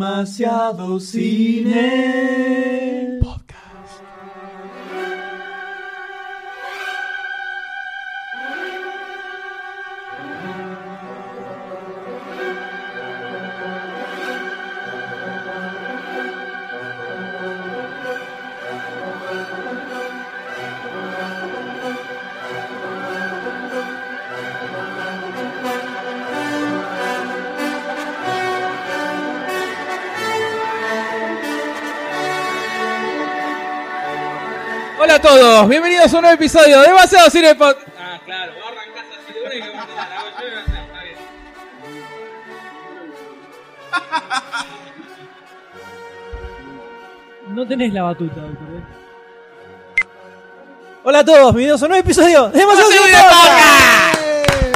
Demasiado cine. Hola a todos, bienvenidos a un nuevo episodio de Demasiado Cine Pod- Ah, claro, vos arrancás así de una y me vas a dar, ah, yo me voy a hacer, está bien. No tenés la batuta, doctor. ¿eh? Hola a todos, bienvenidos a un nuevo episodio de Demasiado ¡Demasiado cine.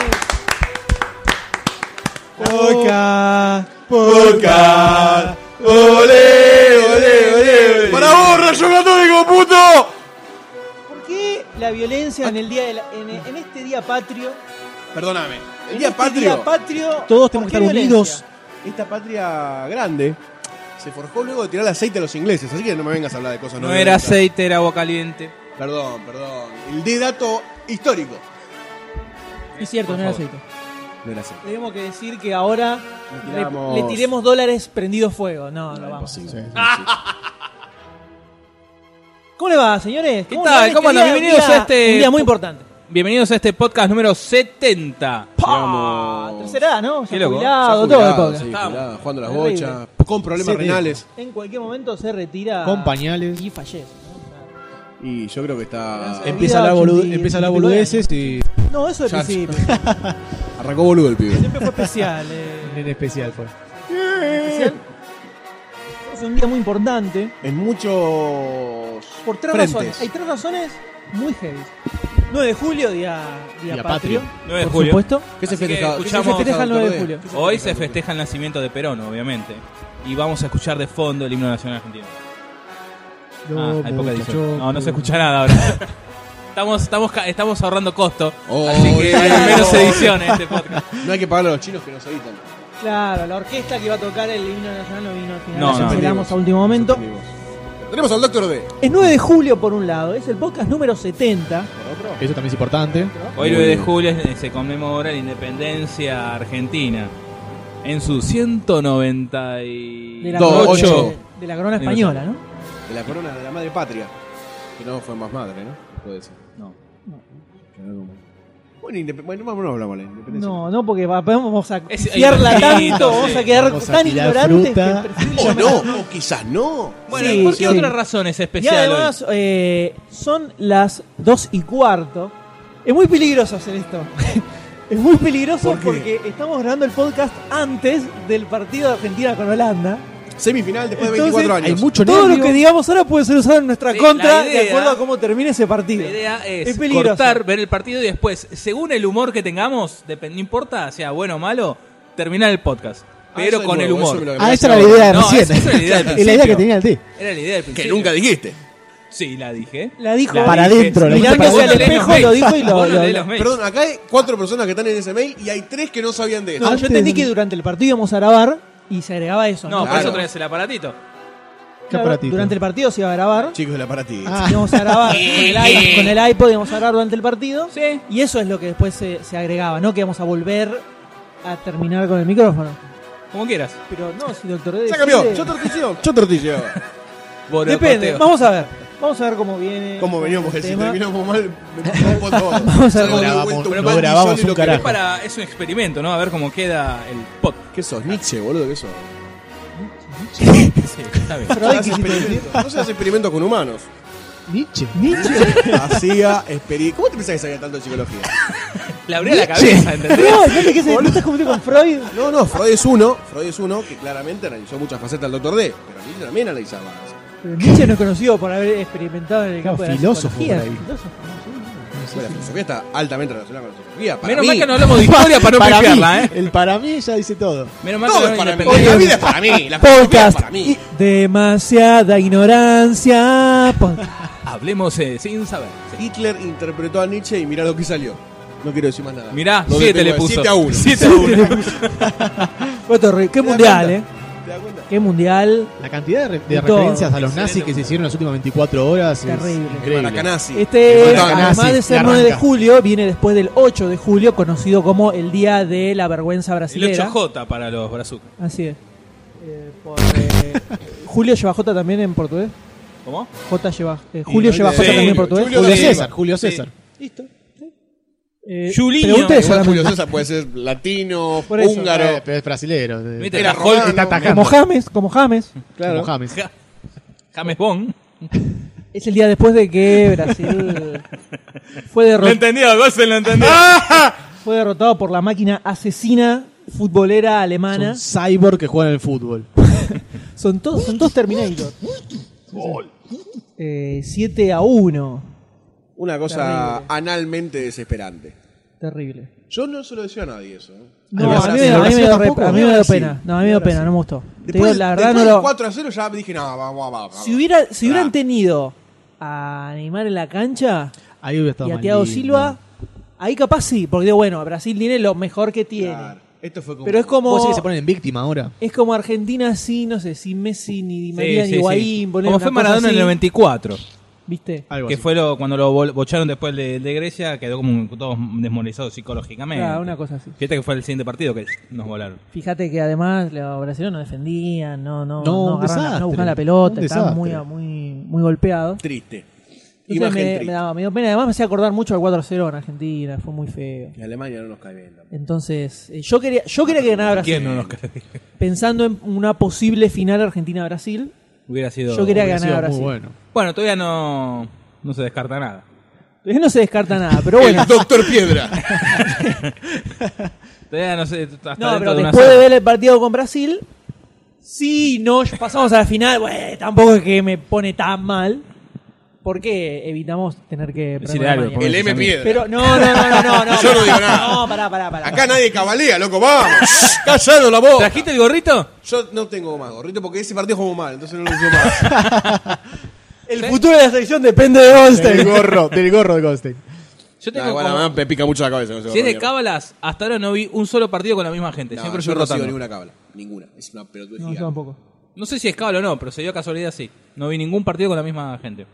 Cine Podcast. Podcast. Ole, ole, ole, ole. ¡Para vos, rayo católico, puto! ¿Por qué la violencia en el día de la- en, en este día patrio? Perdóname. El en día este patrio, día patrio, Todos tenemos ¿por qué que estar violencia? unidos. esta patria grande, se forjó luego de tirar aceite a los ingleses, así que no me vengas a hablar de cosas No violentas. era aceite, era agua caliente. Perdón, perdón. El de dato histórico. Es cierto, Por no era favor. aceite. No era aceite. Tenemos que decir que ahora Le le, tiramos- le tiremos dólares prendido fuego. No, no vamos. Sí, sí, sí. ¿Cómo le va, señores? ¿Qué le tal? va en este ¿Cómo andan? día- Bienvenidos día- a este- Un día muy importante. Bienvenidos a este podcast número 70. ¡Pah! Tercera edad, ¿no? Ya Qué loco. jubilado, Ya todo el jubilado, podcast. sí, Estamos. jubilado, jugando a las Terrible. bochas, con problemas renales. En cualquier momento se retira Con pañales. y fallece. ¿no? Y yo creo que está. Gracias. Empieza la, bolu empieza la boludeces y O sea, No, eso de Ya- principio. Arrancó boludo el pibe. Siempre fue especial. eh. en especial pues. fue. especial. Es un día muy importante. En muchos. Por tres frentes. razones. Hay tres razones muy heavy. 9 de julio, día, día, Día patrio. patrio. 9 de por julio. supuesto. ¿Qué se Así que festeja? ¿Qué escuchamos- Se festeja el 9 de doctor D? julio. Hoy se festeja el nacimiento de Perón, obviamente. Y vamos a escuchar de fondo el himno nacional argentino. Ah, hay poca edición. No, no se escucha nada ahora. Estamos, estamos, ca- estamos ahorrando costo. Oh, así que hay no. menos ediciones en este podcast. No hay que pagarle a los chinos que nos editan. Claro, la orquesta que iba a tocar el himno nacional no vino al final. No, la no. cancelamos a último momento. Tenemos al doctor D. Es 9 de julio, por un lado. Es el podcast número 70. Eso también es importante. Hoy 9 de julio eh, se conmemora la independencia argentina. En su 198. De la, Dos, corona, ocho. de- de la corona española, ¿no? De la corona de la madre patria. Que no fue más madre, ¿no? Puede ser. No. Bueno, indep- bueno, no, no hablamos de la independencia. No, no, porque va- vamos a Es- fiarla hay tanto, poquito, vamos a sí. Oh, quedar Vamos a tan tirar ignorantes fruta. que prefiero O llamarla- Oh, no, o quizás no. Bueno, Sí, ¿y ¿por qué sí. otra razón es Y especial hoy? además eh, son las 2 y cuarto. Es muy peligroso hacer esto. es muy peligroso ¿Por qué? porque estamos grabando el podcast antes del partido de Argentina con Holanda. Semifinal después de Entonces, 24 Hay años. mucho Todo nervio. lo que digamos ahora puede ser usado en nuestra Sí, contra la idea- de acuerdo a cómo termine ese partido. La idea es, Es peligroso. cortar, ver el partido y después, según el humor que tengamos, depend- no importa, sea bueno o malo, terminar el podcast. Ah, Pero con el humor. Ah, esa era la idea de No, recién. esa- esa era la idea del Es la idea que principio. tenía el D. Era la idea del principio. dijiste. Sí, la dije. La dijo La Para dije. adentro, la Sí, dijiste vos para no adentro. lees los Espejo lo mails. dijo y lo- Vos no lo- lees los mails. Perdón, acá hay cuatro personas que están en ese mail y hay tres que no sabían de No, eso. yo entendí que durante el partido íbamos a grabar y se agregaba eso. No, por Claro. eso traes el aparatito. ¿Qué Claro, aparatito? durante el partido se iba a grabar. Chicos, la para ti. Ah. Íbamos a grabar con, el iPod, con el iPod, íbamos a grabar durante el partido. Sí. Y eso es lo que después se, se agregaba, ¿no? Que vamos a volver a terminar con el micrófono. Como quieras. Pero no, si doctor D. Ya cambió. decide- Yo tortillo. Yo tortillo. Depende, Borocoteo. vamos a ver. Vamos a ver cómo viene. Como veníamos, el si tema. terminamos mal, metimos todo. Vamos a ver. Salgo de Grabamos, vuelta un no maldizón grabamos y un lo que- carajo. Es, para, es un experimento, ¿no? A ver cómo queda el pod. ¿Qué sos? Nietzsche, boludo, ¿qué sos? Sí, está bien. Pero No hay hagas que experimentos. No se hace experimentos con humanos. Nietzsche. Hacía experimentos. ¿Cómo te pensás que sabía tanto de psicología? Le abrí la cabeza, ¿entendés? No, espérate, ¿qué se ¿No estás confundido con Freud? No, no, Freud es uno. Freud es uno que claramente analizó muchas facetas del Dr. D. Pero Nietzsche también analizaba. Pero Nietzsche no es conocido por haber experimentado en el campo No, de la filósofo psicología. por ahí. Filósofo, no, sí, sí, Bueno, la sí. filosofía está altamente relacionada con la psicología. Para Menos mí, mal que no hablamos de historia para no Para mí, pifiarla, ¿eh? El para mí ya dice todo. Menos mal que Todo no es para mí. independiente. La vida es para mí. La filosofía es Podcast. para mí. y- Demasiada ignorancia. Podcast. Hablemos eh, sin saber. Sí. Hitler interpretó a Nietzsche y mirá lo que salió. No quiero decir más nada. Mirá, No 7 detengo le de puso. siete a uno. 7 a 1. Fue terrible. Qué mundial, eh. ¿Te das cuenta? Qué mundial. La cantidad de, re- de De todo. referencias a los Excelente nazis que se mundial. hicieron en las últimas 24 horas es Terrible. increíble. Maracanasi. Este, Estaban además nazis, de y ser 9 de arranca. julio, viene después del 8 de julio, conocido como el Día de la Vergüenza El Brasilera. 8J para los brazucas. Así es. Eh, por, eh, Julio lleva J también en portugués. ¿Cómo? J lleva, eh, Julio no lleva te- J también en Julio, portugués. Julio Julio Sí. César, Julio César. Listo. Eh, Julinho. pregunta de Igual solamente. Julio César puede ser latino, Por eso. Eh, húngaro. pero es brasilero. Eh, de- Viste, Era la Hulk romano. está atacando. Como James, como James. como Claro. James. Ja- James Bond. Es el día después de que Brasil fue, derro- Lo entendió, Gossen lo entendió. fue derrotado por la máquina asesina futbolera alemana. Son cyborg que juegan al fútbol. Son, todos son dos Terminator. 7 a 1. Una cosa Terrible. analmente desesperante. Terrible. Yo no se lo decía a nadie eso. ¿eh? No, Brasil- a mí, me- a mí Brasil me dio, tampoco, re- a mí ¿no? me dio Brasil. pena. No, a mí me dio pena, no me gustó. Te digo, Después, la verdad no después del lo. 4 a 0 ya dije, no, vamos, vamos, vamos. Si, hubiera, si hubieran Ah. tenido a Neymar en la cancha Ahí hubiera estado y a más Thiago lindo. Silva, ahí capaz sí, porque digo, bueno, Brasil tiene lo mejor que tiene. Claro. Esto fue como... Pero es como. ¿Vos decís que se ponen en víctima ahora? Es como Argentina sí, no sé, sin Messi, ni Di María, Sí, ni sí, Higuaín. sí. poner Como una cosa fue Maradona en así, el 94. ¿Viste? Algo que así. fue lo- cuando lo bol- bocharon después de, de Grecia, quedó como todos desmoralizados psicológicamente. Claro, Ah, una cosa así. Fíjate que fue el siguiente partido que nos volaron. Fíjate que además los brasileños no defendían, no, No, no, no, un agarraban la- no desastre, buscaban la pelota, un estaban muy, desastre. muy, muy golpeados. Triste. Entonces Imagen me, triste. me daba medio pena. Además me hacía acordar mucho al 4-0 en Argentina, fue muy feo. Y Alemania no nos cae bien. tampoco. Entonces, eh, yo quería, yo quería que ganara Brasil. ¿Quién no nos cae? Pensando en una posible final Argentina-Brasil, Hubiera sido. yo quería Hubiera sido ganar a muy Brasil. bueno. Bueno, todavía no, no se descarta nada. Todavía no se descarta nada, pero bueno. El Doctor Piedra. Todavía no sé. Hasta No, dentro pero de una después semana. de ver el partido con Brasil, sí, no, pasamos a la final, güey, tampoco es que me pone tan mal, porque evitamos tener que... Decirle ponernos algo, maña. porque- El M Piedra. Pero no, no, no, no, no, no. Yo no digo nada. No, pará, pará, pará. Acá nadie cabalea, loco, vamos. Callado la voz. ¿Trajiste el gorrito? Yo no tengo más gorrito porque ese partido jugó mal, entonces no lo uso más. El futuro de la selección depende de Del Goldstein. gorro, del gorro de Goldstein. Yo tengo. Nah, bueno, como- me pica mucho la cabeza. no sé, si es de gorro, cábalas, hasta ahora no vi un solo partido con la misma gente. mierda. No, Siempre yo yo no sigo rotando. ninguna cábala. Ninguna. Es una pelotuda No, yo tampoco. No sé si es cábala o no, pero se dio casualidad sí. No vi ningún partido con la misma gente.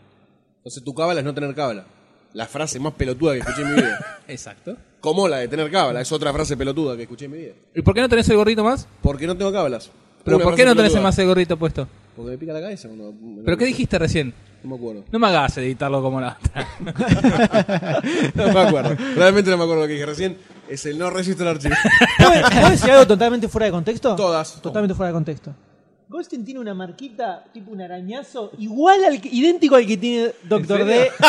Entonces tu cábala es no tener cábala. La frase más pelotuda que escuché en mi vida. Exacto. Como la de tener cábala, es otra frase pelotuda que escuché en mi vida. ¿Y por qué no tenés el gorrito más? Porque no tengo cábalas. ¿Pero Una por qué frase no tenés pelotuda. más el gorrito puesto? Porque me pica la cabeza. cuando- me- ¿Pero qué dijiste recién? No me acuerdo. No me hagas editarlo como la otra. No me acuerdo. Realmente no me acuerdo lo que dije recién. Es el no registro del archivo. ¿Puedes decir algo totalmente fuera de contexto? Todas. Totalmente fuera de contexto. Goldstein tiene una marquita, tipo un arañazo, igual al que- idéntico al que tiene Doctor D.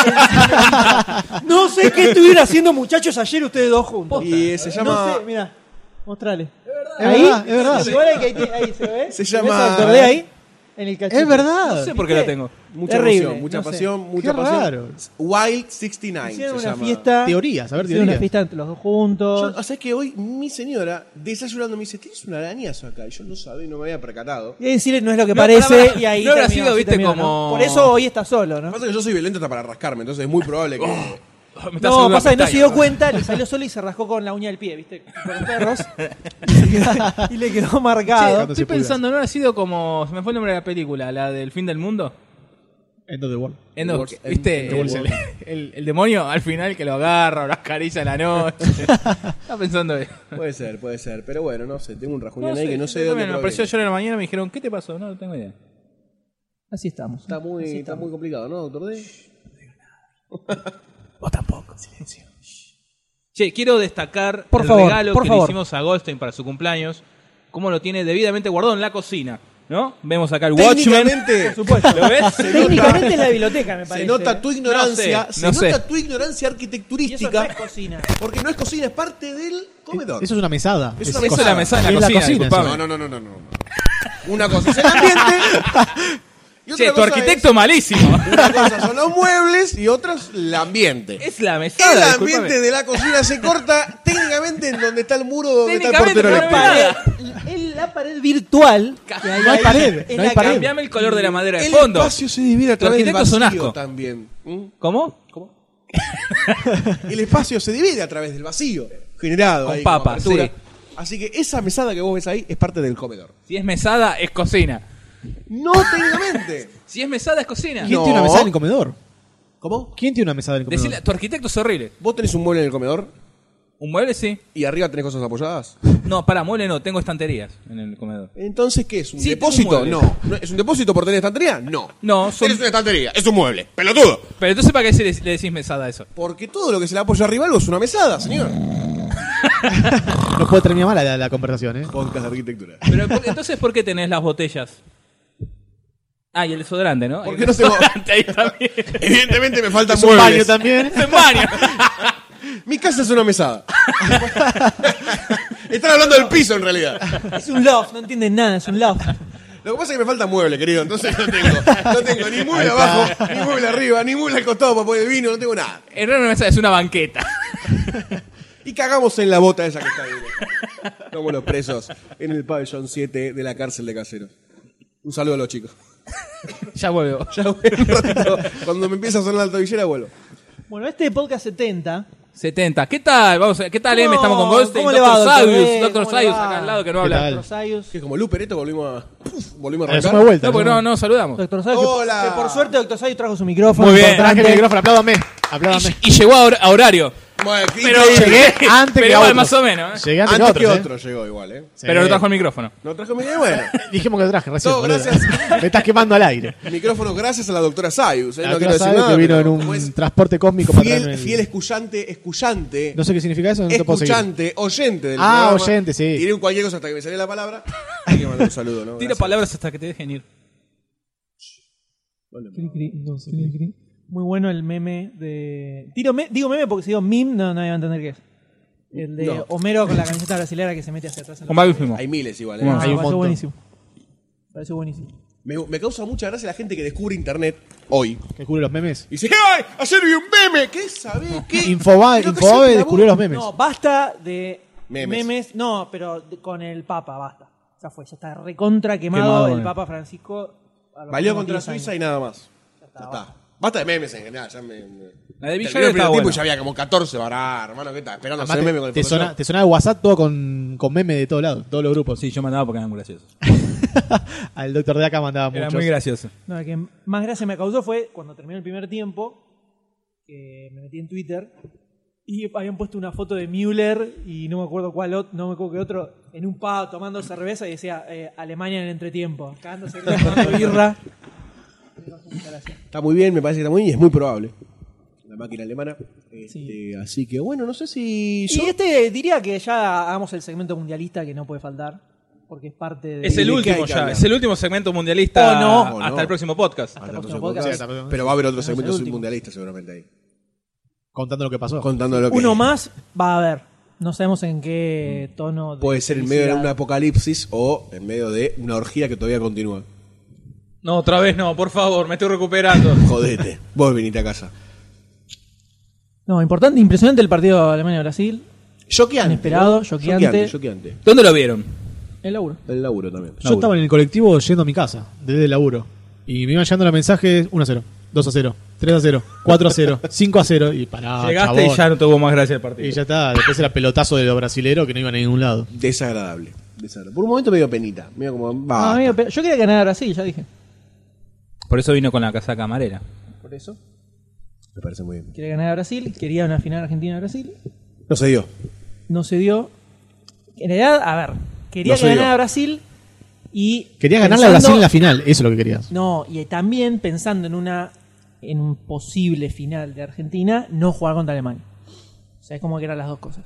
no sé qué estuvieron haciendo muchachos ayer ustedes dos juntos. Y se llama- No sé, mira, mostrale. Es verdad, es verdad. Igual al que ahí tiene- ahí se ve. Se ¿Ves llama- a Doctor D ahí? En el cachete. Es verdad. No sé por qué lo tengo. Mucha Terrible, pasión, mucha no sé. pasión, mucha Qué pasión. raro. Wild 69 Hicieron se una llama. fiesta. Teorías, a ver, Hicieron una teorías. fiesta entre los dos juntos. Yo, o sea, es que hoy mi señora desayunando me dice, tienes un arañazo acá. Y yo no sabía y no me había percatado. Lo Y decirle no es lo que No, parece pará, pará. y ahí No habrá terminó, sido, así viste, terminó, ¿no? como- Por eso hoy está solo, ¿no? que pasa es que yo soy violento hasta para rascarme, entonces es muy probable que... Me está haciendo No, una pasa que no se pestaña. dio cuenta, le salió solo y se rascó con la uña del pie, ¿viste? Con los perros. Y, se quedó- y le quedó Che, marcado. Cuando estoy se pudra. pensando, ¿no ha sido como. Se me fue el nombre de la película, la del fin del mundo? End of the world. Eh, no, Wars- que- ¿Viste? el- el- El, el- el demonio al final que lo agarra, lo acaricia en la noche. Estaba pensando eso. Puede ser, puede ser. Pero bueno, no sé, tengo un rajón No ahí sé, que no sé de yo dónde también, Me proviene. apareció ayer en la mañana y me dijeron, ¿qué te pasó? No, no tengo idea. Así estamos. Está muy, está muy complicado, ¿no, doctor D? Vos tampoco, silencio. Che, quiero destacar Por el favor, regalo por que favor. le hicimos a Goldstein para su cumpleaños. Cómo lo tiene debidamente guardado en la cocina, ¿no? Vemos acá el Watchmen. Técnicamente, ¿Lo ves? Técnicamente es la biblioteca, me se parece. ¿eh? nota tu ignorancia, No sé, se no sé. nota tu ignorancia Y eso no es arquitecturística, cocina. porque no es cocina, es parte del comedor. Eso es una mesada. Es una Eso es la mesa en la Es cocina, disculpame. No, no, no, no, no, no. Una cosa es el ambiente. Y otra Che, tu cosa arquitecto malísimo. es- una cosa son los muebles y otra es el ambiente. es la mesada, El disculpame. ambiente de la cocina se corta técnicamente en donde está el muro donde está el Técnicamente, portero. pero no eléctrico. Pared- es Eh, la pared virtual. que hay No hay ahí. pared, Es no hay la pared. cambia- Cambiame el color de la madera de El fondo. espacio se divide a Tu través del arquitecto es un vacío asco. también. ¿Mm? ¿Cómo? ¿Cómo? El espacio se divide a través del vacío generado Con ahí papa, como apertura. sí. Así que esa mesada que vos ves ahí es parte del comedor. Si es mesada, es cocina. No técnicamente. Si es mesada, es cocina. ¿Quién No. tiene una mesada en el comedor? ¿Cómo? ¿Quién tiene una mesada en el comedor? Decirle, tu arquitecto es horrible. Vos tenés un mueble en el comedor ¿Un mueble sí? y arriba tenés cosas apoyadas. No, para mueble no, tengo estanterías en el comedor. Entonces, ¿qué es? ¿Un Sí, depósito? tengo No. un ¿No ¿Es un depósito por tener estantería? No. No, son- Tenés una estantería. Es un mueble. ¡Pelotudo! Pero entonces, ¿para qué se le, le decís mesada a eso? Porque todo lo que se le apoya arriba algo es una mesada, señor. Nos puede terminar mal la, la conversación, ¿eh? Podcast de arquitectura. Pero, ¿por- entonces, ¿por qué tenés las botellas? Ah, y el desodorante, ¿no? ¿Por El qué no se desodorante ahí también. Evidentemente me faltan Un baño muebles. también. Es un baño. Mi casa es una mesada. Están hablando del piso en realidad. Es un loft, no entienden nada, es un loft. Lo que pasa es que me falta mueble, querido. Entonces no tengo, no tengo ni mueble abajo, ni mueble arriba, ni mueble al costado para poner el vino, no tengo nada. En realidad no es mesada, es una banqueta. Y cagamos en la bota esa que está ahí. Como los presos en el pabellón 7 de la cárcel de caseros. Un saludo a los chicos. Ya vuelvo. Ya vuelvo un ratito. Cuando me empieza a sonar la tobillera, vuelvo. Bueno, este podcast 70. 70. ¿Qué tal? Vamos, a- ¿Qué tal, M? ¿Cómo- Estamos con Goldstein. cómo le va, Doctor doctor Sayus. B? Doctor ¿Cómo le Sayus, va? acá al lado que no ¿Qué habla. tal? Doctor Sayus. Que es como Luper, esto volvimos a. puf, volvimos a A la suma de arrancar. vuelta. No, porque no, no saludamos. Doctor Sayus. Hola. Que por suerte Doctor Sayus trajo su micrófono. Muy bien. Traje el importante. micrófono, apláudame. Apláudame. Y, y llegó a, hor- a horario. Bueno, qué Pero increíble. Llegué antes Pero que igual, otros. más o menos. ¿eh? Llegué antes, Antes que otros, ¿eh? otro llegó igual, ¿eh? Sí. Pero no trajo el micrófono. No trajo mi idea, bueno. Dijimos que lo traje recién. No, boludo. gracias. Me estás quemando al aire. Micrófonos gracias a la doctora Sayus. ¿eh? La No doctora quiero decir sabe nada, que vino pero en como un es transporte cósmico para fiel, traerme el- fiel escuchante, escuchante, No sé qué significa eso, no te puedo seguir. escuchante, oyente del Ah, programa. oyente, sí. Tiré un cualquier cosa hasta que me salió la palabra. Hay que mandar un saludo, ¿no? Tira Gracias. palabras hasta que te dejen ir. Cri, cri, no, cri, cri. Muy bueno el meme de. Tiro me- Digo meme porque si digo meme, no, nadie va a entender qué es. El de No. Homero con la camiseta brasilera que se mete hacia atrás. En la- Con Babi fuimos. Hay miles igual. ¿eh? No, hay un pareció montón. buenísimo. Pareció buenísimo. Me, me causa mucha gracia la gente que descubre internet hoy. Que cubre los memes. Y dice, ¡ay! Ayer vi un meme. ¿Qué sabés? ¿Qué? Infobae, Creo que Infobae siempre la descubrió voz- los memes. No, basta de Memes. memes. No, pero de- con el Papa, basta. Ya fue, ya está recontra quemado Quemado, el eh. Papa Francisco. a los Valió últimos contra 10 años. Suiza y nada más. Ya está, está. Basta de memes en general. Ya me, me- La de Terminó el Villar primer está tiempo buena. y ya había como 14 bará, hermano. ¿Qué tal? Esperando Además, hacer meme con te, el te Photoshop. sona- te sonaba WhatsApp todo con, con memes de todos lados, todos los grupos. Sí, yo mandaba porque eran graciosos. Al doctor de acá mandaba Era muchos. muy gracioso. No, el que más gracia me causó fue cuando terminó el primer tiempo, que me metí en Twitter y habían puesto una foto de Müller y no me acuerdo cuál otro, no me acuerdo qué otro, en un pub tomando cerveza y decía eh, Alemania en el entretiempo, cagándose de risa, tomando birra. Está muy bien, me parece que está muy bien y es muy probable. La máquina alemana. Este, Sí. Así que bueno, no sé si Y yo. este diría que ya hagamos el segmento mundialista que no puede faltar, porque es parte de... Es el ¿De qué hay último que ya. hablar? Es el último segmento mundialista Oh, no. Oh, hasta no. Ah, el próximo podcast. Hasta el próximo próximo podcast. podcast. Pero va a haber otro Hasta el segmento último. submundialista seguramente ahí. Contando lo que pasó. Contando lo que Uno más va a haber. No sabemos en qué tono... de Mm. puede ser en medio de felicidad. un apocalipsis o en medio de una orgía que todavía continúa. No, otra vez no, por favor, me estoy recuperando. Jodete, vos viniste a casa. No, importante, impresionante el partido Alemania-Brasil. Choqueante. Inesperado, ¿no? choqueante. Choqueante. ¿Dónde lo vieron? El laburo. El laburo también. Yo estaba en el colectivo yendo a mi casa, desde el laburo. Y me iban llegando los mensajes 1 a 0, 2 a 0, 3 a 0, 4 a 0, 5 a 0. Y pará, Llegaste Ah, chabón. y ya no tuvo más gracia el partido. Y ya está, después era pelotazo de los brasileros que no iban a ningún lado. Desagradable. Desagradable. Por un momento me dio penita. Medio como. Ah, Va. amigo, pero yo quería ganar a Brasil, ya dije. Por eso vino con la casaca amarela. Por eso. me parece muy bien. Quería ganar a Brasil, quería una final Argentina-Brasil. No se dio. No se dio. En realidad, a ver, quería No se que ganara dio. a Brasil y. Querías ganarle a pensando- Brasil en la final, eso es lo que querías. No, y también pensando en una en un posible final de Argentina, no jugar contra Alemania. O sea, es como que eran las dos cosas.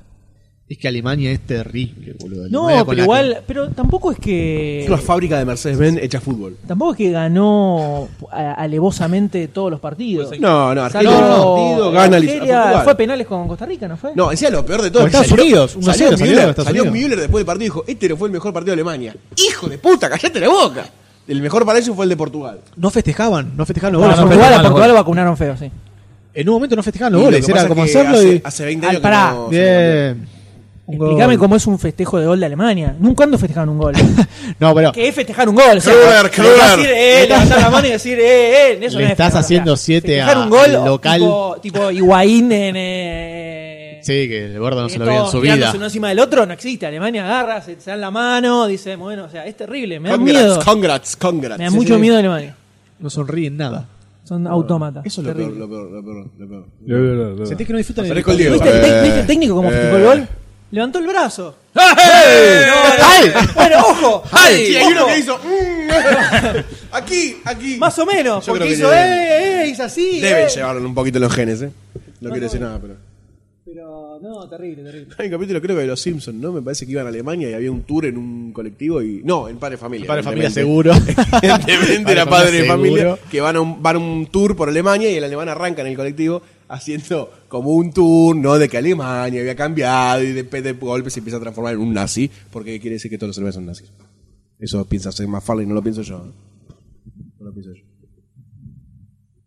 Es que Alemania es terrible, boludo. No, Alemania con pero la- igual, pero tampoco es que. Eh, Es una fábrica de Mercedes-Benz hecha fútbol. Tampoco es que ganó a- alevosamente todos los partidos. Pues No, no, Argentina Salvo- no, partido, gana a Argelia, Portugal. fue a penales con Costa Rica, ¿no fue? No, decía lo peor de todo. Con es que Estados Unidos, uno a Salió, cero, salió Müller, Estados salió Unidos. Müller después del partido y dijo, este no fue el mejor partido de Alemania. Hijo de puta, callate la boca. El mejor para ellos fue el de Portugal. No festejaban, no festejaban los Bueno, goles. a no, Portugal, no, a Portugal no. lo vacunaron feo, sí. En un momento no festejaban los Y lo goles, que era pasa como es que hacerlo hace, y. Hace 20 Al años pará. que no... Bien. Un gol. Explícame cómo es un festejo de gol de Alemania. Nunca cuándo festejaron un gol. No, pero. ¿Qué es festejar un gol? O sea, Kruger, le Kruger. vas a decir, eh, levantar la mano y decir, eh, eh, en eso Le no es estás festejar, haciendo o sea, siete festejar a- un gol al local. Tipo, tipo Higuaín en. Eh, Sí, que el gordo no se lo todos vio en su tirándose vida. uno encima del otro, no existe. Alemania agarra, se, se dan la mano, dice, bueno, o sea, es terrible, me da Congrats, miedo. congrats, congrats. Me da mucho sí. miedo Alemania. No sonríen nada. Son autómatas. Eso es lo peor, lo peor, lo peor, lo peor. Sentís que no disfrutan el Parezco el Diego. ¿Viste, el tec- Eh, viste el técnico cómo festejó el eh. gol? Levantó el brazo. ¡Ay! Bueno, ojo. ¡Ay! Sí, hay uno Ojo. que hizo. mm, aquí, aquí. Más o menos, Yo creo porque que hizo, deben- eh, eh, hizo así. Deben eh. llevarlo un poquito los genes, ¿eh? No quiero decir nada, pero. Pero no, terrible, terrible. Hay un capítulo, creo que de los Simpsons, ¿no? Me parece que iban a Alemania y había un tour en un colectivo y. No, en Padre Familia. Padre familia evidentemente. seguro. Evidentemente era Padre Padre Familia Familia. seguro. Que van a, un, van a un tour por Alemania y el alemán arranca en el colectivo haciendo como un tour, ¿no? De que Alemania había cambiado y de, de golpe se empieza a transformar en un nazi, porque quiere decir que todos los alemanes son nazis. Eso piensa Seth y no lo pienso yo. ¿no? No lo pienso yo.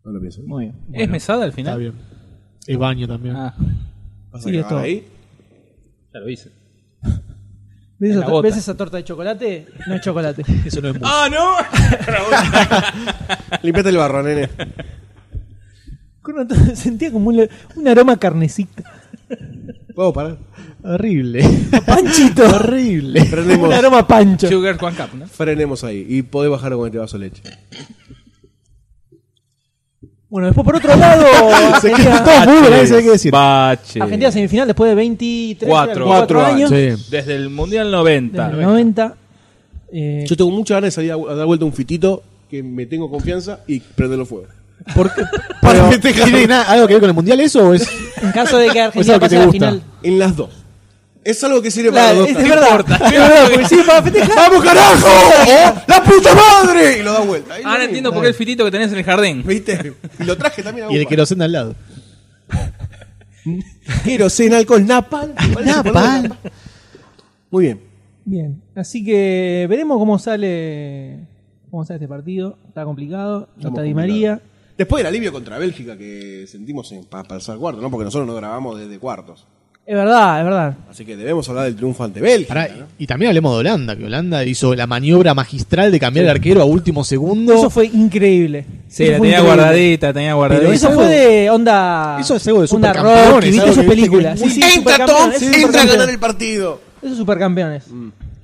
No lo pienso. Muy bien. ¿Es mesada al Está final? bien. Es baño también. Ah, ¿Vas a Sí, es acabar todo. ahí? ya lo hice. ¿Ves, En esa la to- bota. ves esa torta de chocolate? No es chocolate. Eso no es mucho. ¡Ah, no! Limpiate el barro, nene. Con una to- Sentía como un, un aroma a carnecita. ¿Puedo parar? Horrible. Panchito. Horrible. Frenemos, Un aroma a pancho. Sugar One Cup, ¿no? frenemos ahí. Y podés bajar con este vaso de leche. Bueno, después por otro lado, Argentina, Todo muy bien, eso hay que decir. Bache. Argentina semifinal después de 23 Cuatro. cuatro Cuatro años. Sí. Desde el Mundial 90. Desde el 90. Eh, Yo tengo muchas ganas de salir a, a dar vuelta un fitito que me tengo confianza y prenderlo fuego. ¿Por qué? Para Pero, festejar. ¿Tiene nada- algo que ver con el mundial eso o es.? en caso de que Es Argentina algo que pase te a la gusta. final. En las dos. Es algo que sirve para Claro, las es, dos. es verdad. Es verdad, porque sí, para festejar. ¡Vamos, carajo! ¡Oh, ¡La puta madre! Y lo da vuelta. Ahí lo Ahora mismo. entiendo por qué el fitito que tenés en el jardín. ¿Viste? Y lo traje también a Y el Upa. queroseno al lado. Queroseno, alcohol, napal. Napal. Muy bien. Bien, así que veremos cómo sale cómo sale este partido. Está complicado, no Estamos está Di complicados. María. Después del alivio contra Bélgica que sentimos en, para pasar cuarto, ¿no? Porque nosotros no grabamos desde cuartos. Es verdad, es verdad. Así que debemos hablar del triunfo ante Bélgica. Pará, ¿no? y también hablemos de Holanda, que Holanda hizo la maniobra magistral de cambiar el arquero a último segundo. Eso fue increíble. Sí, Eso la fue tenía increíble. guardadita, tenía Pero guardadita. eso fue de onda. Eso es algo de Onda supercampeones, Rocky, algo ¿viste? Eso que es viste que película. Sí, sí, supercampeones, eso es supercampeones. partido. Eso es supercampeones.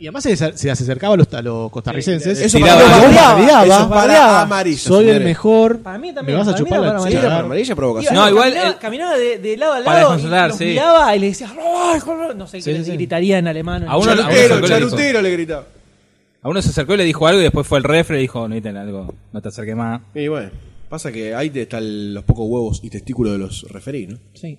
Y además se, se las acercaba a los, a los costarricenses. Eso Tiraba. para Bardeaba, amarillo. Eso es para bardeaba. amarillo. Soy el señores. mejor. Para mí Me también, vas a para mí chupar era la para Sí, era chicha. para amarilla provocación. Iba- No, igual, Caminaba, eh, caminaba de, de lado a para lado. desconsolar, y los sí. miraba y le decía. "Ay, joder", No sé Sí, qué sí, les sí. gritaría en alemán. A uno- Charutero, Uno- charutero le gritaba. A uno se acercó y le dijo algo y después fue al refre y dijo, no, Ethan, algo, no te acerques más. Y bueno, pasa que ahí te están los pocos huevos y testículos de los referidos, ¿no? Sí.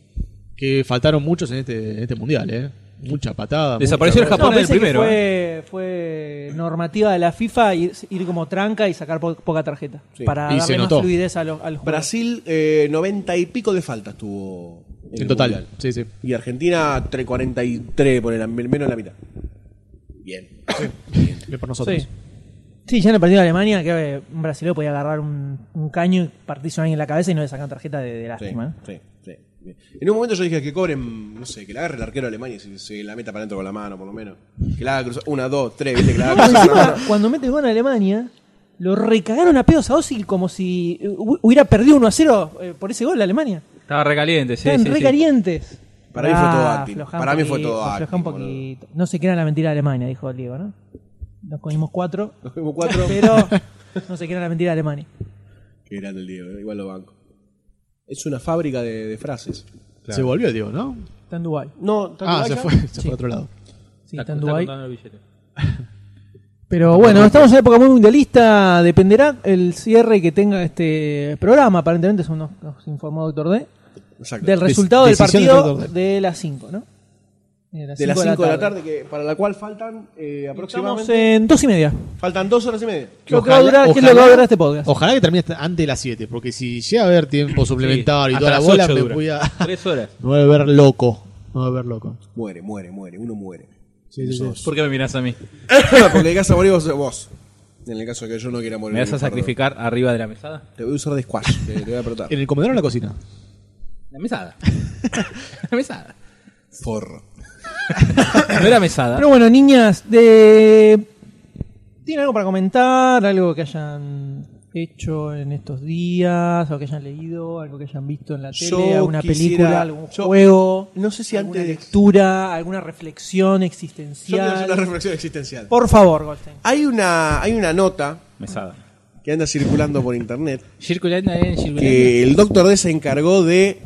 Que faltaron muchos en este, en este mundial, ¿eh? Mucha patada. Desapareció el mucha- Japón en No, el parece que primero. ¿eh? fue, fue normativa de la FIFA ir, ir como tranca y sacar po- poca tarjeta. Sí. Para Y se darle más notó. fluidez a los, a los jugadores. Brasil, eh, 90 y pico de faltas tuvo. En total. Mundial. Sí, sí. Y Argentina, 3, 43, por el, menos de la mitad. Bien. Bien por nosotros. Sí. Sí, ya en el partido de Alemania, que eh, un brasileño podía agarrar un, un caño y partirse a alguien en la cabeza y no le sacan tarjeta de, de Sí, lástima. ¿eh? sí, sí, bien. En un momento yo dije que cobren, no sé, que la agarre el arquero alemán y se, se la meta para adentro con la mano, por lo menos. Que la haga cruzar. Una, dos, tres, viste, que la haga cruzar. con la Encima, mano. cuando mete gol en Alemania, lo recagaron a pedos a Ozil como si hu- hubiera perdido 1 a 0 eh, por ese gol de Alemania. Estaba recaliente, sí, Estaban sí, re sí. calientes. Para mí fue todo acting. Ah, aflojá un Para mí fue poquito, todo aflojá acting, un poquito. No sé qué era la mentira de Alemania, dijo el Diego, ¿no? Nos comimos cuatro, Nos vemos cuatro. pero no sé qué era la mentira de Alemania. Qué grande el Diego, eh, igual lo banco. Es una fábrica de, de frases. Se volvió, digo, ¿no? Está en Dubái. No, Ah, se fue, se Sí. fue a otro lado. Sí, Está- está en está Dubái. contando el billete. Pero bueno, estamos en una época muy mundialista. Dependerá el cierre que tenga este programa. Aparentemente, eso nos, nos informó Doctor D. Exacto. Del resultado del decisión de partido Dr. de las 5, ¿no? de las 5 de la tarde, que, para la cual faltan eh, Estamos aproximadamente. en dos y media. Faltan dos horas y media. Lo que va a durar- ¿Qué es lo que va a durar este podcast? Ojalá que termine hasta antes de las 7, porque si llega a haber tiempo suplementario y hasta toda la las bola, ocho me dura. voy a. Tres horas. Me voy a ver loco. Me voy a ver loco. Muere, muere, muere. Uno muere. Sos- ¿Por qué me mirás a mí? Porque el caso a morir vos, vos. En el caso de que yo no quiera morir. ¿Me vas a Ricardo. sacrificar arriba de la mesada? Te voy a usar de squash. Te, te voy a apretar. ¿En el comedor o en la cocina? La mesada. la mesada. Forro. No era mesada. Pero bueno, niñas, de... ¿tienen algo para comentar? ¿Algo que hayan hecho en estos días, algo que hayan leído, algo que hayan visto en la tele, Yo alguna quisiera- película, algún yo- juego, No sé si alguna antes. lectura, alguna reflexión Yo quiero hacer existencial. una reflexión existencial. Por favor, Goldstein. Hay una, hay una nota Mesada. que anda circulando por internet Circulando en circulando. que el Doctor D se encargó de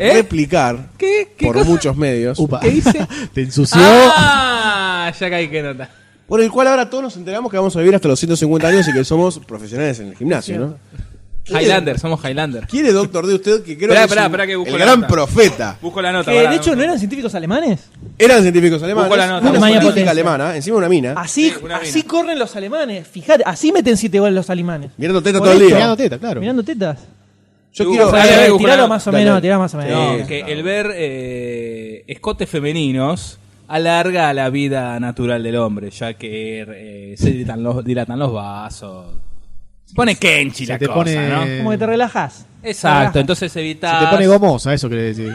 ¿Eh? replicar ¿Qué? ¿Qué por cosa? muchos medios, Upa. ¿Qué dice? Te ensució. Ah, ya caí que nota. por el cual ahora todos nos enteramos que vamos a vivir hasta los 150 años y que somos profesionales en el gimnasio, ¿no? Highlander, somos Highlander. ¿Quiere Doctor D usted que creo Esperá, que esperá, es un- esperá que busco el la gran nota. profeta? Busco la nota. Que pará, de hecho no- no eran científicos alemanes. Eran científicos alemanes, Busco la nota, una busco la científica nota. alemana, encima una mina, Así, Ah, Sí, una así mina. corren los alemanes. Fijate, así meten siete goles los alemanes. mirando teta Por todo el esto, día. Mirando teta, claro. Mirando tetas. Yo Yo quiero... busco- Dale, dale, busco tiralo la- más o dale, menos, dale. tiralo más o menos. No, que el ver eh, escotes femeninos alarga la vida natural del hombre, ya que eh, se dilatan los, dilatan los vasos. Se pone kenchi Se la te cosa, pone- ¿no? Como que te relajas. Exacto, Te entonces Se evitas... te pone gomosa, eso quiere decir.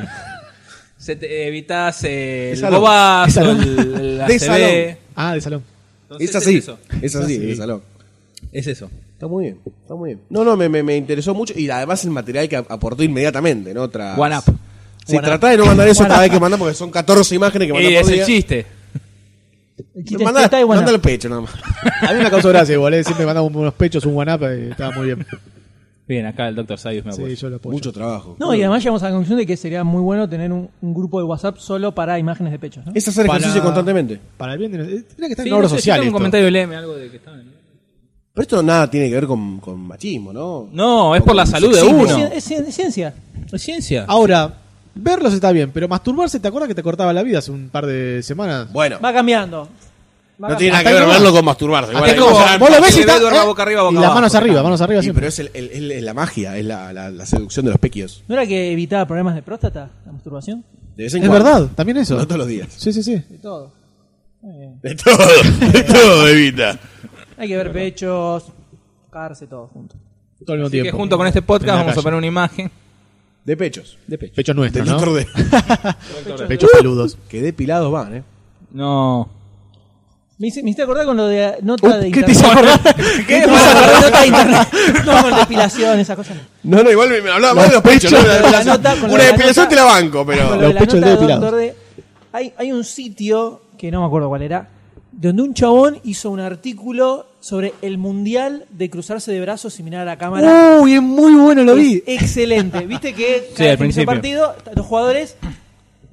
se te- evitas eh, el salón. Es bobazo, salón. el, el De ACV. salón. Ah, de salón. Entonces, Es así, Es eso. es así, es salón. Es eso. Está muy bien, está muy bien. No, no, me, me, me interesó mucho y además el material que ap- aportó inmediatamente, ¿no? Tras... One up. Sí, One tratá de no mandar eso cada vez que mandan porque son 14 imágenes que mandan Y por es el día. chiste. El chiste Mandá- es teta y bueno. mandá al pecho nada más. A mí me causó gracia igual, eh. siempre mandaba unos pechos, un one-up, eh, estaba muy bien. Bien, acá el Dr. Sayus me apoya. Sí, yo lo apoyo. Mucho trabajo. No, y además llegamos a la conclusión de que sería muy bueno tener un, un grupo de WhatsApp solo para imágenes de pechos, ¿no? Es hacer ejercicio Para- constantemente. Para el bien de... eh, Tendría que estar Sí, en obra no sé, social yo tengo esto. un comentario leme algo de que estaban. Pero esto nada tiene que ver con, con machismo, ¿no? No, es O por la con salud de sexismo. uno. Es, cien- es ciencia. Es ciencia. Ahora, verlos está bien, pero masturbarse, ¿te acuerdas que te cortaba la vida hace un par de semanas? Bueno, Va cambiando. Va no cambiando. tiene nada hasta que ver ahí nomás. verlo con masturbarse. Igual Hasta hay ahí cosas- nomás. Vos lo ves y Sí, está, duerma eh, boca arriba, boca y las abajo, manos está. arriba, manos arriba Sí, siempre. pero es, el- el- el- es la magia, es la, la- la seducción de los pequios. ¿No era que evitaba problemas de próstata, la masturbación? De vez en Es cuando. verdad, también eso. No todos los días. Sí, sí, sí. De todo. Muy bien. De todo, de todo, Evita. Hay que ver pechos, tocarse, todo junto. Todo el mismo Así que tiempo. junto con este En podcast la vamos a calle. poner una imagen De pechos. este, de pecho. Pechos Del nuestros, ¿no? doctor D. Pechos peludos. Que depilados van, ¿eh? No. Me, hice- me hiciste acordar con lo de ah, nota de ¿Qué internet. te hizo acordar? ¿Qué te hizo acordar de nota de internet? No, con depilación, esas cosas. no. No, no, igual me, me hablaba más de los pechos. ¿no? con De la la- nota, con una la depilación nota. te la banco, Con pero. lo de Los la pechos nota del de dedo Doctor D, hay, hay un sitio, que no me acuerdo cuál era, donde un chabón hizo un artículo sobre el mundial de cruzarse de brazos y mirar a la Uh, cámara. Uy, es muy bueno, lo vi. Es excelente. Viste que cada Sí, vez al que empieza el principio. partido, los jugadores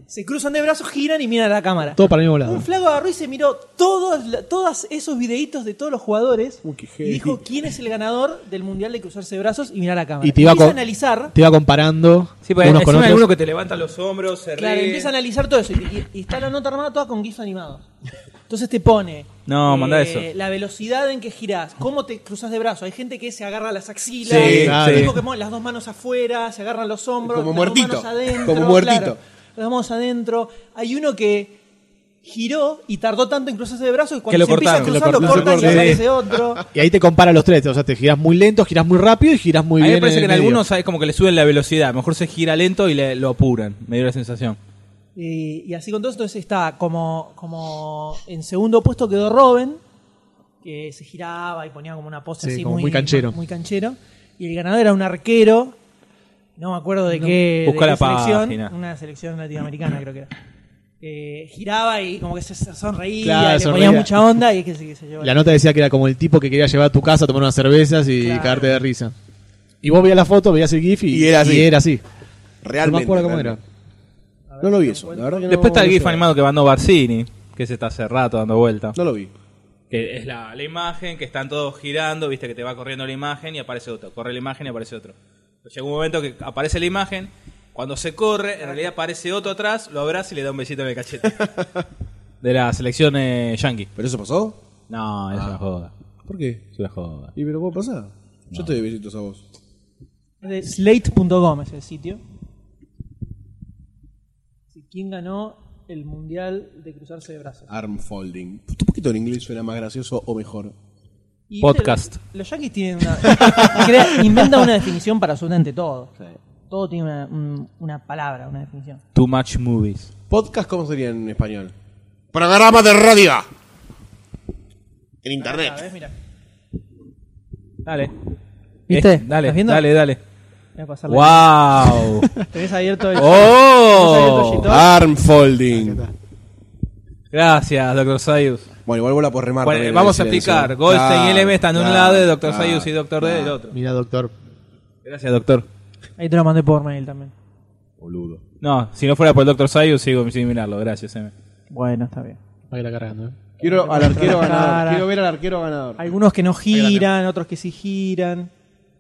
se cruzan de brazos, giran y miran a la cámara. Todo para el mismo lado. Un flaco agarró y se miró todos, la- todos esos videitos de todos los jugadores Uy, qué y heavy. dijo quién es el ganador del mundial de cruzarse de brazos y mirar a la cámara. Y te iba, empieza co- a analizar te iba comparando Sí, porque unos con encima hay uno otros. que te levanta los hombros, se Claro, ríe. empieza a analizar todo eso. Y, y está la nota armada toda con guiso animado. Entonces te pone. eh, No, mandá eso. La velocidad en que girás, cómo te cruzas de brazo. Hay gente que se agarra las axilas, Sí, hay claro. tipo que mueve las dos manos afuera, se agarran los hombros, Como las muertito, dos manos adentro. como muertito. claro, las dos manos adentro. Hay uno que giró y tardó tanto en cruzarse de brazo que cuando Que lo se empieza a cortaron, lo cruzar lo, cortaron, cortan lo y cortaron. aparece otro. Y ahí te compara los tres. O sea, te giras muy lento, giras muy rápido y giras muy a mí bien. me parece que en el medio. algunos ¿sabes? como que le suben la velocidad. Mejor se gira lento y le- lo apuran. Me dio la sensación. Eh, y así con todo, entonces está como, como en segundo puesto quedó Robin, que se giraba y ponía como una pose Sí, así como muy, muy canchero. muy canchero. Y el ganador era un arquero, no me acuerdo de qué, Buscá de la qué selección, página. una selección latinoamericana creo que era. Eh, giraba y como que se sonreía, Claro, y le sonreía. ponía mucha onda y que se, que se llevó. La nota decía que era como el tipo que quería llevar a tu casa a tomar unas cervezas y Claro. cagarte de risa. Y vos veías la foto, veías el GIF y, Y era así. No me Realmente. acuerdo cómo era. realmente. No lo vi eso, la verdad que no. Después está el no GIF sé. animado que mandó Barcini, que se está hace rato dando vuelta. No lo vi. Que es la, la imagen, que están todos girando, viste que te va corriendo la imagen y aparece otro. Corre la imagen y aparece otro. Llega un momento que aparece la imagen, cuando se corre, en realidad aparece otro atrás, lo abraza y le da un besito en el cachete. De la selección eh, yankee. ¿Pero eso pasó? No, Ah. es una joda. ¿Por qué? Es una joda. ¿Y pero cómo pasa? Yo te doy besitos a vos. Es de Slate.com es el sitio. Sí, ¿Quién ganó el mundial de cruzarse de brazos? Arm folding. Tu poquito en inglés suena más gracioso o mejor. Y Podcast. viste, Los yankees tienen una. crea- inventan una definición para absolutamente todo. Todo tiene una, un- una palabra, una definición. Too much movies. ¿Podcast cómo sería en español? Programa de radio. En internet. mira. Dale. ¿Viste? Eh, dale, ¿Estás viendo? dale, dale. Voy a pasar la- ¡Wow! Tenés abierto el. Tenés abierto el ¡Oh! G2. Arm folding. Gracias, Dr. Sayus. Bueno, igual vos la podés remar. Bueno, también, vamos a en el explicar. silencio. Goldstein y Claro, LM están de un claro, lado, Dr. claro. Sayus y Dr. D del otro. Mira, doctor. Gracias, doctor. Ahí te lo mandé por mail también. Boludo. No, si no fuera por el Dr. Sayus, sigo sin mirarlo. Gracias, M. Bueno, está bien. Ahí la cargando, ¿eh? Quiero al arquero Cara. ganador. Quiero ver al arquero ganador. Algunos que no giran, otros que sí giran.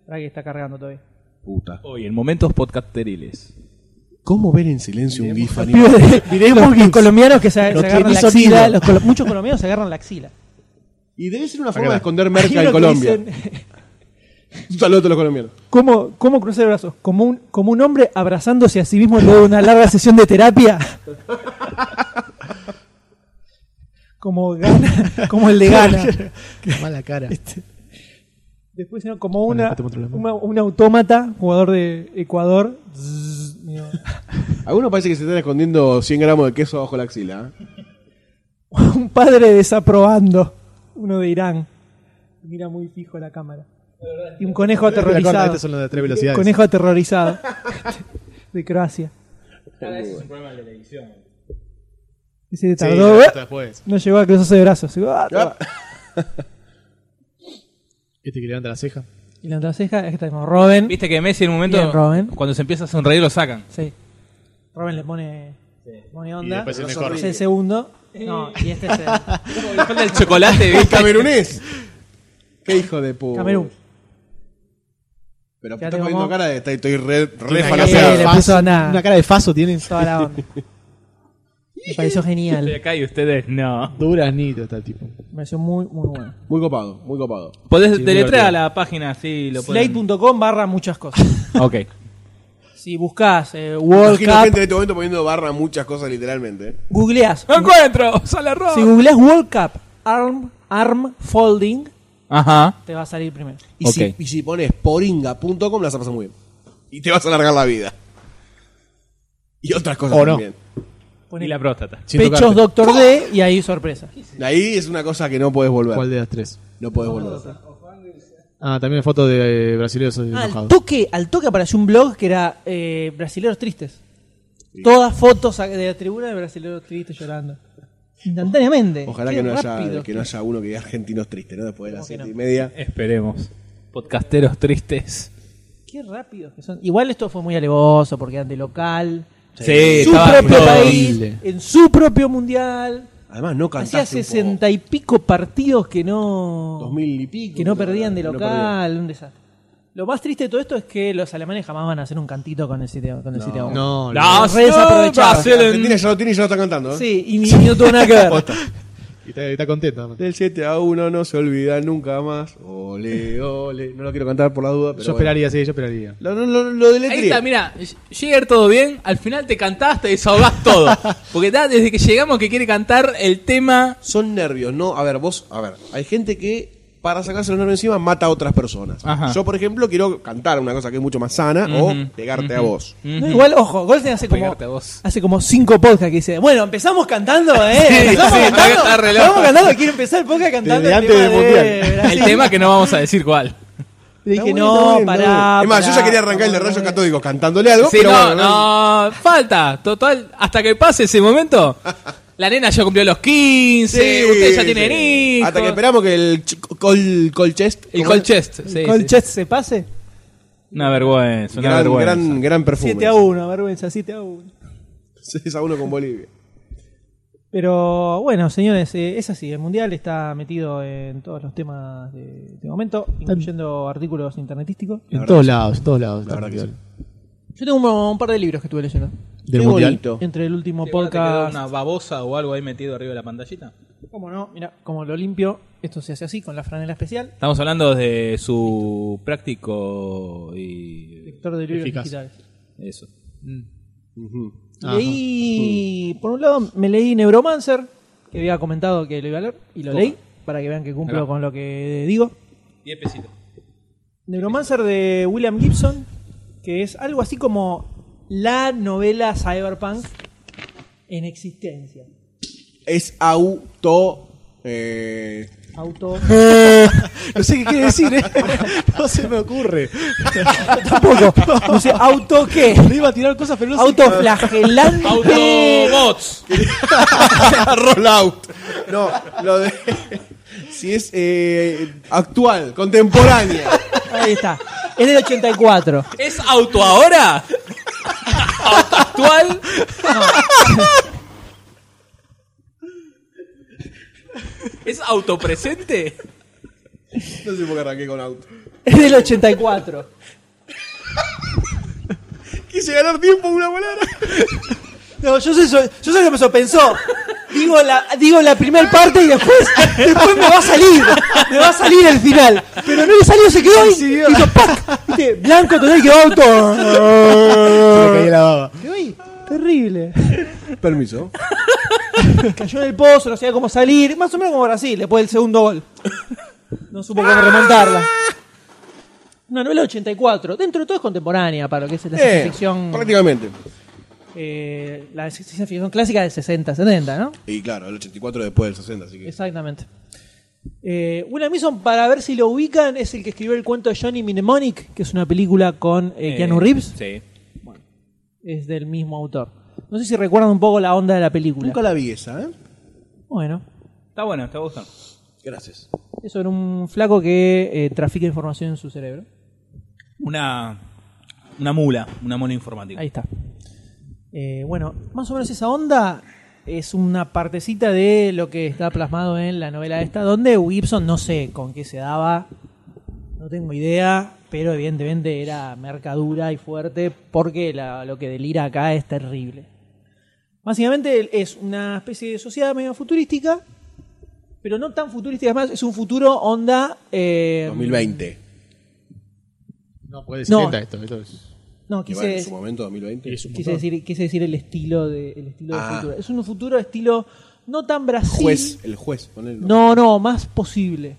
Para que está cargando todavía. Puta. Hoy, en momentos podcasteriles. ¿Cómo ver en silencio un GIF animado? Los, los colombianos que se, Lo se que agarran la hizo axila. Milo. los colo- muchos colombianos se agarran la axila. Y debe ser una forma Acá. de esconder Hay merca unos en que Colombia. dicen, Un saludo a todos los colombianos. ¿Cómo, cómo cruzar el brazo? Como un, como un hombre abrazándose a sí mismo luego de una larga sesión de terapia. Como, Gana- como el de Gana. Mala cara. Este Después, ¿no? como Bueno, una, después te muestro la mano. una- un autómata, jugador de Ecuador. Zzz, digo, Algunos parece que se están escondiendo 100 gramos de queso bajo la axila. ¿eh? un padre desaprobando. Uno de Irán. Mira muy fijo la cámara. Y un conejo Corta, aterrorizado. Estas son las de tres velocidades. Conejo aterrorizado. De Croacia. Y se Sí, tardó, la- ¿eh? hasta después. No llegó a cruzarse de brazos. Llegó, ah, toma. Este que levanta la ceja. Y la otra ceja, es que tenemos Robin. Viste que Messi en un momento, Bien, Robin. cuando se empieza a sonreír, lo sacan. Sí. Robin le pone, le pone Y onda. después el no mejor. Es el segundo. No, y este es el Le falta el chocolate, ¡El ¿viste? camerunés! ¡Qué hijo de puta! Camerún. Pero Ya estás te poniendo vamos. cara de. Estoy, estoy re, re Una cara de falaciado. le faso- puso nada. Una cara de faso tienen. toda la onda. Me pareció Estoy genial. acá y ustedes no. Duraznito está el tipo. Me pareció muy, muy bueno. Muy copado, muy copado. Podés Sí, deletrear muy la página, así lo pueden. Slate.com barra muchas cosas. Ok. Si buscas eh, World Imagino gente Cup, en este momento poniendo barra muchas cosas literalmente. ¿eh? googleás. ¡No encuentro! ¡Sale error! Si googleás World Cup Arm, arm Folding, Ajá. te va a salir primero. Y, Ok. si, y si pones poringa.com las vas a pasar muy bien. Y te vas a alargar la vida. Y otras cosas O no. también. Y la próstata. Sin tocarte. Pechos Doctor D y ahí sorpresa. Ahí es una cosa que no puedes volver. ¿Cuál de las tres? No puedes volver. Ah, también foto de eh, brasileños Ah, enojados. al toque, al toque apareció un blog que era eh, Brasileros Tristes. Todas fotos a- de la tribuna de brasileros tristes llorando. Instantáneamente. Ojalá Qué que no, haya, rápido. que no haya uno que diga argentinos tristes, ¿no? Después de las ¿Cómo que no? siete y media. Esperemos. Podcasteros tristes. Qué rápido que son. Igual esto fue muy alevoso porque eran de local. Sí, su estaba propio todo- país, en su propio mundial. Además, no Hacía cantaste. un poco. sesenta y pico partidos que no. Dos mil y pico. que no perdían de No local, un desastre. Lo más triste de todo esto es que los alemanes jamás van a hacer un cantito con el sitio con el sitio a uno. No, La Re desaprovechado. Brasil en- Argentina ya lo tiene y ya lo está cantando. ¿eh? Sí, y ni- no tuvo nada que ver. Y está, está contento. Del 7 a 1 no se olvida nunca más. Ole, ole. No lo quiero cantar por la duda, pero. Yo bueno. esperaría, sí, yo esperaría. Lo, lo, lo, lo deletré. Ahí está, mira, llegar todo bien, al final te cantaste y desahogás todo. Porque da, desde que llegamos que quiere cantar el tema. Son nervios, ¿no? A ver, vos, a ver, hay gente que para sacarse los nervios encima mata a otras personas. Ajá. Yo, por ejemplo, quiero cantar una cosa que es mucho más sana Ujú, o pegarte a vos. No, igual, ojo, Goldstein hace como, Pegarte a vos. hace como cinco podcasts que dice, bueno, empezamos cantando, ¿eh? empezamos sí, cantando, está re loco. empezamos cantando, quiero empezar el podcast Desde cantando. el antes tema del de Mundial. Brasil. El tema que no vamos a decir cuál. Le dije, Está bien, no, está bien, pará, está bien. Es más, yo pará, ya quería arrancar el de pará. Rayos Catódicos cantándole algo, Sí, pero no, bueno, no, falta. Total, hasta que pase ese momento, la nena ya cumplió los 15, Sí, ustedes ya sí. tienen hijos. Hasta que esperamos que el ch- col, colchest. El ¿cómo es? colchest, sí, sí. Colchest se pase, Una vergüenza, una Gran, vergüenza. gran, gran perfume. 7 a 1, vergüenza, 7 a 1. 6 a 1 con Bolivia. Pero bueno, señores, eh, es así, el Mundial está metido en todos los temas de, de momento, incluyendo artículos internetísticos. En todos lados, en todos lados. verdad que sí. Yo tengo un, un par de libros que estuve leyendo, Del Qué mundial. bonito. entre el último ¿Te quedó podcast. una babosa o algo ahí metido arriba de la pantallita? Como no, mira, como lo limpio, esto se hace así con la franela especial, Estamos hablando de su práctico y lector de libros Eficaz. digitales. eso. Ajá. Leí, por un lado, me leí Neuromancer, que había comentado que lo iba a leer, y lo leí, para que vean que cumplo Acá. con lo que digo. 10 pesitos. Neuromancer de William Gibson, que es algo así como la novela cyberpunk en existencia. Es auto. Eh, Auto. No sé qué quiere decir, ¿eh? No se me ocurre. Tampoco. No sé, auto qué. Le iba a tirar cosas, pero no sé- Autoflagelante. Autobots. Rollout. No, lo de. Si es eh, actual, contemporánea. Ahí está. Es del 84. ¿Es auto ahora? ¿Auto actual? ¿Es autopresente? No sé por qué arranqué con auto. Es del 84. Quise ganar tiempo en una volada. No, yo sé, eso- yo sé lo que me sorpensó. Digo la, digo la primera parte y después, después me va a salir. Me va a salir el final. Pero no le salió, se quedó ahí. Hizo ¡pac! ¿Viste? Blanco total quedó auto. Se me caía la baba. Quedó ahí. Terrible. Permiso. Cayó en el pozo, no sabía cómo salir. Más o menos como Brasil, después del segundo gol. No supo cómo remontarla. Una novela 84. Dentro de todo es contemporánea para lo que es la ciencia ficción. Eh, prácticamente. eh, la ciencia ficción clásica del 60, 70, ¿no? Y claro, el 84 después del 60, así que. Exactamente. Eh, William Mason, para ver si lo ubican, es el que escribió el cuento de Johnny Mnemonic, que es una película con eh, Keanu Reeves. Sí. Es del mismo autor. No sé si recuerdan un poco la onda de la película. Nunca la vi esa, ¿eh? Bueno, Está bueno, está gustando. Gracias. eso era un flaco que eh, trafica información en su cerebro. Una. Una mula, una mola informática. Ahí está. Eh, bueno, más o menos esa onda es una partecita de lo que está plasmado en la novela esta, donde Gibson no sé con qué se daba, no tengo idea, pero evidentemente era mercadura y fuerte, porque la- lo que delira acá es terrible. Básicamente es una especie de sociedad medio futurística, pero no tan futurística, además es un futuro onda... eh, 2020. No, puede No. 70 esto. esto es- No, Que quise, bueno, en su momento, 2020. es un quise montón. decir, quise decir el estilo de, el estilo de Ah. futuro. Es un futuro estilo no tan Brasil. Juez, el juez, ponelo. No, no, más posible.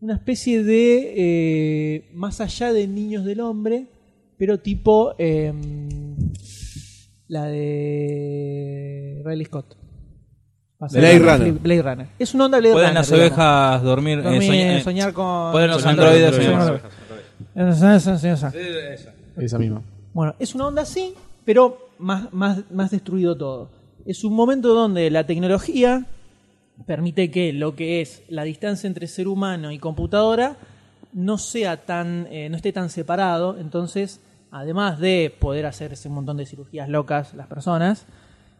Una especie de eh, más allá de niños del hombre, pero tipo eh, la de Riley Scott. Blade Runner. Blade Runner. Es una onda Blade Pueden Runner. las ovejas dormir, eh, digamos. Dormir, soñar, eh, soñar con. Pueden los soñar androides con soñar. ovejas. Esa misma. Bueno, es una onda así, pero más, más, más destruido todo. Es un momento donde la tecnología permite que lo que es la distancia entre ser humano y computadora no sea tan eh, no esté tan separado entonces además de poder hacerse un montón de cirugías locas las personas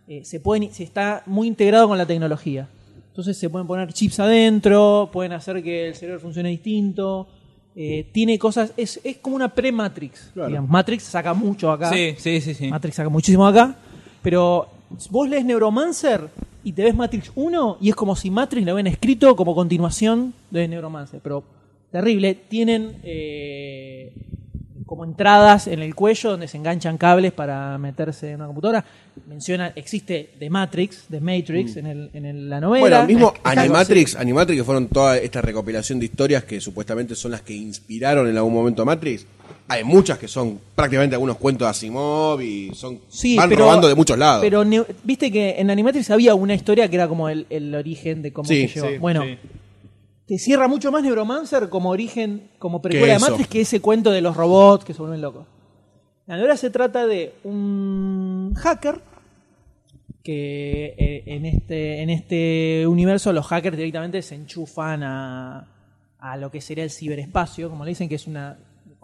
eh, se pueden se está muy integrado con la tecnología entonces se pueden poner chips adentro pueden hacer que el cerebro funcione distinto eh, tiene cosas es, es como una pre Matrix Claro. digamos. Matrix saca mucho acá Sí, sí, sí, sí. Matrix saca muchísimo acá, pero vos lees Neuromancer y te ves Matrix 1 y es como si Matrix lo hubieran escrito como continuación de Neuromancer, pero terrible. Tienen eh, como entradas en el cuello donde se enganchan cables para meterse en una computadora. Menciona, existe The Matrix, The Matrix en, el, en el- la novela. Mm. Bueno, mismo Está- Animatrix, Animatrix, que fueron toda esta recopilación de historias que supuestamente son las que inspiraron en algún momento a Matrix. Hay muchas que son prácticamente algunos cuentos de Asimov y son Sí, van pero- robando de muchos lados. Pero Neu- viste que en Animatrix había una historia que era como el, el origen de cómo Sí, se llevó. sí, bueno, te cierra mucho más Neuromancer como origen, como Que precuela de eso. Matrix que ese cuento de los robots que se vuelven locos. La novela se trata de un hacker que eh, en este, en este universo los hackers directamente se enchufan a, a lo que sería el ciberespacio, como le dicen que es una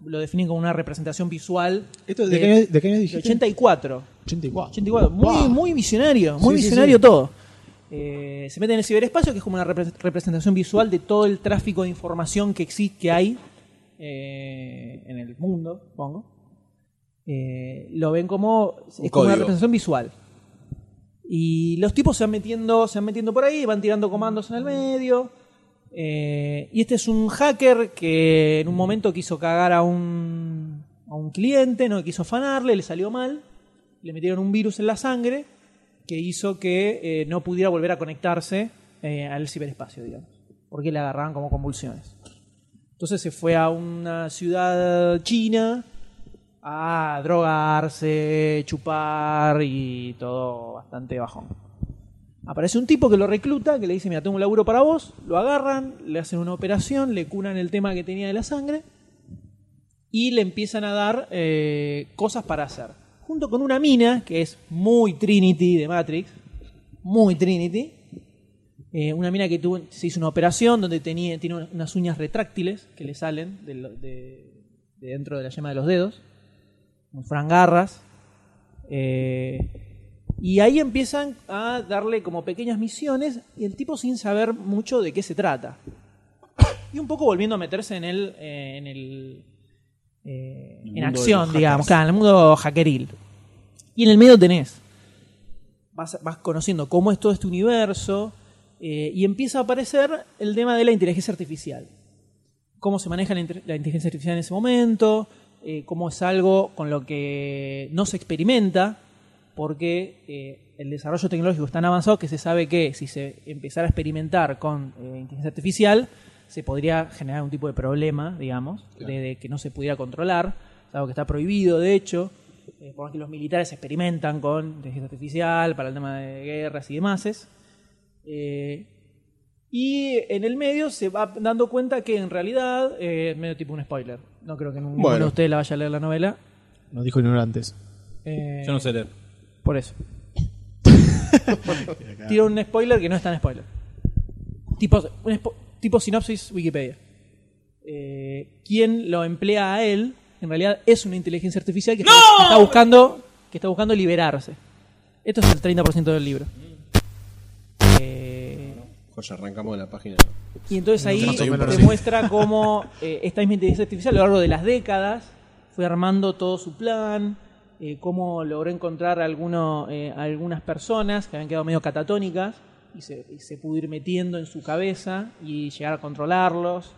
lo definen como una representación visual ¿Esto de qué año- de qué año de dijiste? 84. 84. 84. Muy, Wow. muy visionario, muy Sí, sí, visionario sí. todo. Eh, se mete en el ciberespacio, que es como una repre- representación visual de todo el tráfico de información que existe, que hay eh, en el mundo, supongo. Eh, lo ven como, es Un como una código. representación visual. Y los tipos se van metiendo, se van metiendo por ahí, van tirando comandos en el medio. Eh, y este es un hacker que en un momento quiso cagar a un, a un cliente, no quiso afanarle, le salió mal. Le metieron un virus en la sangre que hizo que eh, no pudiera volver a conectarse eh, al ciberespacio, digamos. Porque le agarraban como convulsiones. Entonces se fue a una ciudad china a drogarse, chupar y todo bastante bajón. Aparece un tipo que lo recluta, que le dice, mira, tengo un laburo para vos, lo agarran, le hacen una operación, le curan el tema que tenía de la sangre y le empiezan a dar eh, cosas para hacer. Junto con una mina, que es muy Trinity de Matrix, muy Trinity, eh, una mina que tuvo, se hizo una operación donde tenía, tiene unas uñas retráctiles que le salen de, lo- de- de dentro de la yema de los dedos, muy frangarras. eh, y ahí empiezan a darle como pequeñas misiones y el tipo sin saber mucho de qué se trata. Y un poco volviendo a meterse en el, eh, en, el, eh, en acción, digamos, claro, en el mundo hackeril. Y en el medio tenés vas, vas conociendo cómo es todo este universo eh, y empieza a aparecer el tema de la inteligencia artificial. Cómo se maneja la, inter- la inteligencia artificial en ese momento, eh, cómo es algo con lo que no se experimenta, porque eh, el desarrollo tecnológico es tan avanzado que se sabe que si se empezara a experimentar con eh, inteligencia artificial, se podría generar un tipo de problema, digamos, de, de que no se pudiera controlar, es algo que está prohibido, de hecho, eh, por más que los militares experimentan con inteligencia artificial para el tema de guerras y demás. Eh, y en el medio se va dando cuenta que en realidad, eh, medio tipo un spoiler, no creo que ninguno de Bueno. ustedes la vaya a leer la novela. Nos dijo ignorantes. eh, Yo no sé leer. por eso. Tiro un spoiler que no es tan spoiler. Tipo, un spo- tipo sinopsis Wikipedia. Eh, quien lo emplea a él, en realidad es una inteligencia artificial que está, que está buscando que está buscando liberarse. Esto es el 30% del libro. Eh, Joya, arrancamos de la página. y entonces ahí Más o menos, te sí. muestra cómo eh, esta misma inteligencia artificial a lo largo de las décadas fue armando todo su plan, eh, cómo logró encontrar a alguno, eh, a algunas personas que habían quedado medio catatónicas y se, y se pudo ir metiendo en su cabeza y llegar a controlarlos.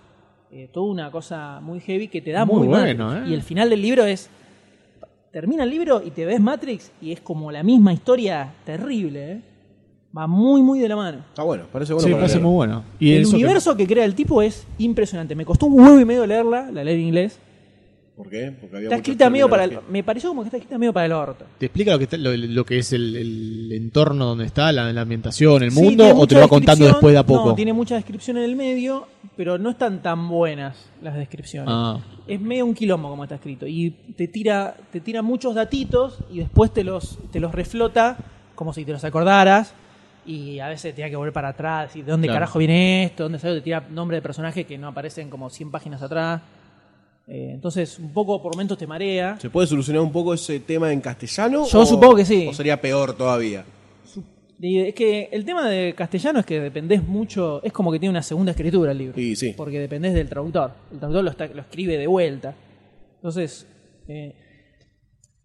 Eh, toda una cosa muy heavy que te da muy, Muy bueno. bueno, eh. Y el final del libro es... Termina el libro y te ves Matrix y es como la misma historia terrible. eh. Va muy, muy de la mano. Está bueno, parece bueno. Sí, para parece leer. muy bueno. Y el eso que- universo que... crea el tipo es impresionante. Me costó un huevo y medio leerla, la leí en inglés. ¿Por qué? Porque había Está mucha escrita medio para el, terminología. me pareció como que está escrita medio para el orto. ¿Te explica lo que, está- lo, lo que es el, el entorno donde está, la, la ambientación, el Sí, mundo, tiene o te mucha lo va contando descripción. después de a poco? No, tiene mucha descripción en el medio, pero no están tan buenas las descripciones. Ah. Es medio un quilombo como está escrito y te tira te tira muchos datitos y después te los te los reflota como si te los acordaras y a veces tenía que volver para atrás y de dónde Claro. carajo viene esto, dónde salió, te tira nombre de personajes que no aparecen como 100 páginas atrás. Eh, entonces, un poco por momentos te marea. ¿Se puede solucionar un poco ese tema en castellano? Yo supongo que sí. O sería peor todavía. Y es que el tema de castellano es que dependés mucho, es como que tiene una segunda escritura el libro. Y sí. Porque dependés del traductor. El traductor lo, está- lo escribe de vuelta. Entonces, eh,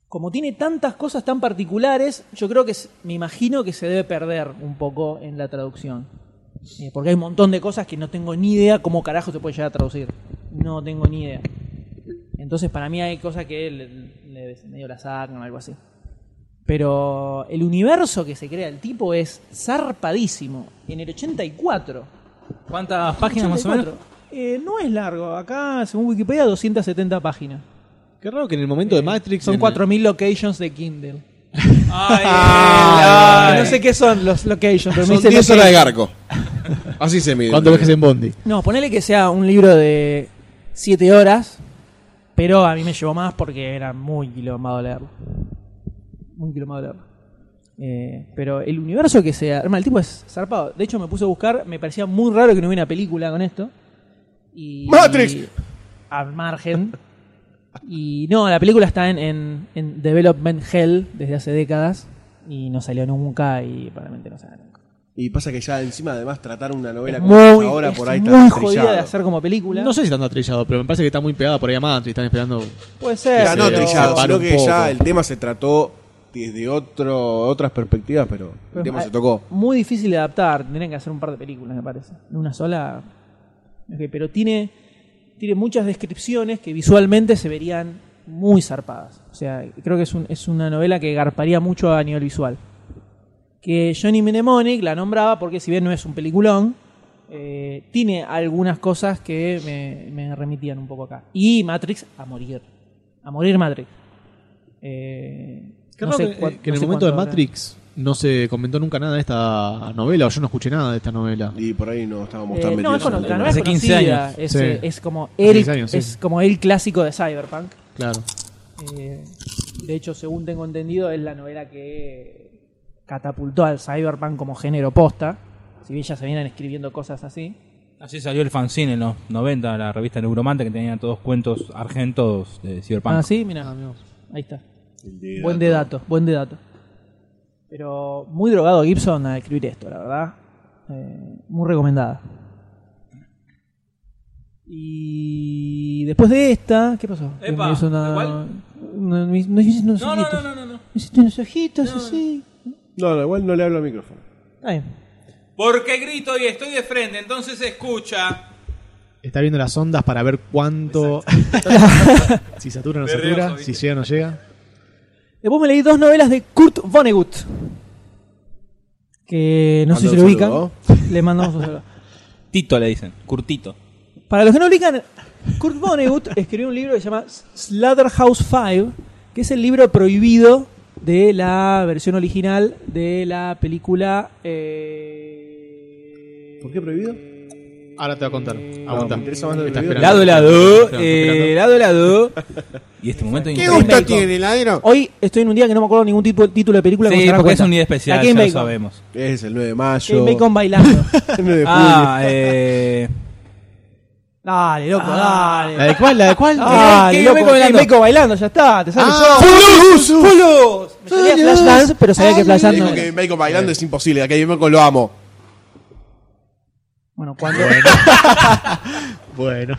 como tiene tantas cosas tan particulares, yo creo que es- me imagino que se debe perder un poco en la traducción. Eh, porque hay un montón de cosas que no tengo ni idea cómo carajo se puede llegar a traducir. No tengo ni idea. Entonces, para mí hay cosas que le, le- medio la sacan o algo así. Pero el universo que se crea el tipo es zarpadísimo. En el 84. ¿Cuántas páginas más o menos? 84. Eh, no es largo. Acá, según Wikipedia, 270 páginas. Qué raro que en el momento de Matrix. Son en- 4.000 locations de Kindle. Ay, Que no sé qué son los locations. pero me Son dice 10 horas de location. garco. Así se mide. Cuando viajes en Bondi. No, ponele que sea un libro de 7 horas. Pero a mí me llevó más porque era muy quilombado leerlo. Muy quilombado leerlo. Eh, pero el universo que se arma, el tipo es zarpado. De hecho, me puse a buscar, me parecía muy raro que no hubiera una película con esto. Y, ¡Matrix! al margen. Y no, la película está en, en- en Development Hell desde hace décadas. Y no salió nunca y probablemente no salga nunca. Y pasa que ya encima además tratar una novela Es como muy, ahora es por ahí muy está jodida de trillado. hacer como película. No sé si están atrillado, pero me parece que está muy pegada por ahí a Matrix. Están esperando. puede ser. Ya no pero- trillado, Para sino un que poco. ya el tema se trató desde otro, otras perspectivas, pero el tema ah, se tocó. Muy difícil de adaptar. Tendrían que hacer un par de películas, me parece. En una sola. Ok, Pero tiene, tiene muchas descripciones que visualmente se verían muy zarpadas. O sea, creo que es, un- es una novela que garparía mucho a nivel visual. Que Johnny Mnemonic la nombraba porque, si bien no es un peliculón, eh, tiene algunas cosas que me, me remitían un poco acá. Y Matrix a morir. A morir Matrix. Eh, Qué no raro sé que, cua- que en el no eh, sé momento de cuánto habrá. Matrix no se comentó nunca nada de esta novela, o yo no escuché nada de esta novela. Y por ahí no estábamos Eh, tan no, metidos. es conocida, no es Hace 15 conocida, años. Es, Sí. eh, es como Hace el, 15 años, sí. es como el clásico de Cyberpunk. Claro. Eh, de hecho, según tengo entendido, es la novela que catapultó al Cyberpunk como género posta. Si bien ya se vienen escribiendo cosas así. Así salió el fanzine en los 90, la revista Neuromante, que tenían todos cuentos argentos de Cyberpunk. Ah, sí, mira. Ahí está. El de- Buen de dato, buen de dato. Pero muy drogado Gibson a escribir esto, la verdad. Eh, muy recomendada. Y después de esta, ¿qué pasó? Que Epa, me hizo una- ¿de cuál? una- me- me hiciste unos No, no, ojitos. no, no, no, no. Me hiciste unos ojitos así. No, no, igual no le hablo al micrófono. Está bien. Porque grito y estoy de frente, entonces se escucha. Está viendo las ondas para ver cuánto. si satura o no Nervioso, satura, ¿viste? si llega o no llega. Después me leí dos novelas de Kurt Vonnegut. Que no sé si Manda un lo ubican. saludo. Le mandamos un saludo. Tito le dicen, Curtito. Para los que no ubican, Kurt Vonnegut escribió un libro que se llama Slaughterhouse 5, que es el libro prohibido de la versión original de la película. eh, ¿Por qué prohibido? Ahora te voy a contar. Aguanta. me interesa más lo que Está veo. esperando. Lado, lado, Está eh, esperando. lado, lado. Y este momento ¿Qué increíble. gusto tiene, ladero? Hoy estoy en un día que no me acuerdo ningún tipo, título de película. como se Sí, darán porque es cuenta. un día especial, La Kevin ya lo Bacon. sabemos. Es el 9 de Kevin mayo. Bacon bailando. 9 de julio. Ah, eh. dale, loco, Ah. dale. ¿La de cuál? ¿La de cuál? Dale, Kevin loco, Bacon bailando. Kevin Bacon bailando, ya está, te sale Ah, solo. Fulus. Me salía Flashdance, pero sabía que Flashdance no Eh. Dijo era. que Bacon bailando es imposible. A Kevin Bacon lo amo. Bueno, cuando, Bueno.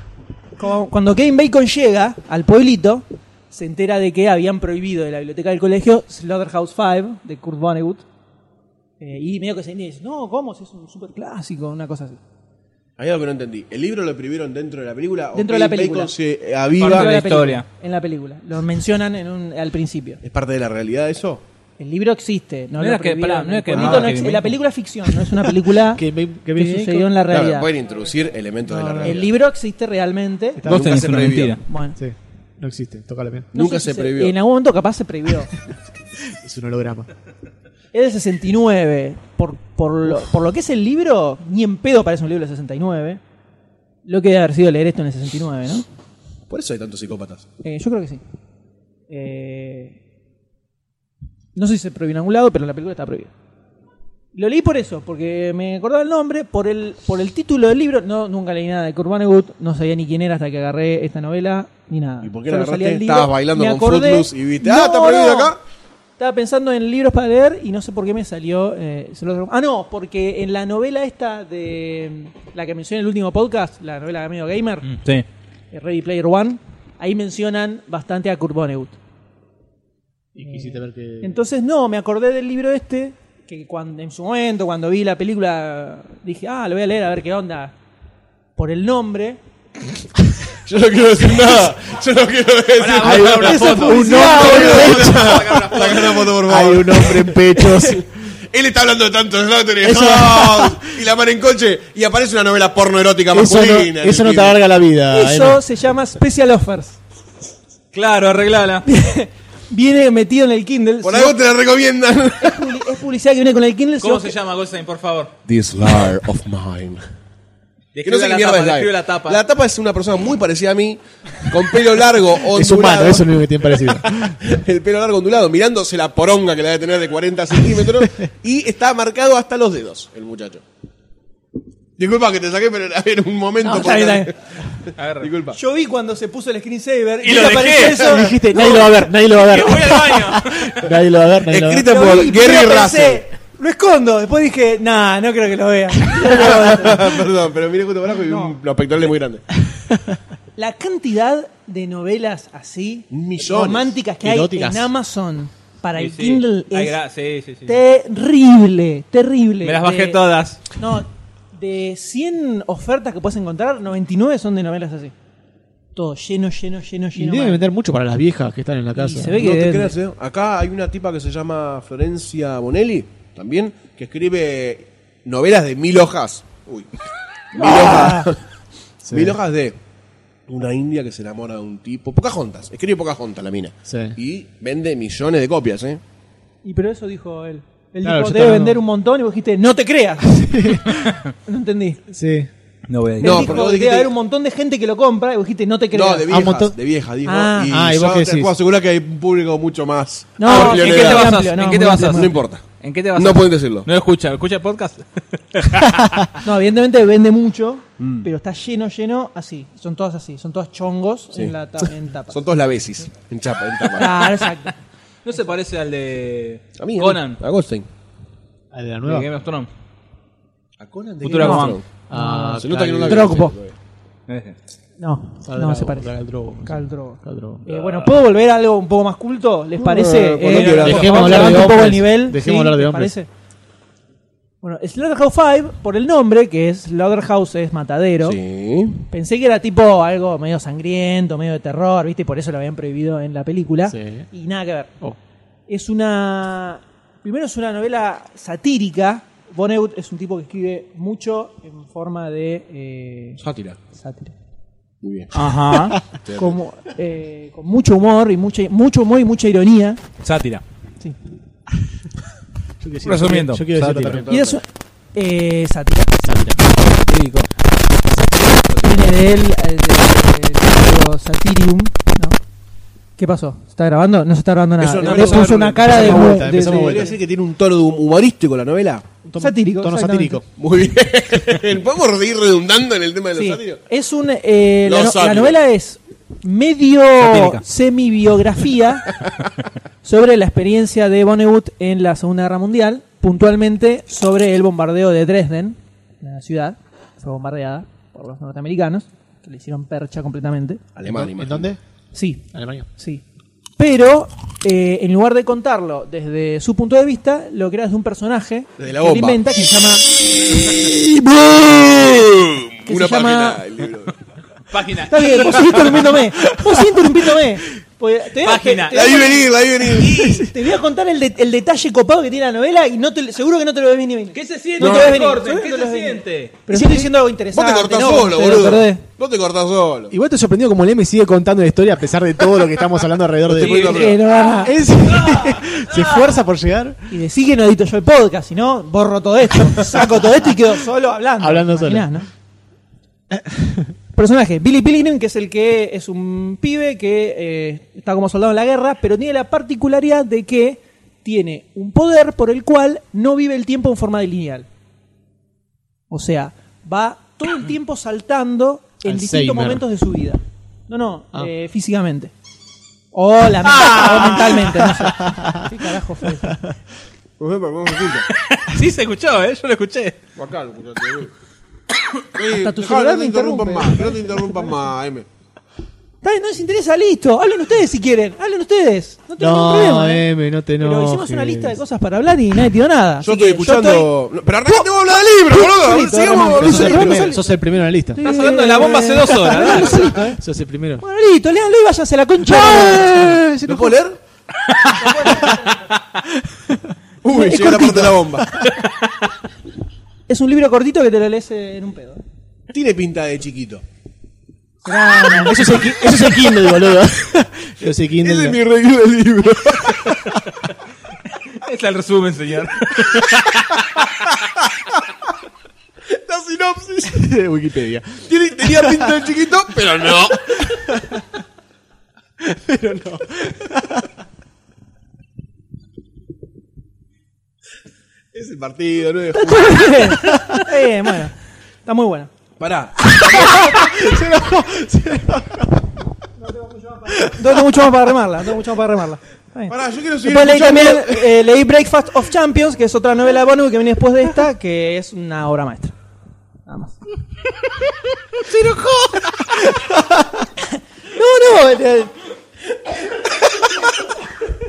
Como- Cuando Kevin Bacon llega al pueblito, se entera de que habían prohibido de la biblioteca del colegio Slaughterhouse 5 de Kurt Vonnegut. Eh, y medio que se indica y dice, no, ¿cómo? Si Es un super clásico, una cosa así. Hay algo que no entendí. ¿El libro lo prohibieron dentro de la película? Dentro ¿O de la Kevin película. Bacon se eh, Parte aviva? de Dentro la película, historia. en la película. Lo mencionan en un- al principio. ¿Es parte de la realidad eso? El libro existe, no, No lo era que- prohibieron. pará, no era que- El ah, libro no Kevin existe. Bacon. La película es ficción, no es una película que, ¿Qué, me- qué me se dice? dio en la realidad. Claro, pueden introducir elementos de la el realidad. libro existe realmente. Está- Vos nunca tenés se una prohibió. mentira. Bueno, Sí. No existe. Tócala bien. no Nunca sé si se prohibió. En algún momento capaz se prohibió. Es un holograma. Es de 69. Por, por, lo, por lo que es el libro, ni en pedo parece un libro de 69. Lo que debe haber sido leer esto en el 69, ¿no? Por eso hay tantos psicópatas. Eh, yo creo que sí. Eh, no sé si se prohibió en algún lado, pero en la película está prohibida. Lo leí por eso, porque me acordaba el nombre, por el, por el título del libro. No, nunca leí nada de Kurt Vonnegut, no sabía ni quién era hasta que agarré esta novela, ni nada. ¿Y por qué Solo la agarraste? salía el libro, Estabas bailando me con acordé- Footloose y viste, "Ah, está prohibido acá". Estaba pensando en libros para leer y no sé por qué me salió. eh, Slaughter- ah, no, porque en la novela esta de la que mencioné en el último podcast, la novela de Amigo Gamer, Mm, Sí. eh, Ready Player One, ahí mencionan bastante a Kurt Vonnegut. Y quisiste ver que. Entonces, no, me acordé del libro este, que cuando, en su momento, cuando vi la película, dije, ah, lo voy a leer a ver qué onda. Por el nombre. Yo no quiero decir nada. Yo no quiero decir nada. Hay un Saca una foto, por Hay favor. un hombre en pechos. Él está hablando de tantos Slaughter y, ¡Oh! y la mar en coche. Y aparece una novela porno erótica Eso no, masculina. en el eso no te cine. alarga la vida. eso se llama Special Offers. Claro, arreglala. Viene metido en el Kindle. Por si algo te la recomiendan. es, publi- es publicidad que viene con el Kindle. si ¿Cómo vos- se llama Goldstein, por favor? This liar of mine. Que no Describe sé qué la mierda tapa, es liar. describe la tapa. La tapa es una persona muy parecida a mí, con pelo largo, ondulado. Es humano, eso es lo único que tiene parecido. El pelo largo ondulado, mirándose la poronga que la debe tener de 40 centímetros. y está marcado hasta los dedos, el muchacho. Disculpa que te saqué, pero era en un momento. No, Ah, está porque- bien, está bien. Agarra. Disculpa. Yo vi cuando se puso el screensaver Y lo me apareció dejé. eso. Dijiste, nadie lo va a ver, nadie lo va a ver. Voy al baño. Nadie lo va a ver, nadie lo va a ver. Escrita Lo por vi, Gary pero Russell. pensé, Lo escondo. Después dije, nah, no creo que lo vea. Perdón, pero miré justo para abajo y vi un los pectorales muy grande. La cantidad de novelas así, Millones. románticas que Eróticas. hay en Amazon para Sí, el sí. Kindle Ay, es gra- sí, sí, sí. terrible, terrible. Me las bajé De- todas. No, de 100 ofertas que puedes encontrar, 99 son de novelas así. Todo lleno, lleno, lleno, Y lleno. debe mal. vender mucho para las viejas que están en la casa. se ve que- No te es- creas, eh. Acá hay una tipa que se llama Florencia Bonelli, también, que escribe novelas de mil hojas. Uy. Mil hojas. Mil hojas de una india que se enamora de un tipo. Pocahontas. Escribe Pocahontas la mina. Sí. Y vende millones de copias, ¿eh? Y pero eso dijo él. El Claro, tipo yo debe también- vender un montón y vos dijiste, no te creas. no entendí. Sí. No voy a Él No, dijo, porque vos debe dijiste- haber un montón de gente que lo compra y vos dijiste, no te creas. No, de Ah, un montón- viejas, de viejas, dijo. Ah. y Ah, ¿y vos yo qué te decís? puedo asegurar que hay un público mucho más. No, amplio ¿en de qué te edad. vas basas? a- no, ¿En qué muy te basas? amplio, No importa. ¿En qué te basas? No pueden decirlo. No escucha, escucha el podcast. No, evidentemente vende mucho, Mm. pero está lleno, lleno, así. Son todas así, son todas chongos Sí. en, la ta- en tapa. Son todos la besis. En chapa, en Ah. tapa. Claro, exacto. No se parece al de A mí, a mí, Conan, A Goldstein. ¿A Ah, la de nueva? Game of Thrones. A Conan de Futura Game of Conan. Thrones. Ah, Se nota que no la Khal- Drogbo. Ese. No, no Khal- se parece. Khal Drogo. Khal Drogo. Khal Drogo. Eh, bueno, ¿puedo volver a algo un poco más culto? Uh, ¿Les parece? Eh, cuando Eh, quieras. por Dejemos favor, hablar de levanta un poco el hombres. nivel. Dejemos ¿sí? hablar de ¿les hombres. parece? Bueno, Slaughterhouse 5, por el nombre, que es Slaughterhouse es matadero. Sí. Pensé que era tipo algo medio sangriento, medio de terror, ¿viste? Y por eso lo habían prohibido en la película. Sí. Y nada que ver. Oh. Es una. Primero es una novela satírica. Bonneut es un tipo que escribe mucho en forma de. eh, Sátira. sátira. Muy bien. Ajá. Como, eh, con mucho humor y mucha, mucho humor y mucha ironía. Sátira. Sí. Yo quiero decir- Resumiendo, Yo quiero decirlo sátira. también. Y era su- eh, sátira. Satírico. Viene de él, eh, de- del libro Satirium, ¿no? ¿Qué pasó? ¿Se está grabando? No se está grabando nada. Eso no Le lo sabe, puso no una lo- cara de, empezamos vuelta, de- de- empezamos Podría decir que tiene un tono hum- humorístico la novela. Tono- Satírico, Tono exactamente. satírico. Muy bien. ¿Podemos seguir redundando en el tema de los Sí, sátiros? Es un eh, la, Los no- la sátiros. novela es medio Satírica. semi-biografía sobre la experiencia de Vonnegut en la Segunda Guerra Mundial, puntualmente sobre el bombardeo de Dresden, la ciudad fue bombardeada por los norteamericanos, que le hicieron percha completamente. Alemán, ¿En imagino. dónde? Sí, Alemania. sí. Pero eh, en lugar de contarlo desde su punto de vista, lo creas de un personaje Desde la que él bomba. inventa que se llama Y ¡boom! Que Una se llama- página. del libro. Página. Está bien, vos seguís interrumpiéndome. Vos seguís interrumpiéndome. Porque Te voy, a, te- Página. te La voy vi venir, la vi venir. a- te voy a contar el, de- el detalle copado que tiene la novela y no te, seguro que no te lo ves ni venir. ¿Qué se siente? No, que no, me no, corten? no, ¿Qué no, se no, no. siente? Pero yo estoy diciendo algo Vos interesante. te cortás ¿no? solo, Te lo boludo. perdés. Vos te cortás solo. Igual te sorprendió como el M sigue contando la historia a pesar de todo lo que estamos hablando alrededor de Te pongo a Que prueba. no va. Él se, se esfuerza por llegar Y decí que no edito yo el podcast, si no, borro todo esto, saco todo esto y quedo solo hablando. Hablando ¿Te imaginás, no? Personaje, Billy Pilgrim, que es el que es un pibe que eh, está como soldado en la guerra, pero tiene la particularidad de que tiene un poder por el cual no vive el tiempo en forma de lineal. O sea, va todo el tiempo saltando en distintos Alzheimer. momentos de su vida. No, no, Ah. eh, físicamente. O, la o mentalmente, no sé. ¿Qué carajo fue eso? Por ejemplo, vamos a escuchar. Sí, se escuchó, ¿eh? Yo lo escuché. Por acá lo escuchaste, boludo. Sí, Hasta tu dejá, celular no me te interrumpas interrumpe. más, que no te interrumpas más, M. Está bien, no les interesa, listo. Hablen ustedes si quieren. Hablen ustedes. No tengo No, ningún problema. ¿eh? M, no te Pero enojes. hicimos una lista de cosas para hablar y nadie tiró nada. Yo Así que estoy escuchando. yo No, pero arrancate vos a hablar del libro, boludo. solito, Sigamos, Hernán, Pero boludo. sos, el Luis, primero, Luis. sos el primero en la lista. estoy- Estás hablando de la bomba hace dos horas. Hablando dale. solito, ¿eh? Sos el primero. Bueno, listo, léanlo y váyase a la concha. de- ¿Lo puedo leer? Uy, Es llega la parte cortito. de la bomba. Es un libro cortito que te lo lees eh, en un pedo. Tiene pinta de chiquito. Eso es el, ki- eso es el Kindle, boludo. Eso es el Kindle. Ese es mi review del libro. Es el resumen, señor. La sinopsis. de Wikipedia. Tiene- tenía pinta de chiquito, pero no. Es el partido, no es justo. Está bien, bueno. Está muy bueno. Pará. No tengo mucho más para remarla. No tengo mucho más para remarla. Está bien. Pará, yo quiero seguir Después leí también, escuchando. eh, leí Breakfast of Champions, que es otra novela de Bonnie que viene después de esta, que es una obra maestra. Nada más. no, no. eh,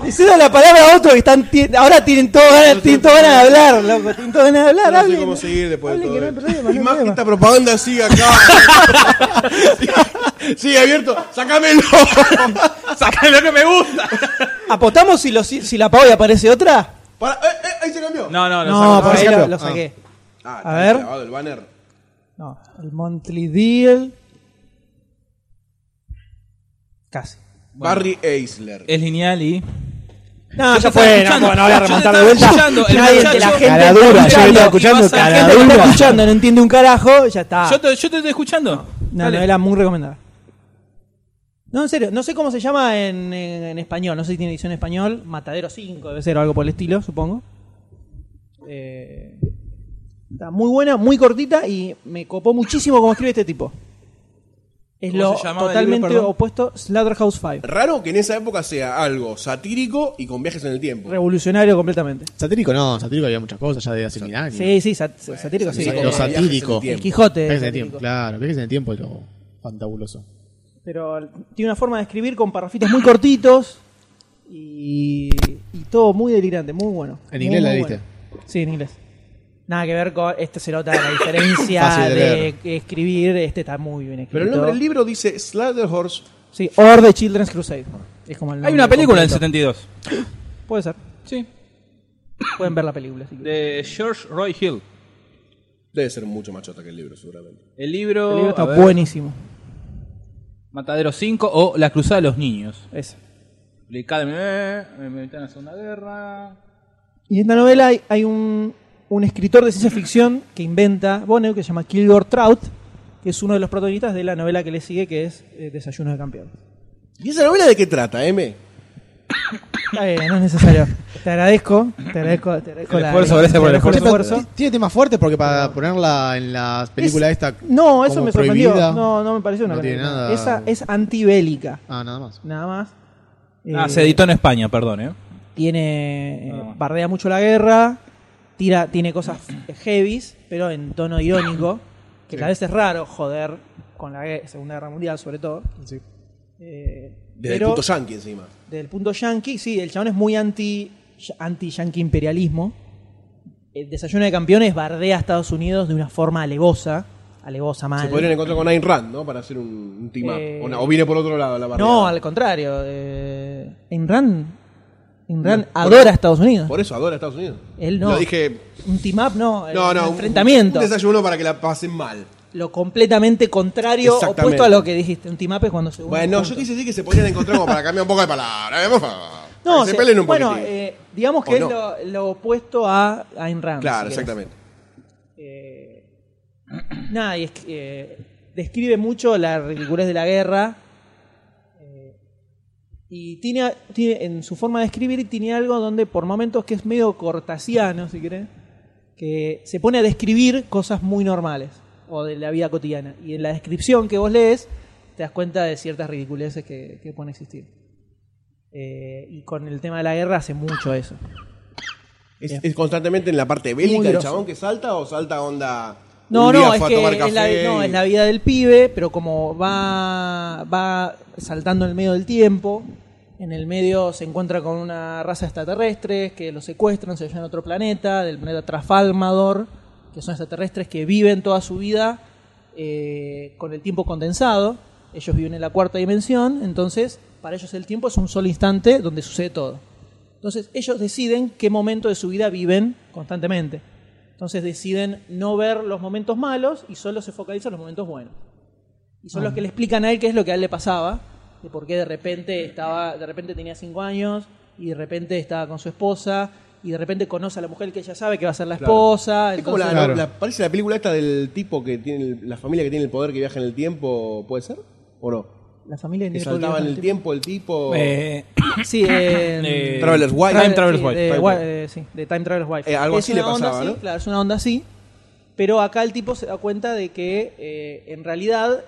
Le cedo la palabra a otro que están, ti- ahora tienen todo ganas, tienen todo ganas de hablar, loco, tienen todo ganas de hablar, No sé hablen. cómo seguir después de Hablen, todo que no hay esto. problema, no Y hay más que problema. esta propaganda sigue acá. sigue, sigue abierto. ¡Sácamelo! Sacá lo que me gusta. ¿Apostamos si, lo, si, si la apago y aparece otra? Pará, eh, eh, ahí se cambió. No, no, No, pues. no. por ahí saca. lo, lo saqué. Ah, A está ver. grabado el banner. No, el Monthly Deal. Casi. Barry Eisler. Es lineal y. No, Yo te ya estaba fue, no, escuchando, no, no voy yo te a remontar de estaba vuelta. escuchando, el Nadie de la muchacho- gente Cara está dura, yo Y escuchando. estaba escuchando vas a- La cara gente está dura. escuchando, no entiende un carajo, ya está. Yo te, yo te estoy escuchando. No, Dale. novela muy recomendada. No, en serio, no sé cómo se llama en, en- en español, no sé si tiene edición en español, Matadero 5 debe ser o algo por el estilo, supongo. Eh, está muy buena, muy cortita y me copó muchísimo como escribe este tipo. Es ¿Cómo lo se llamaba el totalmente libro, perdón? opuesto Slaughterhouse 5. Raro que en esa época sea algo satírico y con viajes en el tiempo. Revolucionario completamente. Satírico no, satírico había muchas cosas ya de hace mil años. Sí, sí, sat- satírico, sí. Lo Eh, satírico. viajes en el El tiempo. Quijote. Viajes en el satírico. tiempo, claro. Viajes en el tiempo es lo fantabuloso. Pero tiene una forma de escribir con parrafitos muy cortitos y, y todo muy delirante, muy bueno. ¿En Muy, inglés la muy leíste? bueno. Sí, en inglés. Nada que ver con. Este se nota la diferencia Fácil de de, leer. escribir. Este está muy bien escrito. Pero el nombre del libro dice Slaughterhouse. Sí, Or the Children's Crusade. Es como el Hay nombre una película del completo. 72. Puede ser. Sí. Pueden ver la película. si quieren. De George Roy Hill. Debe ser mucho más chota que el libro, seguramente. El libro. El libro está a ver, buenísimo. Matadero 5 o La Cruzada de los Niños. Ese. Publicada en eh, militar en la Segunda Guerra. Y en esta novela hay, hay un, un escritor de ciencia ficción que inventa Boneu, que se llama Kilgore Trout, que es uno de los protagonistas de la novela que le sigue, que es eh, Desayuno de Campeones. ¿Y esa novela de qué trata, M? Está bien, no es necesario. Te agradezco, te agradezco, te agradezco El la- esfuerzo, gracias te por el agradezco Tiene- Tiene temas fuertes porque para ponerla en la película Es- esta. No, eso como me sorprendió. prohibida- No, no me pareció una No tiene película. nada- Esa es antibélica, Ah, nada más. nada más. Ah, Eh, se editó en España, perdón, ¿eh? Tiene. eh, Nada más. Bardea mucho la guerra. Tira, tiene cosas heavies, pero en tono irónico. Que a veces es raro joder con la gue- Segunda Guerra Mundial, sobre todo. Eh, Desde pero el puto yankee encima. desde el punto yankee, sí, el chabón es muy anti, anti yankee imperialismo. El desayuno de campeones bardea a Estados Unidos de una forma alevosa. Alevosa mal. Se podrían encontrar con Ayn Rand, ¿no? Para hacer un, un team up. Eh, o, no, o viene por otro lado la barriada. No, al contrario. Eh, Imran, Imran adora a Estados Unidos. Por eso adora a Estados Unidos. Él no. Lo dije. Un team up no, eh, No, un no. un- enfrentamiento. Un desayuno para que la pasen mal. lo completamente contrario, Exactamente. opuesto a lo que dijiste. Un team up es cuando se unen Bueno, yo juntos. quise decir que se podrían encontrar como para cambiar un poco de palabra. ¿eh? Por favor. No, No, o se sea, peleen un bueno, poquitín. eh, digamos que O es no. lo, lo opuesto a a Ayn Rand. claro, si querés. exactamente. Eh, nada, y es que, eh, describe mucho la ridiculez de la guerra. eh, y tiene, tiene- en su forma de escribir tiene algo donde por momentos que es medio cortasiano, si querés, que se pone a describir cosas muy normales o de la vida cotidiana. Y en la descripción que vos lees te das cuenta de ciertas ridiculeces que, que pueden existir. Eh, y con el tema de la guerra hace mucho eso. ¿Es, es constantemente en la parte bélica el grosso. chabón que salta o salta onda. No, un no, día es fue a que tomar es la, café no, y- es la vida del pibe, pero como va, va saltando en el medio del tiempo, en el medio se encuentra con una raza extraterrestre que lo secuestran, se llevan a otro planeta, del planeta Trafalmador, que son extraterrestres que viven toda su vida eh, con el tiempo condensado. Ellos viven en la cuarta dimensión, entonces para ellos el tiempo es un solo instante donde sucede todo. Entonces ellos deciden qué momento de su vida viven constantemente. Entonces deciden no ver los momentos malos y solo se focalizan en los momentos buenos. Y son los que le explican a él qué es lo que a él le pasaba, de por qué de repente estaba, de repente tenía cinco años y de repente estaba con su esposa y de repente conoce a la mujer que ella sabe que va a ser la Claro. esposa. Es como la, entonces- Claro. la- parece la película esta del tipo que tiene el- la familia que tiene el poder que viaja en el tiempo, ¿puede ser? ¿O no? la familia Que tiene saltaba en problemas el tiempo el Oh. tipo. Eh, Sí, eh, Eh, Traveler's Wife. Travel- Time Traveler's sí, Wife. De, Time wa- Traveler. eh, sí, de Time Traveler's Wife. Eh, algo Es así le una onda pasaba, así, ¿no? Claro, es una onda así. Pero acá el tipo se da cuenta de que eh, en realidad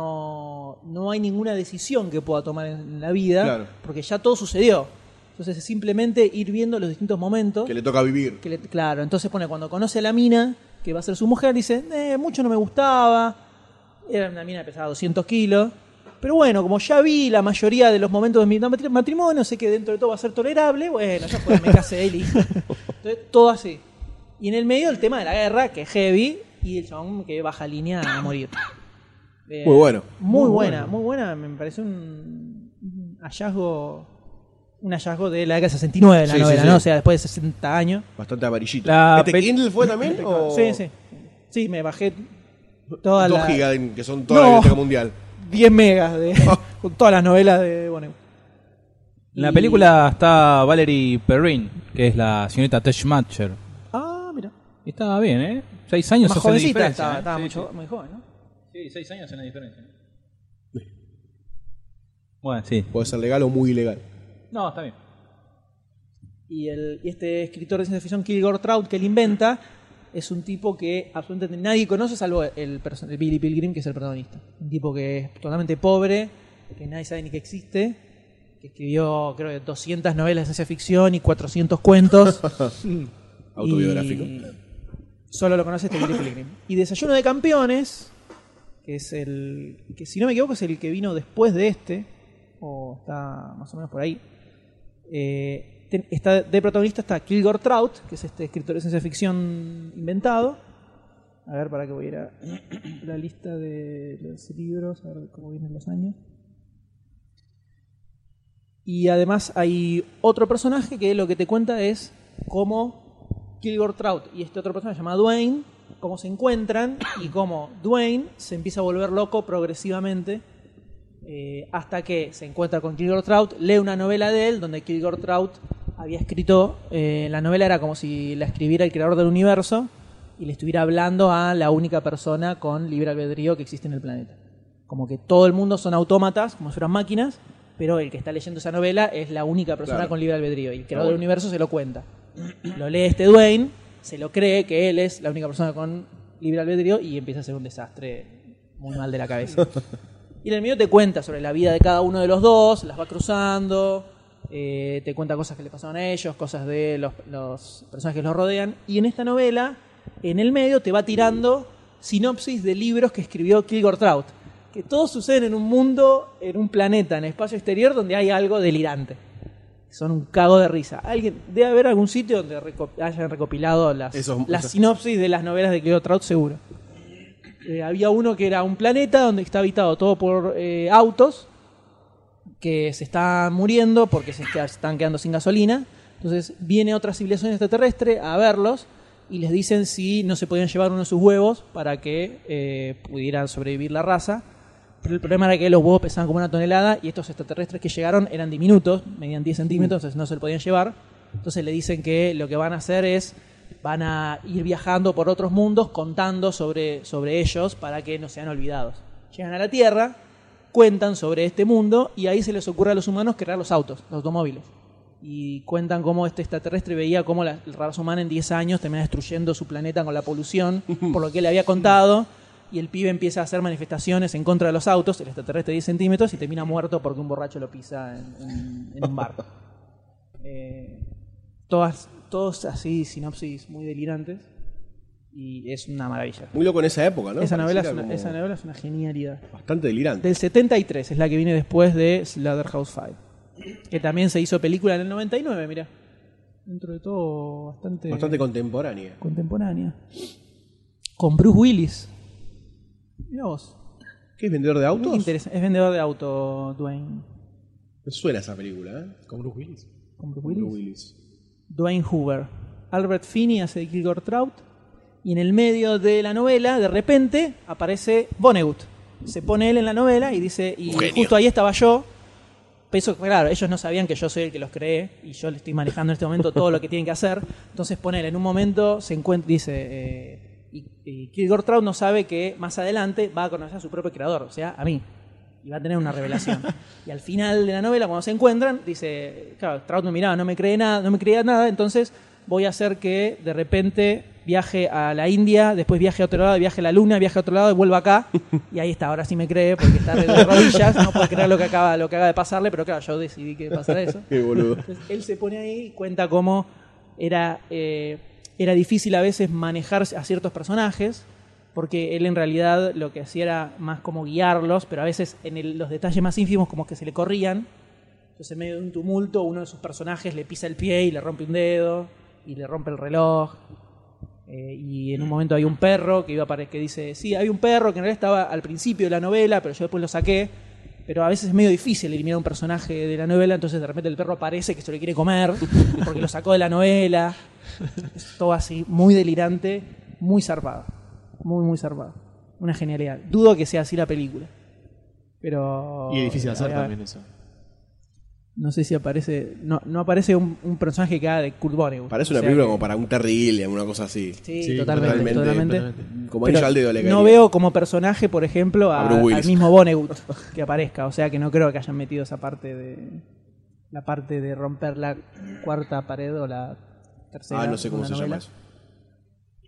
no, no hay ninguna decisión que pueda tomar en la vida Claro. porque ya todo sucedió. Entonces es simplemente ir viendo los distintos momentos. Que le toca vivir. que le- claro, entonces pone cuando conoce a la mina, que va a ser su mujer, dice, eh, mucho no me gustaba, era una mina que pesaba 200 kilos. Pero bueno, como ya vi la mayoría de los momentos de mi matri- matrimonio, sé que dentro de todo va a ser tolerable, bueno, ya fue, me casé y listo. Entonces, todo así. Y en el medio el tema de la guerra, que es heavy, y el chabón que baja línea a morir. Eh, Muy bueno. Muy, buena, muy buena. Me parece un, un hallazgo un hallazgo de la década de 69 de la Sí, sí, novela, sí. ¿no? O sea, después de 60 años. Bastante amarillito. La ¿Este pe- Kindle fue también? o... Sí, sí. Sí, me bajé toda Dos la- gigas, en- que son toda la No. biblioteca mundial. 10 megas de, con todas las novelas de Boneu. En la película está Valerie Perrin, que es la señorita Teshmacher. Ah, mira. Y está bien, ¿eh? Seis años Más hacen jovencita, diferencia, estaba, ¿eh? estaba Sí, mucho, muy joven, ¿no? Sí, Sí, seis años en la diferencia. eh. Bueno, sí. Puede ser legal o muy ilegal. No, está bien. Y, el, y este escritor de ciencia ficción, Kilgore Trout, que él inventa, es un tipo que absolutamente nadie conoce, salvo el, perso- el Billy Pilgrim, que es el protagonista. Un tipo que es totalmente pobre, que nadie sabe ni que existe, que escribió, creo que 200 novelas de ciencia ficción y 400 cuentos. Autobiográfico. Y Solo lo conoce este Billy Pilgrim. Y Desayuno de Campeones, que es el. que si no me equivoco es el que vino después de este, o está más o menos por ahí. Eh, ten- está, de protagonista está Kilgore Trout, que es este escritor de ciencia ficción inventado. A ver, para que voy a ir a la lista de los libros, a ver cómo vienen los años. Y además hay otro personaje que lo que te cuenta es cómo Kilgore Trout y este otro personaje llamado Dwayne, cómo se encuentran y cómo Dwayne se empieza a volver loco progresivamente eh, hasta que se encuentra con Kilgore Trout, lee una novela de él donde Kilgore Trout había escrito, eh, la novela era como si la escribiera el creador del universo y le estuviera hablando a la única persona con libre albedrío que existe en el planeta. Como que todo el mundo son autómatas, como si fueran máquinas, pero el que está leyendo esa novela es la única persona con libre albedrío y el creador del universo se lo cuenta. Lo lee este Dwayne, se lo cree que él es la única persona con libre albedrío y empieza a ser un desastre muy mal de la cabeza. Y en el medio te cuenta sobre la vida de cada uno de los dos, las va cruzando, eh, te cuenta cosas que le pasaron a ellos, cosas de los, los personajes que los rodean. Y en esta novela, en el medio, te va tirando sinopsis de libros que escribió Kilgore Trout. Que todos suceden en un mundo, en un planeta, en espacio exterior, donde hay algo delirante. Son un cago de risa. Alguien Debe haber algún sitio donde reco- hayan recopilado las, Esos- las esos- sinopsis de las novelas de Kilgore Trout, seguro. Eh, había uno que era un planeta donde está habitado todo por eh, autos que se están muriendo porque se está- están quedando sin gasolina. Entonces viene otra civilización extraterrestre a verlos y les dicen si no se podían llevar uno de sus huevos para que eh, pudieran sobrevivir la raza. Pero el problema era que los huevos pesaban como una tonelada y estos extraterrestres que llegaron eran diminutos, medían 10 centímetros, entonces no se lo podían llevar. Entonces le dicen que lo que van a hacer es van a ir viajando por otros mundos contando sobre, sobre ellos para que no sean olvidados. Llegan a la Tierra, cuentan sobre este mundo y ahí se les ocurre a los humanos crear los autos, los automóviles. Y cuentan cómo este extraterrestre veía cómo la la raza humana en 10 años termina destruyendo su planeta con la polución, por lo que le había contado. Y el pibe empieza a hacer manifestaciones en contra de los autos, el extraterrestre de 10 centímetros, y termina muerto porque un borracho lo pisa en, en- en un bar. Eh, todas, todos así, sinopsis muy delirantes. Y es una maravilla. Muy loco en esa época, ¿no? esa, novela es Pareciera una, como esa novela es una genialidad. Bastante delirante. Del 73 es la que viene después de Slaughterhouse 5. Que también se hizo película en el 99, mira. Dentro de todo, bastante, Bastante contemporánea. contemporánea. Con Bruce Willis. Mira vos. ¿Qué es vendedor de Muy autos? interesa- Es vendedor de auto, Dwayne. Me suena esa película, ¿eh? Con Bruce Willis. ¿Con Bruce Bruce Willis? Willis. Dwayne Hoover. Albert Finney hace de Kilgore Trout. Y en el medio de la novela, de repente, aparece Vonnegut. Se pone él en la novela y dice, y justo ahí estaba yo. Peso, claro, ellos no sabían que yo soy el que los cree y yo le estoy manejando en este momento todo lo que tienen que hacer. Entonces, poner en un momento se encuentra, dice, eh, y, y Kilgore Trout no sabe que más adelante va a conocer a su propio creador, o sea, a mí. Y va a tener una revelación. y al final de la novela, cuando se encuentran, dice, claro, Trout me miraba, no me cree nada, no me creía nada, entonces voy a hacer que de repente viaje a la India, después viaje a otro lado, viaje a la Luna, viaje a otro lado y vuelva acá. Y ahí está, ahora sí me cree porque está de rodillas, no puede creer lo que acaba, lo que acaba de pasarle, pero claro, yo decidí que pasara eso. Qué boludo. Entonces, él se pone ahí y cuenta cómo era, eh, era difícil a veces manejar a ciertos personajes, porque él en realidad lo que hacía era más como guiarlos, pero a veces en el- los detalles más ínfimos como que se le corrían. Entonces en medio de un tumulto uno de sus personajes le pisa el pie y le rompe un dedo y le rompe el reloj. Eh, y en un momento hay un perro que iba para que dice, sí, hay un perro que en realidad estaba al principio de la novela, pero yo después lo saqué. Pero a veces es medio difícil eliminar un personaje de la novela, entonces de repente el perro aparece que se lo quiere comer porque lo sacó de la novela. Es todo así, muy delirante, muy zarpado. Muy, muy zarpado. Una genialidad. Dudo que sea así la película. Pero... Y es difícil de hacer a ver. también eso. No sé si aparece. No, no aparece un, un personaje que haga de Kurt Vonnegut. O Parece una sea película que- como para un terrible, una cosa así. Sí, Sí, totalmente, totalmente, totalmente. Como Pero anillo al dedo le no caería. veo como personaje, por ejemplo, a- A Bruce Willis. al mismo Vonnegut que aparezca. O sea que no creo que hayan metido esa parte de. La parte de romper la cuarta pared o la tercera. Ah, no sé de cómo una se llama novela. eso.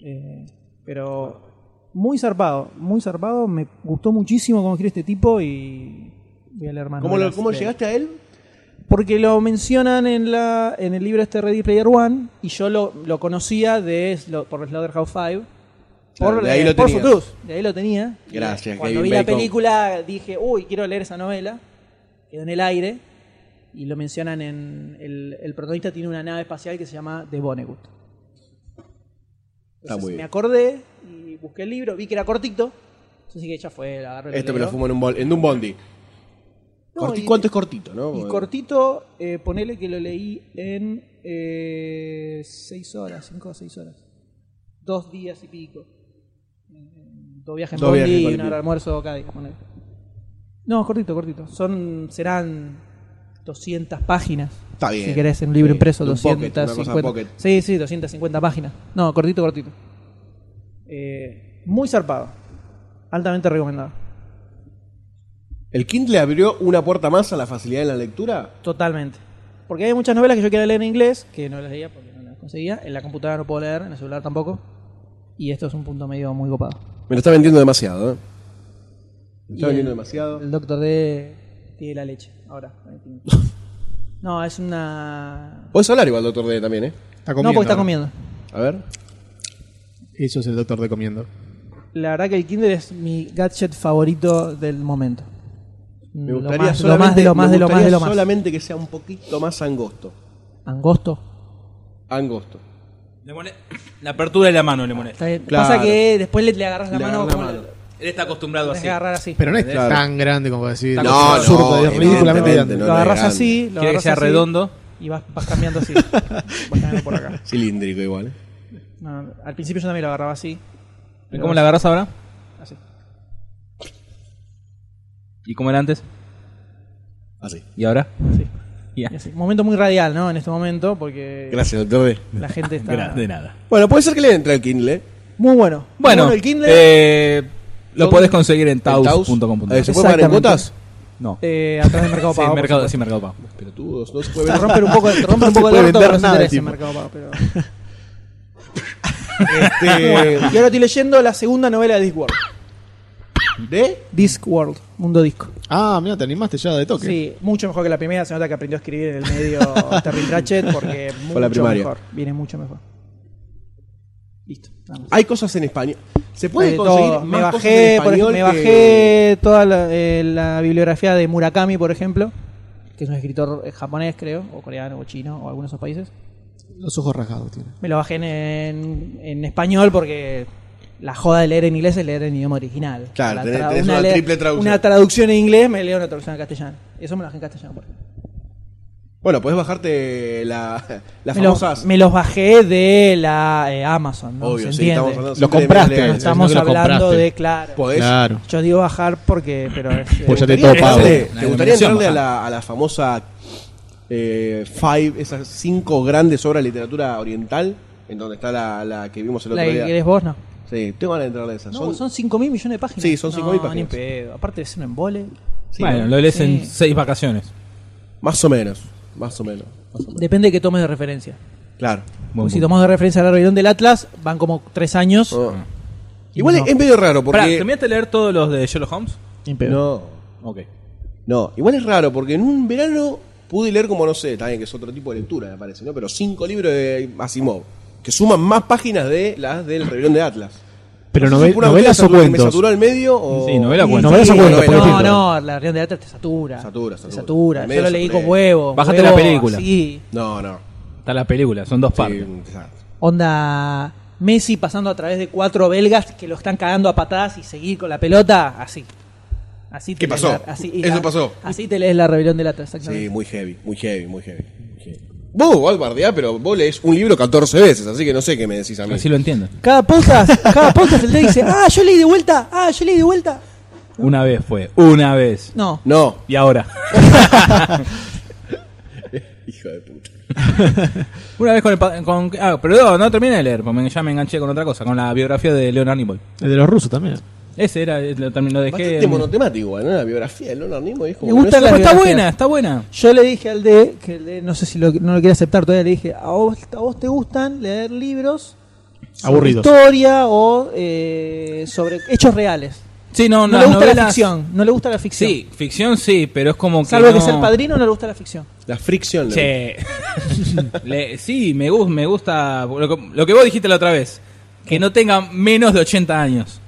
Eh, pero muy zarpado, muy zarpado. Me gustó muchísimo cómo escribe este tipo y voy a leer más. ¿Cómo, lo- novelas cómo de él. llegaste a él? Porque lo mencionan en la en el libro este Ready Player One y yo lo, lo conocía de Slo- por Slaughterhouse 5. Claro, por de ahí eh, lo por tenía. Footloose, de ahí lo tenía. Gracias, Cuando Kevin vi la Bacon. película dije, uy, quiero leer esa novela. Quedó en el aire y lo mencionan en... El, el protagonista tiene una nave espacial que se llama The Vonnegut. Está Entonces, muy me bien. acordé y busqué el libro, vi que era cortito. Entonces dije, ya fue, la agarré. Esto me leo. lo fumo en un, bol- en un bondi. No, Corti- y- ¿Cuánto es cortito, no? Y Como- cortito, eh, ponele que lo leí en 6 horas, 5 o 6 horas. Dos días y pico. Mm, Dos viajes en Dos bondi viajes en y bondi. un almuerzo cada día. ponele. No, cortito, cortito. Son, serán 200 páginas. Está bien. Si querés, en un libro Sí, impreso, un pocket, una cosa 250. pocket. sí, sí, 250 páginas. No, cortito, cortito. Eh, muy zarpado. Altamente recomendado. ¿El Kindle abrió una puerta más a la facilidad en la lectura? Totalmente. Porque hay muchas novelas que yo quería leer en inglés, que no las leía porque no las conseguía. En la computadora no puedo leer, en el celular tampoco. Y esto es un punto medio muy copado. Me lo está vendiendo demasiado, ¿eh? Me Y está el- vendiendo demasiado. El doctor D tiene la leche. Ahora. No, es una. Puedes hablar igual, doctor D, también, ¿eh? Está No, porque está ahora. comiendo. A ver. Eso es el doctor de comiendo. La verdad que el Kindle es mi gadget favorito del momento. Me lo gustaría más, lo solamente, más de lo más me de lo más de gustaría lo más. solamente que sea un poquito más angosto. Angosto. Angosto. Le mole- La apertura de la mano le molesta. Está bien. Claro. Pasa que después le, le agarras la Le mano agarras la como mano. le- Él está acostumbrado le así. tenés que agarrar así. Pero no es Claro. tan grande como para decir. No, es absurdo, no, es ridículamente evidentemente grande. no. lo agarras grande. así, lo Quiere que agarras sea así redondo. y vas, vas cambiando así. vas cambiando por acá. Cilíndrico igual. ¿eh? No, al principio yo también lo agarraba así, ¿Y ¿Cómo la agarras ahora? así. ¿Y cómo era antes? Así. ¿Y ahora? así, Ya. y así. Momento muy radial, ¿no? En este momento, porque Gracias, doctor D. la gente está. Gra- De nada. Bueno, puede ser que le entre al Kindle. ¿eh? Muy bueno. Muy Bueno, el Kindle. Eh, eh, lo podés conseguir en taus.com. Eh, ¿Se puede pagar en Exactamente. cuotas? Eh, No. atrás de Mercado Sí, Pago. por mercado, supuesto. sí, mercado pago. Pelotudos, no se puede Te ver. rompen un poco, te rompen un poco el puede orto, vender pero no se nada, interesa en tipo. Mercado Pago. Pero... Este, Y ahora estoy leyendo la segunda novela de Discworld. ¿De? Discworld, Mundo Disco. Ah, mira, te animaste ya de toque. Sí, mucho mejor que la primera. Se nota que aprendió a escribir en el medio Terry Pratchett porque mucho Fue la primaria. mejor. Viene mucho mejor. Listo. nada más. Hay cosas en español. ¿Se puede Hay de conseguir Eh, todo. más me cosas en bajé, por español ejemplo, me que- bajé toda la, eh, la bibliografía de Murakami, por ejemplo, que es un escritor eh, japonés, creo, o coreano, o chino, o algunos de esos países. Los ojos rasgados tiene. Me lo bajé en, en- en español porque la joda de leer en inglés es leer en idioma original. Claro, La tenés- tra- tenés una le- triple traducción. Una traducción en inglés me leo una traducción en castellano. Eso me lo bajé en castellano, por ejemplo. Bueno, podés bajarte la, las me, los- famosas. me los bajé de la eh, Amazon, ¿no? Obvio, ¿Se sí, entiende? estamos hablando Lo siempre de compraste. materiales. No estamos que los hablando compraste. de, claro. Podés. Claro. Yo digo bajar porque, pero es, eh, Pues ya ¿Te te todo gustaría pago. entrarle- Una ¿Te gustaría denominación entrarle a baja. la, a la famosa eh, five, esas cinco grandes obras de literatura oriental? En donde está la, la que vimos el la otro que día. querés vos, no. Sí, tengo ganas de entrarle a esas. No, Son- son 5 mil millones de páginas. Sí, son 5.000 No, ni páginas. pedo. Aparte de ser un embole. sí, Bueno, ¿no? lo lees en Sí. seis vacaciones. Más o menos. Más o menos. más o menos. Depende de que tomes de referencia. Claro. Porque si tomamos de referencia la reunión del Atlas, van como 3 años. Oh. Igual No. es medio raro Pará, porque. ¿terminaste de leer todos los de Sherlock Holmes? Ni pedo. no. Ok. No, igual es raro, porque en un verano pude leer como, no sé, también que es otro tipo de lectura, me parece, ¿no? Pero cinco libros de Asimov, que suman más páginas de las del Rebelión de Atlas. Pero No sé si nove- fue una novelas o cuestión que ¿Me cuentos. saturó al medio o...? Sí, novela o cuento. Novelas o cuentos, por no, ejemplo. no, la reunión del Atlas te satura. Satura, satura. Te satura. Medio Yo lo leí saturé. con huevo. Bájate huevo, la película. así. No, no. Está la película, son dos Sí, partes. un desastre. Onda Messi pasando a través de cuatro belgas que lo están cagando a patadas y seguir con la pelota, así. Así te ¿Qué lees pasó? la- así, y Eso la- pasó. Así te lees la rebelión del Atlas, exactamente. Sí, muy heavy, muy heavy, muy heavy. muy heavy. Vos, vos bardeás, pero vos lees un libro 14 veces, así que no sé qué me decís a mí. Así lo entiendo. Cada podcast, cada podcast el día dice, ah, yo leí de vuelta, ah, yo leí de vuelta. Una vez fue, una vez. No, No, Y ahora. Una vez con el. pa- Con, ah, pero no, no terminé de leer, porque me- ya me enganché con otra cosa, con la biografía de Leonard Nimoy. El de los rusos también. Ese era, eh, lo, también lo dejé. Bastante monotemático, igual, ¿no? La biografía de Leonard Nimoy es Me como... que no gusta es- Pero está biografía. buena, está buena. Yo le dije al D, que el D no sé si lo- no lo quiere aceptar todavía, le dije, ¿a vos, a vos te gustan leer libros sobre Aburridos. historia o eh, sobre hechos reales? Sí, no, No, las le gusta la novelas- ficción, no le gusta la ficción. Sí, ficción sí, pero es como que. Salvo que no- sea el padrino, no le gusta la ficción. La fricción. le- Che. Le- sí, me, gus- me gusta. Lo que, lo que vos dijiste la otra vez. Que no tenga menos de 80 años.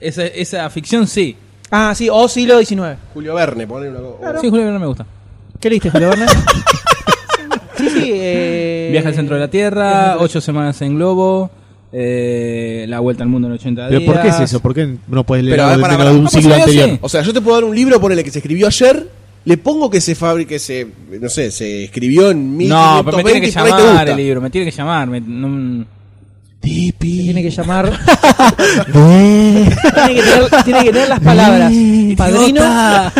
Esa, esa ficción sí. Ah, sí, o siglo XIX. Julio Verne, poner una cosa. Sí, Julio no me gusta. ¿Qué leíste, Julio Verne? sí, sí. eh, Viaja al centro de Viaja la al Tierra, centro de- 8 semanas en globo, eh, la vuelta al mundo en 80 días. ¿Pero por qué es eso? ¿Por qué no puedes leer Pero, a ver, algo para, de para. de un Vamos siglo a ver, anterior? sí. O sea, yo te puedo dar un libro, ponele que se escribió ayer, le pongo que se fabrique, se, no sé, se escribió en No, pero me 1520 tiene que y por ahí te llamar gusta. el libro, me tiene que llamar. me- no- Te Tiene que llamar. tiene, que tener, tiene que tener las palabras. Padrino,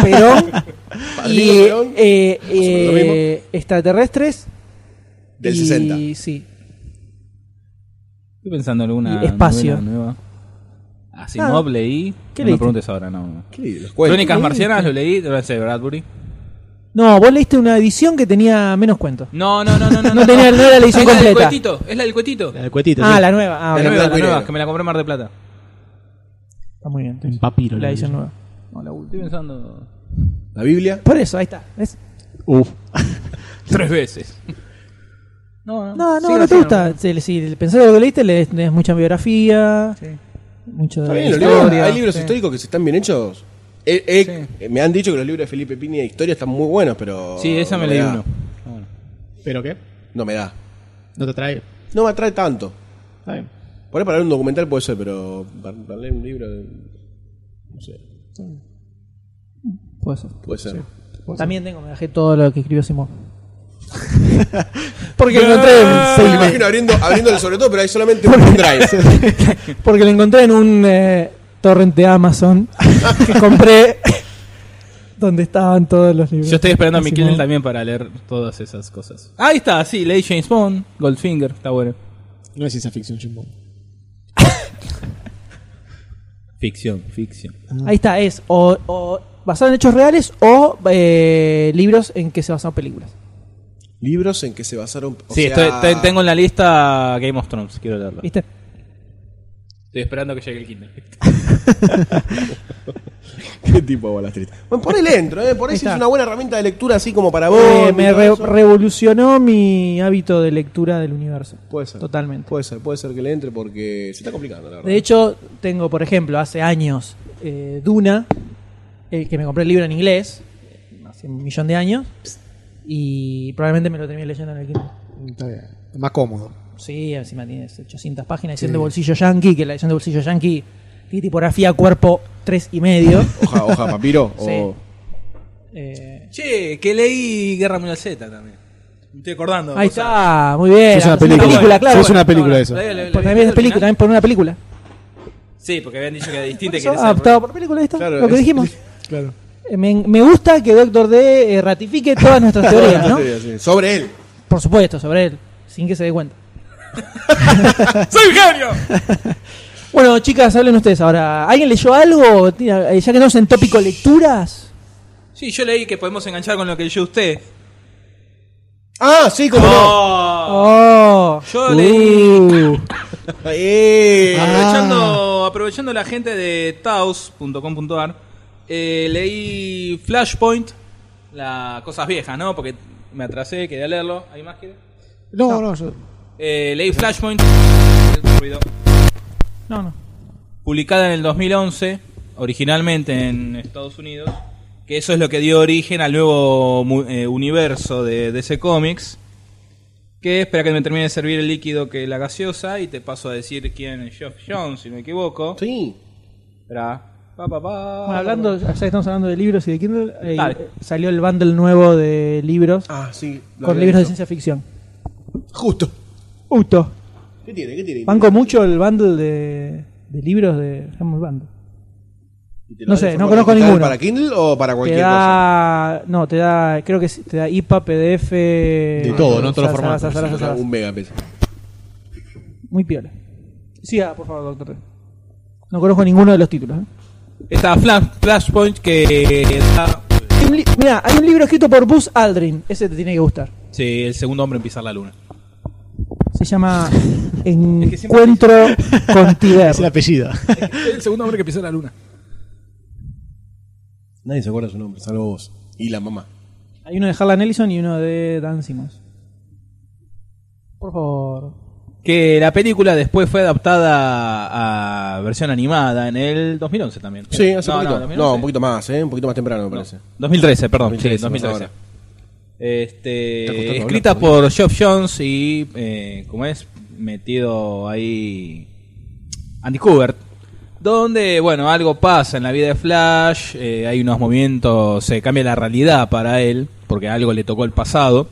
Perón y Padrino, Perón, eh, lo eh, extraterrestres. Del y- 60. Sí. Estoy pensando en alguna Y espacio. novela nueva. Asimov leí. ¿Qué no me leíste? preguntes ahora, no. ¿Qué libro? Los cuentos. Crónicas marcianas lo leí, no sé, Bradbury. No, vos leíste una edición que tenía menos cuentos. No, no, no, no. No, No tenía- no era la edición Es del completa. cuetito, es la del cuetito. La del cuetito. Ah, sí. la nueva. Ah, La ok. Pero nueva, blanco la y nueva, negro. que me la compré en Mar de Plata. Está muy bien. entonces. En papiro. La la edición leí. nueva. Estoy pensando. La Biblia. Por eso, ahí está. ¿ves? Uf. Tres veces. No, no, no te gusta. Si, si pensás en lo que leíste, lees, lees mucha biografía. Mucho Está de bien, los historia, libros- hay libros sí. históricos que si están bien hechos. Eh, eh, Me han dicho que los libros de Felipe Pini de historia están muy buenos, pero. Sí, esa no Oh, me leí da. uno. ¿Pero qué? No me da. No te atrae. No me atrae tanto. Está bien. Por ahí para leer un documental puede ser, pero para, para leer un libro. No sé, Puede ser. puede ser. pues, También tengo, me bajé todo lo que escribió Simón. Porque lo encontré Ah. en Ah, Me seis meses. imagino abriendo, abriéndole sobre todo, pero hay solamente un pendrive. Porque lo encontré en un eh, torrent de Amazon que compré donde estaban todos los libros. Yo estoy esperando a mi Asimov. Kindle también para leer todas esas cosas. Ahí está, sí, leí James Bond, Goldfinger, está bueno. No es ciencia ficción, Jimbo. Ficción, ficción. Ahí está, es o, o basado en hechos reales o eh, libros en que se basan películas. Libros en que se basaron. o sí, sea, estoy- te- tengo en la lista Game of Thrones, quiero leerlo. ¿Viste? Estoy esperando que llegue el Kindle. ¿Qué tipo de Wall Street? Bueno, por ahí le entro, ¿eh? Por ahí, Ahí sí es está. una buena herramienta de lectura así como para vos. Eh, me y todo re- Oh, eso. revolucionó mi hábito de lectura del universo. Puede ser. Totalmente. Puede ser, puede ser que le entre porque se está complicando, la verdad. De hecho, tengo, por ejemplo, hace años eh, Duna, el que me compré el libro en inglés, hace un millón de años, y probablemente me lo terminé leyendo en el Kindle. Está bien. Más cómodo. Sí, encima tienes 800 páginas, edición de bolsillo yankee, que la edición de bolsillo yankee tiene tipografía cuerpo tres y medio. Hoja, hoja papiro o. Sí. Eh, Che, que leí Guerra Mundial Z también. Me estoy acordando. ahí cosas. Ah, está, muy bien. Es una haces una película. película, claro. Es una película Ahora, eso. ¿la- la- la- la- Porque la- también la- es película, también por una película. Sí, porque habían dicho que era distinta y que Eso, era esa. adaptado por película, ahí está, Claro, lo que es- dijimos. Claro. Eh, Me, me gusta que Doctor D eh, ratifique todas nuestras teorías, ¿no? Sí, sí, Sobre él. Por supuesto, sobre él, sin que se dé cuenta. ¡Soy un genio! Bueno, chicas, hablen ustedes ahora. ¿Alguien leyó algo? Tira, eh, Ya que estamos en tópico lecturas. Sí, yo leí que podemos enganchar con lo que leyó usted. Ah, sí, como Oh. Yo leí. Uh. no. Eh. Aprovechando, aprovechando la gente de taos.com.ar, eh, leí Flashpoint, las cosas viejas, ¿no? Porque me atrasé, quería leerlo. ¿Hay más que.? No, no, yo. Eh, leí Flashpoint. Ruido. No, no. publicada en el 2011, originalmente en Estados Unidos, que eso es lo que dio origen al nuevo mu- eh, universo de DC Comics, que espera que me termine de servir el líquido que la gaseosa y te paso a decir quién es Geoff Jones, si no me equivoco. Sí. Esperá. Pa, pa, pa. Bueno, hablando, ya que estamos hablando de libros y de Kindle, eh, Dale. eh, salió el bundle nuevo de libros Ah, sí. lo con había libros de visto. ciencia ficción. Justo. Justo. ¿Qué tiene? ¿Qué tiene? Banco mucho el bundle de, de libros de Humble Bundle. Y te lo No dan sé, en no formato conozco digital ninguno. ¿Para Kindle o para Te cualquier cosa? da. No, te da. Creo que sí, te da IPA, PDF. De todo, ¿no? Todos los formatos. Un mega pesa. Muy piola. Siga, por favor, doctor. D. No conozco ninguno de los títulos. ¿eh? Está Flash- Flashpoint que está- Hay un li- Mirá, hay un libro escrito por Buzz Aldrin. Ese te tiene que gustar. Sí, el segundo hombre en pisar la luna. Se llama Encuentro con Tiber. Es el apellido. El segundo hombre que pisó la luna. Nadie se acuerda su nombre, salvo vos. Y la mamá. Hay uno de Harlan Ellison y uno de Dan Simmons. Por favor. Que la película después fue adaptada a versión animada en el 2011 también. Sí, hace poquito. No, 2011. un poquito más, ¿eh? Un poquito más temprano, me parece. 2013, perdón. 2013, sí, 2013. más ahora. Está Este, costando escrita hablar, por Geoff Jones y, eh, como es, metido ahí Andy Kubert. Donde, bueno, algo pasa en la vida de Flash, eh, hay unos movimientos, se cambia la realidad para él, porque algo le tocó el pasado.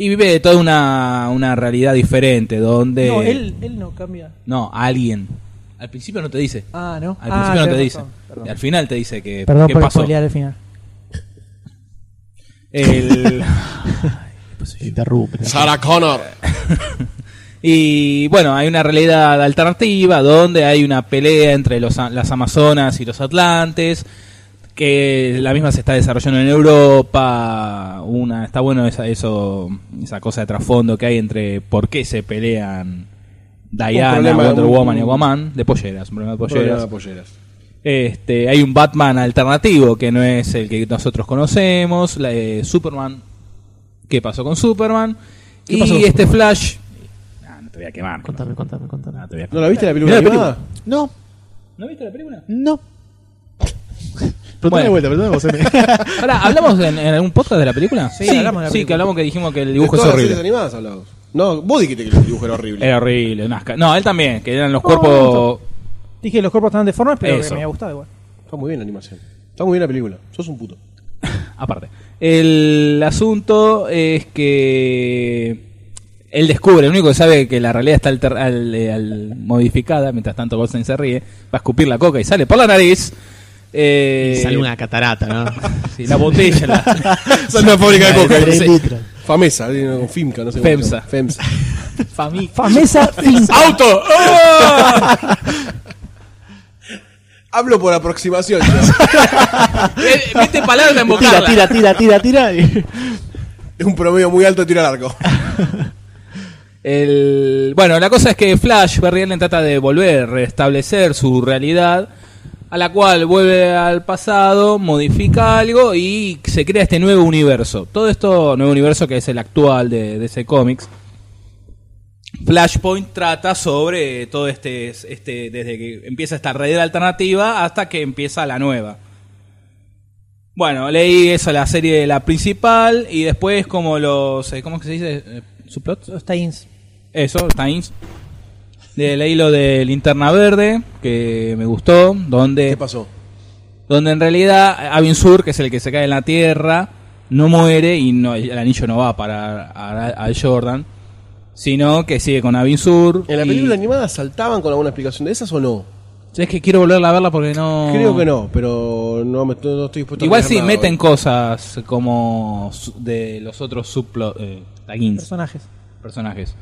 Y vive toda una, una realidad diferente, donde... No, él, él no cambia. No, alguien. Al principio no te dice. Ah, no. Al Ah, principio no te tenés dice. razón, Perdón, Al final te dice que Perdón qué por pasó. spoilear al final. El- Te Interrumpe. Sarah Connor. y bueno, hay una realidad alternativa donde hay una pelea entre los, a- las Amazonas y los Atlantes, que la misma se está desarrollando en Europa. Una está bueno esa, eso, esa cosa de trasfondo que hay entre por qué se pelean Diana, problema, Wonder un- Woman y Aquaman de polleras, un problema de polleras. Problema, polleras. Este, hay un Batman alternativo que no es el que nosotros conocemos. La, eh, Superman. ¿Qué pasó con Superman? Y pasó con este Flash. Ah, no te voy a quemar. Contame, contame, contame. No, te voy a ¿No quemar. la viste la película Mirá la animada? No, ¿No viste la película? no. Pero Bueno. de vuelta, perdóname vos. M. Ahora, ¿hablamos en, en algún podcast de la película? Sí, hablamos de la sí, que película. hablamos que dijimos que el De dibujo es todas las series horrible. animadas hablamos. No, vos dijiste que el dibujo era horrible. Era horrible, unas ca- No, él también, que eran los no, cuerpos. Dije que los cuerpos estaban deformes, pero Eso. que me había gustado igual. Está muy bien la animación. Está muy bien la película. Sos un puto. Aparte. El asunto es que él descubre, el único que sabe que la realidad está alter- al- eh, al- modificada, mientras tanto Goldstein se ríe, va a escupir la coca y sale por la nariz. Eh, Sale una catarata, ¿no? sí, la botella, la Es una fábrica de coca. Tres Sí. litros. Famesa, alguien con Fimca, no sé cómo se Femsa. llama. Femsa. familia. Famesa Finca. ¡Auto! ¡Oh! Hablo por aproximación. ya. Eh, Mete palabras Tira, en bocarla. tira, tira, tira, tira. y- Es un promedio muy alto de tiro al arco. El- bueno, la cosa es que Flash Barry Allen trata de volver, restablecer su realidad, a la cual vuelve al pasado, modifica algo y se crea este nuevo universo. Todo esto nuevo universo que es el actual de, de ese cómics. Flashpoint trata sobre todo este, este, desde que empieza esta realidad alternativa hasta que empieza la nueva. Bueno, leí eso, la serie, la principal, y después como los, eh, ¿cómo es que se dice? Eh, ¿Subplots? Los tie-ins. Eso, Times. De, leí lo de Linterna Verde, que me gustó, donde, ¿Qué pasó? donde en realidad Avin Sur, que es el que se cae en la Tierra, no muere y no, el anillo no va para a, a Jordan, sino que sigue con Avin Sur. ¿En la y- película animada saltaban con alguna explicación de esas o no? Es que quiero volverla a verla porque no... Creo que no, pero no, me, no estoy dispuesto a Igual mirar sí, nada meten hoy. cosas como su- de los otros subplo, eh, taguins, Personajes. personajes.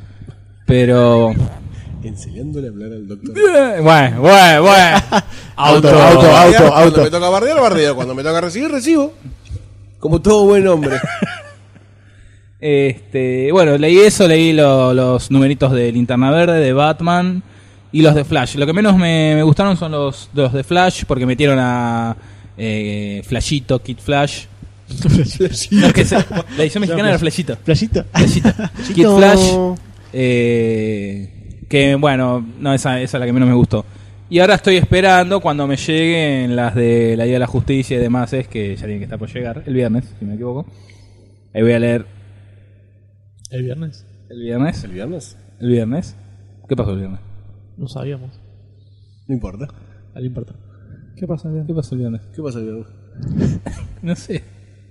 Pero... Enseñándole a hablar al doctor. Bueno, bueno, bueno. Auto, Cuando auto, bardear, auto, Cuando auto. me toca bardear, bardeo. Cuando me toca recibir, recibo. Como todo buen hombre. Este, bueno, leí eso, leí lo- los numeritos de Linterna Verde, de Batman y los de Flash. Lo que menos me, me gustaron son los, los de Flash porque metieron a eh, Flashito, Kid Flash. No, es que se- la edición mexicana era Flashito. Playito. Flashito. Kid Flash. eh, que bueno, no, esa, esa es la que menos me gustó. Y ahora estoy esperando cuando me lleguen las de la Día de la Justicia y demás, es que ya tienen que estar por llegar el viernes, si no me equivoco. Ahí voy a leer ¿El viernes? ¿El viernes? ¿El viernes? ¿El viernes? ¿Qué pasó el viernes? No sabíamos. No importa. Al importa. ¿Qué pasó el viernes? ¿Qué pasa el viernes? No sé.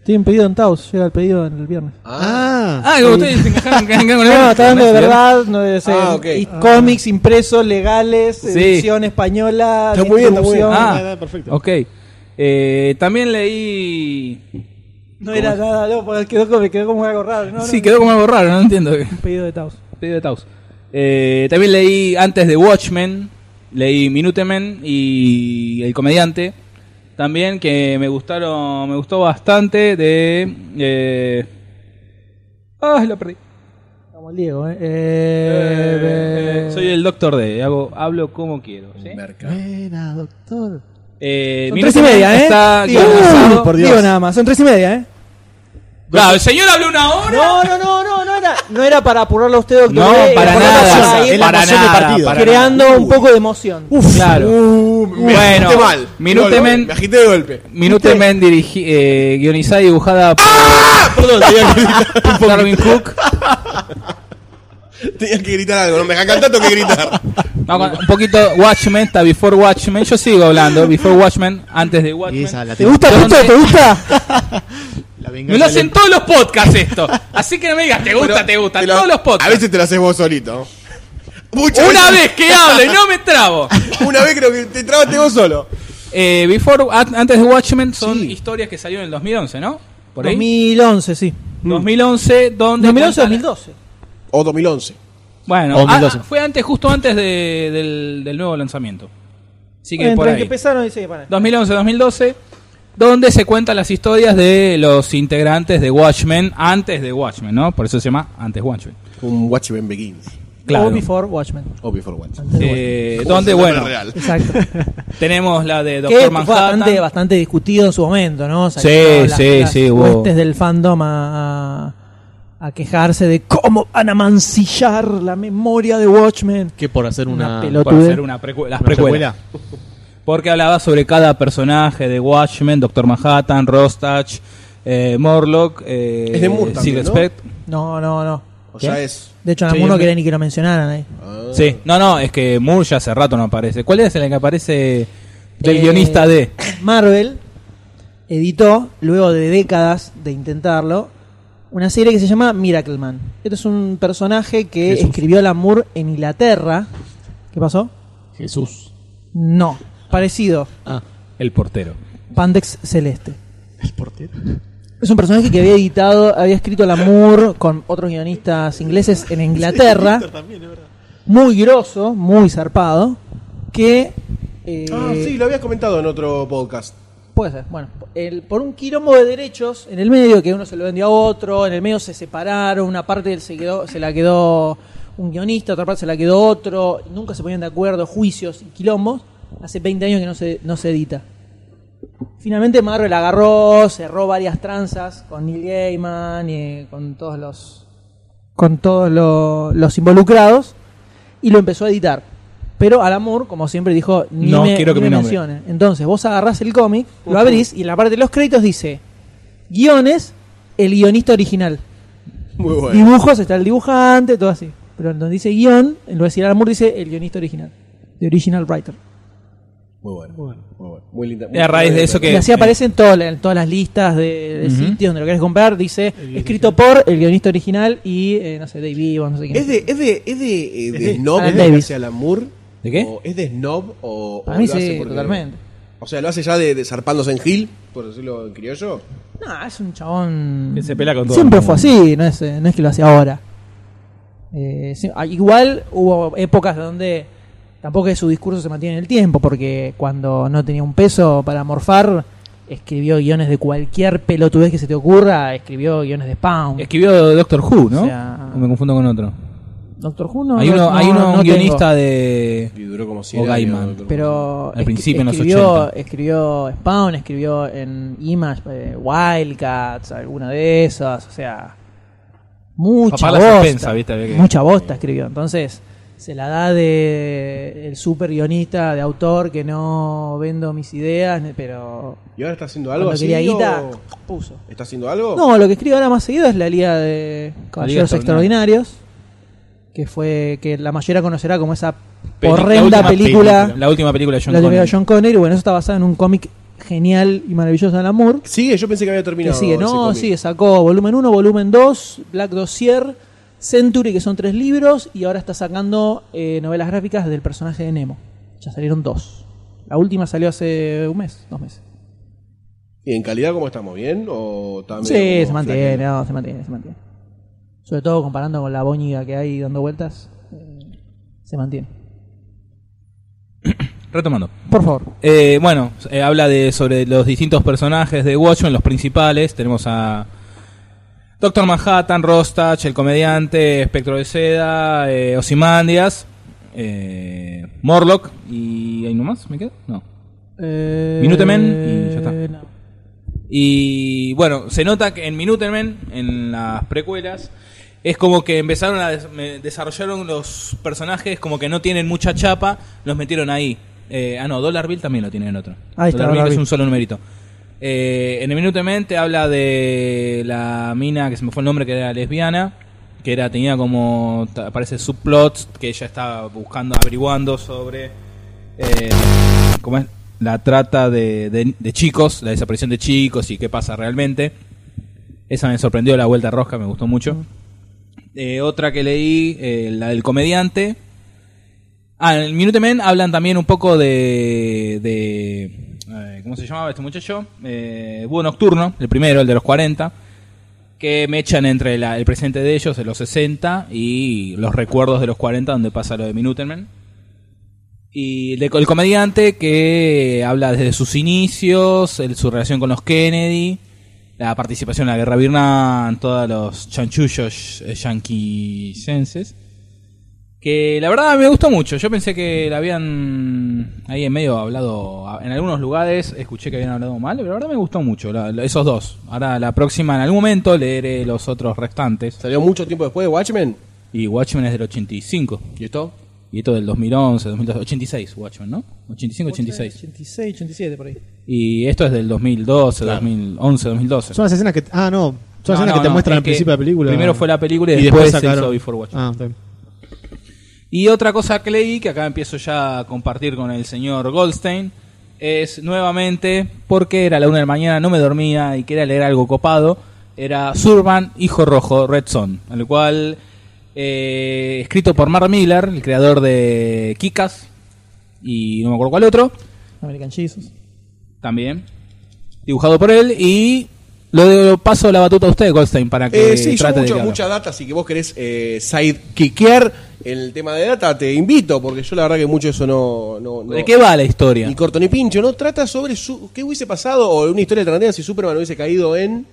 Tienen pedido en Taos, llega el pedido el viernes. Ah, Ah, ustedes se encajaron que- que- que- No, está hablando de verdad, no de ser- Ah, ok. y cómics impresos, legales, Sí. edición española, Está muy bien, está muy bien. distribución. Ah, Ah, perfecto. Ok. Eh, también leí. No era nada, no, porque quedó, como- me quedó como algo raro. No, sí, no, quedó como algo raro, no entiendo. un pedido de Taos. Pedido de Taos. Eh, también leí antes de Watchmen, leí Minutemen y El Comediante. También que me gustaron, me gustó bastante de. eh, Ah, lo perdí. Como el Diego, ¿eh? Eh, Eh, eh, soy el Doctor D, hago, hablo como quiero. ¿sí? ¿Eh? Buena, doctor. Eh, Son Minutemen tres y media, ¿eh? Está Digo, guionizado. uh, por Dios. Digo nada más, son tres y media, ¿eh? Claro, el señor habló una hora. No, no, no, no, no era, no era para apurarlo a usted, doctor. No, D, para era nada. para ir la para emoción del nada, partido. para creando un poco de emoción. Claro. uh, me Bueno, agité mal. Minutemen- Me agité de golpe. Minutemen dirigi- eh, guionizada y dibujada por Perdón, tenía que, gritar, Darwin Cook. tenía que gritar algo. No me dejan tanto que gritar. No, con- un poquito Watchmen, está Before Watchmen. Yo sigo hablando, Before Watchmen, antes de Y Watchmen. esa la ¿Te tengo. gusta, ¿Dónde? Pucho? ¿Te gusta? La Me lo venganza hacen lenta. todos los podcasts esto. Así que no me digas, te gusta, Pero te gusta, lo- todos los A podcasts. veces te lo haces vos solito. Muchas Una veces- vez que hablo y no me trabo. Una vez creo que te trabaste vos solo. Eh, Before, a- antes de Watchmen son historias que salieron en el 2011, ¿no? Por ahí. 2011, sí. 2011, donde. 2011 cuentan- 2012. O 2011. Bueno, O ah, 2012. fue antes, justo antes de- del, del nuevo lanzamiento. Así que Entre por el ahí. que empezaron y se paran. 2011-2012, donde se cuentan las historias de los integrantes de Watchmen antes de Watchmen, ¿no? Por eso se llama Antes Watchmen. Un Watchmen Begins. O Claro. Before Watchmen. O Before Watchmen. Eh, Como donde, se llama en bueno, real. Exacto. tenemos la de que Doctor fue bastante, Manhattan. bastante discutido en su momento, ¿no? Sí, sí, sí, hubo- huestes del fandom a, a- a quejarse de cómo van a mancillar la memoria de Watchmen. Que por hacer una, Una pelota. Por hacer una precu- las una precuelas. precuela. Porque hablaba sobre cada personaje de Watchmen, Doctor Manhattan, Rostach, eh, Morlock, eh, Es de Moore también, Silver ¿no? Spectre. No, no, no. O sea, es. De hecho, en Sí, alguno es- quería ni que lo mencionaran ahí. Ah. Sí, no, no, es que Moore ya hace rato no aparece. ¿Cuál es el que aparece del Eh, guionista de? Marvel editó, luego de décadas de intentarlo, una serie que se llama Miracleman. Este es un personaje que Jesús. escribió Alan Moore en Inglaterra. ¿Qué pasó? Jesús. No, parecido. Ah, El portero. Pandex Celeste. el portero. Es un personaje que había editado, había escrito Alan Moore con otros guionistas ingleses en Inglaterra. Muy grosso, muy zarpado. Que. eh, Ah, sí, lo habías comentado en otro podcast. Puede ser. Bueno, el- por un quilombo de derechos en el medio, que uno se lo vendió a otro, en el medio se separaron, una parte se, quedó, se la quedó un guionista, otra parte se la quedó otro, y nunca se ponían de acuerdo, juicios y quilombos. Hace 20 años que no se, no se edita. Finalmente Marvel agarró, cerró varias tranzas con Neil Gaiman y eh, con todos los con todos lo- los involucrados y lo empezó a editar. Pero Alan Moore, como siempre, dijo, ni No me, quiero que ni me me nombre. mencionen. Entonces vos agarrás el cómic, lo abrís y en la parte de los créditos dice guiones, el guionista original. Muy bueno. Dibujos está el dibujante, todo así. Pero donde dice guión, en lugar de decir Alan Moore, dice el guionista original. The original writer. Muy bueno. Muy bueno. Muy linda. Y a raíz de eso que- Y así eh. aparece en, todo- en todas las listas de, de sitios donde lo querés comprar. Dice escrito por el guionista original y, eh, no sé, Dave Gibbons, no sé quién. ¿Es de, es de, es de, eh, de de snob Alan lo que Davis. hace Alan Moore? ¿De qué? ¿O ¿Es de snob o.? Para o mí lo hace sí, porque- totalmente. O sea, lo hace ya de, de zarpándose en Gil, por decirlo en criollo. No, es un chabón. Que se pelea con todo Siempre el mundo. fue así, no es, eh, no es que lo hace ahora. Eh, sí, ah, igual hubo épocas donde tampoco que su discurso se mantiene en el tiempo, porque cuando no tenía un peso para morfar, escribió guiones de cualquier pelotudez que se te ocurra, escribió guiones de Spawn. Escribió Doctor Who, ¿no? O sea- O me confundo con otro. Doctor Who no. hay no- uno, no- hay uno no un tengo. guionista de. Y duró como 100 O Gaiman. Pero Al escri- principio, en los escribió, 80. escribió Spawn, escribió en Image, eh, Wildcats, alguna de esas, o sea, mucha Papá la bosta, suspensa, ¿viste? Había que- mucha bosta escribió. Entonces se la da de el super guionista de autor que no vendo mis ideas, ne- pero ¿Y ahora está haciendo algo cuando así? quería guita o- puso. ¿Está haciendo algo? No, lo que escribe ahora más seguido es la Liga de Caballeros Extraordinaria. Extraordinarios, que fue que la mayoría conocerá como esa Peli- la horrenda última película La última película de John la teoría Connery. de John Connery, bueno, eso está basada en un cómic genial y maravillosa del amor. Sigue, yo pensé que había Que terminado. sigue, ese no, cómic. sigue, sacó volumen 1, volumen 2, Black Dossier, Century, que son tres libros, y ahora está sacando eh, novelas gráficas del personaje de Nemo. Ya salieron dos. La última salió hace un mes, dos meses. ¿Y en calidad cómo estamos? ¿Bien? ¿O también Sí, se mantiene, no, se mantiene, se mantiene. Sobre todo comparando con la boñiga que hay dando vueltas, eh, se mantiene. Retomando. Por favor. Eh, bueno, eh, habla de sobre los distintos personajes de Watchmen, los principales. Tenemos a Doctor Manhattan, Rostach, el comediante, Espectro de Seda, eh, Ozymandias, eh, Morlock y... ¿Hay nomás? ¿Me queda? No. Minutemen y ya está. Eh, No. Y bueno, se nota que en Minutemen, en las precuelas, es como que empezaron a des- me- desarrollaron los personajes como que no tienen mucha chapa, los metieron ahí. Eh, ah, no, Dollar Bill también lo tiene en otro. Ahí está, Dollar Dollar Bill es Bill. un solo numerito. Eh, en el Minutemen te habla de la mina que se me fue el nombre, que era lesbiana, que era tenía como, ta- parece subplots, que ella estaba buscando, averiguando sobre... eh, ¿cómo es? La trata de, de- de chicos, la desaparición de chicos y qué pasa realmente. Esa me sorprendió, la vuelta rosca, me gustó mucho. Eh, otra que leí, eh, la del comediante. Ah, en el Minutemen hablan también un poco de. de eh, ¿Cómo se llamaba este muchacho? Eh, Búho Nocturno, el primero, el de los 40. Que me echan entre la- el presente de ellos, de los 60, y los recuerdos de los 40, donde pasa lo de Minutemen. Y el, de- el comediante que habla desde sus inicios, el- su relación con los Kennedy, la participación en la guerra Vietnam, todos los chanchullos eh, yanquisenses. Que la verdad me gustó mucho. Yo pensé que la habían ahí en medio hablado. En algunos lugares escuché que habían hablado mal, pero la verdad me gustó mucho. la- la- esos dos. Ahora la próxima, en algún momento, leeré los otros restantes. ¿Salió mucho tiempo después de Watchmen? Y Watchmen es del 85. ¿Y esto? Y esto del 2011, 2012, 86, Watchmen, ¿no? 85, 86. 86, 87 por ahí. Y esto es del 2012, 2011, 2012. Son las escenas que. Ah, no. Son las No, escenas no, que te no, muestran es al que principio de la película. Primero fue la película y, Y después, después se sacaron- hizo Before Watchmen. Ah, está bien. Y otra cosa que leí, que acá empiezo ya a compartir con el señor Goldstein, es nuevamente, porque era la una de la mañana, no me dormía y quería leer algo copado, era Surban, Hijo Rojo, Red Son, el cual, eh, escrito por Mark Miller, el creador de Kikas, y no me acuerdo cuál otro, American Jesus. también, dibujado por él, y lo, de- lo paso la batuta a usted, Goldstein, para Ah, que Eh, sí, yo trate de mucho, que haga. mucha data, así que vos querés eh, sidekickear en el tema de data, te invito, porque yo la verdad que mucho eso no... no, no- ¿De qué va la historia? Ni corto ni pincho, ¿no? Trata sobre su, qué hubiese pasado o una historia alternativa si Superman hubiese caído en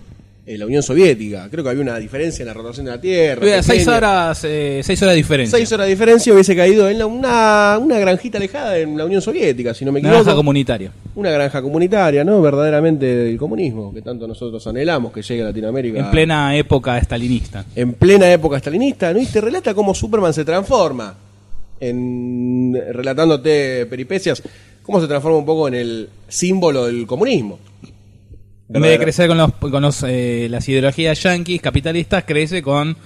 eh, la Unión Soviética. Creo que había una diferencia en la rotación de la Tierra. Tuviera seis pequeña. horas, eh, seis horas de diferencia. Seis horas de diferencia hubiese caído en la- una, una granjita alejada en la Unión Soviética, si no me equivoco. Naranja comunitaria. Una granja comunitaria, ¿no? Verdaderamente el comunismo que tanto nosotros anhelamos que llegue a Latinoamérica. En plena época estalinista. en plena época stalinista, ¿no? Y te relata cómo Superman se transforma. En, relatándote peripecias, cómo se transforma un poco en el símbolo del comunismo. En vez de crecer con, los, con los, eh, las ideologías yanquis, capitalistas, crece con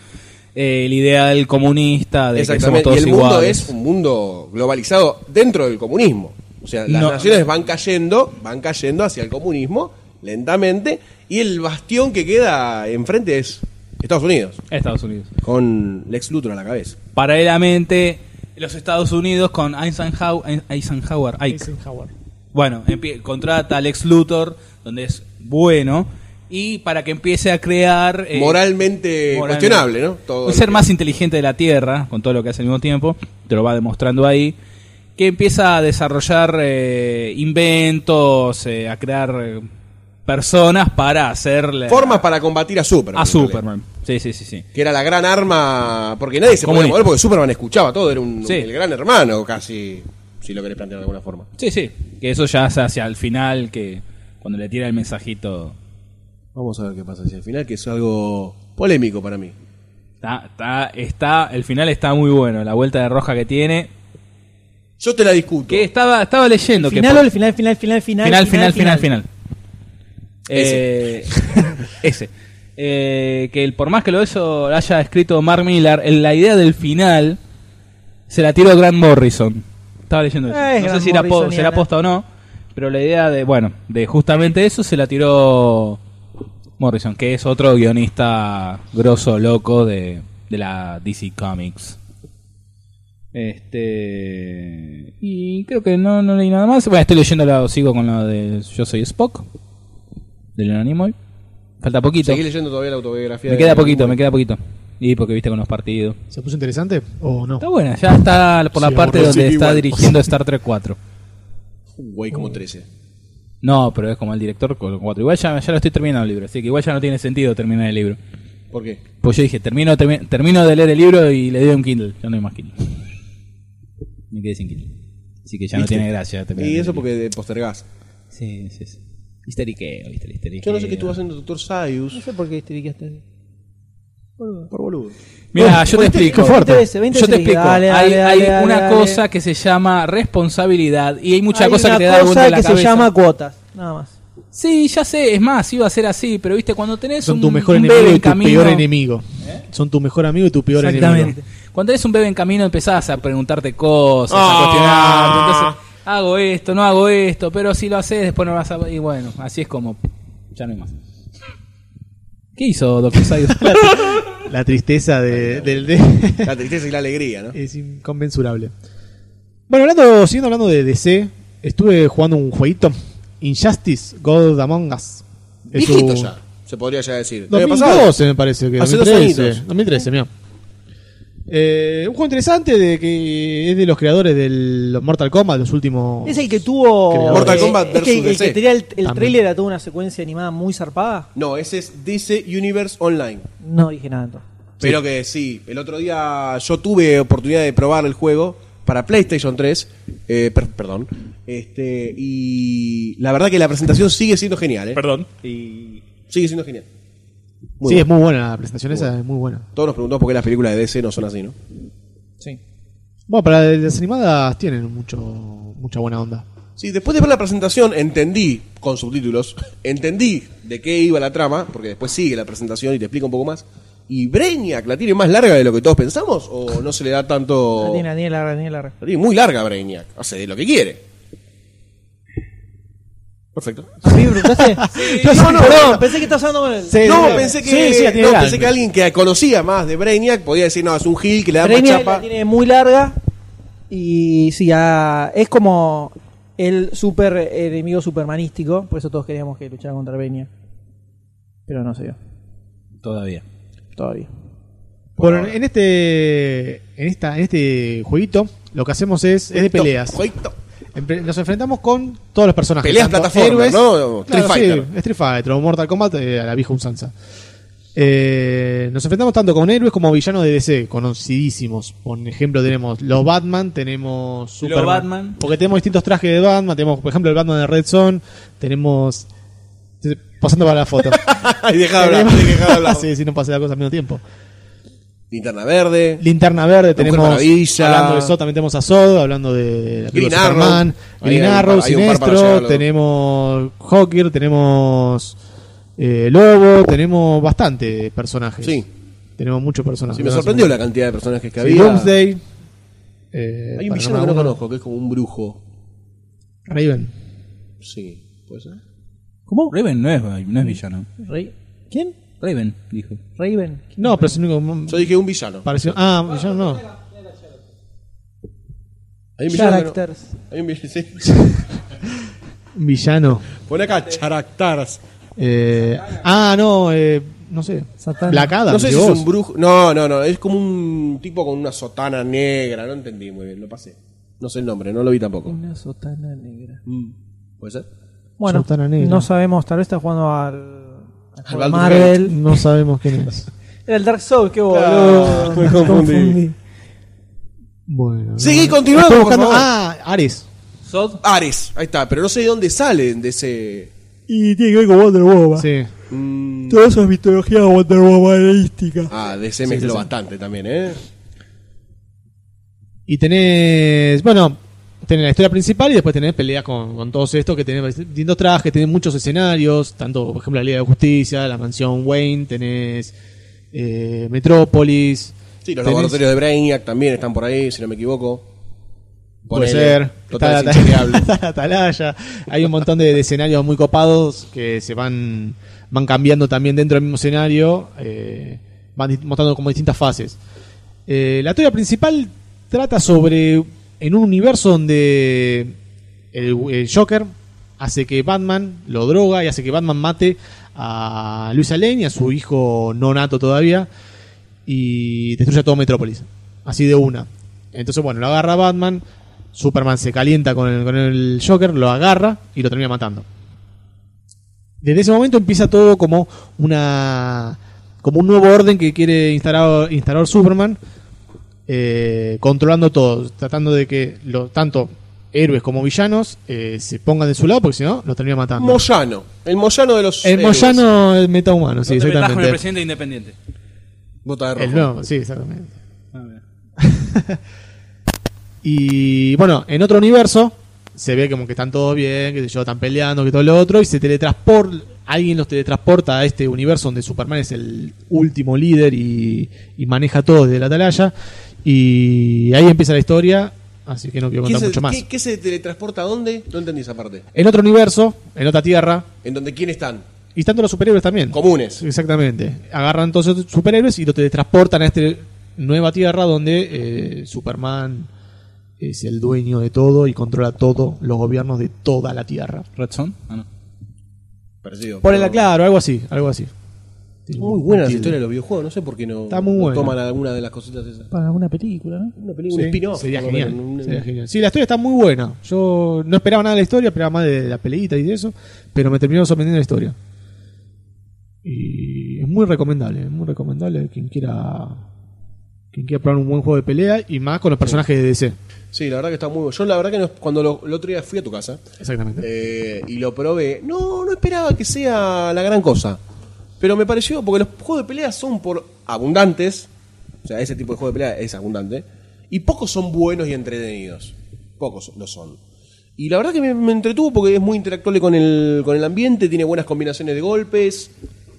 eh, el ideal comunista de que somos Exactamente. Y todos el mundo iguales. es un mundo globalizado dentro del comunismo. O sea, las No. naciones van cayendo, van cayendo hacia el comunismo lentamente y el bastión que queda enfrente es Estados Unidos, Estados Unidos. con Lex Luthor a la cabeza. Paralelamente, los Estados Unidos con Eisenhower. Eisenhower, Ike. Eisenhower. Bueno, empie- contrata a Lex Luthor, donde es bueno, y para que empiece a crear... eh, moralmente, moralmente. cuestionable, ¿no? Todo un lo ser que- más inteligente de la Tierra, con todo lo que hace al mismo tiempo, te lo va demostrando ahí, que empieza a desarrollar eh, inventos, eh, a crear eh, personas para hacerle... Formas para combatir a Superman. A en realidad. Superman. Sí, sí, sí, sí. Que era la gran arma, porque nadie se podía Comunista. mover porque Superman escuchaba todo, era un, Sí. el gran hermano casi, si lo querés plantear de alguna forma. Sí, sí. Que eso ya hace hacia el final, que cuando le tira el mensajito... Vamos a ver qué pasa hacia el final, que es algo polémico para mí. Está, está, está, el final está muy bueno, la vuelta de roja que tiene. Yo te la discuto. Que estaba, estaba leyendo que... ¿Final por- o el final, final, final, final? final, final, final, final. Ese. Eh, ese. Eh, que el, por más que lo eso lo haya escrito Mark Millar, el- la idea del final se la tiró Grant Morrison. Estaba leyendo eso. Eh, no sé Grant si era po- será Morrisoniana. posta o no. Pero la idea de, bueno, de justamente eso se la tiró Morrison, que es otro guionista grosso, loco de, de la DC Comics. Este. Y creo que no, no leí nada más. Bueno, estoy leyendo, la, sigo con la de Yo soy Spock, de Leon Nimoy. Falta poquito. Seguí leyendo todavía la autobiografía. Me de- queda poquito, me queda poquito. Y porque viste con los partidos. ¿Se puso interesante o no? Está buena, ya está por la Sí, parte aburrido. donde Sí, está igual. dirigiendo Star Trek 4. Un Güey, Mm. como 13. No, pero es como el director con 4. Igual ya, ya lo estoy terminando el libro, así que igual ya no tiene sentido terminar el libro. ¿Por qué? Pues yo dije, termino, termi- termino de leer el libro y le doy un Kindle. Ya no hay más Kindle. Me quedé sin Kindle. Así que ya no ¿Viste? tiene gracia. terminar Y el eso libro. porque de- postergás. Sí, sí, sí. Histeriqueo, viste, el Yo histeriqueo. no sé qué estuvo haciendo el doctor No Sayus. sé por qué esteriqueaste. Por boludo. Mira, yo te explico. qué fuerte. 20 veces, 20 yo te veces. explico. Dale, hay dale, hay dale, una dale. cosa que se llama responsabilidad y hay mucha Hay cosa una que te da vuelta cosa la que cabeza. se llama cuotas, nada más. Sí, ya sé, es más, iba a ser así, pero viste, cuando tenés Son un, tu mejor un enemigo bebé y en tu camino. ¿Eh? peor enemigo. Son tu mejor amigo y tu peor enemigo. Exactamente. Cuando tenés un bebé en camino empezás a preguntarte cosas, a cuestionarte. Entonces, hago esto, no hago esto, pero si lo haces después no vas a. Y bueno, así es como. Ya no hay más. ¿Qué hizo Doctor Sayus? La tristeza de, del de- La tristeza y la alegría, Eh, ¿no? es inconmensurable. Bueno, hablando, siguiendo hablando de DC, estuve jugando un jueguito. Injustice, God Among Us. Es Viejito un- ya, se podría ya decir. ¿Lo había pasado? 2012 me parece que. Hace dos 2013, añitos. 2013, mira. Eh, un juego interesante de que es de los creadores del Mortal Kombat, los últimos. Es el que tuvo. Creo. Mortal Kombat es que versus El DC. que tenía el, el Oh. También. trailer a toda una secuencia animada muy zarpada. No, ese es DC Universe Online. No dije nada entonces. Pero que sí, el otro día yo tuve oportunidad de probar el juego para PlayStation 3, eh, per- perdón, este, y la verdad que la presentación sigue siendo genial, ¿eh? Perdón. Y sigue siendo genial. sí, Muy bueno. es muy buena la presentación esa, es muy buena. Todos nos preguntamos por qué las películas de DC no son así, ¿no? Bueno, para las animadas tienen mucho mucha buena onda. Sí, después de ver la presentación entendí, con subtítulos, entendí de qué iba la trama, porque después sigue la presentación y te explica un poco más. ¿Y Brainiac la tiene más larga de lo que todos pensamos? ¿O no se le da tanto...? La tiene, la tiene larga, la tiene larga. La tiene muy larga Brainiac, hace de lo que quiere. Perfecto. ¿A mí me preguntaste? No, no, no. Perdón, pensé que estabas hablando con el. No, pensé que, no, pensé que alguien que conocía más de Brainiac podía decir, no, es un Gil que le da más Brainiac chapa. la tiene muy larga. Y sí, ah, es como el super enemigo supermanístico. Por eso todos queríamos que luchara contra Brainiac. Pero no se dio, Todavía. todavía. Bueno, en este en esta en este jueguito lo que hacemos es, es de peleas. Jueguito. Empre- Nos enfrentamos con todos los personajes. Peleas tanto plataforma, ¿no? Claro, Street sí, Fighter. Street Fighter o Mortal Kombat eh, a la vieja usanza. Eh, nos enfrentamos tanto con héroes como villanos de DC, conocidísimos. Por ejemplo, tenemos los Batman, tenemos Superman. Batman. Porque tenemos distintos trajes de Batman. Tenemos, por ejemplo, el Batman de Red Zone. Tenemos. Pasando para la foto. Ay, dejá de hablar, dejá de hablar. Ah, sí, sí, no pasa la cosa al mismo tiempo. Linterna verde. Linterna Verde, tenemos. Maravilla. Hablando de Sod, también tenemos a Sod, hablando de la película Green Arrow. Superman, Ahí Green hay un par- Arrow, hay un par para llegar a Sinestro, los- tenemos Hawker, tenemos eh, Lobo, tenemos bastante personajes. Sí. Tenemos muchos personajes. Sí, me sorprendió la cantidad de personajes que Sí, había. Doomsday. eh, Hay un para villano que nombrar no uno. conozco, que es como un brujo. Raven. Sí, ¿puede ser? ¿Cómo? Raven no es, no es villano. Rey- ¿Quién? Raven, dijo. Raven. No, pero es el único. Yo dije un villano. Pareció, ah, villano no. Hay un villano. que no- Characters. Hay un villano, sí. Villano. Pon acá charactars. Eh, ah, no, eh, no sé. Satán. Blacada. No sé si es un brujo. No, no, no. Es como un tipo con una sotana negra. No entendí muy bien. Lo pasé. No sé el nombre. No lo vi tampoco. Una sotana negra. Mm, ¿Puede ser? Bueno, Sotana negra. no sabemos, tal vez está jugando al. al juego Baldur's Marvel. No sabemos quién es. Era el Dark Souls, qué boludo. Ah, me confundí. Bueno. Seguí, no. continuando. Estoy por buscando. favor. Ah, Ares. Sod. Ares. Ahí está. Pero no sé de dónde salen de ese. Y tiene que ver con Wonder Woman. Sí. Mm, Todo eso es mitología Wonder Womanística. Ah, de ese mezcló bastante también, ¿eh? Y tenés. Bueno, tenés la historia principal y después tenés peleas con, con todos estos que tenés distintos trajes, tenés muchos escenarios, tanto, por ejemplo, la Liga de Justicia, la mansión Wayne, tenés eh, Metrópolis. Sí, los tenés- laboratorios de Brainiac también están por ahí, si no me equivoco. Puede Ponele. ser. Total, Está es inchequeable. está la Atalaya. Hay un montón de, de escenarios muy copados que se van, van cambiando también dentro del mismo escenario. eh, van di- mostrando como distintas fases. Eh, la teoría principal trata sobre en un universo donde el, el Joker hace que Batman lo droga y hace que Batman mate a Luis Lane y a su hijo no nato todavía y destruye todo Metrópolis. Así de una. Entonces, bueno, lo agarra Batman. Superman se calienta con el, con el Joker, lo agarra y lo termina matando. Desde ese momento empieza todo como una. como un nuevo orden que quiere instalar, instalar Superman. eh, controlando todo. Tratando de que lo- tanto héroes como villanos eh, se pongan de su lado, porque si no, los termina matando. Moyano. El Moyano de los. el héroes. Moyano el metahumano, sí, No te metas con el exactamente. presidente independiente. Bota de rojo. El nuevo, sí, exactamente. Y bueno, en otro universo se ve como que están todos bien, que yo, están peleando, que todo lo otro, y se teletransporta, alguien los teletransporta a este universo donde Superman es el último líder y, y maneja todo desde la atalaya. Y ahí empieza la historia, así que no quiero ¿Quién contar se, mucho más. ¿qué, qué se teletransporta a dónde? No entendí esa parte. En otro universo, en otra tierra, En donde quién están. y tanto los superhéroes también. Comunes. Exactamente. Agarran todos esos superhéroes y los teletransportan a esta nueva tierra donde eh, Superman es el dueño de todo y controla todo, los gobiernos de toda la tierra. Red Son. Ah, no. Parecido. Ponela claro, algo así, algo así. Muy buena la historia de los videojuegos. No sé por qué no, Está muy no buena. toman alguna de las cositas esas. Para una película, ¿no? Una película, un spin-off. Sería por lo genial, menos, un- sería genial. Sí, la historia está muy buena. Yo no esperaba nada de la historia, esperaba más de la peleita y de eso, pero me terminó sorprendiendo la historia. Y es muy recomendable, es muy recomendable quien quiera quien quiera probar un buen juego de pelea y más con los personajes de DC. Sí, la verdad que está muy bueno. Yo la verdad que no- cuando lo, el otro día fui a tu casa Exactamente. eh, y lo probé, no, no esperaba que sea la gran cosa. Pero me pareció, porque los juegos de pelea son por abundantes, o sea, ese tipo de juego de pelea es abundante, y pocos son buenos y entretenidos. Pocos lo son. Y la verdad que me, me entretuvo porque es muy interactuable con el, con el ambiente, tiene buenas combinaciones de golpes,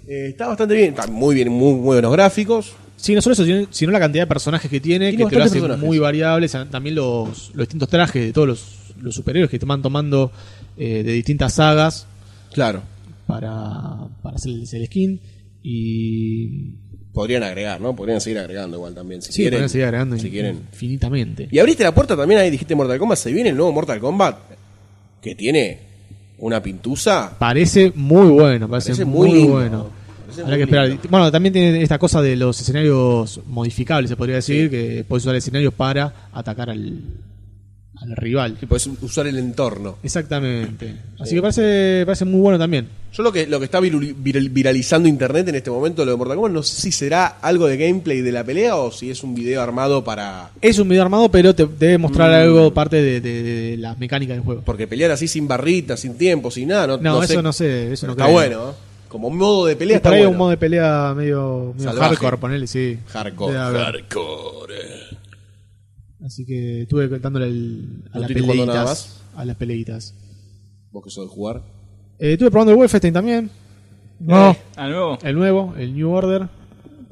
eh, está bastante bien, está muy bien, muy, muy buenos gráficos. Sí, no solo eso, sino- sino la cantidad de personajes que tiene, Tiene que te lo bastantes hace personajes. muy variable. o sea, También los, los distintos trajes de todos los, los superhéroes que te van tomando eh, de distintas sagas. Claro, para, para hacer el, el skin. Y. podrían agregar, ¿no? Podrían seguir agregando igual también, si Sí, quieren. podrían seguir agregando si in- quieren. infinitamente. Y abriste la puerta también ahí, dijiste Mortal Kombat, se viene el nuevo Mortal Kombat, que tiene una pintuza. Parece muy bueno, parece, Parece muy muy, lindo. bueno. Parece Habrá muy que esperar. lindo. Bueno, también tiene esta cosa de los escenarios modificables, se podría decir, que puedes usar escenarios para atacar al, al rival. Y podés usar el entorno. Exactamente. Así que parece, parece muy bueno también. Yo lo que, lo que está viruli- viral- viralizando internet en este momento, lo de Mortal Kombat, no sé si será algo de gameplay de la pelea o si es un video armado para... Es un video armado, pero te debe Mm. mostrar algo parte de, de- de las mecánicas del juego. Porque pelear así sin barritas, sin tiempo, sin nada, no, No, sé. eso no sé. Eso no Pero está creo. bueno, ¿eh? Como modo de pelea Sí, está por ahí bueno. un modo de pelea medio, medio Salvaje. hardcore, ponele, sí. Hardcore. Debe haber. Hardcore. Así que estuve contándole el- a ¿No las estoy jugando nada peleitas. A las peleitas. Vos que sos de jugar. Eh, estuve probando el Wolfenstein también. No, ¿Al Ah, nuevo? El nuevo, el New Order.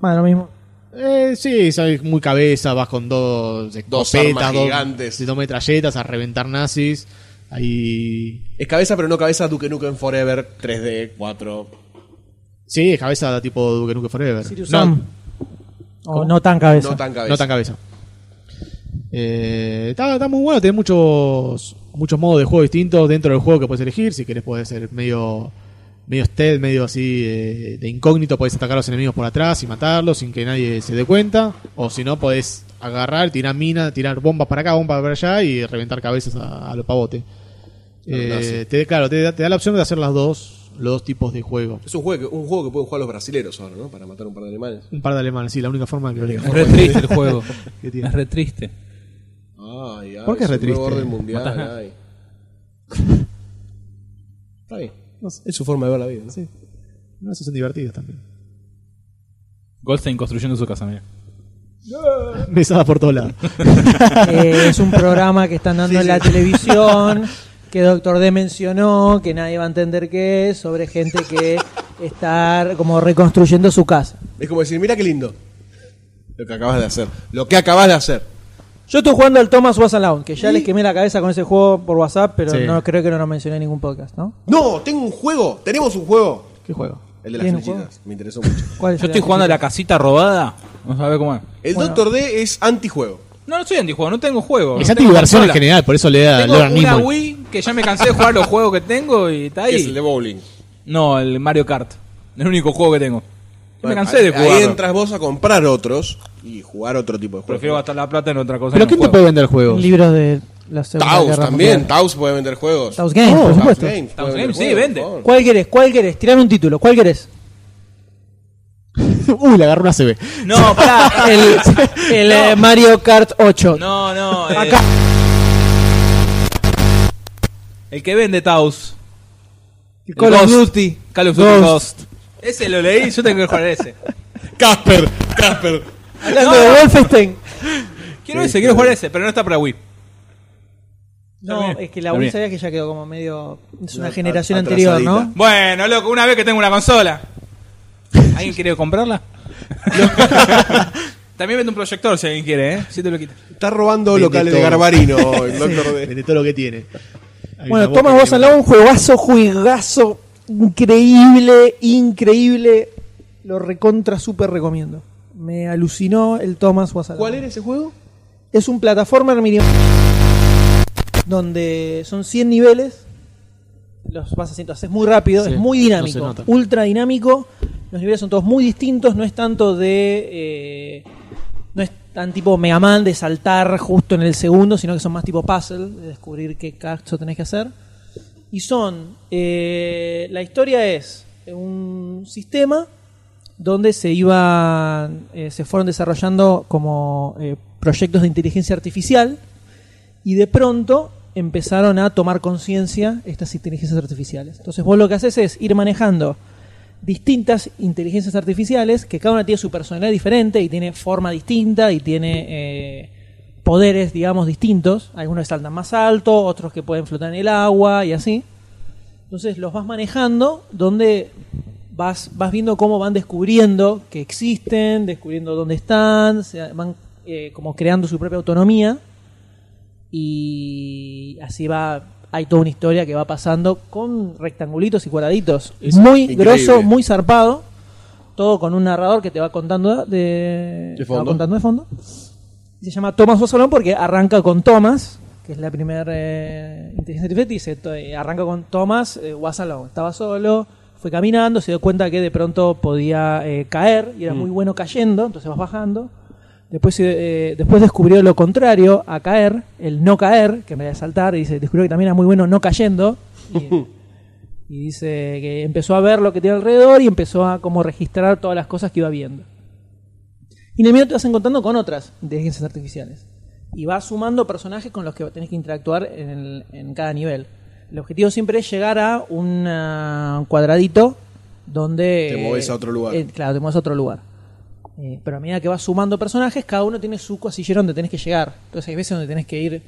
más lo mismo. Eh, sí, sabes, muy cabeza, vas con dos Dos escopetas, armas dos, gigantes. dos metralletas a reventar nazis. Ahí. Es cabeza pero no cabeza Duke Nukem Forever 3D 4. Sí, es cabeza tipo Duke Nukem Forever. Sirius No, Sam. O no tan cabeza. No tan cabeza. No tan cabeza. Eh, está, está muy bueno, tenés muchos muchos modos de juego distintos dentro del juego que puedes elegir. Si querés, puedes ser medio medio stealth, medio así eh, de incógnito. Podés atacar a los enemigos por atrás y matarlos sin que nadie se dé cuenta. O si no, podés agarrar, tirar mina, tirar bombas para acá, bombas para allá y reventar cabezas a, a los pavotes. Eh, te, claro, te, da- te da la opción de hacer las dos, los dos tipos de juego. Es un juego, que, un juego que pueden jugar los brasileros ahora, ¿no? Para matar un par de alemanes. Un par de alemanes, sí, la única forma que, Es re triste el juego. que tiene. Es re triste. Ay, ay, ¿Por qué es un re triste? nuevo orden mundial, Matás a- ay. Está bien. Es su forma de ver la vida, ¿no? Sí. No, esos son divertidos también. Goldstein construyendo su casa, mira. Besada por todos lados. Eh, es un programa que están dando en la televisión, que Doctor D mencionó, que nadie va a entender qué es, sobre gente que está como reconstruyendo su casa. Es como decir, mira qué lindo. Lo que acabas de hacer. Lo que acabas de hacer. Yo estoy jugando al Thomas Was Alone, que ya les quemé la cabeza con ese juego por WhatsApp, pero Sí. no creo que no lo mencioné en ningún podcast, ¿no? No, tengo un juego. Tenemos un juego. ¿Qué juego? El de las ¿Tiene un flechitas. Me interesó mucho. ¿Cuál es Yo el estoy jugando a artículo? la casita robada. Vamos a ver cómo es. El Bueno. Doctor D es antijuego. No, no soy antijuego, no tengo juego. Es no tengo antidiversión en consola. general, por eso le da Tengo Logan una Nimoy. Wii que ya me cansé de jugar los juegos que tengo y está que es el de ahí. bowling. No, el Mario Kart. El único juego que tengo. me Bueno, cansé de ahí- Ahí jugar. entras vos a comprar otros y jugar otro tipo de juegos. Prefiero gastar la plata en otra cosa. ¿Pero que quién en te un puede juego. vender juegos? Libros de la Segunda Taos Guerra también. Mundial. Taos puede vender juegos. Taos Games, por Taos supuesto. Games, Oh, Taos puede Games, vender sí, juegos, por ¿Cuál querés? ¿Cuál querés? Tirame un título. ¿Cuál querés? Uh, Uy, le agarró una CB. No, pará. El, el, eh, Mario Kart 8. No, no. eh, Acá. eh, El que vende Taos. eh, El Call of Ghost. Duty. Call of Duty Ghost. Ghost. Ese lo leí, yo tengo que jugar ese. favor. Casper, Casper. Hablando No, de no. Wolfenstein. Quiero ese, quiero jugar ese, pero no está para Wii. No, bien, es que la está Wii bien. sabía que ya quedó como medio. Es una At- generación atrasadita. anterior, ¿no? Bueno, loco, una vez que tengo una consola. ¿Alguien quiere comprarla? También vende un proyector si alguien quiere, ¿eh? Si te lo quitas. Está robando Vende locales de todo. Garbarino, el Doctor D. De todo lo que tiene. Hay Bueno, una Thomas boca Was que- Alone, un juegazo, juegazo. Increíble, increíble. Lo recontra, súper recomiendo. Me alucinó el Thomas Was Alone. ¿Cuál era ese juego? Es un plataformer medio- donde son 100 niveles. Los vas haciendo, haces muy rápido, Sí, es muy dinámico, no se nota. ultra dinámico. Los niveles son todos muy distintos, no es tanto de. eh, no es tan tipo Mega Man de saltar justo en el segundo, sino que son más tipo puzzle, de descubrir qué caso tenés que hacer. Y son. eh, la historia es un sistema donde se iban. eh, se fueron desarrollando como eh, proyectos de inteligencia artificial y de pronto empezaron a tomar conciencia estas inteligencias artificiales. Entonces vos lo que haces es ir manejando distintas inteligencias artificiales que cada una tiene su personalidad diferente y tiene forma distinta y tiene eh, poderes, digamos, distintos. Algunos que saltan más alto, otros que pueden flotar en el agua y así. Entonces los vas manejando donde vas, vas viendo cómo van descubriendo que existen, descubriendo dónde están, se van eh, como creando su propia autonomía y así va hay toda una historia que va pasando con rectangulitos y cuadraditos Es muy increíble. grosso muy zarpado todo con un narrador que te va contando de, De te va fondo. contando de fondo se llama Thomas Bosolón porque arranca con Thomas que es la primera eh, inteligencia artificial y dice to- eh, arranca con Thomas eh, was alone. estaba solo fue caminando se dio cuenta que de pronto podía eh, caer y era muy bueno cayendo entonces vas bajando Después, eh, después descubrió lo contrario a caer, el no caer, que en realidad es saltar, y dice, descubrió que también era muy bueno no cayendo. Y, y dice que empezó a ver lo que tiene alrededor y empezó a como registrar todas las cosas que iba viendo. Y en el medio te vas encontrando con otras inteligencias artificiales. Y vas sumando personajes con los que tenés que interactuar en, el- en cada nivel. El objetivo siempre es llegar a una- un cuadradito donde... Te movés a otro lugar. eh, claro, te mueves a otro lugar. Eh, pero a medida que vas sumando personajes, cada uno tiene su casillero donde tenés que llegar. Entonces hay veces donde tenés que ir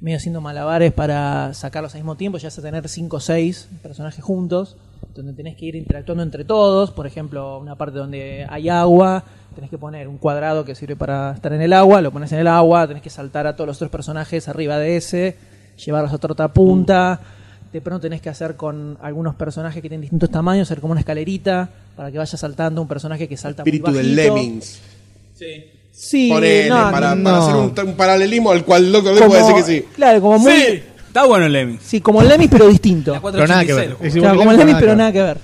medio haciendo malabares para sacarlos al mismo tiempo, ya vas a tener 5 o 6 personajes juntos, donde tenés que ir interactuando entre todos, por ejemplo, una parte donde hay agua, tenés que poner un cuadrado que sirve para estar en el agua, lo pones en el agua, tenés que saltar a todos los otros personajes arriba de ese, llevarlos a otra, otra punta, de pronto tenés que hacer con algunos personajes que tienen distintos tamaños, hacer como una escalerita para que vaya saltando un personaje que salta Espíritu muy del bajito. Lemmings. Sí, Ponele, no, para, no. para hacer un, un paralelismo al cual el Doctor D puede Como- decir que sí. Claro, como muy. Sí, Está bueno el Lemmings. como el Lemmings, pero distinto. Pero nada que ver. Es igual Claro, que como el Lemmings, Lemmings, pero nada que ver.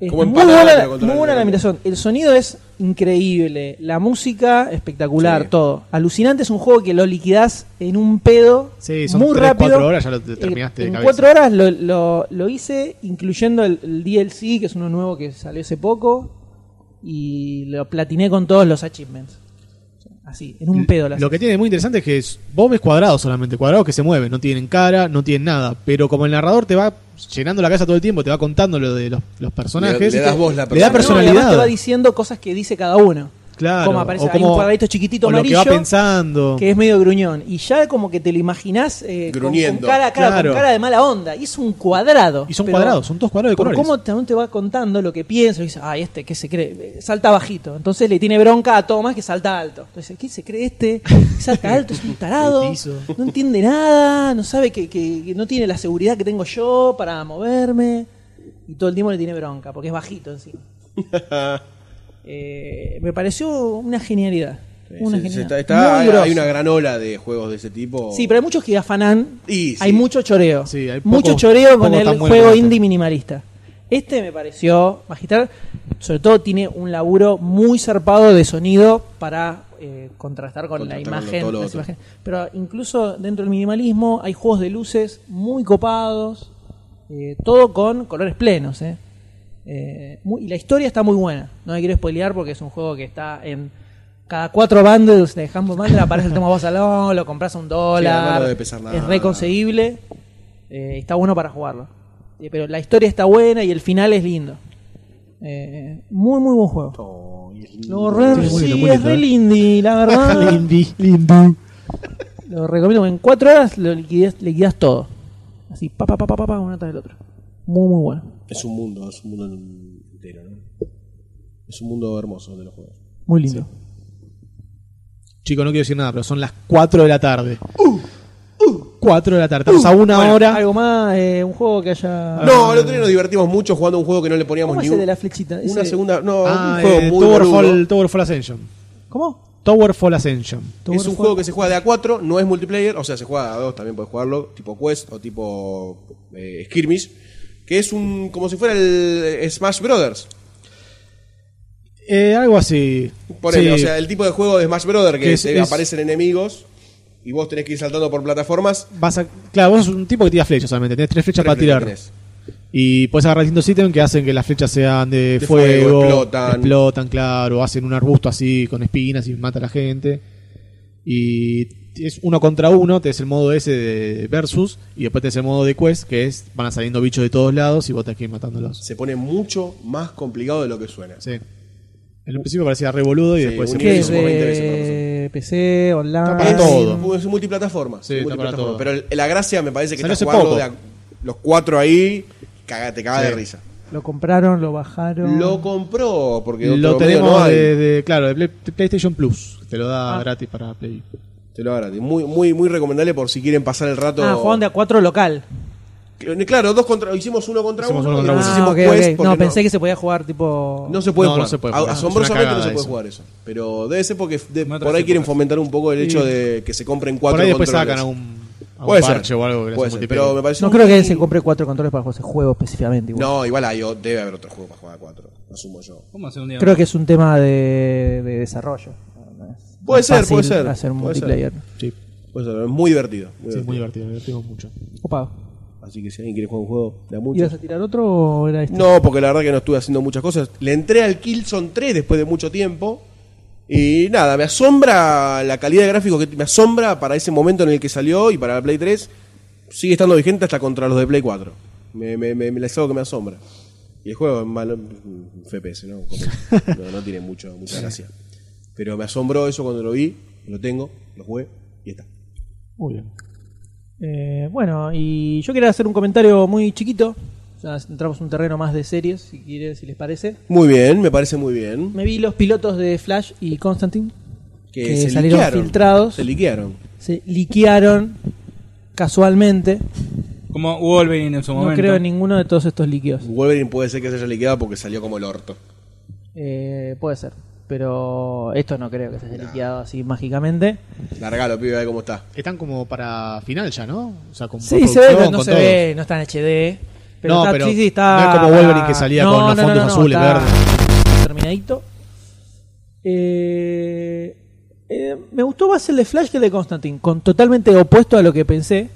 Eh, Como muy empatar, buena, pero la- contra muy el buena la Lemmings. ambientación. El sonido es increíble. La música, espectacular, Sí. todo. Alucinante es un juego que lo liquidás en un pedo. Sí, son muy tres, rápido. cuatro horas, ya lo te- Eh, terminaste de En cabeza. cuatro horas lo, lo- lo hice, incluyendo el, el DLC, que es uno nuevo que salió hace poco. Y lo platiné con todos los achievements. Así, en un pedo. las Lo que tiene muy interesante es que es- vos ves cuadrados solamente, cuadrados que se mueven, no tienen cara, no tienen nada. Pero como el narrador te va llenando la casa todo el tiempo, te va contando lo de los, los personajes. Le- le das vos la Le da No, y personalidad. además personalidad. te va diciendo cosas que dice cada uno. Claro, como aparece, o hay un como- cuadradito chiquitito o lo que amarillo va pensando. que es medio gruñón. Y ya como que te lo imaginás eh, con- Gruñendo. Con, cara, claro, con Claro. cara de mala onda. Y es un cuadrado. Y son pero cuadrados, son todos cuadrados de por colores. cómo también te va contando lo que piensa, y dice, ay, este, ¿qué se cree? Eh, Salta bajito. Entonces le tiene bronca a Tomás que salta alto. Entonces, ¿qué se cree este? Salta alto, es un tarado, no entiende nada, no sabe que, que- que no tiene la seguridad que tengo yo para moverme. Y todo el tiempo le tiene bronca, porque es bajito encima. Eh, me pareció una genialidad. Una Se- se- genialidad. está- está- Muy hay, grosso. hay una gran ola de juegos de ese tipo. Sí, pero hay muchos que afanán. Y sí. Hay mucho choreo. Sí, hay mucho pocos- choreo con pocos el tan buenos juego como este. indie minimalista. Este me pareció magistral. Sobre todo tiene un laburo muy zarpado de sonido para eh, contrastar con la Contrastar con lo- imagen. todo lo las otro. imágenes. Pero incluso dentro del minimalismo hay juegos de luces muy copados. eh, todo con colores plenos. eh. Eh, muy- y la historia está muy buena. No me quiero spoilear porque es un juego que está en. Cada cuatro bundles de Humble Bundle aparece el toma vos al lado, lo compras a un dólar. Sí, no debe pesar nada. Es reconseguible. eh, está bueno para jugarlo. Eh, pero la historia está buena y el final es lindo. Eh, muy, muy buen juego. Oh, Lo re- Sí, muy sí, lindo, muy es lindo, re eh. lindy, la verdad. Lindy, lindy. Lo recomiendo. En cuatro horas lo liquidas, liquidas todo. Así, pa, pa, pa, pa, pa, pa, uno tras el otro. Muy, muy bueno. Es un mundo, es un mundo entero, ¿no? Es un mundo hermoso de los juegos. Muy lindo. Chico, no quiero decir nada, pero son las 4 de la tarde. Uh, 4 de la tarde, estamos a una Bueno, hora. Algo más, eh, un juego que haya. Ah, No, el otro día nos divertimos mucho jugando un juego que no le poníamos ¿Cómo ni es el un- de la flechita? una Ese- segunda. No, Ah, un juego eh, muy boludo. Towerfall, Towerfall Ascension. ¿Cómo? Towerfall Ascension. es un juego que se juega de a 4, no es multiplayer, o sea, se juega a 2, también puedes jugarlo, tipo Quest o tipo eh, Skirmish, que es un como si fuera el Smash Brothers. Eh, algo así. Ponele, Sí. o sea, el tipo de juego de Smash Brothers que, Que es- te es- aparecen enemigos y vos tenés que ir saltando por plataformas. Vas a- claro, vos sos un tipo que tira flechas solamente, tenés tres flechas Tres para tirar. tenés. Y puedes agarrar distintos ítems que hacen que las flechas sean de, De fuego, fuego, explotan. explotan, claro, hacen un arbusto así con espinas y mata a la gente. Y es uno contra uno, tenés el modo ese de versus, y después tenés el modo de quest, que es van saliendo bichos de todos lados y vos tenés que ir matándolos. Se pone mucho más complicado de lo que suena. Sí. En un principio parecía revoludo y Sí, después un se ¿Qué puso es? Sí, como 20 veces por Eh, PC, online. Está para todo. Es multiplataforma. Sí, es está para multiplataforma. todo. Pero el- la gracia me parece que Salió está hace jugando poco. de a- los cuatro ahí, caga- te caga de risa. Lo compraron, lo bajaron. Ah, Lo compró, porque Lo otro medio no tenemos hay. de, de- claro, de Play- de PlayStation Plus. Te lo da gratis para Play. Te lo agradezco. Muy, muy, muy recomendable por si quieren pasar el rato. Eh, Ah, jugaron de a 4 local. Claro, dos contra, hicimos uno contra Hicimos uno. uno y contra después uno. Ah, pues, hicimos ok, quest ok. porque No, pensé que se podía jugar tipo. no se puede No, jugar. no se puede jugar. Es A- una Asombrosamente no se cagada puede eso. jugar eso. Pero debe ser porque de- No por ahí traje quieren pocas. fomentar un poco el hecho de que se compren cuatro Por ahí después controles. sacan a un, a un Puede ser. parche o algo que le Puede hace ser, multiplayer. pero me parece No un- creo que se compre 4 controles para jugar ese juego específicamente. igual. No, igual hay, o- debe haber otro juego para jugar a cuatro. Asumo yo. ¿Cómo hacer un día? Creo que es un tema de, de desarrollo. No es- no Puede es ser, fácil puede ser, Hacer un puede ser. multiplayer. Sí, Puede ser, es muy divertido. muy sí, es divertido. muy divertido, me divertimos mucho. Copado. Así que si alguien quiere jugar un juego de a ¿Ibas muchos. a tirar otro o era este? No, porque la verdad que no estuve haciendo muchas cosas. Le entré al Killzone 3 después de mucho tiempo. Y nada, me asombra la calidad de gráfico que me asombra para ese momento en el que salió y para la Play 3. Sigue estando vigente hasta contra los de Play 4. Me, me, me, me- es algo que me asombra. Y el juego es malo, mm, FPS, ¿no? Como- no, no tiene mucho, mucha gracia. Pero me asombró eso cuando lo vi, lo tengo, lo jugué y está. Muy bien. Eh, bueno, y yo quería hacer un comentario muy chiquito. Ya entramos en un terreno más de series, si quieren, si les parece. Muy bien, me parece muy bien. Me vi los pilotos de Flash y Constantine Que, que se salieron liquearon. filtrados. Se liquearon. se liquearon casualmente. Como Wolverine en su No momento. creo en ninguno de todos estos liqueos. Wolverine puede ser que se haya liqueado porque salió como el orto. Eh, puede ser. Pero esto no creo que se haya liqueado así mágicamente. Largalo, pibe, a ver cómo está. Están como para final ya, ¿no? O sea, con Sí, se producción, ve, pero no con se todo. ve, no está en HD. Pero No, está, pero sí, sí, está- no es como Wolverine que salía con los fondos azules, está verdes. Terminadito. Eh, eh, me gustó más el de Flash que el de Constantine, con totalmente opuesto a lo que pensé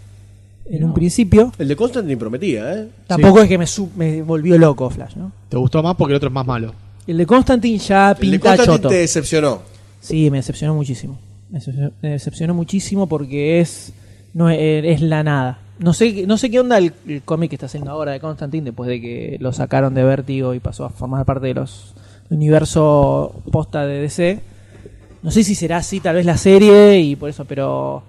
en un principio. El de Constantine prometía, ¿eh? Tampoco es que me, su- me volvió loco Flash, ¿no? Te gustó más porque el otro es más malo. El de Constantine ya el de pinta Constantine choto. te decepcionó. Sí, me decepcionó muchísimo. Me decepcionó, me decepcionó muchísimo porque es no es, es la nada. No sé, no sé qué onda el, el cómic que está haciendo ahora de Constantine después de que lo sacaron de Vértigo y pasó a formar parte de los universo posta de DC. No sé si será así tal vez la serie y por eso, pero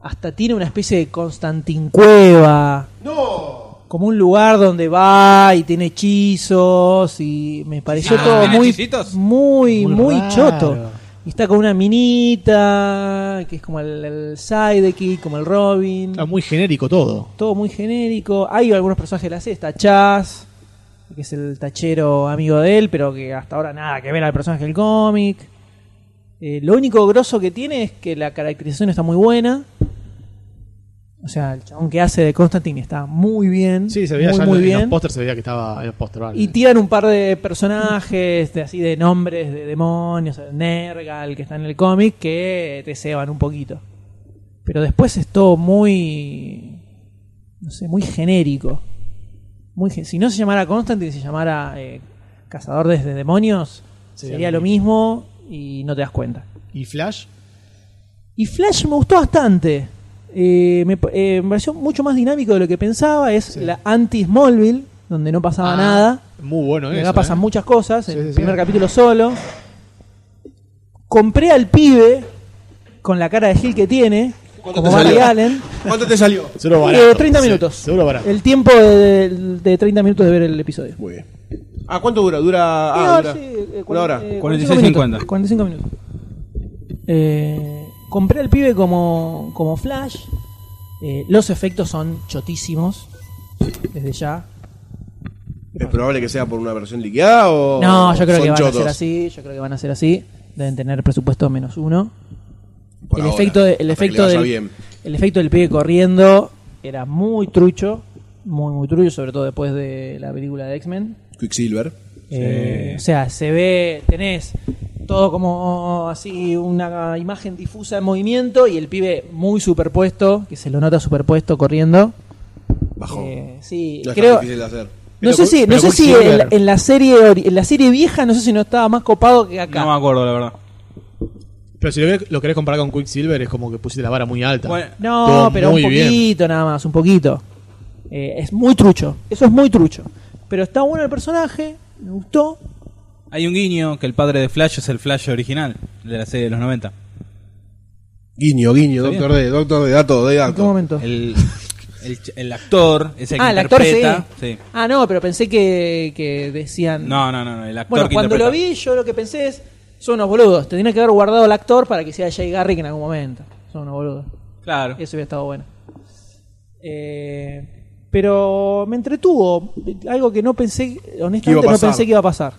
hasta tiene una especie de Constantin Cueva. ¡No! Como un lugar donde va y tiene hechizos y me pareció Ah, todo ¿tiene muy, hechicitos? muy, Muy muy raro. choto. Y está con una minita, que es como el, el sidekick, como el Robin. Está muy genérico todo. Todo muy genérico. Hay algunos personajes de la serie. Está Chaz, que es el tachero amigo de él, pero que hasta ahora nada que ver al personaje del cómic. Eh, lo único grosso que tiene es que la caracterización está muy buena. O sea, el chabón que hace de Constantine está muy bien. Sí, se veía muy, ya en muy los- en, bien. los pósters, se veía que estaba en los pósters. vale. Y tiran un par de personajes, de, así de nombres de demonios, Nergal, que está en el cómic, que te ceban un poquito. Pero después es todo muy. No sé, muy genérico. Muy gen- si no se llamara Constantine, se llamara eh, Cazador desde Demonios, Sería sería lo lo mismo y no te das cuenta. ¿Y Flash? Y Flash me gustó bastante. Eh, me, pa- eh, me pareció mucho más dinámico de lo que pensaba. Es la anti-Smallville, donde no pasaba Ah, nada. Muy bueno Acá eso. pasan eh. muchas cosas. Sí, en el sí, sí. primer capítulo solo. Compré al pibe con la cara de Gil que tiene, ¿Cuánto como te Barry salió? Allen, ¿Cuánto te salió? Seguro eh, 30 sí, minutos. Seguro barato. El tiempo de, de 30 minutos de ver el episodio. Muy bien. Ah, ¿cuánto dura? Dura. Una Ah, hora, dura. sí, eh, Una hora. eh, 46, 45 50. minutos. 45 minutos. Eh, compré al pibe como, como Flash. Eh, los efectos son chotísimos. Desde ya. ¿Es probable que sea por una versión liqueada o.? No, yo creo Oh, son que van a chotos? ser así. Yo creo que van a ser así. Deben tener presupuesto menos uno. Por el ahora, efecto, de- hasta el, que efecto le vaya del, bien. el efecto del pibe corriendo era muy trucho. Muy, muy trucho, sobre todo después de la película de X-Men. Quicksilver. Eh, o sea, se ve, tenés todo como oh, así una imagen difusa en movimiento y el pibe muy superpuesto, que se lo nota superpuesto corriendo. Bajo. Eh, sí, no es tan creo. difícil de hacer. No Pero sé cu- si, no pero sé si en, Quicksilver. en la serie ori- en la serie vieja no sé si no estaba más copado que acá. No me acuerdo, la verdad. Pero si lo, querés- lo querés comparar con Quicksilver, es como que pusiste la vara muy alta. Bueno, No, Estuvo pero un muy bien. poquito nada más, un poquito. Eh, es muy trucho, eso es muy trucho. Pero está bueno el personaje, me gustó. Hay un guiño que el padre de Flash es el Flash original de la serie de los 90. Guiño, guiño, Está doctor D, doctor D, dato, de ¿En qué dato. momento? El, el ch- el actor, ese que ah, el actor sí. interpreta. sí. Ah, no, pero pensé que, que decían. No, no, no, no, el actor bueno, que cuando lo interpreta. vi, yo lo que pensé es: son unos boludos. Tendrían que haber guardado al actor para que sea Jay Garrick en algún momento. Son unos boludos. Claro. Eso hubiera estado bueno. Eh, pero me entretuvo. Algo que no pensé, Que iba a honestamente, no pasar. pensé que iba a pasar.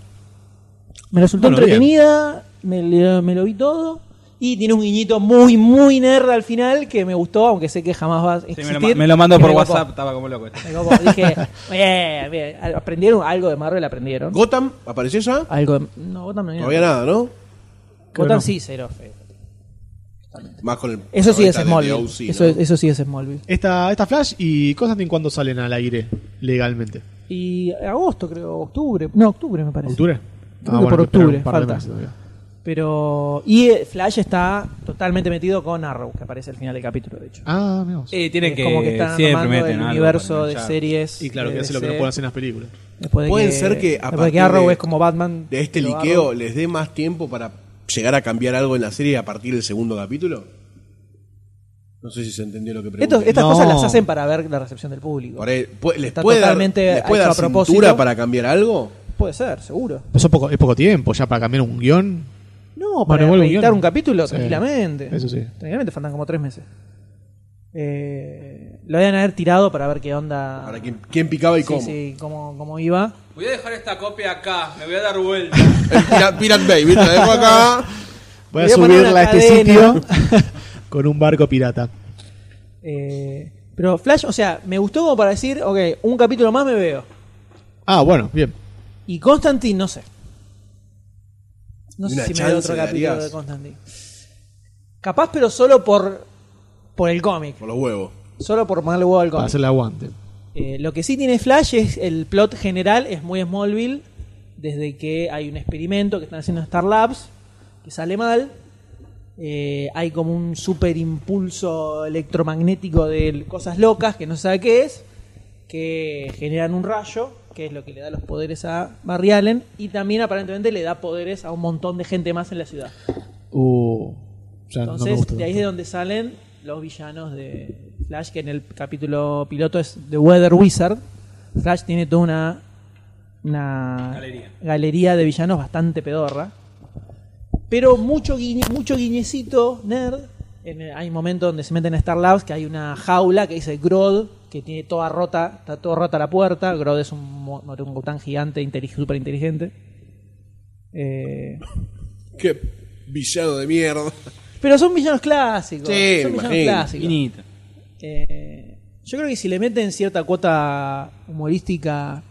Me resultó Bueno, entretenida, me, lo- me lo vi todo. Y tiene un guiñito muy, muy nerd al final que me gustó, aunque sé que jamás va a Sí, existir. me, lo, ma- me lo mandó que por me copó. WhatsApp, estaba como loco. este. Me copo. Dije, bien, bien. Al- Aprendieron algo de Marvel, aprendieron. Gotham, ¿apareció ya? Algo de. No, Gotham no. No había nada, ¿no? Gotham sí, cero. fe. Más con el. Eso sí es de- de Smallville. OC, ¿no? eso, eso sí es Smallville. Esta, esta Flash y Constantine, ¿cuándo salen al aire legalmente? Y agosto, creo, octubre. No, octubre me parece. ¿Octubre? Ah, Creo que por hay esperar octubre, un par de falta. meses todavía. Pero. Y eh, Flash está totalmente metido con Arrow, que aparece al final del capítulo, de hecho. Ah, mira vos. Eh, tienen Es que como que están siempre armando el meten algo universo para de enganchar. series. Y claro, de que hace lo que no DC, pueden hacer en las películas. después de Pueden ser que a después de que partir Arrow de- es como Batman. de este pero liqueo Arrow- les dé más tiempo para llegar a cambiar algo en la serie a partir del segundo capítulo? No sé si se entendió lo que pregunté. Esto- estas No. cosas las hacen para ver la recepción del público. Por ahí, pu- ¿Les Está puede dar, totalmente ¿les puede hecho dar a propósito. cintura para cambiar algo? Puede ser, seguro. Eso es poco, es poco tiempo ya para cambiar un guión. No, Bueno, para igual un editar guión. un capítulo Sí. tranquilamente. Eso sí. Tranquilamente faltan como tres meses. Eh, lo deben haber tirado para ver qué onda. Ahora, ¿quién, quién picaba Ah. y sí, cómo? sí, cómo, cómo iba. Voy a dejar esta copia acá, me voy a dar vuelta. El Pirate, Pirate Bay, ¿viste? La dejo acá. Voy a, Voy a poner subirla a una este cadena. sitio con un barco pirata. Eh, pero Flash, o sea, me gustó como para decir, ok, un capítulo más me veo. Ah, bueno, bien. Y Constantine, no sé. No ¿Y sé una si me veo chance otro le capítulo darías? de Constantine. Capaz, pero solo por, por el cómic. Por los huevos. Solo por ponerle huevo al Para cómic. hacerle aguante. Eh, lo que sí tiene Flash es el plot general, es muy Smallville, desde que hay un experimento que están haciendo en Star Labs, que sale mal, eh, hay como un super impulso electromagnético de cosas locas que no se sabe qué es, que generan un rayo, que es lo que le da los poderes a Barry Allen, y también aparentemente le da poderes a un montón de gente más en la ciudad. Uh, ya no me Entonces, gusta. de ahí es de donde salen los villanos de Flash, que en el capítulo piloto es The Weather Wizard. Flash tiene toda una, una Galería. galería de villanos bastante pedorra. Pero mucho, guiñe, mucho guiñecito nerd. En el- hay momentos donde se meten a Star Labs que hay una jaula que dice Grodd, que tiene toda rota, está toda rota la puerta. Grodd es un mo- orangután gigante, súper inteligente. Eh, Qué villano de mierda. pero son villanos clásicos. Sí, son me villanos imagino. clásicos. Eh, yo creo que si le meten cierta cuota humorística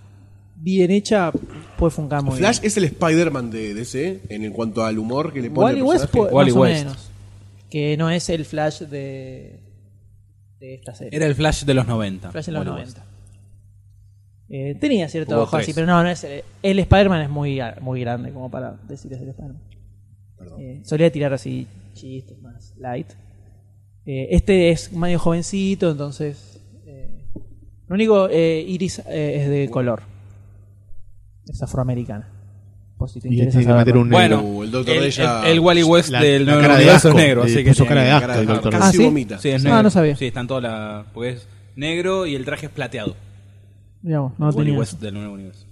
bien hecha, puede funcionar muy Flash bien. es el Spider-Man de DC en cuanto al humor que le pone. Wally al West, personaje. puede- Wally más West. o menos. Que no es el Flash de, de esta serie. Era el Flash de los 90. Flash en los Wally 90. Eh, tenía cierto Hubo ojo así, tres. pero no, no es el, el Spider-Man es muy, muy grande como para decir es el Spider-Man. Eh, solía tirar así chistes más light. Eh, este es medio jovencito, entonces. eh, lo único, eh, Iris eh, es de color. Es afroamericana. Por si te Y interesa tiene que meter saberlo. un Bueno, Uh, el el, Dr. Deya- el- el Wally West la- del la 9 cara de de es asco, negro, le así que puso cara de tiene- asco. el Dr. Casi Ah, ¿sí? vomita. Sí, es No, negro. no sabía. Sí, están todas las. Porque es negro y el traje es plateado. Mirá vos, no lo Wally tenía West eso. del nuevo universo.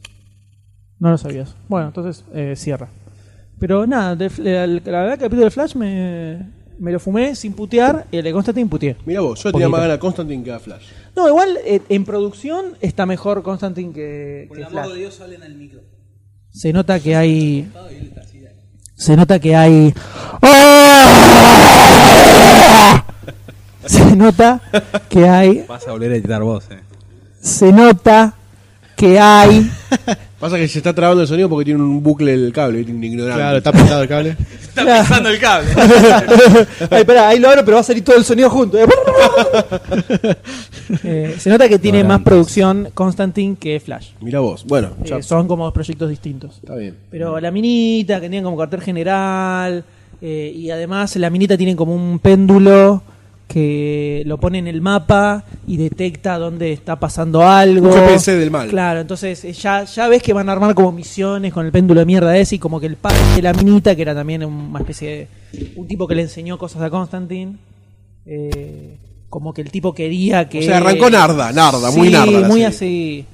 No lo sabías. Bueno, entonces eh, cierra. Pero nada, de- la, la verdad que el capítulo de Flash me, me lo fumé sin putear. El de Constantine imputeé. Mira vos, yo tenía Poquito. más ganas a Constantine que a Flash. No, igual eh, en producción está mejor Constantine que, que Flash. Dios, hablen al micro. Se nota que hay. Se nota que hay. Se nota que hay. Vas a volver a editar vos, eh. Se nota que hay. Pasa que se está trabando el sonido porque tiene un bucle el cable, tiene un ignorante. Claro, está apretado el cable. Está pisando el cable. Ay, pará, ahí lo abro, pero va a salir todo el sonido junto. Eh, se nota que tiene más producción Constantine que Flash. Mira vos. Bueno, Eh, ya, son como dos proyectos distintos. está bien. Pero la minita, que tienen como cuartel general, eh, y además la minita tiene como un péndulo que lo pone en el mapa y detecta dónde está pasando algo. Un GPS del mal. Claro, entonces eh, ya, ya ves que van a armar como misiones con el péndulo de mierda ese y como que el padre de la minita, que era también una especie de... un tipo que le enseñó cosas a Constantine. eh, como que el tipo quería que... O sea, arrancó narda, narda, muy Sí, narda la Muy serie. así.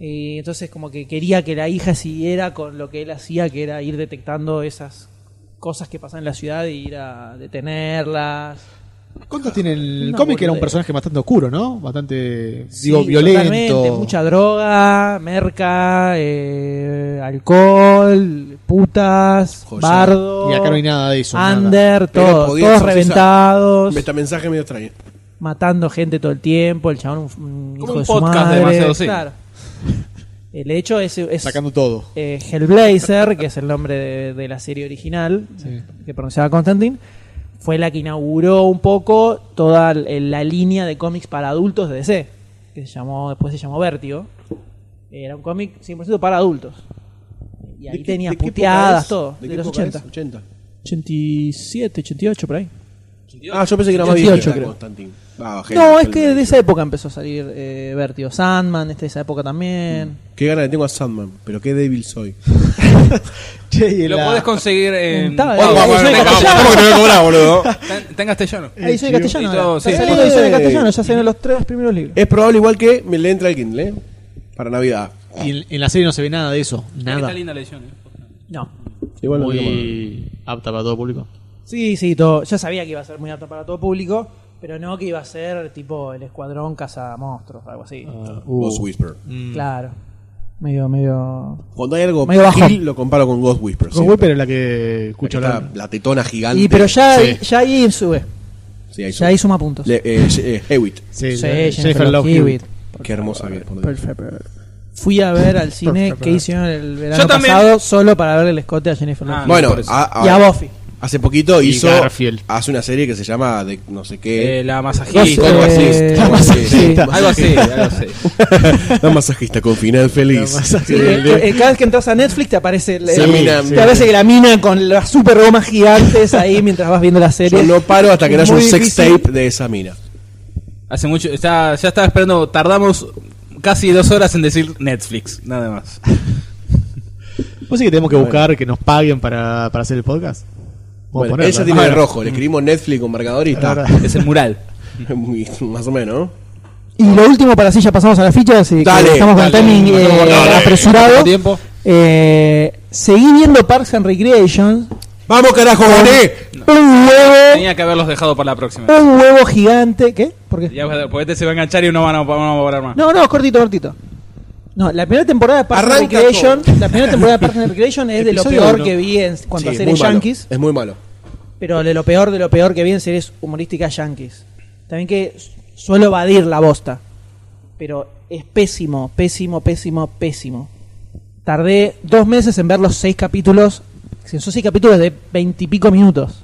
Y entonces como que quería que la hija siguiera con lo que él hacía, que era ir detectando esas cosas que pasan en la ciudad e ir a detenerlas. ¿Cuántos tiene el Una cómic? Era un boludez. personaje bastante oscuro, ¿no? Bastante, digo, Sí, totalmente, violento. Mucha droga, merca, eh, alcohol, putas, Joya. bardo. Y acá no hay nada de eso. nada. Under, Pero todo, podía todos exorcizar. reventados, Este mensaje medio extraño. matando gente todo el tiempo, el chabón un, un hijo un de su podcast de madre. Demasiado Cine. claro. El hecho es, es Sacando todo. eh, Hellblazer, que es el nombre de, de la serie original Sí. que pronunciaba Constantine, fue la que inauguró un poco toda l- la línea de cómics para adultos de DC, que se llamó, después se llamó Vértigo. Era un cómic 100% para adultos. Y ahí ¿De qué- tenías de qué época puteadas, es? todo, de, qué los época 80. es? 80. 87, 88, por ahí. Ah, yo pensé que era más 88 viejo. creo. Constantine. Ah, no, genial, es que genial. de esa época empezó a salir eh, Vértigo Sandman, este de esa época también. Mm. Qué gana le tengo a Sandman, pero qué débil soy. Che, y Lo la- podés conseguir en. Está, eh, Bueno, vamos, bueno, soy tenga- castellano. que no me cobrás, boludo? ten- Tenga este castellano. Ahí soy Y- castellano. y todo, ahora. Está Eh, sí. saliendo edición en Eh. castellano, ya salieron los tres primeros libros. Es probable igual que me le entra el Kindle, ¿eh? Para Navidad. Y en, en la serie no se ve nada de eso. Nada. Está linda la edición, eh. No. Igual no digo nada. Muy apta para todo público. Sí, sí, todo. Yo sabía que iba a ser muy apta para todo público, pero no que iba a ser tipo el escuadrón caza monstruos, algo así. Ah. Ah, uh. Ghost Whisper. Mm. Claro. Medio, medio. Cuando hay algo Medio bajo. gil, lo comparo con Ghost Whisper. Ghost siempre. Whipper es la que escucho Está hablar. la tetona gigante. Y pero ya, sí. ya ahí sube. Sí, ahí Ya ahí suma puntos. Le- eh, eh, Hewitt. Sí, Sí, la- Jennifer Love Hewitt. Qué hermosa que es, por Dios. Perfect. Fui a ver al cine que hicieron el verano Yo también. pasado solo para ver el escote a Jennifer Love Ah, Hewitt. Bueno, por eso. a- y a ahora- Buffy. hace poquito Y hizo. Garfield. Hace una serie que se llama de no sé Eh, qué. la Dos, masajista. algo así. eh, Algo así. sí. Algo así, algo así. La masajista con final feliz. Sí, eh, eh, cada vez que entras a Netflix te aparece el, Sí, el- mina, te aparece la mina con las super gomas gigantes ahí mientras vas viendo la serie. Yo no paro hasta que no haya un Muy sex difícil. tape de esa mina. Hace mucho. Ya, ya estaba esperando. Tardamos casi dos horas en decir Netflix, nada más. ¿Vos sí que tenemos que buscar que nos paguen para, para hacer el podcast? Bueno, ponerla. ella tiene Ah, de no. rojo, le escribimos Netflix con marcador y está. Es el mural. Muy- más o menos, ¿no? Y lo último, para así ya pasamos a las fichas. y que Dale, estamos con el dale, timing eh, dale. apresurado. Poco tiempo. Eh, seguí viendo Parks and Recreation. ¡Vamos, carajo, gané! Un huevo, Tenía que haberlos dejado para la próxima. un huevo gigante. ¿Qué? ¿Por qué? Ya, porque este se va a enganchar y no van a, no van a volar más. No, no, cortito, cortito. No, la primera temporada de Parks and Arranca Recreation, la primera temporada de Parks and Recreation es de lo Episodio peor uno. que vi en cuanto Sí, a series muy malo, yankees, Eh, Es muy malo. pero de lo peor de lo peor que vi en series humorísticas yankees. También que su- suelo evadir la bosta, pero es pésimo, pésimo, pésimo, pésimo. Tardé dos meses en ver los seis capítulos, si son seis capítulos de veintipico minutos.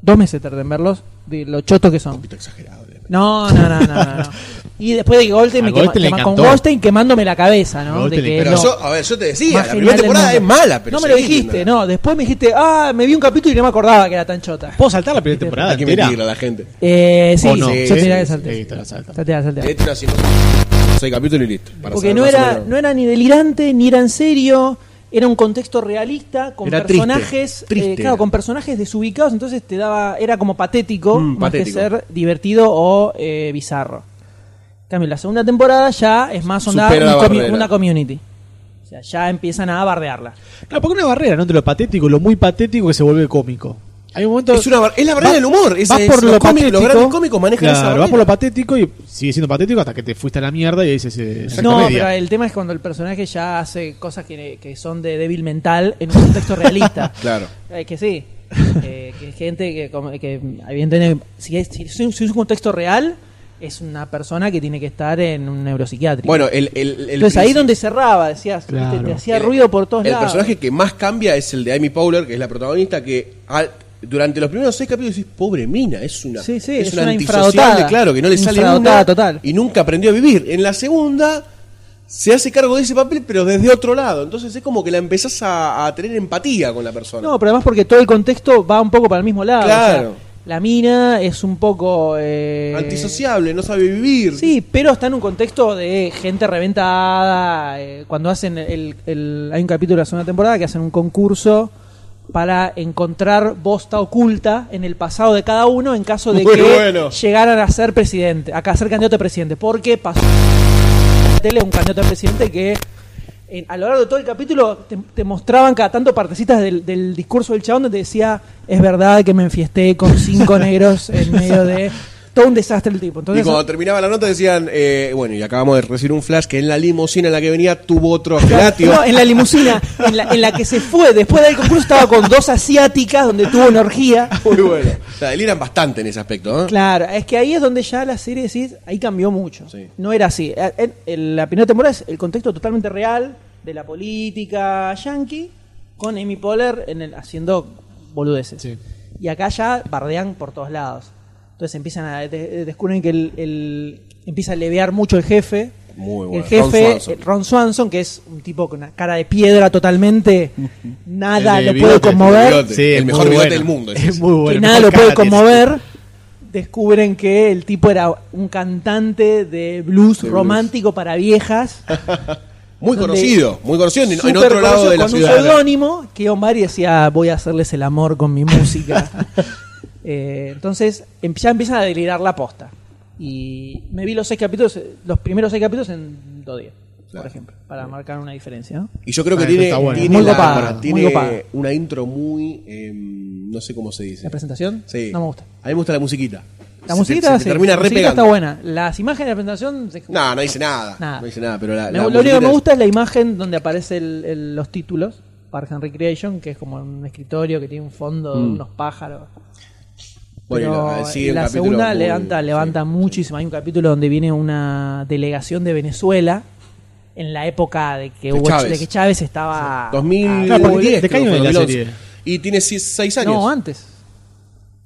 Dos meses tardé en verlos, de lo chotos que son. Está exagerado. eh. No, no, no, no, no, no. Y después de que Goldstein, A me quema- Goldstein le quema- con encantó. Goldstein quemándome la cabeza, ¿no? Goldstein De le que Pero no, yo, a ver, yo te decía, más la genial primera del temporada mundo. es mala, pero No me lo seguí dijiste, viéndola. no. Después me dijiste, ah, me vi un capítulo y no me acordaba que era tan chota. ¿Puedo saltar la primera temporada? Hay que entera? mentirle a la gente. Eh, sí, ¿O no? yo Sí, te diría sí, que Sí, salté. te la saltas. Salté, salté. Este no, si no, soy capítulo y listo. para Porque saber no más o era, menos. no era ni delirante, ni era en serio. Era un contexto realista, con Era triste, personajes. eh, triste claro, era. con personajes desubicados, entonces te daba. Era como patético, Mm, más patético. que ser divertido o eh, bizarro. En cambio, la segunda temporada ya es más onda Supera un la comi- barrera. una community. O sea, ya empiezan a bardearla. Claro, porque una barrera, ¿no? Entre lo patético y lo muy patético que se vuelve cómico. Hay un momento. Es, una bar- es la barrera Va- del humor. Es, vas es- por los, lo cómicos- los patético. grandes cómicos manejan esa Claro, barrera. vas por lo patético y sigue siendo patético hasta que te fuiste a la mierda y dices. eh, es No, comedia. pero el tema es cuando el personaje ya hace cosas que, que son de débil mental en un contexto realista. Claro. Eh, que sí. Eh, que gente que, como- que evidentemente, si es, si es un- si es un contexto real, es una persona que tiene que estar en un neuropsiquiátrico. Bueno, el, el, el Entonces ahí principio- donde cerraba, decías, viste, Claro. te hacía el- ruido por todos el lados. personaje que más cambia es el de Amy Powler, que es la protagonista, que al- durante los primeros seis capítulos decís, pobre mina, es una, Sí, sí, es es una, una antisocial infradotada. de- claro, que no le sale Infradotada una total. y nunca aprendió a vivir. En la segunda se hace cargo de ese papel, pero desde otro lado. Entonces es como que la empezás a, a tener empatía con la persona. No, pero además porque todo el contexto va un poco para el mismo lado. o sea, Claro. la mina es un poco... Eh, Antisociable, no sabe vivir. Sí, pero está en un contexto de gente reventada. eh, cuando hacen el, el- Hay un capítulo de la segunda temporada que hacen un concurso para encontrar bosta oculta en el pasado de cada uno en caso de Muy que bueno. llegaran a ser presidente, a ser candidato a presidente. Porque pasó en la tele un candidato a presidente que en- a lo largo de todo el capítulo te, te mostraban cada tanto partecitas del, del discurso del chabón donde decía es verdad que me enfiesté con cinco negros en medio de todo un desastre el tipo. Entonces, y cuando terminaba la nota decían, eh, bueno, y acabamos de recibir un flash que en la limusina en la que venía tuvo otro gelatio. No, en la limusina, en la, en la que se fue después del concurso estaba con dos asiáticas donde tuvo una orgía. Muy bueno. O sea, deliran bastante en ese aspecto, ¿eh? Claro, es que ahí es donde ya la serie decís, ahí cambió mucho. Sí. No era así. Eh, en- en la primera temporada es el contexto totalmente real de la política yankee con Amy Poehler en el, haciendo boludeces. Sí. Y acá ya bardean por todos lados. Entonces empiezan a de- eh, descubren que el, el- empieza a levear mucho el jefe. Muy bueno. El jefe Ron Ron Swanson. Swanson. que es un tipo con una cara de piedra totalmente, nada El lo de Ah, puede bigote, conmover bigote. El es mejor muy bigote bueno. del mundo, es Es, ese. muy bueno. que el nada mejor lo puede cara tiene. conmover. Descubren que el tipo era un cantante de blues De blues. romántico para viejas. Muy donde- conocido, muy conocido en, en súper otro lado conocido, de la con ciudad. un seudónimo que Omari decía, voy a hacerles el amor con mi música. Eh, entonces em- ya empiezan a delirar la posta. Y me vi los seis capítulos, eh, los primeros seis capítulos en dos días, Claro. por ejemplo, para marcar una diferencia. ¿no? Y yo creo que Ah, eso tiene, está bueno. tiene, Muy la- copada, muy tiene copada. una intro muy, eh, no sé cómo se dice. ¿La presentación? Sí. No me gusta. A mí me gusta la musiquita. Se La te- musiquita, se te sí, termina la re musiquita está pegando. buena. Las imágenes de la presentación se- No, no dice nada. Nada. No dice nada, pero la, Me- la lo único musiquita que me es- gusta es la imagen donde aparecen los títulos. Parks and Recreation, que es como un escritorio que tiene un fondo de unos pájaros. Mm. Bueno, y Pero la, sigue un la capítulo segunda muy- levanta, levanta muchísimo. Hay un capítulo donde viene una delegación de Venezuela en la época de que, De Hugo- Chávez. de que Chávez estaba... Ah, 2010. Claro, porque de- creo de qué año que fue, es la 2011. serie? Y tiene 6 años. Ah, No, antes.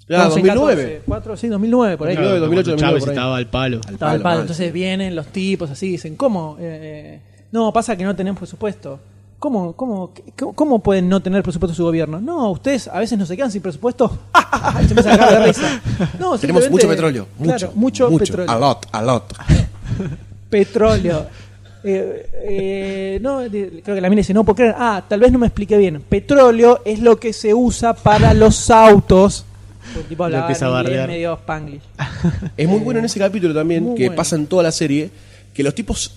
Claro, 11, 2009. 14, 4, sí, 2009, por ahí. Claro, 2008, cuando 2009 Chávez por ahí. estaba al palo. Estaba el Palo, palo. mal, Entonces vienen los tipos así, dicen, ¿cómo? Eh, no, pasa que no tenemos presupuesto. ¿Cómo, cómo, qué- cómo- cómo pueden no tener presupuesto su gobierno? No, ustedes a veces no se quedan sin presupuesto. Y se empiezan a cagar de risa. No, Tenemos simplemente- mucho petróleo. Mucho, claro, mucho, petróleo. A lot, a lot. Petróleo. Eh, eh, no, de- creo que la mina dice, no puedo creer. Ah, tal vez no me expliqué bien. Petróleo es lo que se usa para los autos. El tipo hablaba empieza a en inglés bardear. medio spanglish. Es muy bueno en ese capítulo también, Eh, muy que bueno. pasa en toda la serie, que los tipos,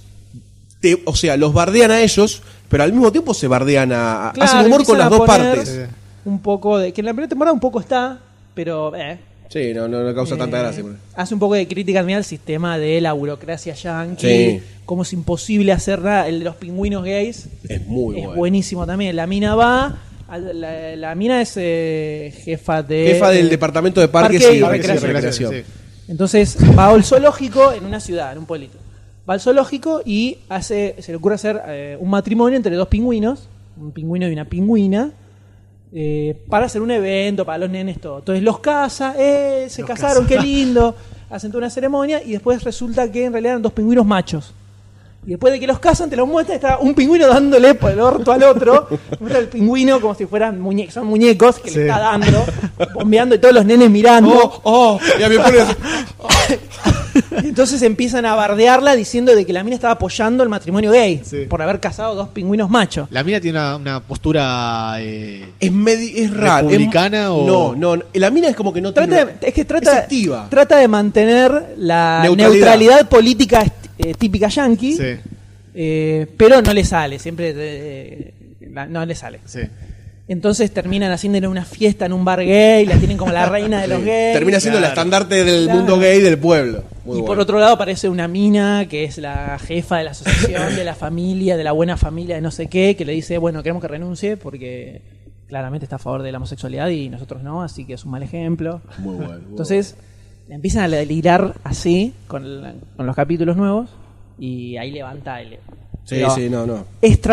te- o sea, los bardean a ellos, pero al mismo tiempo se bardean a... Claro, hacen humor con empiezan las a dos poner partes. Un poco de... Que en la primera temporada un poco está, pero... eh, Sí, no, no, no causa tanta eh, gracia. Hace un poco de crítica también al sistema de la burocracia yankee. Sí. Cómo es imposible hacer nada. El de los pingüinos gays. Es muy es bueno. buenísimo también. La mina va. al- La, la mina es eh, jefa de. Jefa del eh, departamento de parques parque y, y recreación. recreación. recreación. Entonces va al zoológico en una ciudad, en un pueblito. Va al zoológico y hace, se le ocurre hacer eh, un matrimonio entre dos pingüinos, un pingüino y una pingüina, eh, para hacer un evento para los nenes, todo. Entonces los casa, ¡eh! Se casaron, qué lindo. Hacen toda una ceremonia y después resulta que en realidad eran dos pingüinos machos. Y después de que los casan, te los muestran, está un pingüino dándole por el orto al otro. Muestra el pingüino como si fueran muñecos, son muñecos que Sí. le está dando, bombeando y todos los nenes mirando. Oh, ya me pone así. Entonces empiezan a bardearla diciendo de que la mina estaba apoyando el matrimonio gay Sí. por haber casado dos pingüinos machos. La mina tiene una, una postura. eh, Es, medi- es raro. ¿Republicana es- o- No, no, no. La mina es como que no Trata tiene de- una- es que trata, activa. trata de mantener la Neutralidad. neutralidad, política est- eh, típica yankee, sí, eh, pero no le sale, siempre eh, la- no le sale. sí. Entonces terminan haciéndole una fiesta en un bar gay, la tienen como la reina de los gays. Termina siendo la Claro. estandarte del Claro. mundo gay del pueblo. Muy y por bueno. otro lado aparece una mina que es la jefa de la asociación, de la familia, de la buena familia, de no sé qué, que le dice, bueno, queremos que renuncie porque claramente está a favor de la homosexualidad y nosotros no, así que es un mal ejemplo. Muy bueno. muy Entonces la empiezan a delirar así con, la- con los capítulos nuevos y ahí levanta el... bueno. Sí, pero sí, no, no.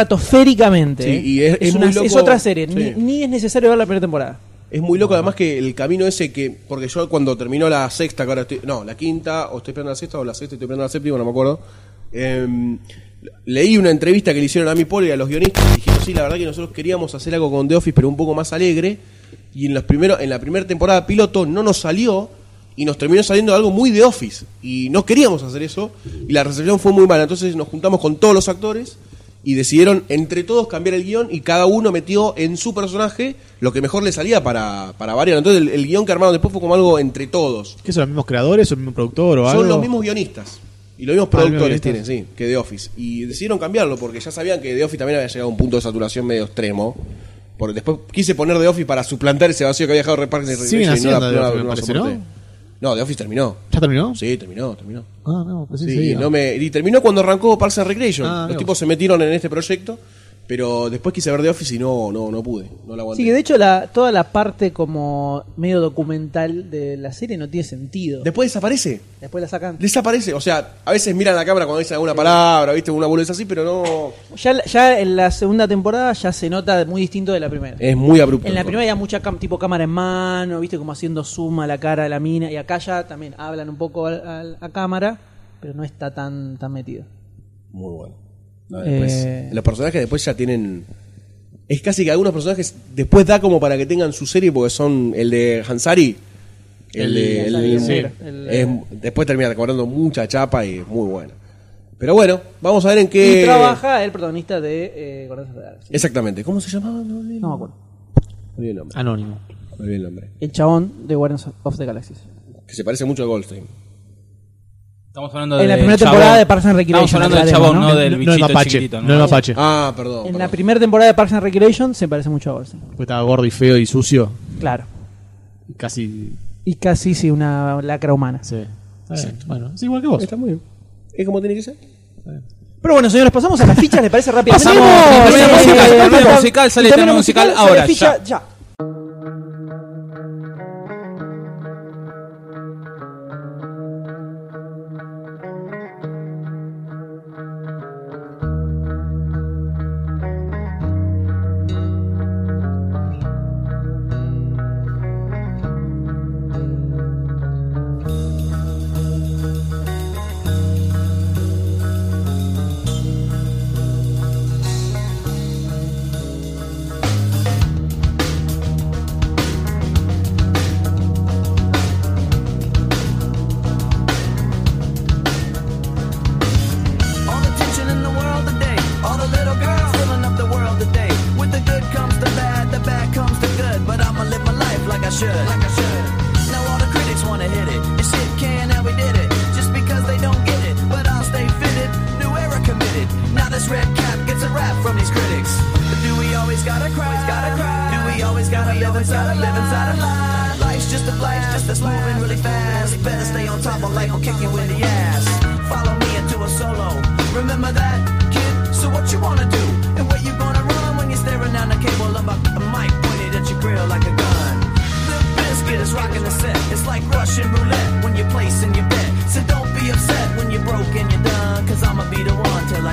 Estratosféricamente. Sí, ¿eh? y es- es muy una- loco- otra serie, ni- sí. ni, es necesario ver la primera temporada. Es muy loco además que el camino ese que... Porque yo cuando terminó la sexta, que ahora estoy... No, la quinta, o estoy esperando la sexta, o la sexta, y estoy esperando la séptima, no me acuerdo. em, leí una entrevista que le hicieron a mi Polo y a los guionistas. y Dijeron, sí, la verdad que nosotros queríamos hacer algo con The Office, pero un poco más alegre. Y en, los primeros, en la primera temporada piloto no nos salió y nos terminó saliendo algo muy de Office. Y no queríamos hacer eso. Y la recepción fue muy mala. Entonces nos juntamos con todos los actores y decidieron entre todos cambiar el guión y cada uno metió en su personaje lo que mejor le salía para, para variar. Entonces el, el guión que armaron después fue como algo entre todos. ¿Qué son los mismos creadores o el mismo productor o algo? Son los mismos guionistas. Y los mismos Ah, los productores mismos tienen, guionistas. sí, que The Office. Y decidieron cambiarlo porque ya sabían que The Office también había llegado a un punto de saturación medio extremo. Porque después quise poner The Office para suplantar ese vacío que había dejado Red Park en Siguen haciendo The Office, me parece, ¿no? No, The Office terminó. ¿Ya terminó? Sí, terminó, terminó. Ah, no, pues sí, Sí, seguía. no me- y terminó cuando arrancó Parks and Recreation. Ah, Los mira tipos vos. se metieron en este proyecto, pero después quise ver The Office y no, no, no pude. No la aguanté. Sí, que de hecho la, toda la parte como medio documental de la serie no tiene sentido. Después desaparece. Después la sacan. Desaparece. O sea, a veces miran la cámara cuando dicen alguna palabra, viste, una boludez así, pero no. Ya, ya en la segunda temporada ya se nota muy distinto de la primera. Es muy abrupto. en la el primera había mucha cam- tipo cámara en mano, viste como haciendo zoom a la cara de la mina y acá ya también hablan un poco al- al- a, cámara, pero no está tan tan metido. Muy bueno. No, después, Eh. Los personajes después ya tienen. Es casi que algunos personajes después da como para que tengan su serie porque son el de Hansari. El El de. el- Hansari, sí. sí. El- Es- después termina cobrando mucha chapa y es muy bueno. Pero bueno, vamos a ver en qué. Y trabaja el protagonista de eh, Guardianes de la Galaxia. Exactamente. ¿Cómo se llamaba? No olvidé el No me nombre. acuerdo. Olvidé el nombre. Anónimo. Olvidé el nombre. El chabón de Guardians of the Galaxy. Que se parece mucho a Goldstein. Estamos hablando En la del primera chabón. temporada de Parks and Recreation, Estamos hablando del aclaremos, chabón, ¿no? no, del bichito el mapache. chiquitito, No, ¿no? el mapache. Ah, perdón. En perdón. la primera temporada de Parks and Recreation se parece mucho a Orson. Porque estaba gordo y feo y sucio. Claro. Y casi. Y casi sí una lacra humana. Sí. Está bien. Bueno, es igual que vos. Está muy bien. ¿Es como tiene que ser? Pero bueno, señores, pasamos a las fichas, ¿le parece rápido? Pasamos, intermedio musical, intermedio musical, sale el tema musical ahora, ficha, ya. wanna hit it. You shit can and we did it. Just because they don't get it, but I'll stay fitted. New era committed. Now this red cap gets a rap from these critics. But do we always gotta cry? gotta cry. Do we always gotta live inside a live inside a lie? Life's just a life, just that's moving really fast. Better stay on top of life, will kick you in the ass. Follow me into a solo. Remember that, kid? So what you wanna do? And what you gonna run when you're staring down the cable of a, a mic pointed at your grill like a gun? The biscuit is rocking the set. It's like Russian roulette when you're placing your bet. So don't be upset when you're broke and you're done. Cause I'ma be the one till I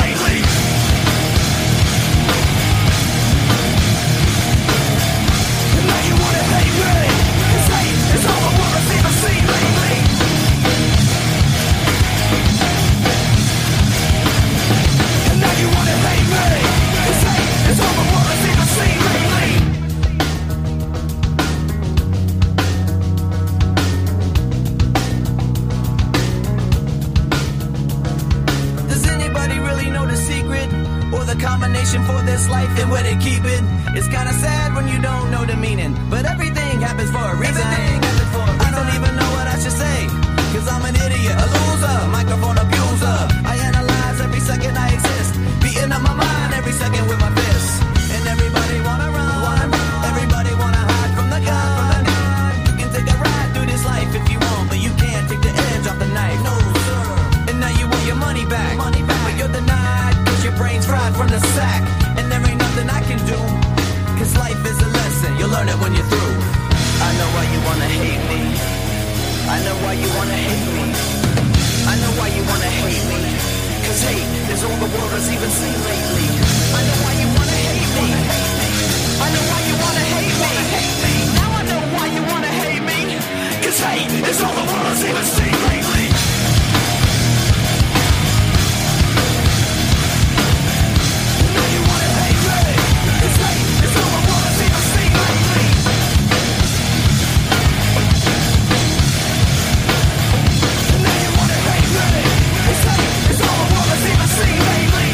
lately. And now you wanna hate me. Cause hate is all the world has even seen lately. And now you wanna hate me. Cause hate is all the world has even seen lately. Does anybody really know the secret or the combination for this life and where they keep it? It's kind of sad when you don't know the meaning, but everything happens for a reason. I don't even know what I should say, cause I'm an idiot, a loser, microphone abuser. I analyze every second I exist, beating up my mind every second with my fists. And everybody wanna run, everybody wanna hide from the gun. You can take a ride through this life if you want, but you can't take the edge off the knife. No, sir. And now you want your money back. Money back. But you're denied, cause your brain's fried from the sack. And there ain't nothing I can do. Cause life is a lesson, you'll learn it when you're through. I know why you wanna hate me. I know why you wanna hate me. I know why you wanna hate me. Cause hate is all the world has even seen lately. I know why you wanna hate me. I know why you wanna hate me. Now I know why you wanna hate me. Cause hate is all the world has even seen lately. Now you wanna hate me. Cause hate is all the world has even seen lately. Now you wanna hate me. Cause hate is all the world has even seen lately.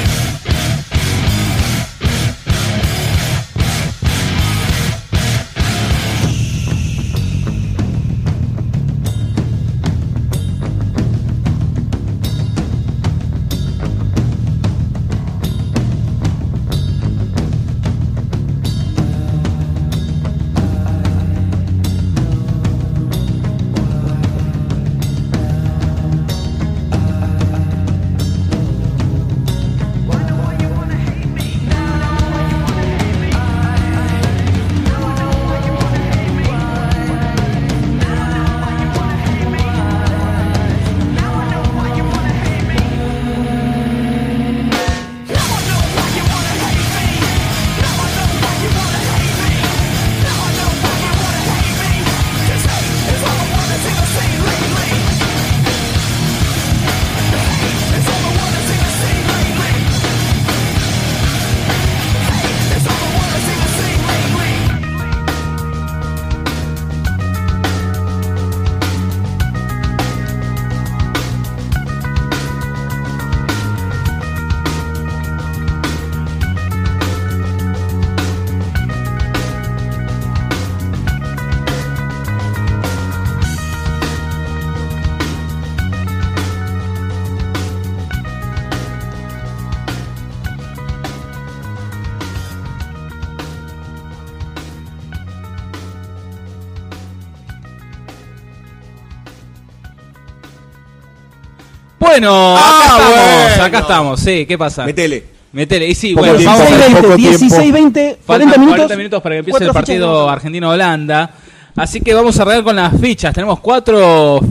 Bueno, Ah, acá estamos, bueno. acá estamos, sí, ¿qué pasa? Metele. Metele, y sí, Poco bueno, tiempo. vamos- Poco 16-20, tiempo. 16-20, 40 Faltan minutos. 40 minutos para que empiece el cuatro partido fichas. Argentina-Holanda. Así que vamos a arrancar con las fichas. Tenemos cuatro f-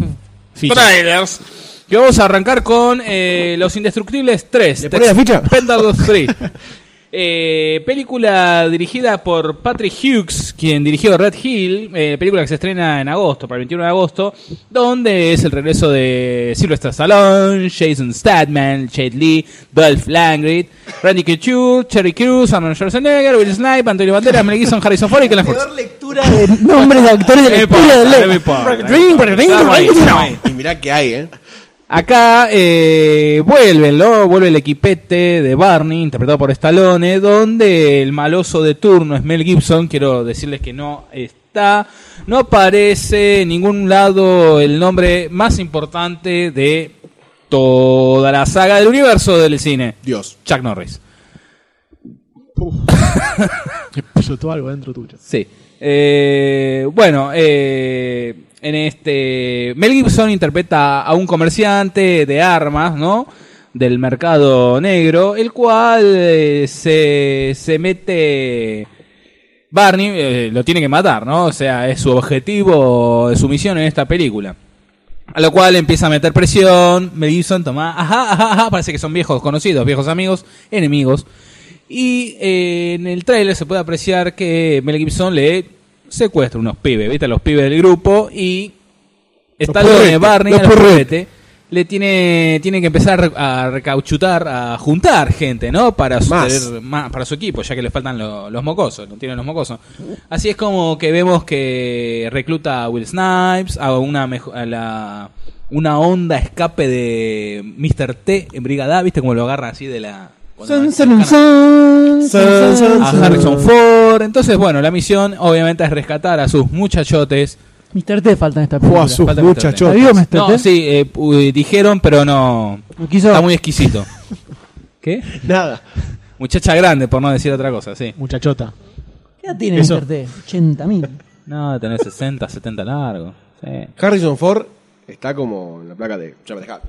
fichas. Trailers. Que vamos a arrancar con eh, los indestructibles 3. ¿Le ponés la ficha? Pendal 3. Eh, película dirigida por Patrick Hughes, quien dirigió Red Hill, eh, película que se estrena en agosto, para el 21 de agosto, donde es el regreso de Sylvester Stallone, Jason Statham, Chad Lee, Dolph Lundgren, Randy Couture, Cherry Cruz, Arnold Schwarzenegger, Will Snipe, Antonio Banderas, Mel Gibson, Harrison Ford y Kelly Hurst. lectura Nombres de actores de Eh, No la importa, historia de no me ley. importa. Estamos ahí, estamos ahí. Y mirá que hay, ¿eh? Acá eh, vuelven, ¿no? Vuelve el equipete de Barney, interpretado por Stallone, donde el maloso de turno es Mel Gibson. Quiero decirles que no está, no aparece en ningún lado el nombre más importante de toda la saga del universo del cine, Dios. Chuck Norris. Explotó algo dentro tuyo. Sí. Eh, bueno, eh, en este. Mel Gibson interpreta a un comerciante de armas, ¿no? Del mercado negro, el cual eh, se, se mete. Barney eh, lo tiene que matar, ¿no? O sea, es su objetivo, es su misión en esta película. A lo cual empieza a meter presión. Mel Gibson toma. Ajá, ajá, ajá. Parece que son viejos conocidos, viejos amigos, enemigos. Y eh, en el tráiler se puede apreciar que Mel Gibson le secuestra unos pibes, ¿viste? A los pibes del grupo y Stallone, porretes, Barney, los a los porretes. porretes, le tiene, tiene que empezar a re- a recauchutar, a juntar gente, ¿no? Para su, Más. tener ma- para su equipo, ya que le faltan lo- los mocosos, no tienen los mocosos. Así es como que vemos que recluta a Will Snipes, a una mejo- a la una onda escape de Mr. T en Brigada, ¿viste? Como lo agarra así de la... cuando San, van san, cercana san, san, san, a san. Harrison Ford. Entonces, bueno, la misión obviamente es rescatar a sus muchachotes. Mr. T falta en esta Fua, película. sus Falta muchachotes. Mr. T. ¿Está vivo este Mr. No, T? sí, eh, pu- dijeron, pero no. No quiso- Está muy exquisito. ¿Qué? Nada. Muchacha grande, por no decir otra cosa, sí. Muchachota. ¿Qué edad tiene Eso. Mr. T? 80 mil. No, tener 60, 70 largo. Sí. Harrison Ford está como en la placa de Jabba the Hutt,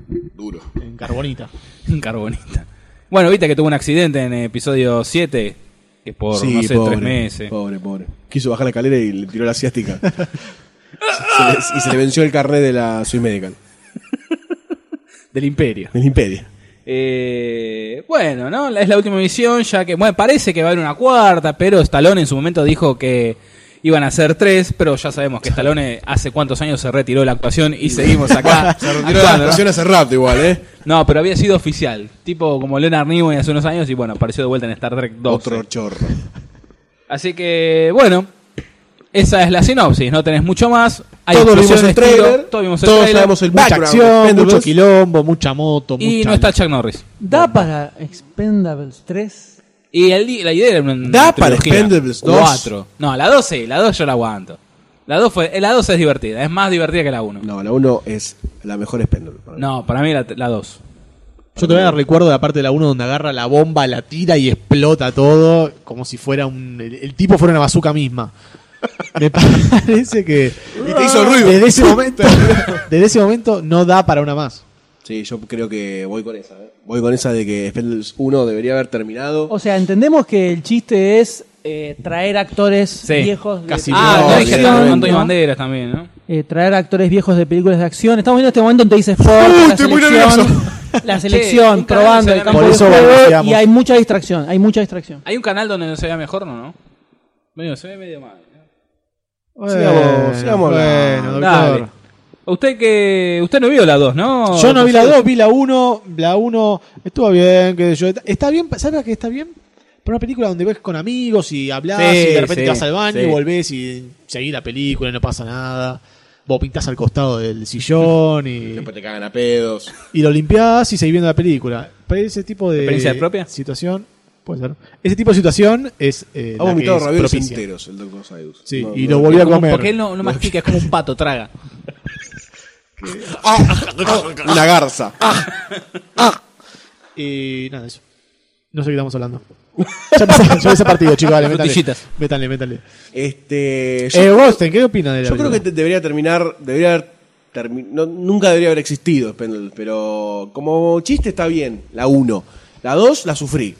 ¿no? Duro. En carbonita. Carbonita. Bueno, viste que tuvo un accidente en episodio 7, que por, no sé, tres meses. Pobre, pobre. Quiso bajar la escalera y le tiró la asiática. Se- se le- y se le venció el carnet de la Swiss Medical. Del imperio. Del Imperio. Eh, bueno, ¿no? La- Es la última misión, ya que, bueno, parece que va a haber una cuarta, pero Stallone en su momento dijo que iban a ser tres, pero ya sabemos que Stallone hace cuántos años se retiró de la actuación y seguimos acá. Se retiró de la actuando, ¿no? actuación hace rato igual, ¿eh? No, pero había sido oficial, tipo como Leonard Nimoy hace unos años y bueno, apareció de vuelta en Star Trek 2. Otro chorro. Así que, bueno, esa es la sinopsis, no tenés mucho más. Hay todos vimos explosiones, el tiro, trailer. todos vimos el todos tráiler, sabemos el Mucha background. de acción, mucho Expendables. quilombo, mucha moto, y mucha- no está Chuck Norris. ¿Da para Expendables 3? Y el di- la idea era una Da una para trilogía. Expendables 2. Cuatro. No, la 2 sí, la 2 yo la aguanto. La 2 fue, eh, la 2 es divertida, es más divertida que la 1. No. No, la 1 es la mejor Expendables. para mí. para mí la la 2. Yo todavía recuerdo la parte de la 1 donde agarra la bomba, la tira y explota todo, como si fuera un. El, el tipo fuera una bazuca misma. Me parece que. Y te hizo ruido. Desde ese momento. desde ese momento no da para una más. Sí, yo creo que voy con esa. ¿eh? Voy con esa de que Expendables 1 debería haber terminado. Oh, O sea, entendemos que el chiste es eh, traer actores Sí, viejos de casi películas ah, de no, no, dije dije la acción, no, Antonio ¿no? Banderas también, ¿no? Eh, traer actores viejos de películas de acción. Estamos viendo este momento donde dice Ford, Uy, la estoy muy selección, nervioso. la selección nunca probando se el la campo Por de eso juego balanceamos. y hay mucha distracción, hay mucha distracción. Hay un canal donde no se vea mejor, ¿no? no? Medio, se ve medio mal. ¿eh? Sigamos, sigamos bueno, hablando. doctor. Dale. Usted que usted no vio la 2, ¿no? Yo no vi la 2, vi la 1. La 1 estuvo bien, qué sé yo. Está bien, ¿sabes que está bien? Para una película donde ves con amigos y hablas Sí, y de repente sí, te vas al baño sí. y volvés y seguís la película y no pasa nada. Vos pintás al costado del sillón y, Después te cagan a pedos. y lo limpiás y seguís viendo la película. Para ese tipo de ¿Experiencia propia? situación, puede ser. Ese tipo de situación es. Eh, la Ha que vomitado es ravioles propicia. enteros el Dr. Sayus. Sí, No, y no, lo volví a Como- comer. Porque él no, no mastica, es como un pato, traga. Una garza. Ah. Y nada, eso. No sé qué estamos hablando. ya empezó, ya empezó partido, chicos. Vale, métale. Frutillitas. Métale, métale. Este. Yo, Eh, Goldstein, ¿qué opina de la yo creo que película? te- debería terminar. Debería haber termi- no, nunca debería haber existido Expendables, pero como chiste está bien. La 1. La 2 la sufrí.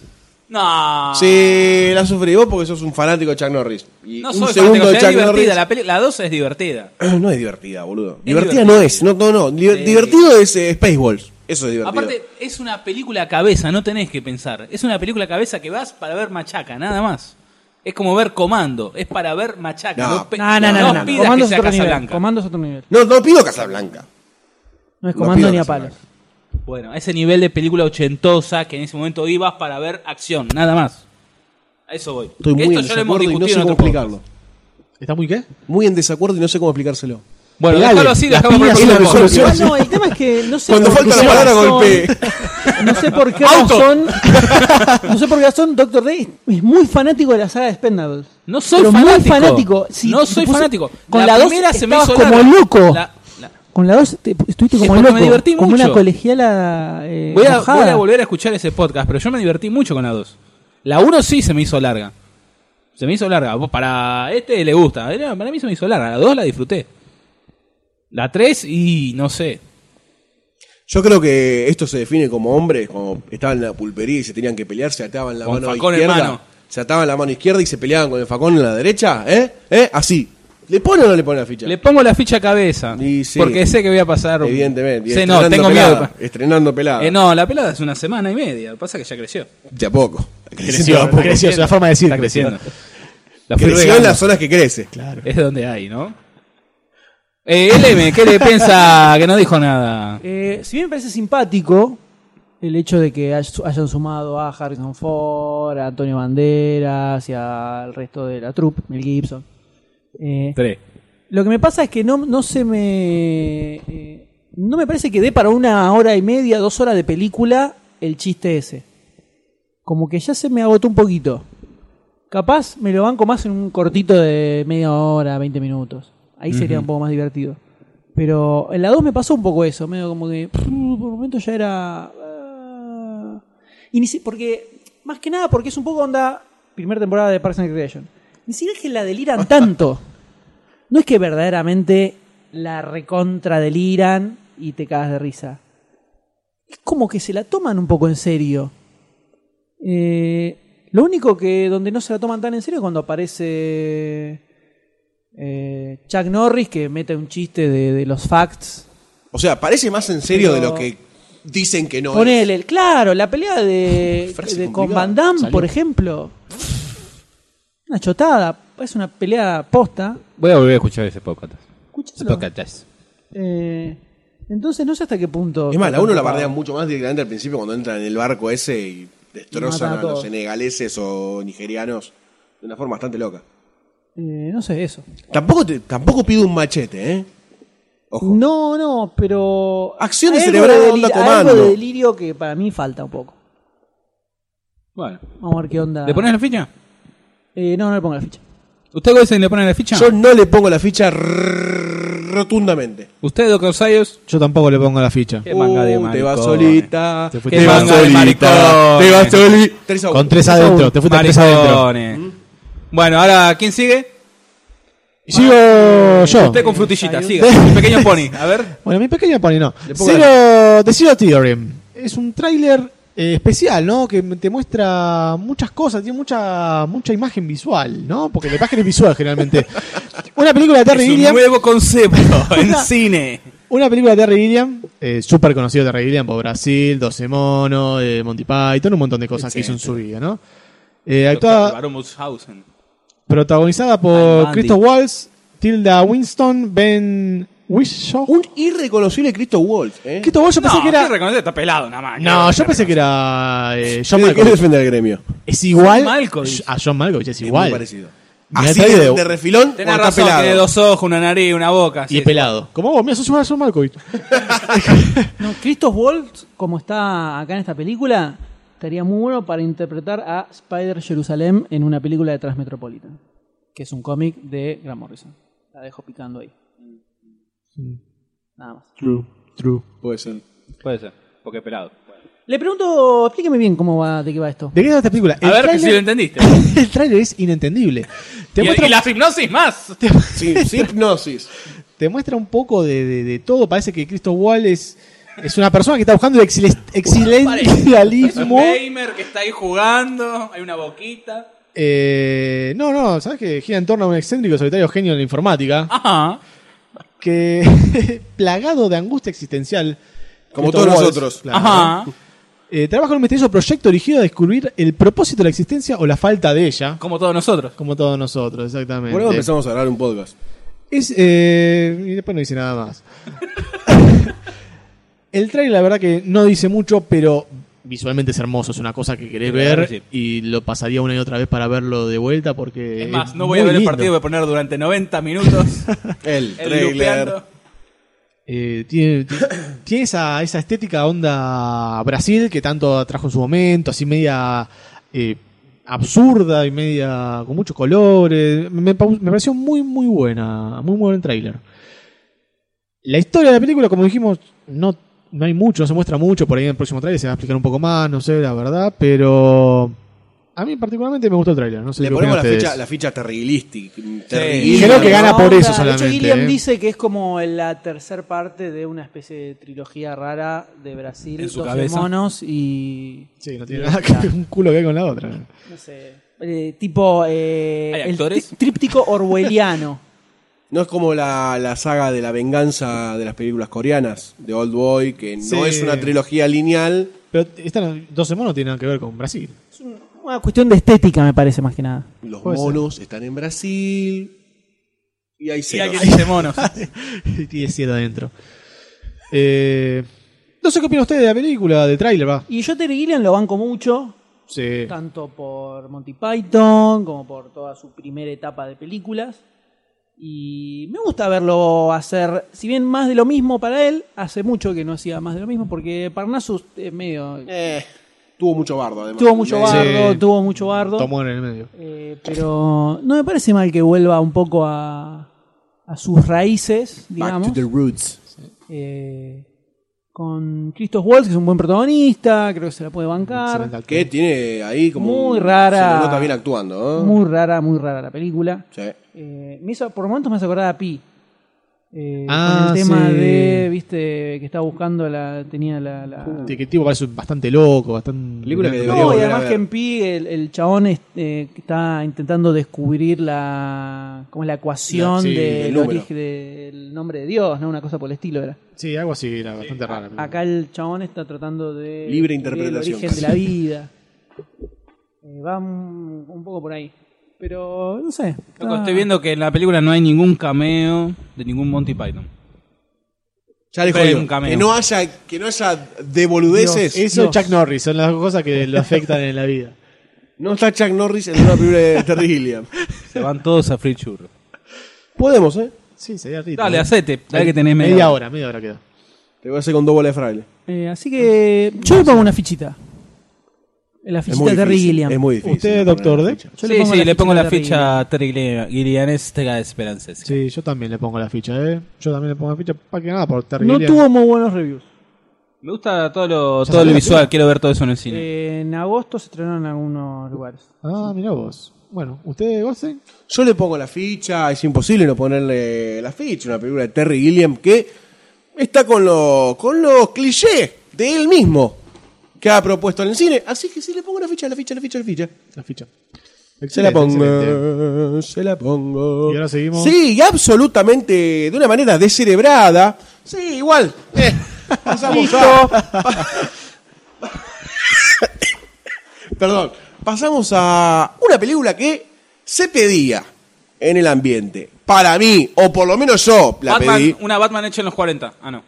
No. Sí, la sufrí vos porque sos un fanático de Chuck Norris. Y No un soy segundo fanático, de es Chuck divertida, Norris. la, peli- la 2 es divertida. No es divertida, boludo. Es divertida divertida. no es. No, no, no. Di- Sí. Divertido es eh, Spaceballs. Eso es divertido. Aparte, es una película a cabeza, no tenés que pensar. Es una película a cabeza que vas para ver machaca, nada más. Es como ver comando, es para ver machaca. No. No, pe- No, no, no, no, no. pidas Comando que es sea otro nivel. Casablanca. Comando es otro nivel. no, no pido Casablanca. No es No comando pido ni a que se palos. Bueno, a ese nivel de película ochentosa que en ese momento ibas para ver acción, nada más. A eso voy. Estoy muy Esto en ya lo hemos desacuerdo y no discutido sé en cómo otro explicarlo. ¿Está muy qué? Muy en desacuerdo y no sé cómo explicárselo. podcast. Bueno, Pegale, déjalo así, las dejamos piñas para el son la próximo solución. Ah, no, el tema es que no sé Cuando por falta qué la palabra, razón- golpeé. No sé por qué razón. No sé por qué razón, Doctor Day es muy fanático de la saga de Spendables. No soy Pero muy fanático. fanático. Sí, no te soy puse- fanático. con la dos primera se me estabas hizo como larga. loco. La- la- Con la dos te- estuviste como porque loco. me divertí como mucho. una colegiala eh, voy, a, enojada. voy a volver a escuchar ese podcast, pero yo me divertí mucho con la 2. La 1 sí se me hizo larga. Se me hizo larga. Vos, Para este le gusta. Era- Para mí se me hizo larga. La 2 la disfruté. La 3 y no sé. Yo creo que esto se define como hombres, como estaban en la pulpería y se tenían que pelear, se ataban la Con mano facón en izquierda. mano. Se ataban la mano izquierda y se peleaban con el facón en la derecha, ¿eh? ¿Eh? Así. ¿Le pone o no le pone la ficha? Le pongo la ficha a cabeza. Y sí. Porque sé que voy a pasar. un- Evidentemente. Y Sé, no, estrenando tengo pelada, Ah. miedo. Estrenando pelada. Eh, no, la pelada es una semana y media. Lo que Pasa es que ya creció. De a poco. Creció, creció, es una forma de decir. Está creciendo. La fui Creció en regando. las zonas que crece. Es donde hay, ¿no? Eh, LM, ¿qué le piensa que no dijo nada? Eh, si bien me parece simpático el hecho de que hay- hayan sumado a Harrison Ford, a Antonio Banderas y al resto de la troupe, Mel Gibson. Eh, Tres. lo que me pasa es que no, no se me. eh, no me parece que dé para una hora y media, dos horas de película el chiste ese. Como que ya se me agotó un poquito. Capaz me lo banco más en un cortito de media hora, 20 minutos. Ahí sería un poco más divertido. Pero en la 2 me pasó un poco eso, medio como que pff, por un momento ya era... ah. Y ni si- porque, más que nada, porque es un poco onda primera temporada de Parks and Recreation. Ni siquiera es que la deliran tanto. No es que verdaderamente la recontra deliran y te cagas de risa. Es como que se la toman un poco en serio. Eh, lo único que donde no se la toman tan en serio es cuando aparece eh, Chuck Norris que mete un chiste de, de los facts. O sea, parece más en serio Pero- de lo que dicen que no ¿eh? es. Ponele, claro, la pelea de, Frase de- con complicada. Van Damme, por ejemplo. Una chotada, es una pelea posta. Voy a volver a escuchar ese podcast. Ese Escuchalo. podcast. Eh, entonces no sé hasta qué punto. Es más, la uno la bardean mucho más directamente al principio cuando entran en el barco ese y Y destrozan matan a a, los todos. senegaleses o nigerianos de una forma bastante loca. Eh, no sé, eso. Tampoco, te- tampoco pido un machete, ¿eh? Ojo. No, no, pero. Acción hay de algo cerebral de onda deli- comando. algo de delirio que para mí falta un poco. Bueno. Vamos a ver qué onda. ¿Le pones la ficha? Eh, no, no le pongo la ficha. ¿Usted, Goldstein, le pone la ficha? Yo no le pongo la ficha rrrr- rotundamente. ¿Usted, Doctor Sayos? Yo tampoco le pongo la ficha. Qué manga de Uh, te vas maricones. solita. Te fuiste Te vas manga de solita. maricones. Te vas solita. Tres a uno. Con tres adentro, te fuiste a tres adentro. Maricones. Bueno, ahora, ¿quién sigue? Y Sigo yo. Usted con frutillita, siga. El pequeño pony. A ver. Bueno, mi pequeño pony no. pongo Zero, The Zero Theorem. Es un tráiler eh, especial, ¿no? Que te muestra muchas cosas, tiene mucha mucha imagen visual, ¿no? Porque la imagen es visual generalmente. Una película de Terry Es un Gilliam. nuevo concepto en Una- cine. Una película de Terry Gilliam, eh, súper conocido Terry Gilliam por Brasil, 12 monos, eh, Monty Python, un montón de cosas que hizo en su vida, ¿no? Eh, actúa, Barón Munchausen. protagonizada Ay, por Mandy. Christoph Waltz, Tilda Winston, Ben Whishaw. Un irreconocible Cristo Waltz, ¿eh? Christoph Waltz yo pensé No, que ¿qué era... reconocer? Está pelado, nada más. No, yo pensé que era eh, John ¿Qué- ¿Qué Malkovich. defiende el gremio? Es igual John Malkovich. a John Malkovich, es Es igual. muy parecido. Mirá Así el de, trailer de de- refilón, Tenés cuando está razón, pelado. tiene dos ojos, una nariz, una boca. Y sí, es pelado. Como vos, mira, sos igual a John Malkovich. No, Christoph Waltz, como está acá en esta película, estaría muy bueno para interpretar a Spider Jerusalem en una película de Transmetropolitan, que es un cómic de Grant Morrison. La dejo picando ahí. Nada más. Puede ser. sí. Puede ser, porque es pelado. Le pregunto, explíqueme bien cómo va, de qué va esto. ¿De qué es esta película? A El ver que si tráiler- lo entendiste. el tráiler es inentendible. Te Y, muestra- y la hipnosis más. Sí, sí, hipnosis. te muestra un poco de, de- de todo. Parece que Cristo Wall es, es una persona que está buscando el exil- Es un existencialismo. gamer que está ahí jugando, hay una boquita. Eh, no, no, sabes que gira en torno a un excéntrico solitario genio de la Ah. informática Ajá. que, plagado de angustia existencial, Como Christoph todos Waltz, nosotros. claro. Ajá. Eh, trabaja en un misterioso proyecto dirigido a descubrir el propósito de la existencia o la falta de ella, Como todos nosotros. como todos nosotros, exactamente. Por algo empezamos a grabar un podcast. Es, eh, y después no dice nada más. el trailer, la verdad, que no dice mucho, pero visualmente es hermoso. Es una cosa que querés Sí, la verdad ver que sí. y lo pasaría una y otra vez para verlo de vuelta porque. Es más, no muy voy a ver el lindo. partido, voy a poner durante 90 minutos El el trailer. lupeando. Eh, tiene ti- tiene esa, esa estética onda Brasil que tanto atrajo en su momento, así media eh, absurda y media con muchos colores. Me, pa- me pareció muy, muy buena, muy, muy buen tráiler. La historia de la película, como dijimos, no, no hay mucho, no se muestra mucho. Por ahí en el próximo tráiler se va a explicar un poco más, no sé, la verdad, pero a mí particularmente me gustó el tráiler. No sé Le qué ponemos la opinan ustedes. ficha, la ficha terribilística. Y creo que gana por eso De solamente, hecho, Gilliam ¿eh? dice que es como la tercer parte de una especie de trilogía rara de Brasil. En su 12 cabeza. monos y... Sí, no tiene nada que ver un culo que ver con la otra. No sé. eh, tipo... eh, ¿Hay el actores? tri- tríptico orwelliano. No es como la, la saga de la venganza de las películas coreanas, de Old Boy, que Sí. no es una trilogía lineal. Pero esta 12 monos no tiene nada que ver con Brasil. Una cuestión de estética, me parece, más que nada. Los Puede ser. monos están en Brasil. Y hay Y ceros. alguien dice monos. Y Tiene cielo adentro. Eh, no sé qué opina usted de la película, del tráiler, va. Y yo Terry Gilliam lo banco mucho, Sí. tanto por Monty Python como por toda su primera etapa de películas. Y me gusta verlo hacer, si bien más de lo mismo para él, hace mucho que no hacía más de lo mismo, porque Parnassus es medio... Eh, tuvo mucho bardo, además. Tuvo mucho Eh, bardo, Sí. tuvo mucho bardo. Tomó en el medio. Eh, pero no me parece mal que vuelva un poco a, a sus raíces, Back digamos. to the roots. Eh, con Christoph Waltz, que es un buen protagonista, creo que se la puede bancar. Excelente actor. Que tiene ahí como. Muy un- rara. Se lo nota bien actuando, ¿eh? Muy rara, muy rara la película. Sí. Eh, me hizo, por momentos me hace acordar a Pi. Eh, Ah, con el tema sí. de, viste, que estaba buscando la. tenía la. la- Sí, que el tipo parece bastante loco, bastante. Película que Uh, debería No, y volver a además ver. que en Pi el, el chabón es- eh, que está intentando descubrir la. como la ecuación La- sí, de- el lo número. que- del nombre de Dios, ¿no? Una cosa por el estilo era. Sí, algo así, era bastante raro. Acá el chabón está tratando de. Mm. Libre descubrir El interpretación, origen casi. de la vida. Eh, va un, un poco por ahí. Pero, no sé. Loco, está- Estoy viendo que en la película no hay ningún cameo de ningún Monty Python. Ya le Pero hay jodió. un cameo. Que no haya, que no haya de boludeces. Eso Dios. Chuck Norris, son las cosas que lo afectan en la vida. No está Chuck Norris en una película de Terry Gilliam. Se van todos a Free Churro. Podemos, ¿eh? Sí, sería rico. Dale, ¿no? hacete. Dale que tenés Media media hora. hora, media hora queda. Te voy a hacer con dos bolas de fraile. Eh, así que yo le pongo una fichita. La Es fichita muy de Terry difícil, Gilliam. Es muy difícil. Usted, poner doctor la D. ficha. Yo sí, sí, le pongo la de Terry ficha a Terry Gilliam- Gilliam Estega de Esperances. Sí, yo también le pongo la ficha, ¿eh? Yo también le pongo la ficha, para que nada, por Terry Gilliam. No Gilliam. tuvo muy buenos reviews. Me gusta todo lo, Ya todo lo salió. visual, quiero ver todo eso en el cine. Eh, en agosto se estrenó en algunos lugares. Ah, mirá vos. Bueno, ¿usted, Goldstein? Yo le pongo la ficha, es imposible no ponerle la ficha. Una película de Terry Gilliam que está con, lo, con los clichés de él mismo que ha propuesto en el cine. Así que sí, le pongo la ficha, la ficha, la ficha, la ficha. La ficha. Se la Excelente, pongo, excelente. se la pongo. Y ahora seguimos. Sí, y absolutamente, de una manera descerebrada. Sí, igual. Eh, pasamos a... Perdón. Pasamos a una película que se pedía en el ambiente. Para mí, o por lo menos yo la Batman, pedí. Una Batman hecha en los 40. Ah, no.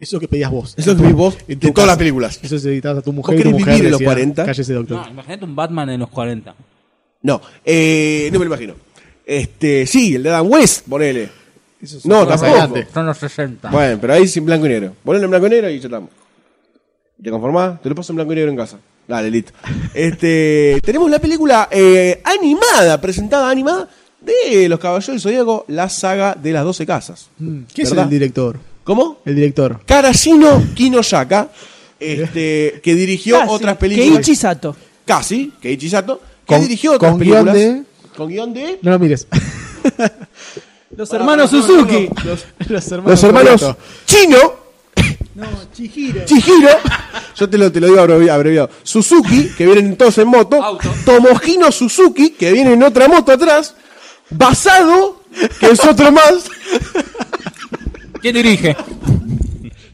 Eso que pedías vos. Eso que pedís vos En de tu todas las películas. Eso se editabas a tu mujer ¿Vos y tu querés mujer vivir en los decía, 40? Cállese, doctor. No, imagínate un Batman en los 40. No, eh, no me lo imagino. Este, sí, el de Adam West, ponele. No, otros tampoco. adelante. Son los 60. Bueno, pero ahí sin blanco y negro. Ponelo en blanco y negro y yo tampoco. ¿Te conformás? Te lo paso en blanco y negro en casa. Dale, listo. Este, tenemos la película eh, animada, presentada animada, de Los Caballeros del Zodíaco, la saga de las 12 casas. Mm, ¿Qué es ¿Verdad? el director? ¿Cómo? El director. Karashino Kinoyaka, este, que dirigió Casi, otras películas. Keiichi Sato. Casi, Keiichi Sato, que Con- dirigió otras con guión películas. de- Con guión de... No lo mires. Los hermanos Suzuki. Los hermanos. Los hermanos Correcto. Chino, No, Chihiro. Chihiro, yo te lo, te lo digo abrevi- abreviado, Suzuki, que vienen todos en moto, Auto. Tomohino Suzuki, que viene en otra moto atrás, Basado, que es otro más, ¿Quién dirige?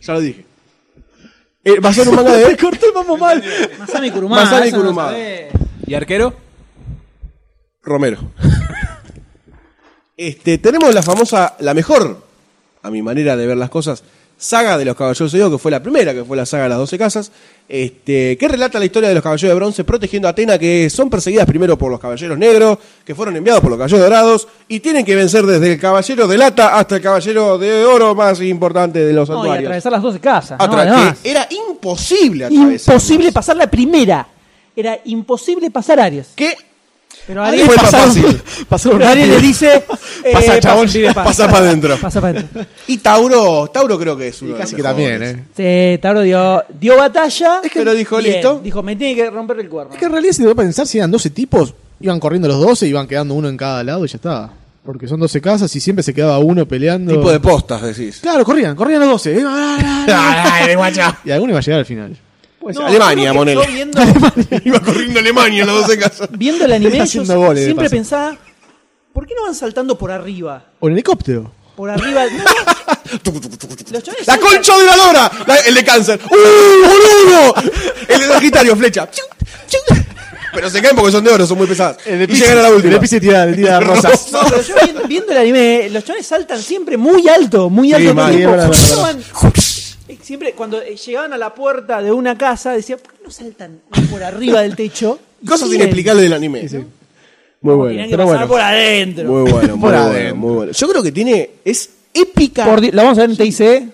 ya lo dije. Eh, basado en un manga de Corté el mambo mal. Masami Kurumada. Masami eso no lo Kurumada. Eh, sabés. ¿Y arquero? Romero. Este, tenemos la famosa, la mejor, a mi manera de ver las cosas, saga de los Caballeros de Zodíaco, que fue la primera, que fue la saga de las 12 casas, este, que relata la historia de los Caballeros de Bronce protegiendo a Atena, que son perseguidas primero por los Caballeros Negros, que fueron enviados por los Caballeros Dorados, y tienen que vencer desde el Caballero de Lata hasta el Caballero de Oro más importante de los No, y santuarios. atravesar las 12 casas. ¿no? Atra- Además. Ah, que era imposible atravesar. Imposible pasar la primera. Era imposible pasar Aries. Que Pero Aries Aries, fue pasa- más fácil. pero Aries le dice. eh, Pasa, chabón, vive paz. pasa para adentro. Pasa para adentro. Y Tauro, Tauro creo que es uno de Casi los que también, mejores. ¿eh? Sí, Tauro dio, dio batalla. Es que- Pero dijo, Bien, listo. Dijo, me tiene que romper el cuerno. Es que en realidad, si te voy a pensar, si eran 12 tipos, iban corriendo los 12, iban quedando uno en cada lado y ya estaba. Porque son 12 casas y siempre se quedaba uno peleando. Tipo de postas, decís. Claro, corrían, corrían los 12. y alguno iba a llegar al final. Pues, No, Alemania, creo que Monel. yo viendo, Iba corriendo Alemania los dos en casa. viendo el anime, Está yo haciendo goles, de siempre paso. pensaba, ¿por qué no van saltando por arriba? O en helicóptero. Por arriba. No, los chavales ¡La saltan. concha de la lora! La- el de cáncer. ¡Uh, boludo! El de Sagitario, flecha. Chum, chum. Pero se caen porque son de oro, son muy pesadas. y llegan a la última. El de Pisces tira, le tira rosas. No, pero yo viendo, viendo el anime, los chavales saltan siempre muy alto, muy Sí, alto. todo mal, el tiempo. sí, es verdad, Cuando van- Siempre cuando eh, llegaban a la puerta de una casa, decían, ¿por qué no saltan por arriba del techo? Y Cosas siguen? inexplicables del anime. Muy bueno. Tenían que pasar por adentro. Muy bueno, muy Por bueno, adentro. muy bueno. Yo creo que tiene. Es épica. Por di- ¿La vamos a ver en TIC?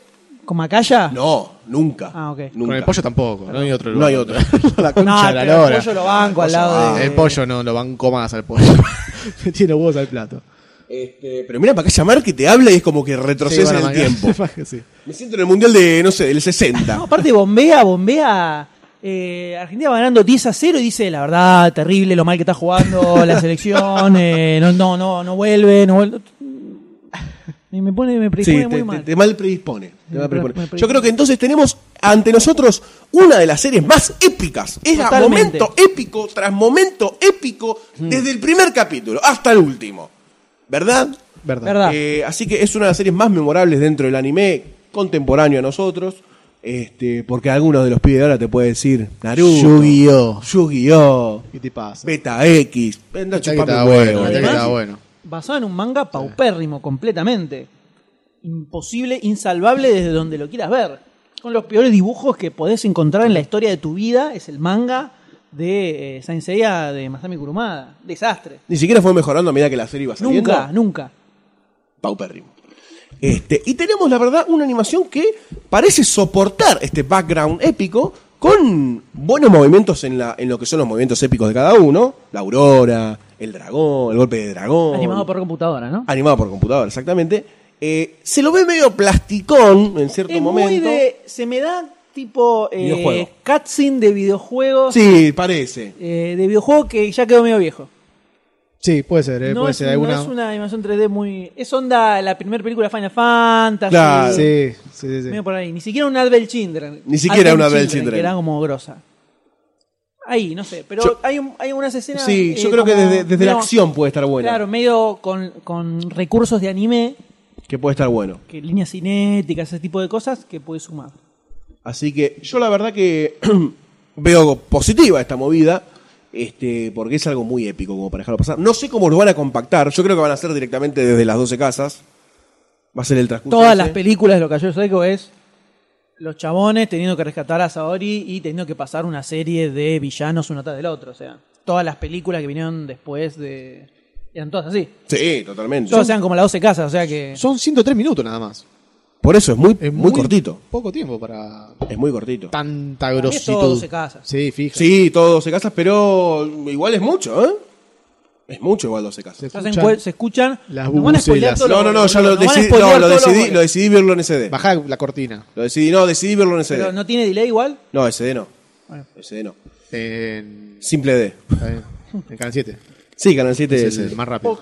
¿Con Macaya? No, nunca. Ah, ok. Nunca. Con el pollo tampoco, no hay otro. No hay lugar. otro. la concha de la pero lora. el pollo lo banco al lado de... El pollo no, lo banco más al pollo. Me tiene huevos al plato. Este, pero mira para acá llamar que te habla y es como que retrocede Sí, en van a el tiempo. mangar. Sí. Me siento en el mundial de, no sé, del 60. No, aparte bombea, bombea. Eh, Argentina va ganando 10 a 0 y dice, la verdad, terrible lo mal que está jugando la selección. eh, no, no, no, no vuelve, no vuelve. Y me pone, me Sí, predispone te, muy te- mal. Mm, te mal predispone. te mal me predispone. predispone. Yo creo que entonces tenemos ante nosotros una de las series más épicas. Era Totalmente. Mm. momento épico tras momento épico desde el primer capítulo hasta el último. ¿Verdad? Verdad. Verdad. Eh, así que es una de las series más memorables dentro del anime contemporáneo a nosotros. Este, porque algunos de los pibes de ahora te puede decir Naruto, Yu-Gi-Oh. Yu-Gi-Oh, ¿Qué te pasa? Beta X, Anda a Hasta chuparme estaba un huevo, ¿eh? bueno, hasta que ¿verdad? estaba bueno. Basado en un manga paupérrimo completamente. Imposible, insalvable desde donde lo quieras ver. Son los peores dibujos que podés encontrar en la historia de tu vida. Es el manga de eh, Saint Seiya de Masami Kurumada. Desastre. Ni siquiera fue mejorando a medida que la serie iba saliendo. Nunca, nunca. paupérrimo. Este, y tenemos, la verdad, una animación que parece soportar este background épico con buenos movimientos en, la, en lo que son los movimientos épicos de cada uno. La aurora, el dragón, el golpe de dragón. Animado por computadora, ¿no? Animado por computadora, exactamente. Eh, se lo ve medio plasticón en cierto Es momento. muy de. Se me da tipo. eh, Videojuego. cutscene de videojuegos. Sí, parece. eh, de videojuego que ya quedó medio viejo. Eh, Sí, puede ser, eh, no, puede es, ser. no alguna... es una animación 3D muy. Es onda la primera película Final Fantasy. Claro. Sí, sí, sí. sí. Medio por ahí. Ni siquiera un Advent Children. Ni siquiera un Advent Children. Que era como grosa. Ahí, no sé. Pero Yo- hay, un- hay unas escenas. Sí, yo eh, creo que como desde, desde la medio- acción puede estar buena. Claro, medio con, con recursos de anime, Que puede estar bueno. que líneas cinéticas, ese tipo de cosas que puedes sumar. Así que yo la verdad que veo positiva esta movida, este, porque es algo muy épico como para dejarlo pasar. No sé cómo lo van a compactar, yo creo que van a hacer directamente desde las 12 casas. Va a ser el transcurso. Todas ese. las películas de lo que yo Psycho es los chabones teniendo que rescatar a Saori y teniendo que pasar una serie de villanos uno tras del otro. O sea, todas las películas que vinieron después de. eran todas así. Sí, totalmente. Todas eran como las 12 casas, o sea que. Son 103 minutos nada más. Por eso es muy, Es muy, cortito. Poco tiempo para Es muy cortito. tanta mí es grositud. todo 12 casas. Sí, fija. Sí, todo 12 casas, pero igual es mucho, ¿eh? Es mucho igual 12 Se casas. se escuchan- hacen cue- se escuchan. las nos van a spoilear bubucelas. todos No, los- no, no, ya lo nos van a decidí, spoilear no, lo todos los decidí, goles. lo decidí verlo en SD. Bajá la cortina. Lo decidí, no, decidí verlo en Pero SD. no tiene delay igual. No, SD no. Bueno. SD no. En, Simple D. está bien, en Canal 7. Sí, Canal 7 Ese es es el más rápido.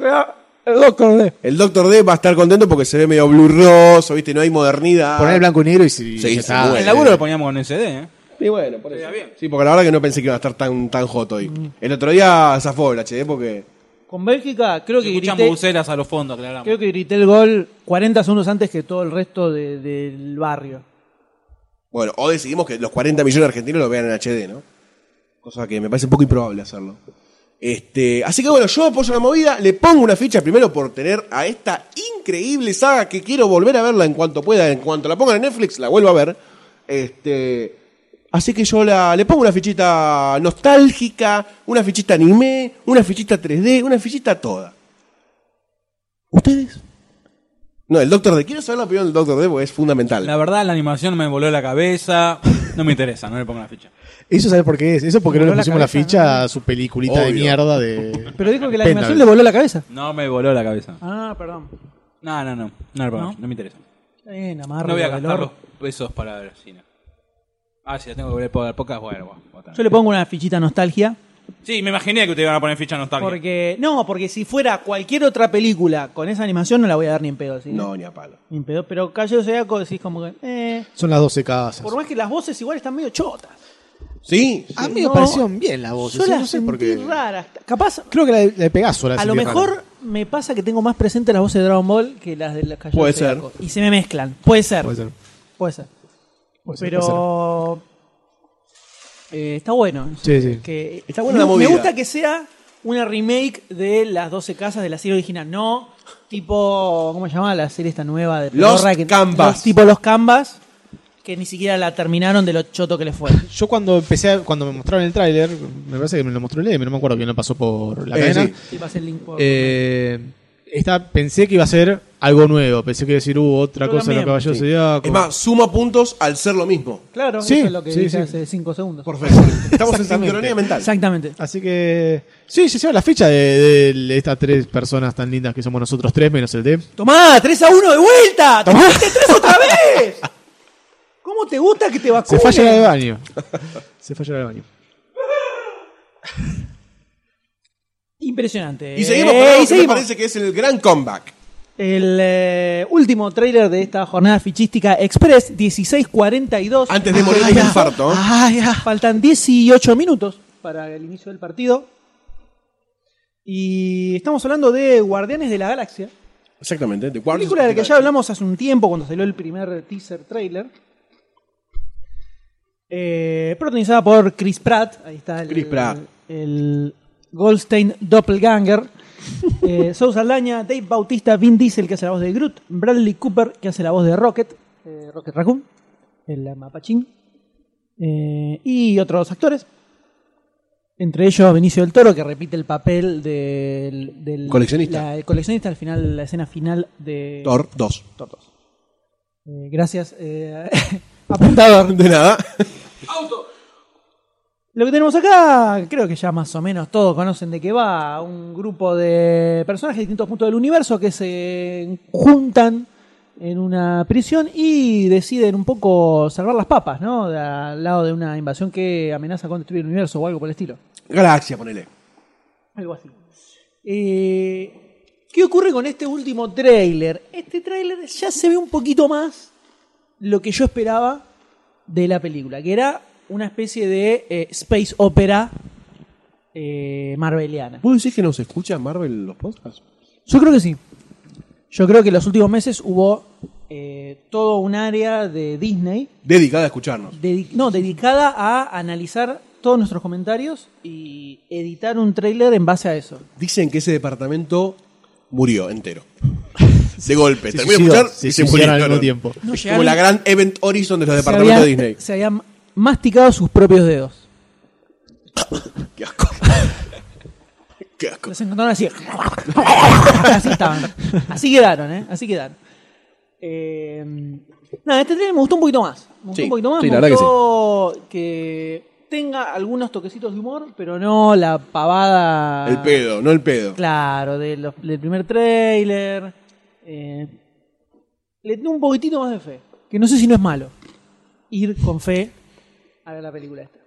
El Doctor D va a estar contento porque se ve medio blurroso, ¿viste? No hay modernidad. Poner blanco y negro y si Sí, ya se está. muere. El laburo lo poníamos en SD, ¿eh? Y bueno, por eso. Sí, porque la verdad que no pensé que iba a estar tan, tan hot hoy. El otro día zafó el HD porque... Con Bélgica, creo que Escuchan grité, bucelas a los fondos, aclaramos. creo que grité el gol 40 segundos antes que todo el resto de- del barrio. Bueno, o decidimos que los 40 millones de argentinos lo vean en HD, ¿no? Cosa que me parece un poco improbable hacerlo. Este, así que bueno, yo apoyo la movida, le pongo una ficha primero por tener a esta increíble saga que quiero volver a verla en cuanto pueda, en cuanto la pongan en Netflix la vuelvo a ver. Este, así que yo la, le pongo una fichita nostálgica, una fichita anime, una fichita 3D, una fichita toda. ¿Ustedes? No, el Doctor D. Quiero saber la opinión del Doctor D porque es fundamental. La verdad, la animación me voló la cabeza. No me interesa, no le pongo la ficha. Eso sabes por qué es. Eso porque no Voló le la pusimos la, cabeza, ficha a su peliculita de Obvio. mierda de. Pero dijo que la Pena, animación ¿no? le voló la cabeza. No me voló la cabeza. Ah, perdón. No, no, no. No le pongo la ¿No? ficha, no me interesa. Está bien, amarro. No voy a del gastar los orto. pesos para ver cine. Ah, si la tengo que volver a pagar pocas, bueno, bueno, bueno. Yo le pongo una fichita nostalgia. Sí, me imaginé que te iban a poner ficha nostálgica. Porque, no, porque si fuera cualquier otra película con esa animación, no la voy a dar ni en pedo. ¿sí? No, ni a palo. Ni en pedo. Pero Calle Zodiaco decís como que. Eh, Son las 12 casas. por más que las voces igual están medio chotas. Sí, A mí me No, parecieron bien las voces. Yo ¿eh? las no sé sentí por qué. raras. Capaz, Creo que la de, la de Pegaso la a lo sentí mejor rara. me pasa que tengo más presente las voces de Dragon Ball que las de las Calle Puede Zodiaco. Y se me mezclan. Puede ser. Puede ser. Puede ser. Puede ser, puede Pero. eh, está bueno. Sí, sí. Que- Está buena me, la me movida. gusta que sea una remake de las 12 casas de la serie original. No tipo. ¿Cómo se llama la serie esta nueva de Los pedorra que- Canvas. los- tipo Los Canvas. Que ni siquiera la terminaron de lo choto que les fue. ser. Yo cuando empecé, a- cuando me mostraron el tráiler, me parece que me lo mostró el Emi, no me acuerdo quién lo pasó por la Eh, cadena. sí. Sí, pasé el link por- Eh, esta, pensé que iba a ser algo nuevo. Pensé que iba a decir, uh, otra cosa Yo de los también. caballeros Sí. zodiacos. Es más, suma puntos al ser lo mismo. claro, sí, eso es lo que sí, dije sí. hace 5 segundos. Perfecto. Estamos en Exactamente. sincronía mental. Exactamente. Así que. Sí, se lleva la ficha de, de estas tres personas tan lindas que somos nosotros tres, menos el D. Tomá, 3 a 1 de vuelta. ¡Te fuiste 3 otra vez! ¿Cómo te gusta que te Se vacunen? fue a llegar al baño. Se fue a llegar al baño. Impresionante. Y seguimos Eh, con algo y que me seguimos. parece que es el gran comeback. El eh, último tráiler de esta jornada fichística Express 16:42. Antes de morir de un infarto. Ay, ah, Faltan 18 minutos para el inicio del partido. Y estamos hablando de Guardianes de la Galaxia. Exactamente. The Guardians Película de of la the que ya hablamos hace un tiempo cuando salió el primer teaser trailer. Eh, protagonizada por Chris Pratt. Ahí está el, Chris Pratt. el Goldstein Doppelganger. eh, Sousa Aldaña, Dave Bautista, Vin Diesel que hace la voz de Groot, Bradley Cooper que hace la voz de Rocket, eh, Rocket Raccoon, el mapachín, eh, y otros actores. Entre ellos Benicio del Toro, que repite el papel del, del- Coleccionista. la- el coleccionista al final, la escena final de Thor 2. Thor 2. Eh, gracias, eh, apuntador. De nada. Lo que tenemos acá, creo que ya más o menos todos conocen de qué va. Un grupo de personajes de distintos puntos del universo que se juntan en una prisión y deciden un poco salvar las papas, ¿no? De- al lado de una invasión que amenaza con destruir el universo o algo por el estilo. Galaxia, ponele. Algo así. Eh, ¿Qué ocurre con este último tráiler? Este tráiler ya se ve un poquito más lo que yo esperaba de la película, que era una especie de eh, space opera eh, marveliana. ¿Vos decís que nos escucha Marvel los podcasts? Yo creo que sí. Yo creo que en los últimos meses hubo eh, todo un área de Disney Dedicada a escucharnos. dedi- no, dedicada a analizar todos nuestros comentarios y editar un tráiler en base a eso. Dicen que ese departamento murió entero. De golpe. Terminó suicidó, de escuchar se y se suicidaron al murió. mismo No, no. tiempo. No Es como llegaron- la gran Event Horizon de los se departamentos habían- de Disney. Se habían masticado sus propios dedos. Qué asco. Qué asco. Los encontraron así. así estaban. Así quedaron, ¿eh? Así quedaron. Eh, nada, este tren me gustó un poquito más. Me gustó Sí, un poquito más. sí, me la verdad que gustó que, tenga algunos toquecitos de humor, pero no la pavada. El pedo, no el pedo. Claro, de los- del primer trailer. Eh, le tengo un poquitito más de fe. Que no sé si no es malo. Ir con fe a ver la película esta.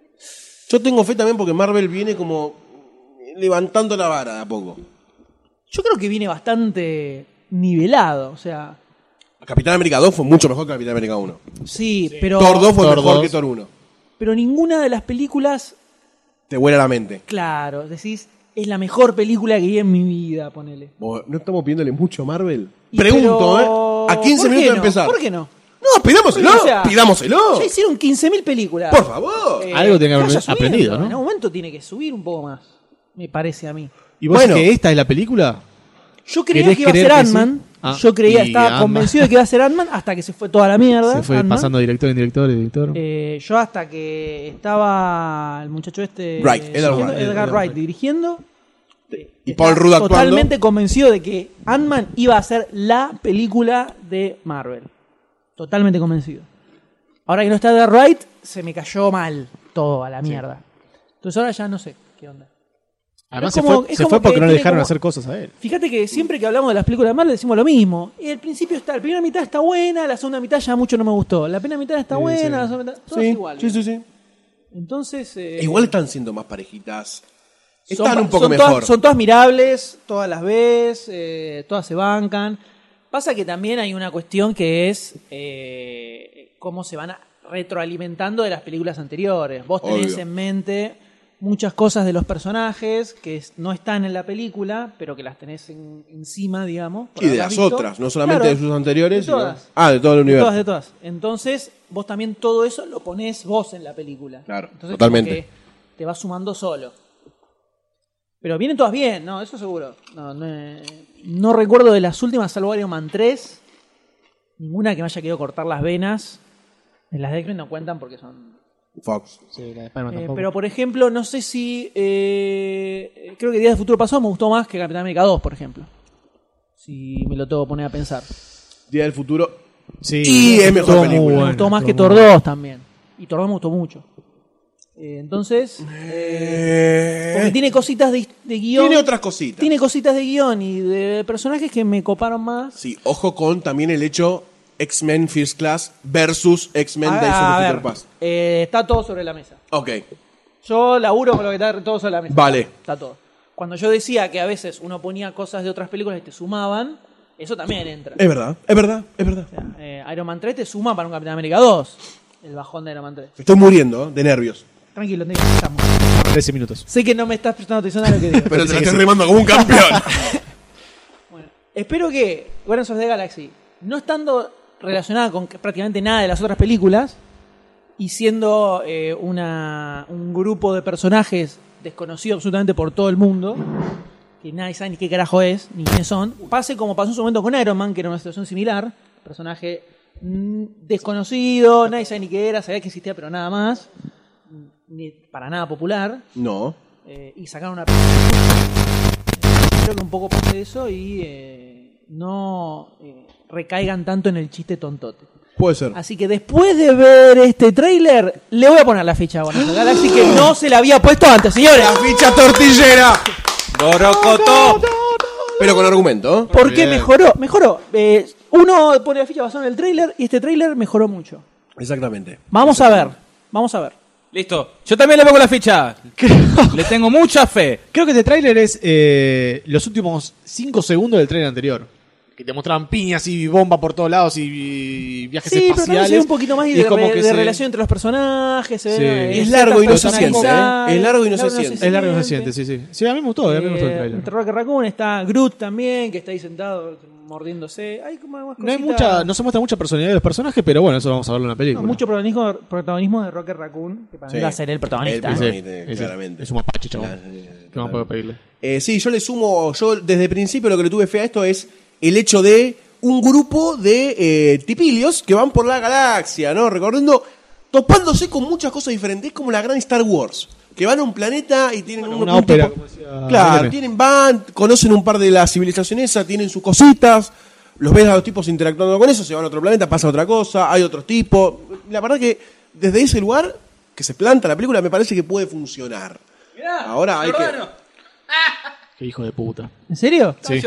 Yo tengo fe también porque Marvel viene como levantando la vara de a poco. Yo creo que viene bastante nivelado, o sea, Capitán América 2 fue mucho mejor que Capitán América 1. sí, pero Thor 2 fue Thor mejor 2. que Thor 1. pero ninguna de las películas, Te vuela la mente. claro, decís, es la mejor película que vi en mi vida, ponele. Vos, ¿No estamos pidiéndole mucho a Marvel? Y Pregunto, pero- ¿eh? A 15 ¿por qué minutos de no? empezar. ¿Por qué no? No, No, pidámoselo, O sea, pidámoselo. Ya hicieron 15.000 películas. Por favor. Eh, Algo tiene que haber vaya subiendo, aprendido, ¿no? En algún momento tiene que subir un poco más, me parece a mí. ¿Y vos Bueno. decís que esta es la película? Yo creía ¿Querés que iba a creer ser que Ant-Man. sí? Ah, Yo creía, y estaba Ant-Man. convencido de que iba a ser Ant-Man hasta que se fue toda la mierda. Se fue Ant-Man. pasando de director en director en director. Eh, yo hasta que estaba el muchacho este Wright, eh, Edgar dirigiendo- Wright. Edgar Wright dirigiendo eh, Y estaba Paul Rudd actuando. totalmente convencido de que Ant-Man iba a ser la película de Marvel totalmente convencido ahora que no está Edgar Wright se me cayó mal todo a la mierda entonces ahora ya no sé qué onda Además, es se como- fue, es se como fue que porque no le tiene dejaron como- hacer cosas a él. Fíjate que siempre que hablamos de las películas de Marvel decimos lo mismo. El principio está, la primera mitad está buena, la segunda mitad ya mucho no me gustó. La primera mitad está buena, la segunda mitad. Todas Sí, iguales. sí, sí, sí. Entonces. eh, Igual están siendo más parejitas. son- Están un poco son mejor. Todas, son todas mirables, todas las ves, eh, todas se bancan. Pasa que también hay una cuestión que es eh, cómo se van a- retroalimentando de las películas anteriores. Vos tenés Obvio. en mente muchas cosas de los personajes que es- no están en la película, pero que las tenés en- encima, digamos. por Y de haberlas las visto. otras, no solamente Claro. de sus anteriores. De sino- todas. Ah, de todo el De universo. todas, de todas. Entonces, vos también todo eso lo ponés vos en la película. Claro, Entonces, totalmente. como que Te vas sumando solo. Pero vienen todas bien, no, eso seguro. No, no, eh, no recuerdo de las últimas, salvo Iron Man 3, ninguna que me haya querido cortar las venas. Las de X-Men no cuentan porque son Fox. eh, pero por ejemplo, no sé si. eh, creo que Días de Futuro Pasado me gustó más que Capitán América 2, por ejemplo. Si me lo tengo que poner a pensar. Día del futuro. Sí, Y es mejor estuvo muy película. buena, me gustó más que estuvo Thor muy 2 también. Y Thor 2 me gustó mucho. Eh, entonces. eh, porque Eh, tiene cositas de, de guión. tiene otras cositas. Tiene cositas de guión y de personajes que me coparon más. Sí, ojo con también el hecho X-Men First Class versus X-Men Days A- a of the ver, Future Past. eh, está todo sobre la mesa. Ok. Yo laburo con lo que está todo sobre la mesa. Vale. Está todo. Cuando yo decía que a veces uno ponía cosas de otras películas y te sumaban, eso también entra. Es verdad, es verdad, es verdad. O sea, eh, Iron Man 3 te suma para un Capitán América 2. El bajón de Iron Man 3. Estoy muriendo ¿eh? de nervios. Tranquilo, Nick, estamos. buena. 13 minutos. Sé que no me estás prestando atención a lo que digo. Pero te la estoy remando como un campeón. Espero que Guardians of the Galaxy, no estando relacionada con que- prácticamente nada de las otras películas, y siendo eh, una, un grupo de personajes desconocido absolutamente por todo el mundo, que nadie sabe ni qué carajo es, ni quiénes son, pase como pasó en su momento con Iron Man, que era una situación similar, personaje mm, desconocido, nadie sabe ni qué era, sabía que existía, pero nada más, ni para nada popular, no. eh, y sacaron una película. Creo que un poco pase eso y eh, no eh, recaigan tanto en el chiste tontote. Puede ser. Así que después de ver este tráiler, le voy a poner la ficha a Guardians of the Galaxy que no se la había puesto antes, señores. ¡La ficha tortillera! ¡Borocotó! Pero con argumento. ¿eh? Porque mejoró, mejoró. Eh, uno pone la ficha basada en el tráiler y este tráiler mejoró mucho. Exactamente. Vamos a ver, vamos a ver. Listo. Yo también le pongo la ficha. Le tengo mucha fe. Creo que este tráiler es eh, los últimos 5 segundos del tráiler anterior. Que te mostraban piñas y bomba por todos lados y, y viajes Sí, pero también espaciales. se ve un poquito más Y de, es como re- que de se- relación entre los personajes. se ve, Sí. eh, Es largo y no se ciertas siente, ¿eh? personalidades, Es largo y no se siente. Es largo y no se siente, sí, sí. Sí, a mí me gustó, a mí me gustó el Eh, tráiler. entre Rocket Raccoon está Groot también, que está ahí sentado mordiéndose. Hay como más No hay cositas. mucha, no se muestra mucha personalidad de los personajes, pero bueno, eso lo vamos a verlo en la No, película. mucho protagonismo, protagonismo de Rocket Raccoon, que para Sí. mí va a ser el protagonista. El Sí, protagonista. Claramente, sí, claramente. Es un mapache, chaval. ¿Qué más puedo pedirle? Eh, sí, yo le sumo, yo desde el principio lo que le tuve fe a esto es el hecho de un grupo de eh, tipilios que van por la galaxia, ¿no? Recordando, topándose con muchas cosas diferentes, es como la gran Star Wars, que van a un planeta y tienen un- una un ópera, tipo- como decía claro, Belén. tienen van, conocen un par de las civilizaciones, esas, tienen sus cositas, los ves a los tipos interactuando con eso, se van a otro planeta, pasa otra cosa, hay otro tipo. La verdad que desde ese lugar que se planta la película me parece que puede funcionar. Ahora hay que... Qué hijo de puta. ¿En serio? Sí.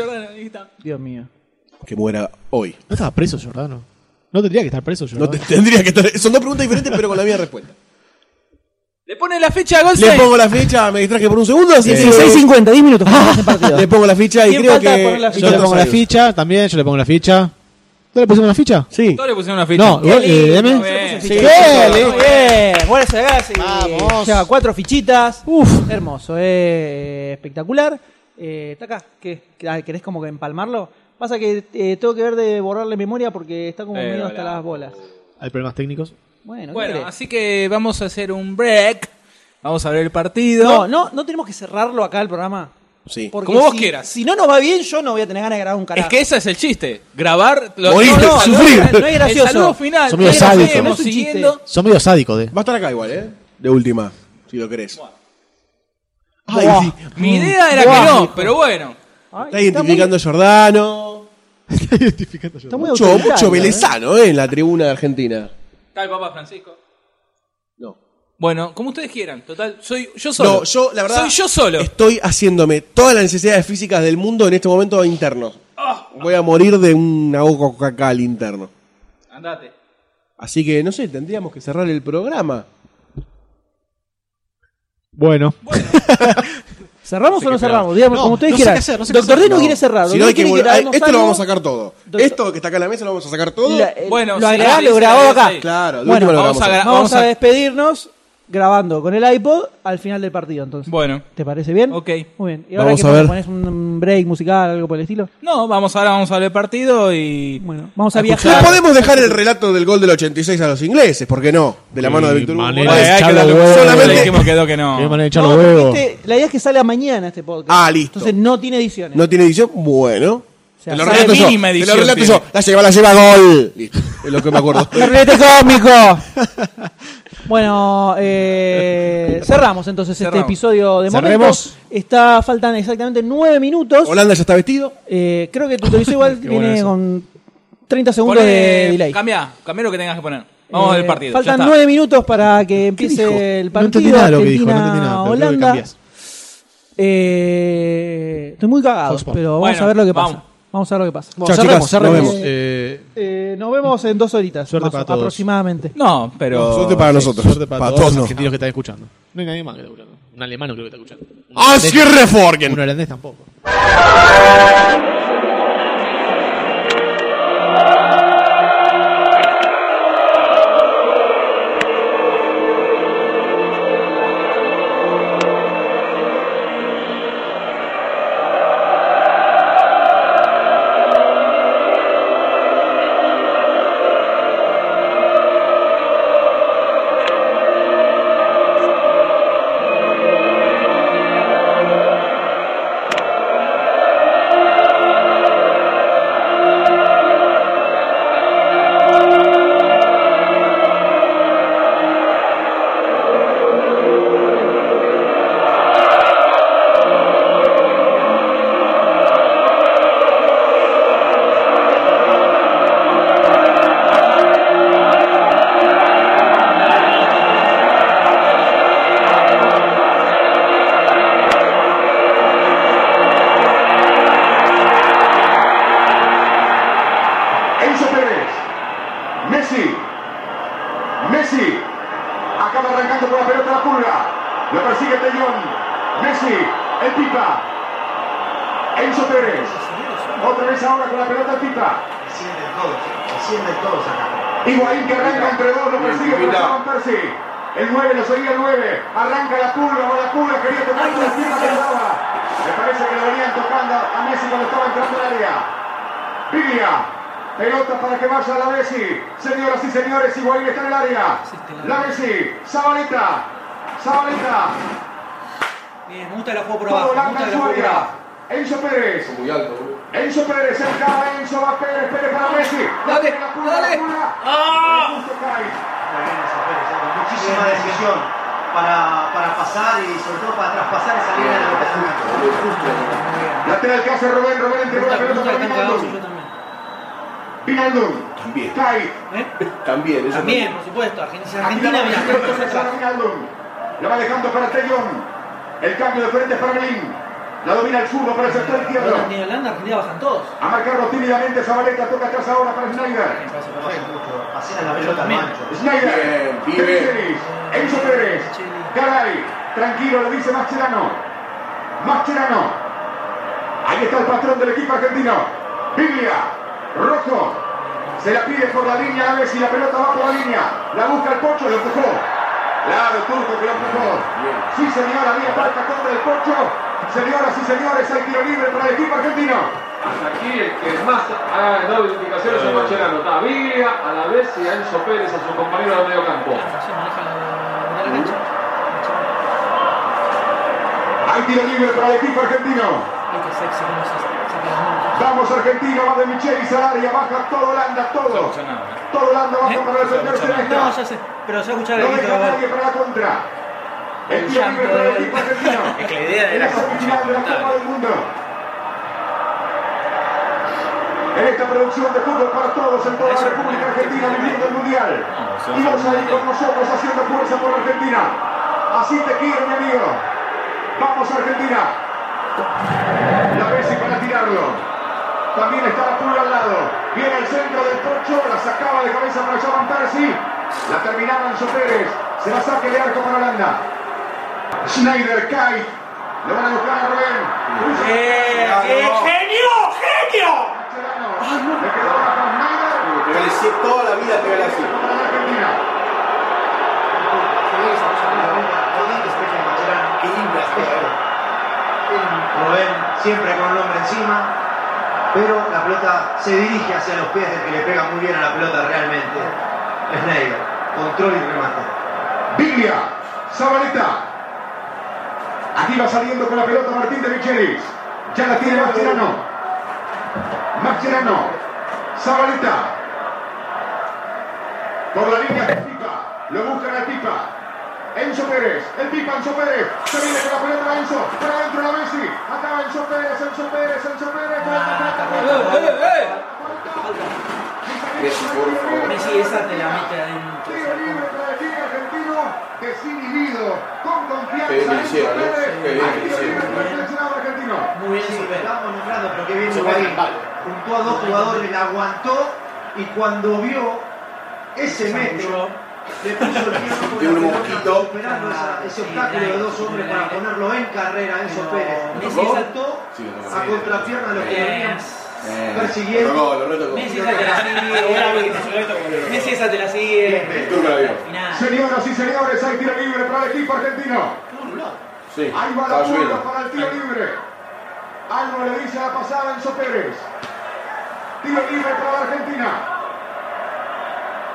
Dios mío. que muera hoy. No estaba preso, Jordano. No tendría que estar preso, No Jordano. te- tendría que estar- Son dos preguntas diferentes, pero con la misma respuesta. Le pone la ficha a Goldstein. Le pongo la ficha, me distraje por un segundo, así que 16.50, 10 minutos. faltan para el partido. le pongo la ficha y ¿Quién creo falta que. poner la Yo ficha? le Jonathan pongo la Sayers. ficha también, yo le pongo la ficha. ¿No le pusimos la ficha? Sí. Todos le pusieron una ficha. No, Qué vos, lindo, eh, deme. ven. Sí. Muy bien, Guardians of the Galaxy. Vamos. Lleva cuatro fichitas. Uf. Hermoso, eh, espectacular. Eh, Está acá. ¿Qué? Ah, ¿Querés como que empalmarlo? Pasa que eh, tengo que ver de borrarle memoria porque está como Eh, medio hola. hasta las bolas. Hay problemas técnicos. Bueno, ¿qué Bueno, querés? así que vamos a hacer un break. Vamos a ver el partido. No, no, no tenemos que cerrarlo acá el programa. Sí. Porque Como vos si- quieras. Si no nos va bien, yo no voy a tener ganas de grabar un Es carajo. que ese es el chiste. Grabar lo Morir, no, no, sufrir. no, No es gracioso. El saludo final. Son medio no es gracioso, sádicos. estamos No es un chiste. siguiendo. Son medio sádicos, de. Va a estar acá igual, ¿eh? De última, si lo querés. Ay, Buah. sí. Mi idea era que no, pero bueno. Ay, Está identificando a Giordano. está muy Mucho, autoritario, mucho ¿eh? velezano, ¿eh? En la tribuna de Argentina. Está el Papa Francisco. No. Bueno, como ustedes quieran. Total, soy yo solo. No, yo, la verdad. Soy yo solo. Estoy haciéndome todas las necesidades físicas del mundo en este momento interno. Voy a morir de un ahogo cacal interno. Andate. Así que, no sé, tendríamos que cerrar el programa. Bueno. ¿Cerramos o no cerramos? Digamos, No, como ustedes no sé quieran. qué hacer, no sé qué Doctor hacer. D no, quiere cerrar. Si Doctor no D hay que quiere vol- ay, grabarnos esto lo algo. vamos a sacar todo. Doctor- Esto que está acá en la mesa lo vamos a sacar todo. La- eh, Bueno, lo sí, agregás, sí, lo sí, grabamos sí, acá. sí. Claro, de Bueno, última lo vamos a grabamos. gra- Vamos a a- despedirnos grabando con el iPod al final del partido, entonces. Bueno. ¿Te parece bien? Ok. Muy bien. ¿Y ahora Vamos qué a pasa? ver. ¿Ponés un break musical, algo por el estilo? No, vamos ahora, vamos a ver el partido y. Bueno, vamos a, A viajar. No podemos dejar el relato del gol del 86 a los ingleses, ¿por qué no? De la mano de Víctor Hugo. manera Bueno, de hay que echarlo darle- huevo. Le solamente dijimos quedó que no. Qué manera de echar No, los porque huevos. este- la idea es que sale mañana este podcast. Ah, listo. Entonces no tiene ediciones. no tiene edición, bueno. sea, te lo sabe relato yo. mínima Te lo edición relato tiene. yo. La lleva, la lleva gol. Listo, es lo que me acuerdo. ¡Carrete cósmico! bueno, eh, cerramos entonces Cerramos. este episodio de Cerremos. momento. Está, faltan exactamente nueve minutos. Holanda ya está vestido. Eh, creo que tu televisor igual viene con 30 segundos de Poné, delay. cambia, cambia lo que tengas que poner. Vamos Eh, al partido. ya Faltan está. nueve minutos para que dijo? empiece el No entendí partido nada lo que dijo, no Argentina- entendí nada, pero creo que Holanda. cambiás. Eh, estoy muy cagado, Hotspot. pero vamos Bueno, a ver lo que pasa. vamos. Vamos, a ver lo que pasa. Chao, cerremos, chicas. Nos cerremos. vemos. Eh, Eh, nos vemos en dos horitas Suerte para todos. aproximadamente. No, pero. Suerte para nosotros. Suerte para, todos, los no. argentinos que están escuchando. No hay nadie más que está escuchando. Ah, Un alemano creo que está escuchando. Un holandés- Así reforgen. Un holandés tampoco. Enzo Pérez. Messi. Messi. Acaba arrancando por la pelota la pulga. Lo persigue Tellón. Messi. El Pipa. Enzo Pérez. Otra vez ahora con la pelota el Pipa. Higuaín que arranca entre dos. Lo persigue por Juan Percy. El 9 lo seguía el 9. Arranca la pulga. Va la pulga. Quería tocar con la pierna que le daba. Me parece que lo venían tocando a Messi cuando estaba entrando al área. Viglia, pelota para que vaya la Messi. Señoras y señores, Higuaín está en el área. La Messi, Zabaleta, Zabaleta, me gusta la juego por todo Holanda en su área. Enzo Pérez. Enzo Pérez, cerca a Enzo, va Pérez, Pérez para Messi. Dale, La pulga, la dale. ¡Ah! pulga. Justo cae. Muchísima decisión para, para pasar y sobre todo para traspasar esa línea de representante. Lateral que hace Rubén, Rubén entregó la pelota para Vinaldum. Vinaldum, cae. También, eso También, por supuesto, Argentina, Aquí la Argentina va mira, dejando cosas para atrás. Wijnaldum. La va dejando para Tellón. El cambio de frente es para Melín. La domina el zurdo para el sector izquierdo. Ni Holanda, Argentina bajan todos. A marcarlo tímidamente Zabaleta. Toca atrás ahora para Schneider. Pasean la pelota al mancho. Schneider. Bien, pibe. Pérez. Enzo Pérez. Garay. Tranquilo, le dice Mascherano. Mascherano. Ahí está el patrón del equipo argentino. Biblia. Rojo. Se la pide por la línea a Messi. La pelota va por la línea. La busca el pocho. Lo empujó. Claro, el turco que lo empujó. Sí, señor. Había falta contra el pocho. Señoras y señores, hay tiro libre para el equipo argentino. Aquí el que más ha dado indicaciones es Mascherano. Está a Biglia, a la vez y a Enzo Pérez, a su compañero de medio campo. Hay tiro libre para el equipo argentino. Vamos Argentina, va de Michelis al área, baja todo Holanda, todo. Todo Holanda ¿Eh? baja para defenderse de esta. No, ya sé. Pero se va a escuchar el No grito. deja a nadie para la contra. El tiro libre para el equipo argentino. Es que la idea En era la semifinal de la Copa del Mundo. En esta producción de fútbol para todos en toda la República Argentina viviendo el Mundial. Y vos ahí con nosotros haciendo fuerza por Argentina. Así te quiero, mi amigo. Vamos Argentina. La Messi para tirarlo. También está la pulga al lado. Viene el centro del Pocho, la sacaba de cabeza para Jovan Persi. La terminaba Enzo Pérez. Se la saque de arco para Holanda. Schneider cae. Lo van a buscar a Rubén. genio! ¡Genio! Le quedó la jornada Calecé toda la vida pegar así. para la Argentina. Rubén siempre con el hombre encima, pero la pelota se dirige hacia los pies del que le pega muy bien a la pelota realmente. Schneider, control y remate. Biblia, Zabaleta. Aquí va saliendo con la pelota Martín de Michelis. Ya la tiene Mascherano. Mascherano. Zabaleta. Por la línea de Pipa. Lo buscan al Pipa. Enzo Pérez. El Pipa, Enzo Pérez. Se viene con la pelota Enzo. Para adentro la Messi. Acaba Enzo Pérez, Enzo Pérez, Enzo Pérez. Falta, falta, falta. Messi, esa te la mete adentro. Tiro libre para el equipo argentino, desinhibido, con confianza. Qué bien que Enzo hicieron, ¿eh? Pérez. Qué bien que Aquí lo hicieron. ¿eh? tiene para el seleccionado argentino. Muy bien, Sí, super. estábamos nombrando, pero qué bien Higuaín. Juntó a dos jugadores, la aguantó y cuando vio ese metro, le puso el pie abajo De la un pelota, mosquito. superando esa- ese obstáculo de dos hombres para ponerlo en carrera a Enzo Pero Pérez. Messi Messi es- saltó Sí, lo tocó. a contrapierna de los que venían Eh, persiguiendo. Lo tocó, lo retocó. Messi, esa te la sigue. Messi, esa te la sigue. El turco la vio. Y nada. Señoras y señores, hay tiro libre para el equipo argentino. Sí, Ahí va estaba la curva subiendo. para el tiro libre. Algo le dice la pasada Enzo Pérez. Tiro libre para la Argentina.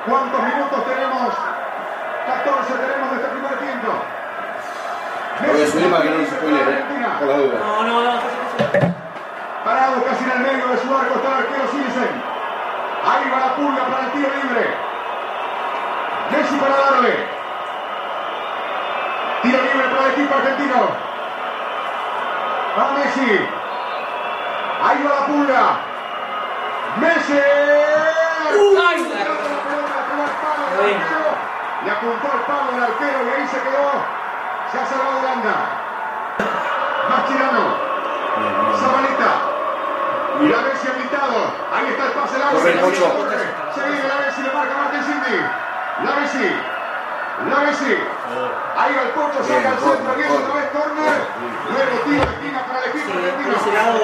¿Cuántos minutos tenemos? 14 tenemos de este primer tiempo. Lo voy a subir para que no nos spoilen, eh, Argentina. por las dudas. No, no, no. Parado casi en el medio de su arco está el arquero Silsen. Ahí va la pulga para el tiro libre. Messi para darle. Tiro libre para el equipo argentino. Va Messi. Ahí va la pulga. Messi. Ahí se agarra la pelota, pegó al palo del Bueno. arquero. Le apuntó al palo del arquero y ahí se quedó. Se ha salvado Holanda. Mascherano. Zabaleta. Y la Messi habilitado. Ahí está el pase largo. Corre, Se viene, Pocho. corre. Se viene la Messi, le marca Martín Cindy. La Messi. La Messi. Ahí va el Pocho, saca al corre, centro, viene corre. otra vez corner. Luego tiro de esquina para el equipo Por argentino. ese lado.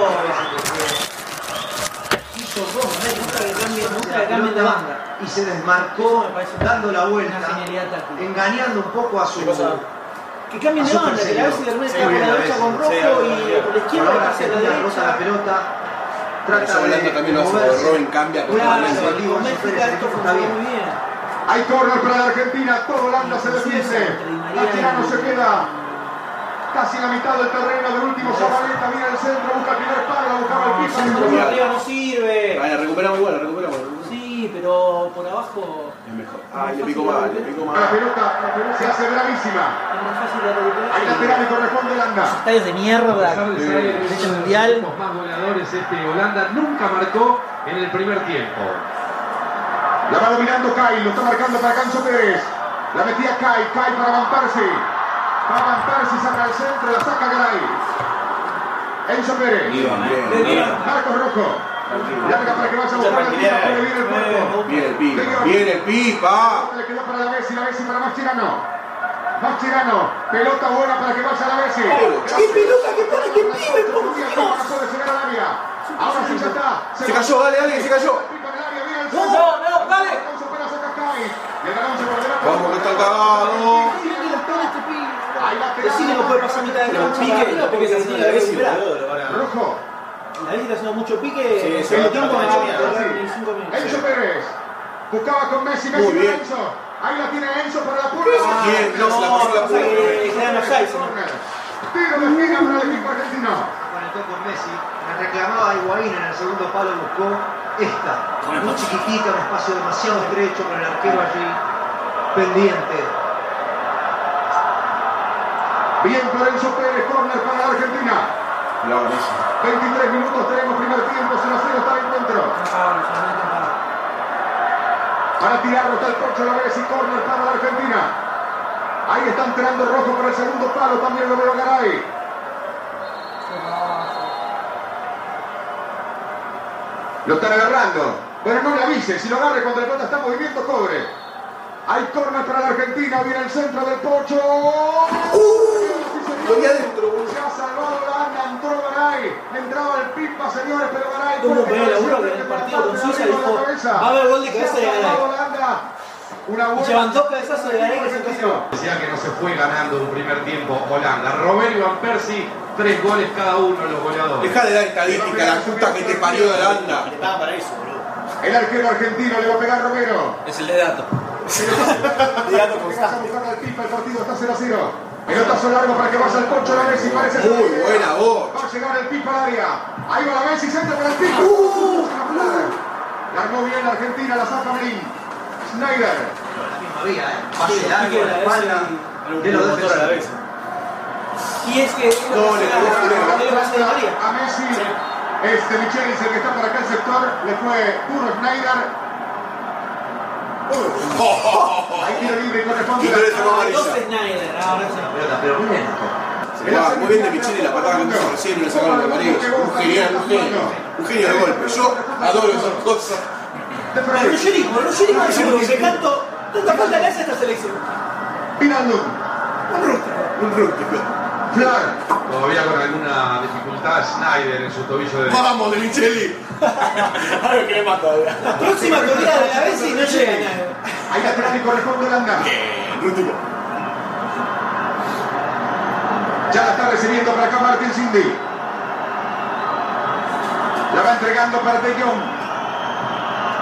Hizo dos, me gusta que cambien, me gusta que cambien de banda. y se desmarcó Me parece dando la Una vuelta, genialidad táctica. engañando un poco a su. Que cambien de Súper banda, que la seguido. vez de Hermes Sí, está por la bien, derecha sí, con sí, rojo y por la izquierda Ahora va hacia la Argentina roza la derecha. pelota, Eso trata de. Holanda también lo hace, porque moverse. Robin cambia Claro, totalmente. Messi. con Messi está esto Está bien. funcionó muy bien. Hay corner para la Argentina, todo Holanda se defiende. Mascherano se queda casi en la mitad del terreno del último Zabaleta. Viene al centro, busca el primer palo, buscaba el piso. le Por cortó. arriba no sirve. Vale, recuperamos igual, la recuperamos. la recuperamos. Sí, pero por abajo Es mejor. Ah, le pico mal, le pico La mal. pelota se hace bravísima. es más fácil de recuperar. Hay lateral y corresponde Holanda. Estadios de mierda. Fecha mundial. más goleadores este Holanda nunca marcó en el primer tiempo. La va dominando Kai, lo está marcando para Canso Pérez. La metía Kai, Kai para Van Persie. Va Van Persie, saca el centro, la saca Garay. Enzo Pérez. Bien, bien, bien. Marcos Rojo. Larga para que vaya a buscar la tira, puede bien el cuerpo. Bien el pipa, bien el pipa. Le quedó para la Messi, la Messi para Mascherano. Mascherano, pelota buena para que vaya la Messi. ¡Qué pelota que para que pibe, por Dios! Ahora sí ya está. Se cayó, dale, dale, que se cayó. No, no, dale. Vamos, que está el cagado. Ahí va a pegar. Decime no puede pasar mitad de cancha. Rojo. La vez está haciendo mucho pique. Sí, sí, segundo tiempo sí, me va sí, a sí, correr sí. ni cinco minutos. Enzo Pérez. Buscaba con Messi, Messi para Enzo. Ahí la tiene Enzo para la pulga. ¿Quién? No, la pasó la Sí, puerta. que se dan los seis, ¿no? Tiro de esquina para el equipo argentino. Conectó con Messi, la reclamaba Higuaín en el segundo palo, buscó esta. Muy chiquitita, un espacio demasiado estrecho con el arquero allí, pendiente. Bien para Enzo Pérez, corner para la Argentina. 23 minutos tenemos primer tiempo, 0 a 0 está el encuentro. Para tirarlo está el Pocho López y corner para la Argentina. Ahí está entrando Rojo para el segundo palo, también lo veo Garay. Lo están agarrando. Pero no le avise, si lo agarre cuando la pelota está en movimiento, cobre. Hay corner para la Argentina, viene el centro del Pocho. Sí, señor. Lo vi adentro, boludo. Se ha salvado la banda, entró Garay. Entraba el Pipa, señores, pero Garay... Tuvo fuerte que ver el cabeceo, laburo que en el partido frente a la con parte, Suiza arriba con dijo, la cabeza. va a haber gol de cabeza Se ha de Garay. salvado la banda. Una buena... Llevan dos cabezazos de Garay que se Argentina. Decía que no se fue ganando un primer tiempo Holanda. Romero y Van Persie, tres goles cada uno los goleadores. Deja de dar estadística, la puta que te parió de Holanda. Estaba para eso, boludo. El arquero argentino le va a pegar Romero. Es el de dato. Vas a buscar al Pipa, el partido está 0 a 0. Pelotazo largo para que vaya el Pocho la Messi, parece ser Muy la idea. buena voz. Va a llegar el Pipa al área. Ahí va la Messi, centro para el Pipa. ¡Uh! La armó bien la Argentina, la saca Marín. Schneider. La misma vía, ¿eh? Pase largo, la espalda de los defensores. Y es que. No, le pegó fulero. No le pasa de María. A Messi. Este Michel dice que está para acá el sector. Le fue puro Schneider. Ahí tiro libre y corresponde. Y no le sacó amarilla. Entonces Snyder. Ahora sí. Pelota, pero muy lento. Se va, muy bien de Michelle y pues la patada que me hizo recién, me la sacaron de amarillo. Un genial, un genio. Un genio de golpe. Yo adoro esas cosas. De Pero frente. Rogerismo, Rogerismo es lo que canto. Tanta falta le hace a esta selección. Mirandum. Un rústico, un rústico. Flar. Todavía con alguna dificultad Snyder en su tobillo de Vamos, de Micheli. Ahora que le mato ahora. Próxima corrida de la vez y no llega a nada. Ahí atrás y corresponde Holanda. Rústico. Ya la está recibiendo para acá Martín Cindy. La va entregando para De Jong.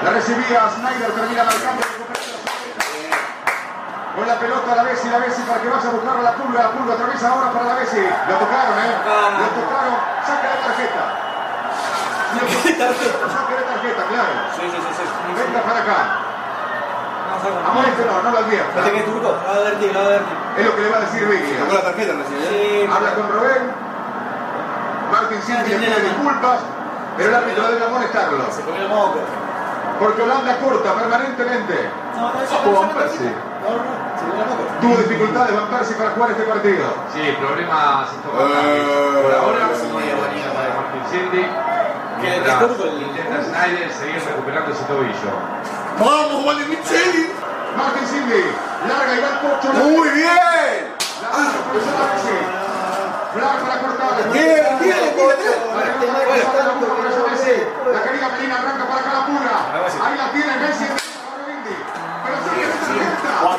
La recibía Snyder, termina marcando. recupera la- Con la pelota a la Bessi, la Bessi para que vaya a buscar a la pulga, la pulga atraviesa ahora para la Bessi. Lo tocaron, ¿eh? Ah. Lo tocaron, saca la tarjeta. Saca la tarjeta, claro. Sí, sí, sí. Venga para acá. Amoléstelo, no lo No advierta. te quedes turco. Lo va a advertir, lo va a advertir. Es lo que le va a decir Vicky. Sacó la tarjeta recién, ¿eh? Sí. Ah, Habla con Robén. Martín Cinti le pide disculpas, pero el árbitro debe amonestarlo. Se comió el moco. Porque Holanda corta permanentemente. No, no, eso Tuvo no, Van no, Persie. No, no, se comió el moco. Tuvo dificultades Van Persie para jugar este partido. Sí, problemas estomacantes. Por ahora, no hay amarilla para Martín Cindy. Mientras intenta Snyder seguir recuperando su tobillo. Vamos, vale Micheli. Martín Cindy, larga y va al pocho. Ah, Muy bien. La lanza por el lado Messi. Flag para cortar. Bien, bien, Para que no vaya a pasar la bola por el lado Messi. La querida Melina arranca para acá la pura. Ahí la tiene Messi. Ahora Mendy. Pero sigue la tarjeta. Ahora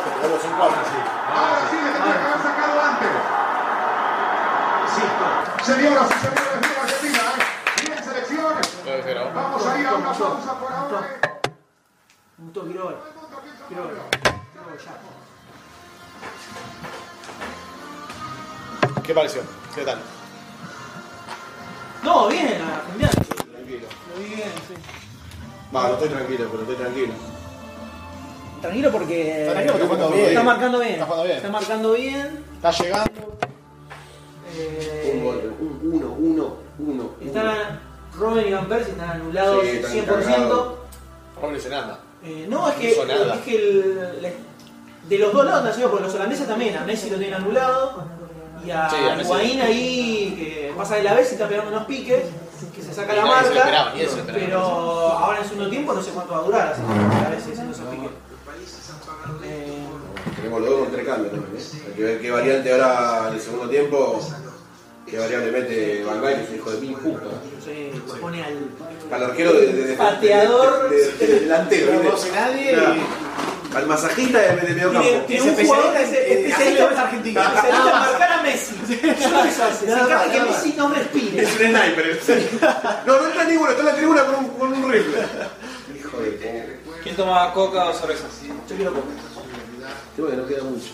sí le tendría que haber sacado antes. Señoras y señores de Argentina, ¿eh? bien selección. Vamos a ir a una pausa por ahora. ¿eh? Me gustó Quiroga. Todo el mundo piensa Quiroga. Pablo. Quiroga, ya. ¿Qué pareció? ¿Qué tal? No, bien, la mundial. Lo vi bien, sí. Va, no estoy tranquilo, pero estoy tranquilo. Tranquilo porque Está tranquilo porque está jugando está bien. marcando bien. Está jugando bien. Está marcando bien. Está llegando. Eh, Un golpe, un, uno, uno, uno. Están Robin y Van Persie están anulados Sí, están 100%. cagados. uno. No se nada. Eh, no, es que, No hizo nada. es que el- le- de los dos lados están haciendo, porque los holandeses también, a Messi lo tienen anulado y a Sí, a Messi. Higuaín ahí que pasa de la vez y está pegando unos piques, que se saca la nadie se lo marca, esperaba, ni él se lo esperaba. pero ahora en segundo tiempo no sé cuánto va a durar, así que a veces haciendo esos piques. Eh, Tenemos los dos con tres cambios también, ¿eh? Hay que ver qué variante ahora en el segundo tiempo. Qué variante mete Van Gaal, que es hijo de mil puta. no sé, se pone al Al arquero de, de, de- de- Pateador. de- de- de- delantero, No ¿viste? conoce nadie y- Claro. Al masajista de, de medio tiene, campo. tiene un jugador que es especialista, especialista en marcar a Messi. Solo eso hace, sacarle que Nada más, nada Messi más. no respire. Es un sniper. No, no está ninguno, está en la tribuna con un, con un rifle. Hijo de puta. ¿Quién toma coca o cerveza? Yo quiero comer. Creo que no queda mucho.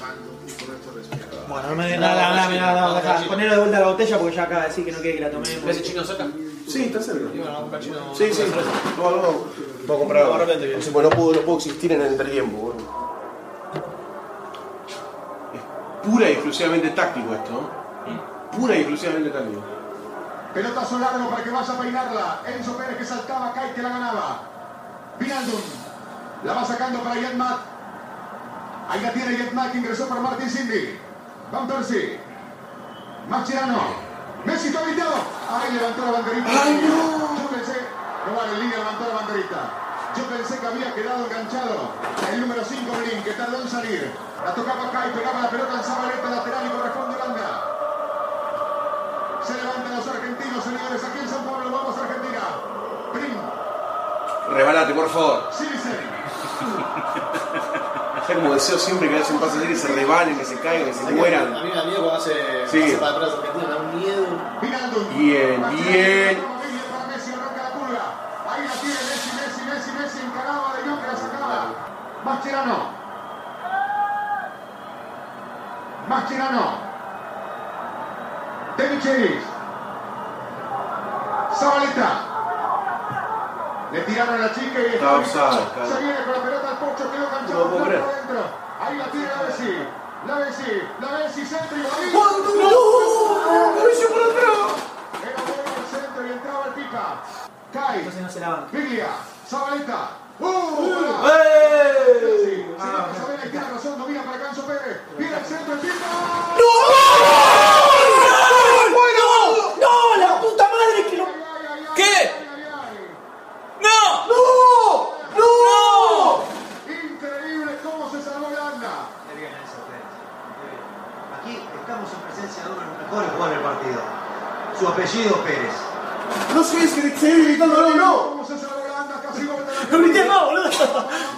Bueno, no me den nada, nada, nada, nada, nada. Ponelo de vuelta a la botella porque ya acaba de decir que no quiere que la tome. ¿Ves chino saca? Sí, está cerca. Sí, Sí, sí. No, no, no. Puedo comprar ahora. Sí, pues no puedo, no puedo existir en el entretiempo, boludo. Es pura y exclusivamente táctico esto. ¿no? Pura y exclusivamente táctico. Pelotazo largo para que vaya a peinarla. Enzo Pérez que saltaba, Kai que la ganaba. Vinaldum. La va sacando para Yetmat. Ahí la tiene Yetmat que ingresó para Martín Cindy. Van Persie. Mascherano. Messi está habilitado. Ahí levantó la banderita. Yo pensé, no vale, el líder levantó la banderita. Yo pensé que había quedado enganchado el número 5 Blin, que tardó en salir. La tocaba acá y pegaba la pelota en Zabaleta lateral y corresponde banda. Se levantan los argentinos, señores, aquí en San Pablo, vamos Argentina. Prim, Rebalate, por favor. Silsen, Es como deseo siempre que hacen pases y se rebalen, que se caigan, que se A mueran. mí me da miedo cuando hace Sí. pase para atrás Argentina, me da un miedo. Bien, bien. para Messi, arranca la pulga. Ahí la tiene Messi, Messi, Messi, Messi, encaraba de Jong que la sacaba. Mascherano. Mascherano. De Michelis. Zabaleta. Le tiraron a la chica y Está offside, claro. se viene con la pelota al pocho, quedó No canchado, lo puedo creer. adentro. Ahí la tiene la Messi. La Messi, la Messi, centro y Godín. ¡No! ¡Lo hice por atrás! Era bueno el centro y entraba el pipa. Kai. Entonces no se la Biblia. Zabaleta. ¡Uh! pará. Sí, sí, Zabaleta tiene razón, domina para Canso Pérez. Viene el centro, el pipa. ¡No! ¡No! ¡La puta madre que lo. ¿Qué? ¡No! ¡No! ¡No! Increíble cómo se salvó Holanda. Aquí estamos en presencia de uno de los mejores jugadores del partido. Su apellido Pérez. No sé, es que te estoy gritando, no, no. Cómo se salvó Holanda, casi gol de la ¡Lo grité más, boludo!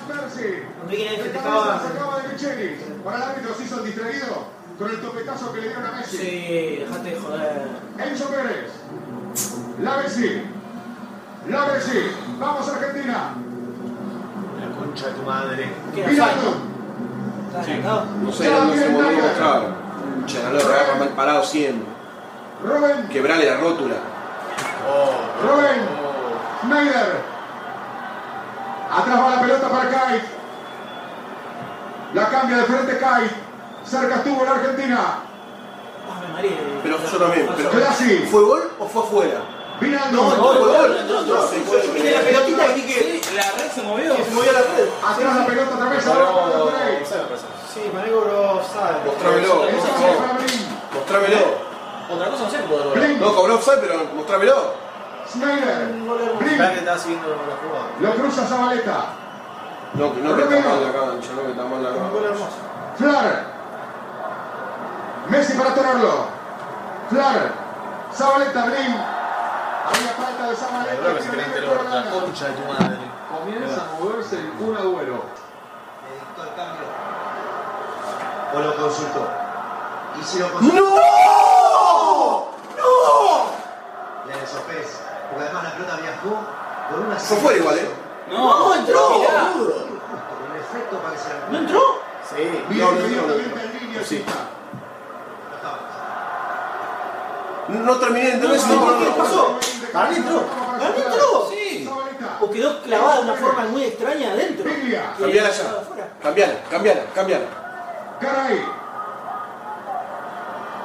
Percy. que te este De cabeza se acaba de Micheli. Para el árbitro se hizo el distraído con el topetazo que le dieron a Messi. Sí, dejate de joder. Enzo Pérez. La Messi. La Messi. Vamos Argentina. La concha de tu madre. Mirando. No sé, no sé cómo mostrar. Che, no lo regalan mal parado siempre. Rubén. Quebrale la rótula. Rubén. Oh. Schneider. Atrás va la pelota para Kai. La cambia de frente Kai. Cerca estuvo la Argentina. Pero yo también. Pero Fue así. ¿Fue gol o fue afuera? Mirando. No, no, fue gol. la pelotita aquí que. La red se movió. Se movió la red. Atrás la pelota otra vez. Ahora para Andrei. Sí, Marego lo sabe. Mostrámelo, por Esa es favor. para Blin. Mostrámelo. Otra cosa no sé cómo Blin. No, cobró offside, pero mostrámelo. Schneider. Blin. Espera que estaba siguiendo la jugada. Lo cruza Zabaleta. No, que no que está mal la cancha, no que está mal la cancha. Flar. Messi para tenerlo. Flar. Zabaleta, Brim. Había falta de Zabaleta. tiro libre por La Holanda. concha de tu madre. Comienza a moverse el un duelo. Le dictó el cambio. O lo consultó. Y si lo consultó, ¡No! ¡No! le Enzo Pérez. Porque además la pelota viajó por una Fue fuera igual, eh. ¡No! ¡No entró! boludo. Justo, con el efecto para que se la ¿No entró? Sí. Bien, No, no, no, inmediatamente en línea chica. No estaba. No, no terminé de entender eso. No, No, ¿qué no, pasó? Para mí entró. Para mí entró. Sí. Zabaleta. O quedó clavada de una forma muy extraña adentro. Biblia. Cambiala ya. Cambiala, cambiala, cambiala. Garay.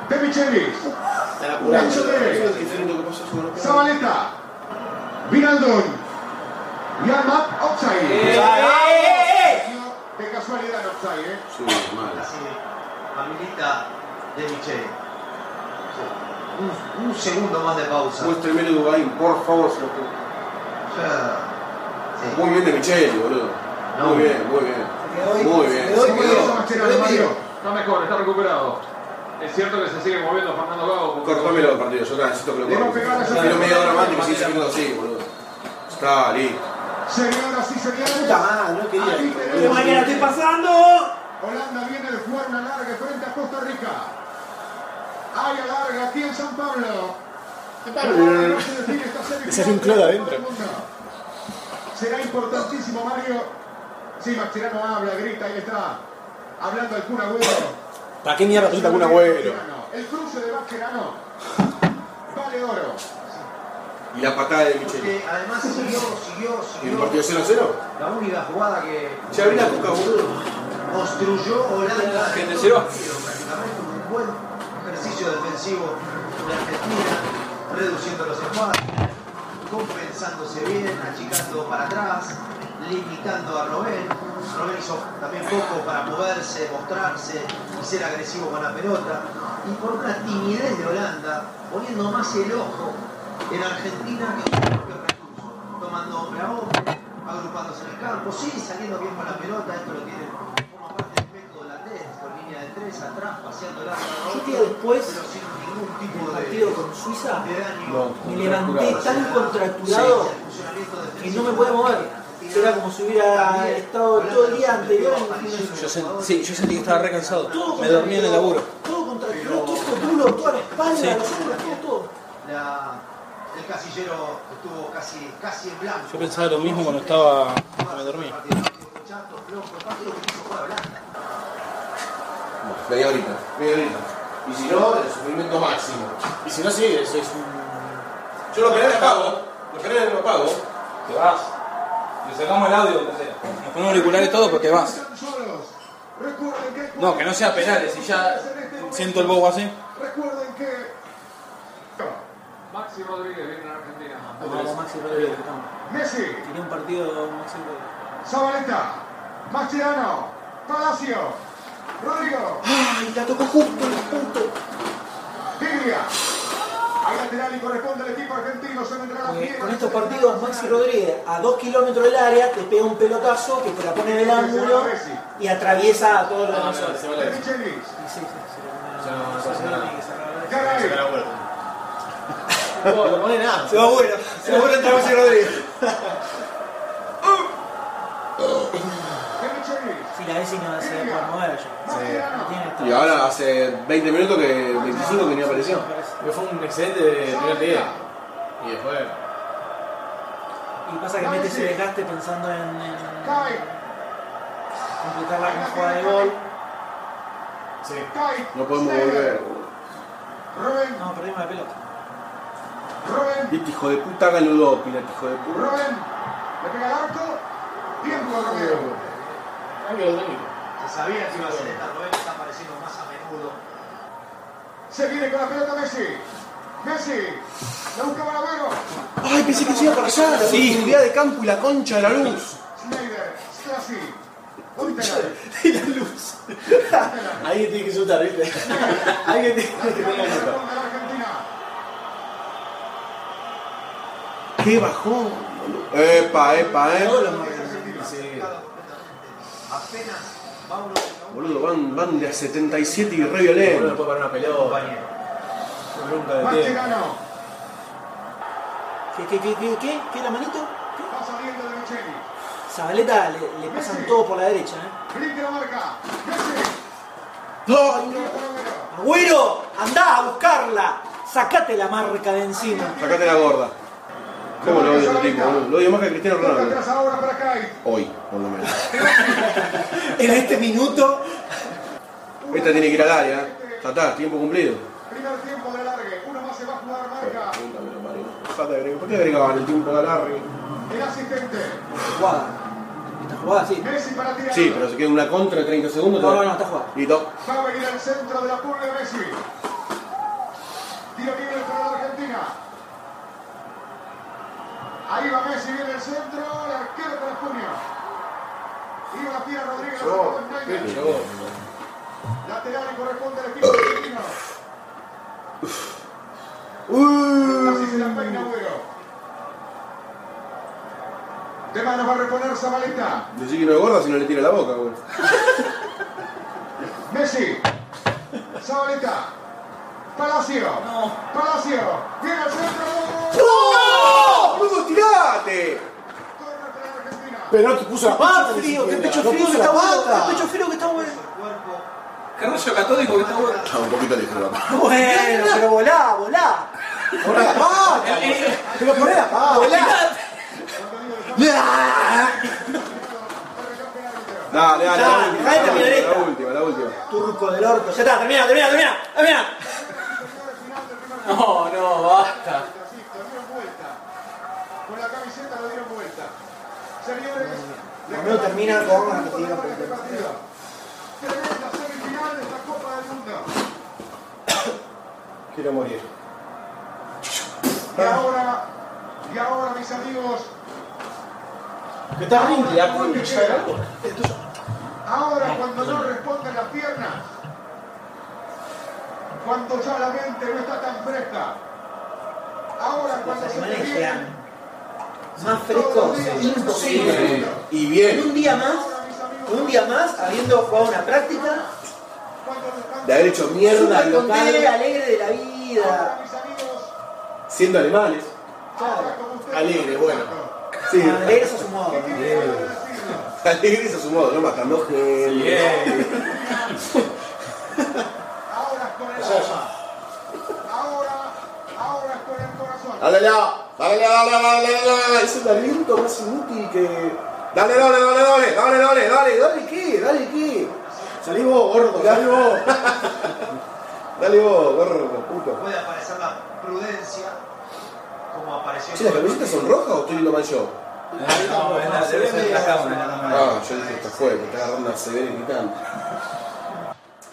De Michelis. Se la Nacho Pérez. Yo Zabaleta. Vinaldón. Yarmat Oxai. De casualidad Oxai, eh. Así, familita de Michele. Un, un segundo más de pausa. Muéstrame el Dubaín, por favor, se lo pido. Ya. Sí. Muy bien de Micheli, boludo. No. Muy bien, muy bien. Muy bien. Se movió esa machera de Mario. Está mejor, está recuperado. Es cierto que se sigue moviendo Fernando Gago. Cortámelo el partido, yo necesito que lo Le va a corte. pegar a esa- Pero media hora más, 15 minutos así, boludo. Está listo. Señoras y señores. no quería. ahí tenemos. Pero mañana estoy pasando. Holanda viene de jugar una larga frente a Costa Rica. Área larga, aquí en San Pablo. En Eh, no se define esta serie. se hace un clon adentro. Será importantísimo, Mario. Sí, Maximiliano habla, grita, ahí está. Hablando al Kun Agüero. ¿Para qué mierda trata algún abuelo? El cruce de Vasquerano vale oro. Y la patada de Micheli. Porque además siguió, siguió, siguió. ¿Y el partido 0-0? La única jugada que. Ya abrí la boca, boludo. Construyó Holanda. Que te sirva. Prácticamente un buen ejercicio defensivo de Argentina, reduciendo los espacios, compensándose bien, achicando para atrás, limitando a Robén. Robén hizo también poco para moverse, mostrarse y ser agresivo con la pelota. Y por una timidez de Holanda, poniendo más el ojo en Argentina que en sus propios recursos, tomando hombre a hombre, agrupándose en el campo, sí, saliendo bien con la pelota, esto lo tienen como parte del efecto holandés, con línea de tres atrás, paseando el arma a Yo, otro, tío, después pero sin ningún tipo el de partido con Suiza, de daño. me levanté tan contracturado Sí, el funcionamiento que defensivo no me podía mover. Era como si hubiera estado todo el día anterior en el gimnasio. Yo sen- sí, yo sentí que estaba re cansado. Todo Me dormí en el laburo. Todo contracturado, todo el culo, toda la espalda, Sí. los hombros, todo, todo. La- el casillero estuvo casi, casi en blanco. Yo pensaba lo mismo cuando estaba. cuando me dormí. Chato, flojo, el partido que hizo jugar Holanda. Media horita. Media horita. Y si no, el sufrimiento máximo. Y si no, sí, es, es un... Yo los penales pago. Los penales los pago. Te vas. Le sacamos el audio, lo que sea. Nos ponemos auriculares todo porque vas. No, que no sea penales. Y ya siento el bobo así. Recuerden que. Maxi Rodríguez viene a Argentina. Vamos, Maxi Rodríguez, estamos. Messi, Tenía un partido Maxi Rodríguez. Zabaleta, Mascherano, Palacio, Rodrigo. ¡Ay, la tocó justo en el punto! Piglia. Al lateral y corresponde al equipo argentino. Se vendrá la Porque piedra. con estos partidos, Maxi Rodríguez, a dos kilómetros del área, te pega un pelotazo que te la pone en el ángulo y atraviesa a todos los demás. De Michelis. Garay. No pone nada. Se va bueno. Se va bueno entre Maxi Rodríguez. Si la vecina no se puede mover allá. Y ahora hace 20 minutos que 25 que ni apareció. Fue un excelente primer día. Y después... Y pasa que mete ese desgaste pensando en, en completar la jugada de gol. Sí. No podemos volver. No, perdimos la pelota. Viste, Este hijo de puta, hágalo dos, pirata, hijo de puta. Rubén. Le pega el arco. Tiempo a Romero. Se sabía que iba a ser esta, Robén está apareciendo más a menudo. Se viene con la pelota Messi. Messi. La busca Balagüero. Ay, pensé que se iba para allá. La Sí. profundidad de campo y la concha de la luz. Schneider. Strassi. Huitelaar. Y la luz. Alguien tiene que soltar, ¿viste? Alguien tiene que poner la lupa. Responde a la Argentina. ¡Qué bajón! Epa, epa, eh. Apenas va uno Boludo, van, van de a 77 y re violentos. parar una pelota. Mascherano. ¿Qué, qué, qué, qué, qué? ¿Qué la manito? Va saliendo de Micheli. Zabaleta le, le pasan todo por la derecha, ¿eh? Brinca la marca. Messi. ¡No! ¡Agüero! ¡Andá a buscarla! ¡Sacate la marca de encima! Sacate la gorda. ¿Cómo lo odio a ese tipo, boludo? Lo odio más que a Cristiano Toca Ronaldo. atrás ahora para Kai. Hoy, por lo menos. En este minuto. Esta tiene que ir al área. eh. Ya está, tiempo cumplido. Primer tiempo de largue. Uno más se va a jugar marca. Falta de agregar- ¿Por qué agregaban el tiempo de largo? El asistente. Jugada. Esta jugada sí. Messi para tirar. Sí, pero se queda una contra de 30 segundos. No, no, no, está jugada. Listo. Va a venir al centro de la pulga de Messi. Tiro libre para la Argentina. Ahí va Messi, viene el centro, el arquero para Cunha. Iba la tira Rodríguez, la sacó Schneider. Lateral y corresponde al equipo argentino. Casi se la peina Agüero. De manos va a reponer Zabaleta. Decí que no es gorda si no le tira la boca, güey. Messi. Zabaleta. Palacio. Palacio. Viene al centro. ¡No! ¡Boludo, tirate! Pero no te puso la pata. frío, ni qué siquiera. pecho No frío que puso la estamos. pata. ¡Qué pecho frío que estamos! cuerpo Qué rollo católico que está bueno. Ah, un poquito lejos. la mano. Bueno, pero volá, volá. Corre la pata. Pero corre la pata, volá. Dale, dale, Ya, la última, dejá de terminar la última, esta. la última, la última. Turco del orto. Ya está, termina, termina, termina. Termina. No, no, basta. Con la camiseta lo dieron vuelta. Señores, Por lo menos termina con la repetida. porque- tremenda semifinal de esta Copa del Mundo. Quiero morir. Y Ah. ahora, y ahora mis amigos, Que está horrible, la concha de la lora. Ah. ahora cuando no responden las piernas, cuando ya la mente no está tan fresca, ahora cuando Los se animales te llegan. vienen, Más frescos, imposible. Y bien. En un día más, un día más, habiendo jugado una práctica, De haber hecho mierda al súper contento, local, alegre de la vida. siendo alemanes. Alegre, bueno. Sí. Alegres a su modo. Alegres a su modo, no matando gente. Dale, dale, dale, dale, dale, dale, dale. Es el aliento más inútil que. Dale, dale, dale, dale, dale, dale, dale, dale, qué, dale, qué. Salí vos, gordo, dale vos. dale vos, gordo, puto. Puede aparecer la prudencia, como apareció. Che, ¿las camisetas son rojas o estoy viendo mal yo? No, es la- se ve en la cámara. Ah, yo dije, esta fue, me está agarrando una severa irritante.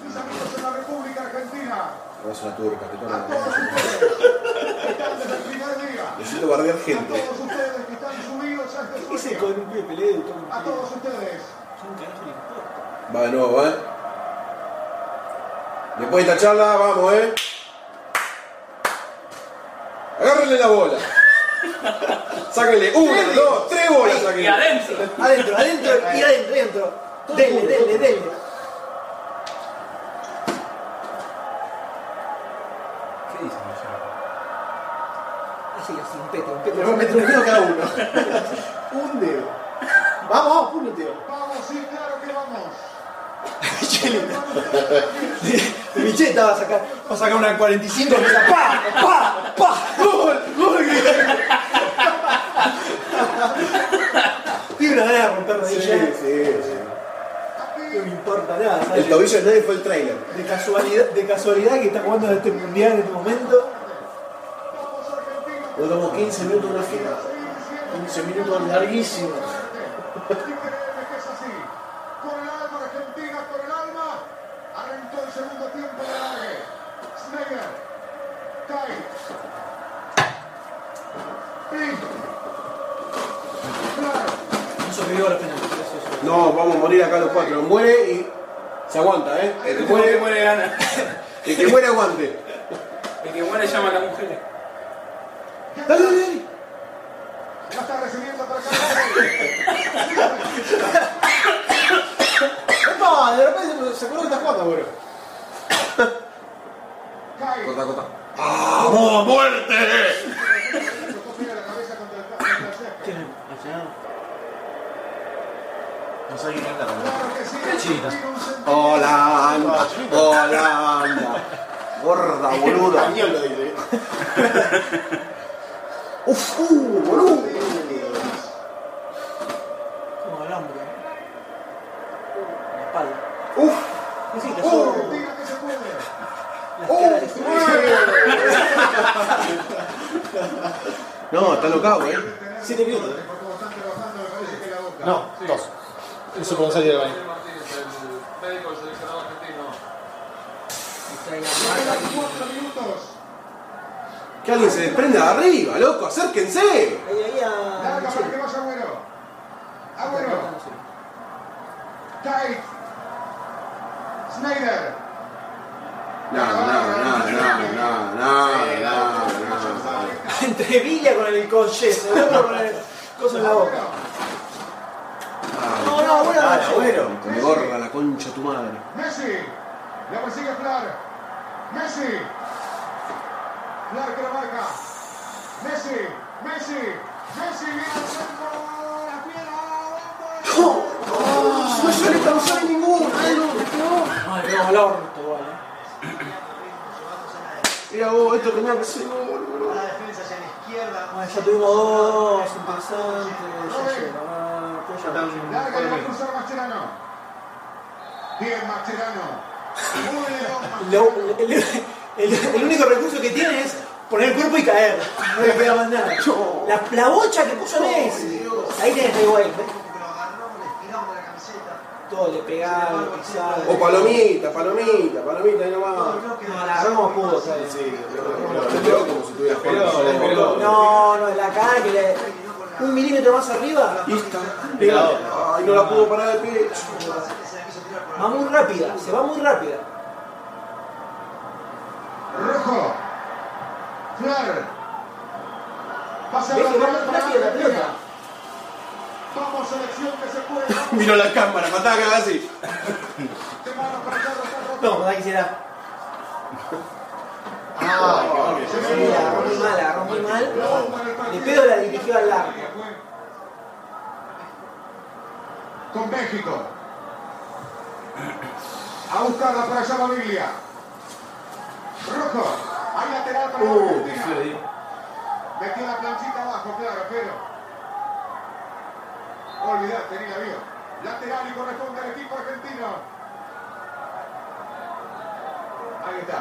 en la República Argentina, No es una turca, te toman. están desde el primer día. Necesito bardear A gente. todos ustedes que están subidos a este sueño. A todos ustedes. Va de nuevo, ¿eh? Después de esta charla, vamos, ¿eh? Agárrenle la bola. Sáquenle una, dos, tres bolas. Y Sáquenle. adentro. Adentro, adentro y adentro, adentro. Dele, dele, dele. ¿Qué dicen allá? Así, así, un peto, un peto. Le voy a meter un dedo cada uno. un dedo. Vamos, un dedo. Vamos, sí, claro que vamos. De Bicheta va a sacar, va a sacar una 45 y empieza pa, pa, pa, gol, gol. Tiene una gana de romper la Sí, rodilla. sí, No me importa nada, sí. El ¿sabes? tobillo de nadie fue el trailer. De casualidad, de casualidad que está jugando en este mundial en este momento. Nos damos 15 minutos en la fila. 15 minutos larguísimos. Increíble que es así. Con el alma argentina, con el alma. Arrancó el segundo tiempo de largue. Sneijder. Kai. Pin. No sobrevivió a los penales. No, vamos a morir acá los cuatro. Muere y se aguanta, ¿eh? El que muere, muere gana. el que muere aguante. El que muere llama a la mujer. Dale, dale, dale. La está recibiendo para acá. ¡Epa! De repente se acuerda que está jugando, boludo. Kai. Corta, corta. ¡Vamos a muerte! No sé quién anda, Hola, anda, hola, anda. Gorda, boluda. Español lo dice. Uf, uh, boludo. Como el hombro. La espalda. Uf, Sí, sí, Uh. las- Argentina que se puede. las caras de No, está locado, eh. Siete minutos. ¿eh? No, dos. Eso cuando salió del baño. Médico del seleccionado argentino. Que alguien se desprenda de arriba, loco, acérquense. Ahí, ahí a. Larga para que vaya Agüero. Agüero. Tight. Snyder. No, no, no, no, no, no, no, no. Entre Villa con el concheso, el otro con el coso en la boca. No, no, buena Ah, noche. bueno, me gorda la concha de tu madre. Messi. La persigue Flar. Messi. Flar que lo marca. Messi. Messi. Messi viene al centro. La piedra. No, no, no, no, no, no, no, no, no, no, no, no, no, el orto, ¿vale? Mira vos, esto tenía que ser gol, boludo. Ah, ya tuvimos dos interesantes. Ya llega, ah, pues ya Larga y va a está. cruzar Mascherano. Bien, Mascherano. Muy bien, Lo- el, el- el único recurso que tiene es poner el cuerpo y caer. No le pega más nada. La, la bocha que puso Messi. Ahí tenés que igual. Todo le pegaba, le pisaba. O palomita, palomita, palomita, ahí nomás. No, la agarró como pudo, ¿sabes? Lo tiró como si estuviera jugando. No, no, la cara que le. Un milímetro más arriba. Y está. pegado. Ay, no la pudo parar de pie. Va muy rápida, se va muy rápida. Rojo. Flar. Pasa Ve la que va pelota rápida la para Argentina. pelota. Vamos, selección que se puede. Miró la cámara, mataba que haga así. No, verdad que sí era. Ah, Sí, la agarró muy mal, la agarró muy mal. De pedo la dirigió al largo. Con México. A buscarla para allá Bolivia. Rojo. Hay lateral para Uh, Argentina. eh. Metió la planchita abajo, claro, pero. Olvidate, ni la vio. Lateral y corresponde al equipo argentino. Ahí está.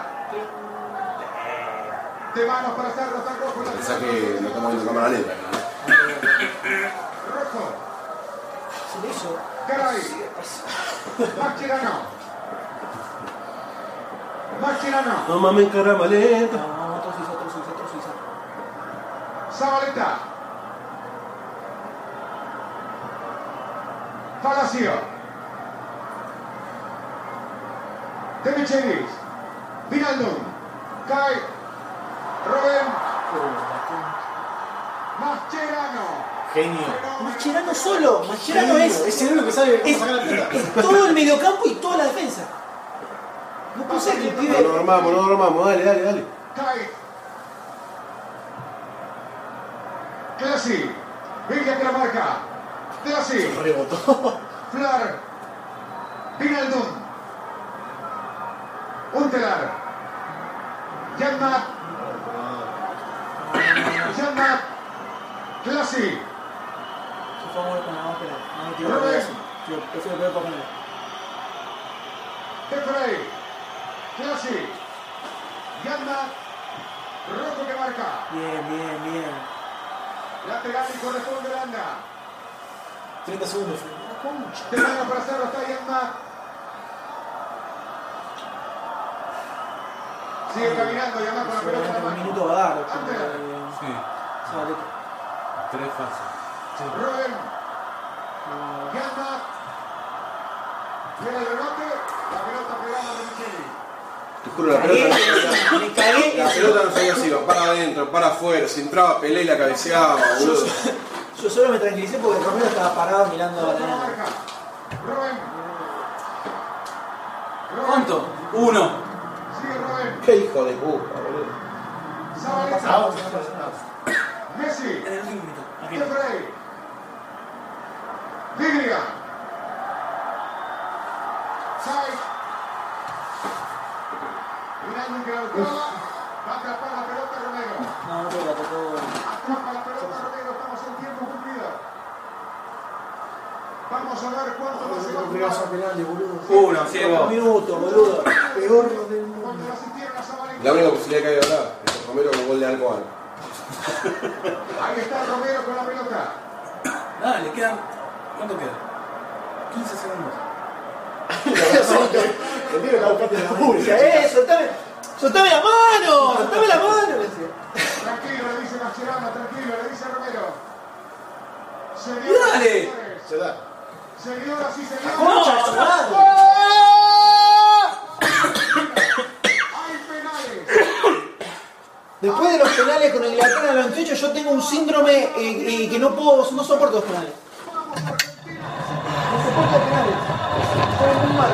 De manos para hacerlo, está rojo la Pensá que no estamos viendo cámara lenta. Rojo. Se le hizo. Caray. Mascherano. Mascherano. No mames, caramba, lento. No, otro suizo, otro suizo, otro suizo. Zabaleta. Palacio. De Michelis. Vinaldum. Kai. Robben. Mascherano. Genio. Mascherano solo. Mascherano es. Es el único que sabe cómo es- sacar la pelota. es todo el mediocampo y toda la defensa. No puede ser que el No pibe. dormamos, no dormamos, dale, dale, dale. Kai. Classy. Villa que la marca. Classy. Rebotó. Flar. Vinaldum. Untelar. Janmat. Janmat. Classy. Yo fue a mover con la mano, pero no me tiró la Robben. cabeza. Yo prefiero pegar para ponerla. Jeffrey. Classy. Janmat. Rojo que marca. Bien, bien, bien. Lateral y corresponde a Landa. 30 segundos. De mano para hacerlo está Yanma. Sigue caminando, Yanma con la pelota. en la Un mano. minuto va a dar. Ante, Sí. Zabaleta. Tres fases. Robben. Yanma. Viene el rebote. La pelota pegada de Micheli. Te juro, la pelota no Me cagué. La pelota no sabía si iba para adentro, para afuera, si entraba Pelé y la cabeceaba, boludo. Yo solo me tranquilicé porque Romero estaba parado mirando a la nada. Robben. ¿Cuánto? Uno. Sigue Robben. Qué hijo de puta, boludo. Zabaleta. Messi. Jeffrey. Viglia. Sainz. Mirando que la buscaba. Va a atrapar la pelota Romero. No, no la tocó. Atrapa la pelota Romero. Estamos en tiempo cumplido. Vamos a ver cuánto va a ser. Uno, Un minuto, boludo. Peor del mundo. La única posibilidad que hay ahora es Romero con gol de Alcoan. Ahí está Romero con la pelota. Nada, le quedan. ¿Cuánto queda? 15 segundos. El tío está buscando la Decía, ¡Eh, soltame! ¡Soltame la mano! ¡Soltame la mano! Decía. Tranquilo, le dice Mascherano, tranquilo, le dice Romero. Se dio ¡Dale! Se da. Se dio ahora sí, se dio. ¡Concha, chaval! ¡Hay penales! Después de los penales con Inglaterra en el 28, yo tengo un síndrome eh, eh, que no puedo, no soporto los penales. No soporto los penales. Son muy mal.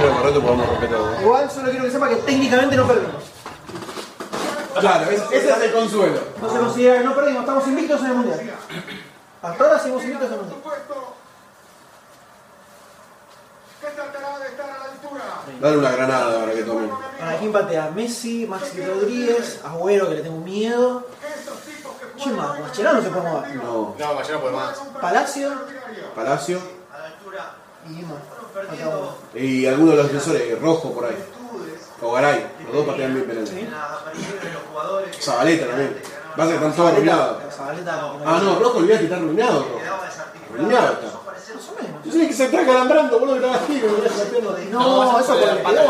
Yo lo correcto podemos respetar. Igual solo quiero que sepa que técnicamente no perdimos. Claro, es- ese es el consuelo. No se considera que no perdimos, estamos invictos en el mundial. Hasta ahora seguimos invictos en el mundial. Puesto. Que tratará de estar a la altura. Dale una granada ahora que tomen. Anakin patea a Messi, Maxi Rodríguez, Agüero que le tengo miedo. ¿Quién más? Mascherano se puede mover. No. No, mañana no puede más. Palacio Palacio y Guima. Falta uno. y alguno de los defensores, eh, rojo por ahí. O Garay, los dos patean bien penales. Zabaleta también. Va a ser que están todos arruinados. Zabaleta. Ah, no, rojo olvidate que está arruinado, rojo. Arruinado está. Tú tienes que se está calambrando, boludo, que estaba aquí, me mirás la pierna. No, eso fue la pata.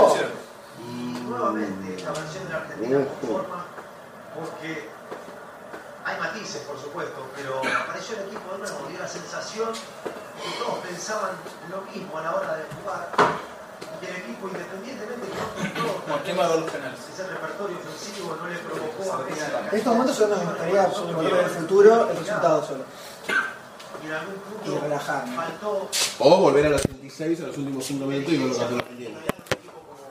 Nuevamente, la versión de la Argentina conforma porque hay matices, por supuesto, pero apareció el equipo de nuevo, dio la sensación que todos pensaban lo mismo a la hora de jugar. Y el equipo, independientemente que no contó Por tema de los penales. ese repertorio ofensivo, no le provocó a Messi. En estos momentos solo nos gustaría volver del futuro, el resultado solo. Y en algún punto Y relajarme. faltó O volver a los 66 a los últimos 5 minutos y volver a la Argentina.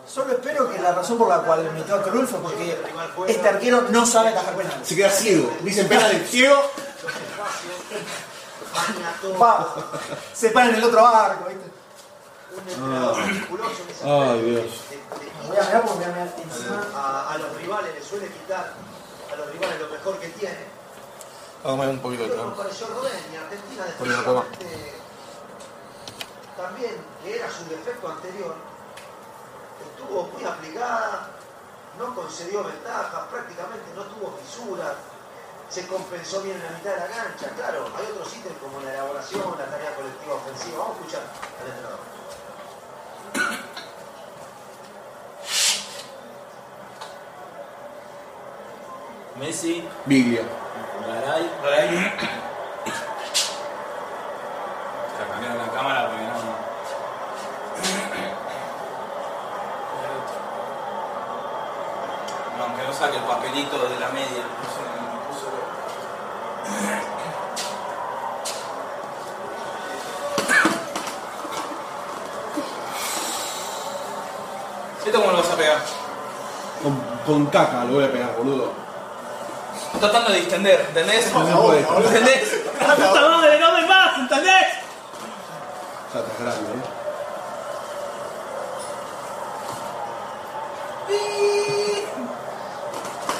Solo espero que la razón por la cual me metió a Cruyff fue porque este arquero no sabe atajar penales. Se queda ciego. Dicen pena de ciego. Pa, se para en el otro barco, ¿viste? Ay, Dios. Voy a mirar porque me voy a mirar encima. a, a los rivales, le suele quitar a los rivales lo mejor que tiene. Vamos a un poquito de Luego trago. apareció Rodén y Argentina Porque no puedo más. definitivamente también, que era su defecto anterior, estuvo muy aplicada, no concedió ventajas, prácticamente no tuvo fisuras, se compensó bien en la mitad de la cancha. Claro, hay otros ítems como la elaboración, la tarea colectiva ofensiva. Vamos a escuchar al entrenador. Messi, Biglia. Garay. Ya cambiaron la cámara porque no. No, Aunque no saque el papelito de la media. no sé, no puso lo- ¿Esto cómo lo vas a pegar? Con, con caca lo voy a pegar, boludo. Tratando de distender, ¿entendés? No se puede. ¿Entendés? ¡La puta madre, no me más, ¿entendés? Ya está grande, eh.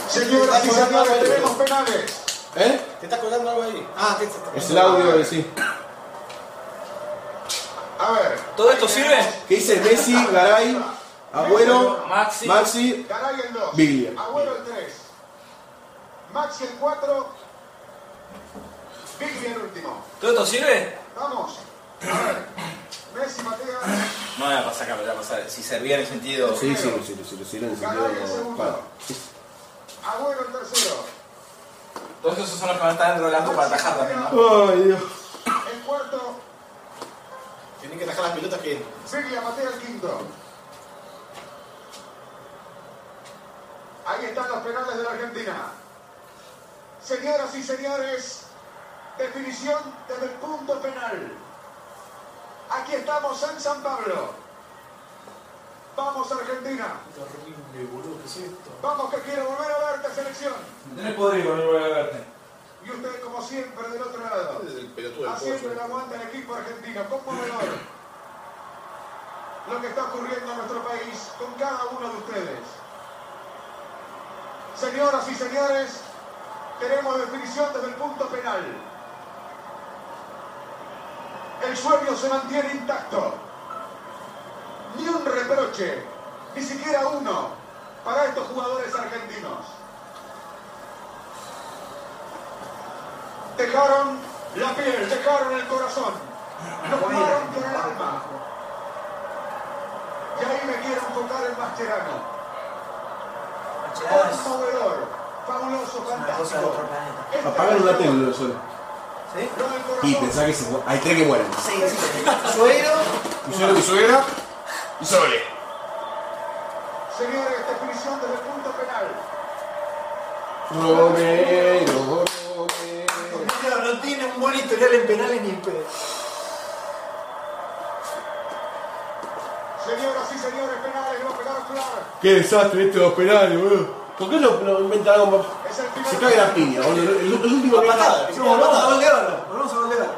Señoras y señores, tenemos penales. ¿Eh? ¿Te está colando algo ahí? Ah, ¿qué está Es el audio de sí. A ver. ¿Todo esto sirve? ¿Qué dice Messi, Garay, Agüero, Maxi. Maxi, Garay el 2. Biglia. Agüero el 3. Maxi el 4. Biglia el último. ¿Todo esto sirve? Vamos. A ver. Messi patea. No, ya pasa acá, ya pasa. Si servía en el sentido. Sí, sí, sí, sí, sí, sí, en el sentido de- para. Agüero el tercero. Todos esos son los que van a estar dentro del arco para atajar también, ¿no? Ay, Dios. El cuarto. Tienen que atajar las pelotas que entran. Biglia patea el quinto. Ahí están los penales de la Argentina. Señoras y señores, definición desde el punto penal. Aquí estamos en San Pablo. Vamos Argentina. Horrible, boludo, ¿qué es esto? Vamos que quiero volver a verte selección. Tenés poder con el a verte. Y usted como siempre del otro lado. Haciendo el aguante al equipo argentino. Conmovedor. Lo que está ocurriendo en nuestro país con cada uno de ustedes. Señoras y señores, tenemos definición desde el punto penal. El sueño se mantiene intacto. Ni un reproche, ni siquiera uno, para estos jugadores argentinos. Dejaron la piel, dejaron el corazón, nos jugaron con el alma. Y ahí me quiero enfocar en Mascherano. Conmovedor, fabuloso, fantástico. Este Apagan una tele, lo solo. ¿Sí? Y pensá que se mu- Hay tres que mueren. Sí, sí. Suero. Mi suegra, mi suegra y Sole. Señores, definición desde el punto penal. Romero. No, no tiene un buen historial en penales ni en pedo. Señoras y señores, penales, no pegar a jugar. Qué desastre estos penales, este boludo. ¿Por qué no, no inventa algo más? Se cae la piña, boludo. El, el último que Patada, Sí, no, vamos a gol de oro, no, vamos a gol de oro. no,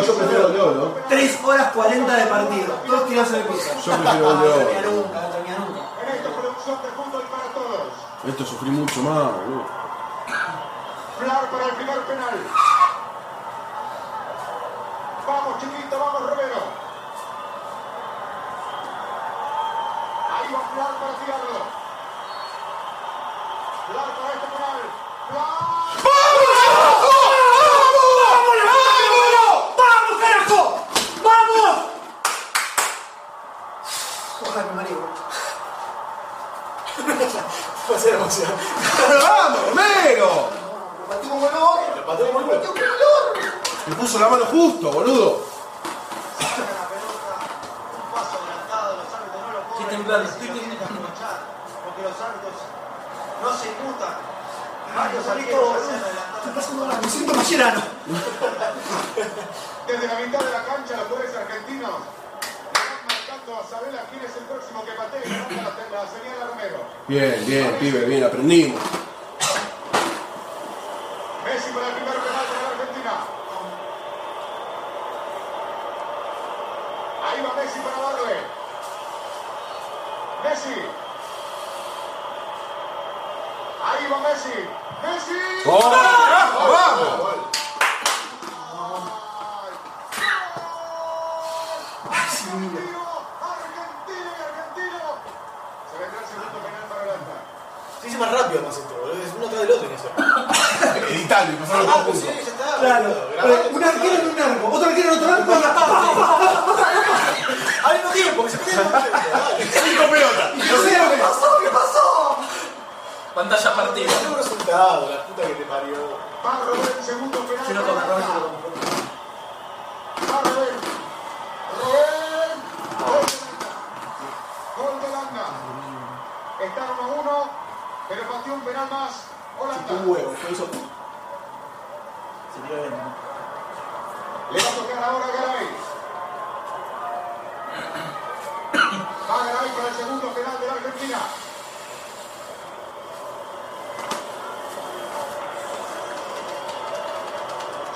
yo prefiero el de oro. 3 horas 40 de partido, todos tirados en el piso. Yo prefiero el de No oro. termina nunca, no termina nunca. Esto sufrí mucho más, boludo. Flar para el primer penal. Vamos, chiquito, vamos, Romero. Ahí va Flar para tirarlo. Flar para este penal. ¡Vamos, carajo! ¡Vamos! Ojalá me mareo. Va a ser emoción. ¡Vamos, Romero! Pateó como el oro. Pateó como el oro. Me puso la mano justo, boludo. Estoy temblando, estoy Porque los árbitros no se imputan. Varios todo, arqueros ya se han adelantado. Me siento mascherano. Desde la mitad de la cancha, los jugadores argentinos le van marcando a Sabela quién es el próximo que patea y levanta la, la señal a Romero. Bien, bien, pibe, bien, aprendimos. Messi para el primer penal para la Argentina. Ahí va Messi para darle. Messi. Ahí va Messi. Messi. Oh. ¡Vamos, carajo, ¡Vamos! Se vendrá el segundo penal para Holanda. Se dice más rápido más esto, boludo. Es uno atrás del otro en eso. Editalo y pasarlo Ah, todo junto. Claro, Pero un arquero en un arco, otro arquero en otro arco, y pa, pa, pa, pa, pa. Al mismo tiempo, que se pierden los tiempos, dale. Cinco pelotas. Y yo sé, ¿qué pasó? ¿Qué pasó? Pantalla partida. Tengo resultado, la puta que te parió. Barro el Ah, segundo penal. Ah, Si no toma, no, no, no. Barroel. Roel. Gol de Holanda. Está 1 a 1, pero pateó un penal más. Holanda. Un huevo, fue eso. Se tiró de venta. Le va a tocar ahora a Garay. Va Garay para el segundo penal de la Argentina.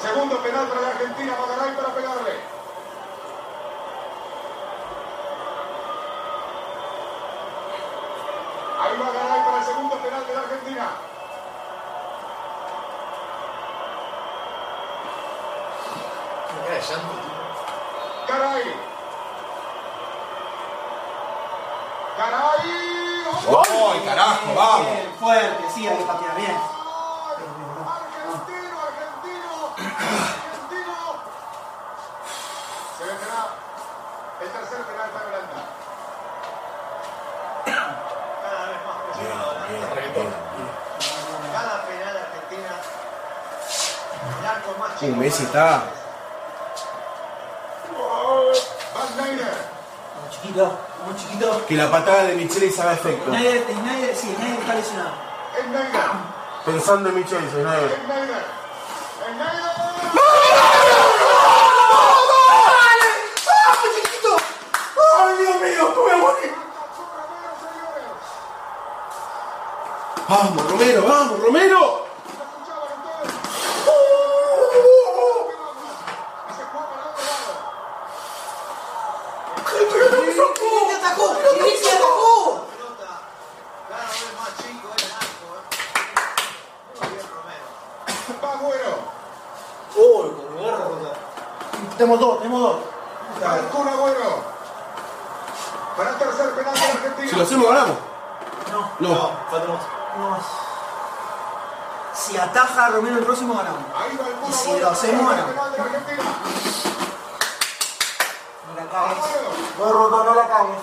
Segundo penal para la Argentina, va Garay para pegarle. Ahí va Garay para el segundo penal de la Argentina. Una cara de llanto, tío. Garay. Garay. ¡Ay, carajo, vamos! Bien, Fuerte, sí, hay que patear bien. Se vendrá el tercer penal para Holanda. Cada vez más presionado Holanda. Cada penal argentina. El arco más Uh, Messi está. Van Snyder. Como chiquito, como chiquito. Que la patada de Michelis haga efecto. Nadie, nadie, sí, nadie está lesionado. Pensando en Michelis, ¿no? Snyder. ¡Vamos, chiquito! ¡Ay, Dios mío! ¡Tú me morir! ¡Vamos, Romero, vamos, Romero! ¡Pero no me sacó! ¡Uh, ¡Me atacó! ¡No me atacó! ¡Uy, con garra rota! Tenemos dos, tenemos dos. Arturo Agüero. Para el tercer penal de la Argentina. Si lo hacemos, ganamos. No, No. falta más. Uno más. Si ataja a Romero el próximo, ganamos. Ahí va el Kun Y si Agüero lo para hacemos, el ganamos. penal de la Argentina. No la cagues. No, Roto, no la cagues.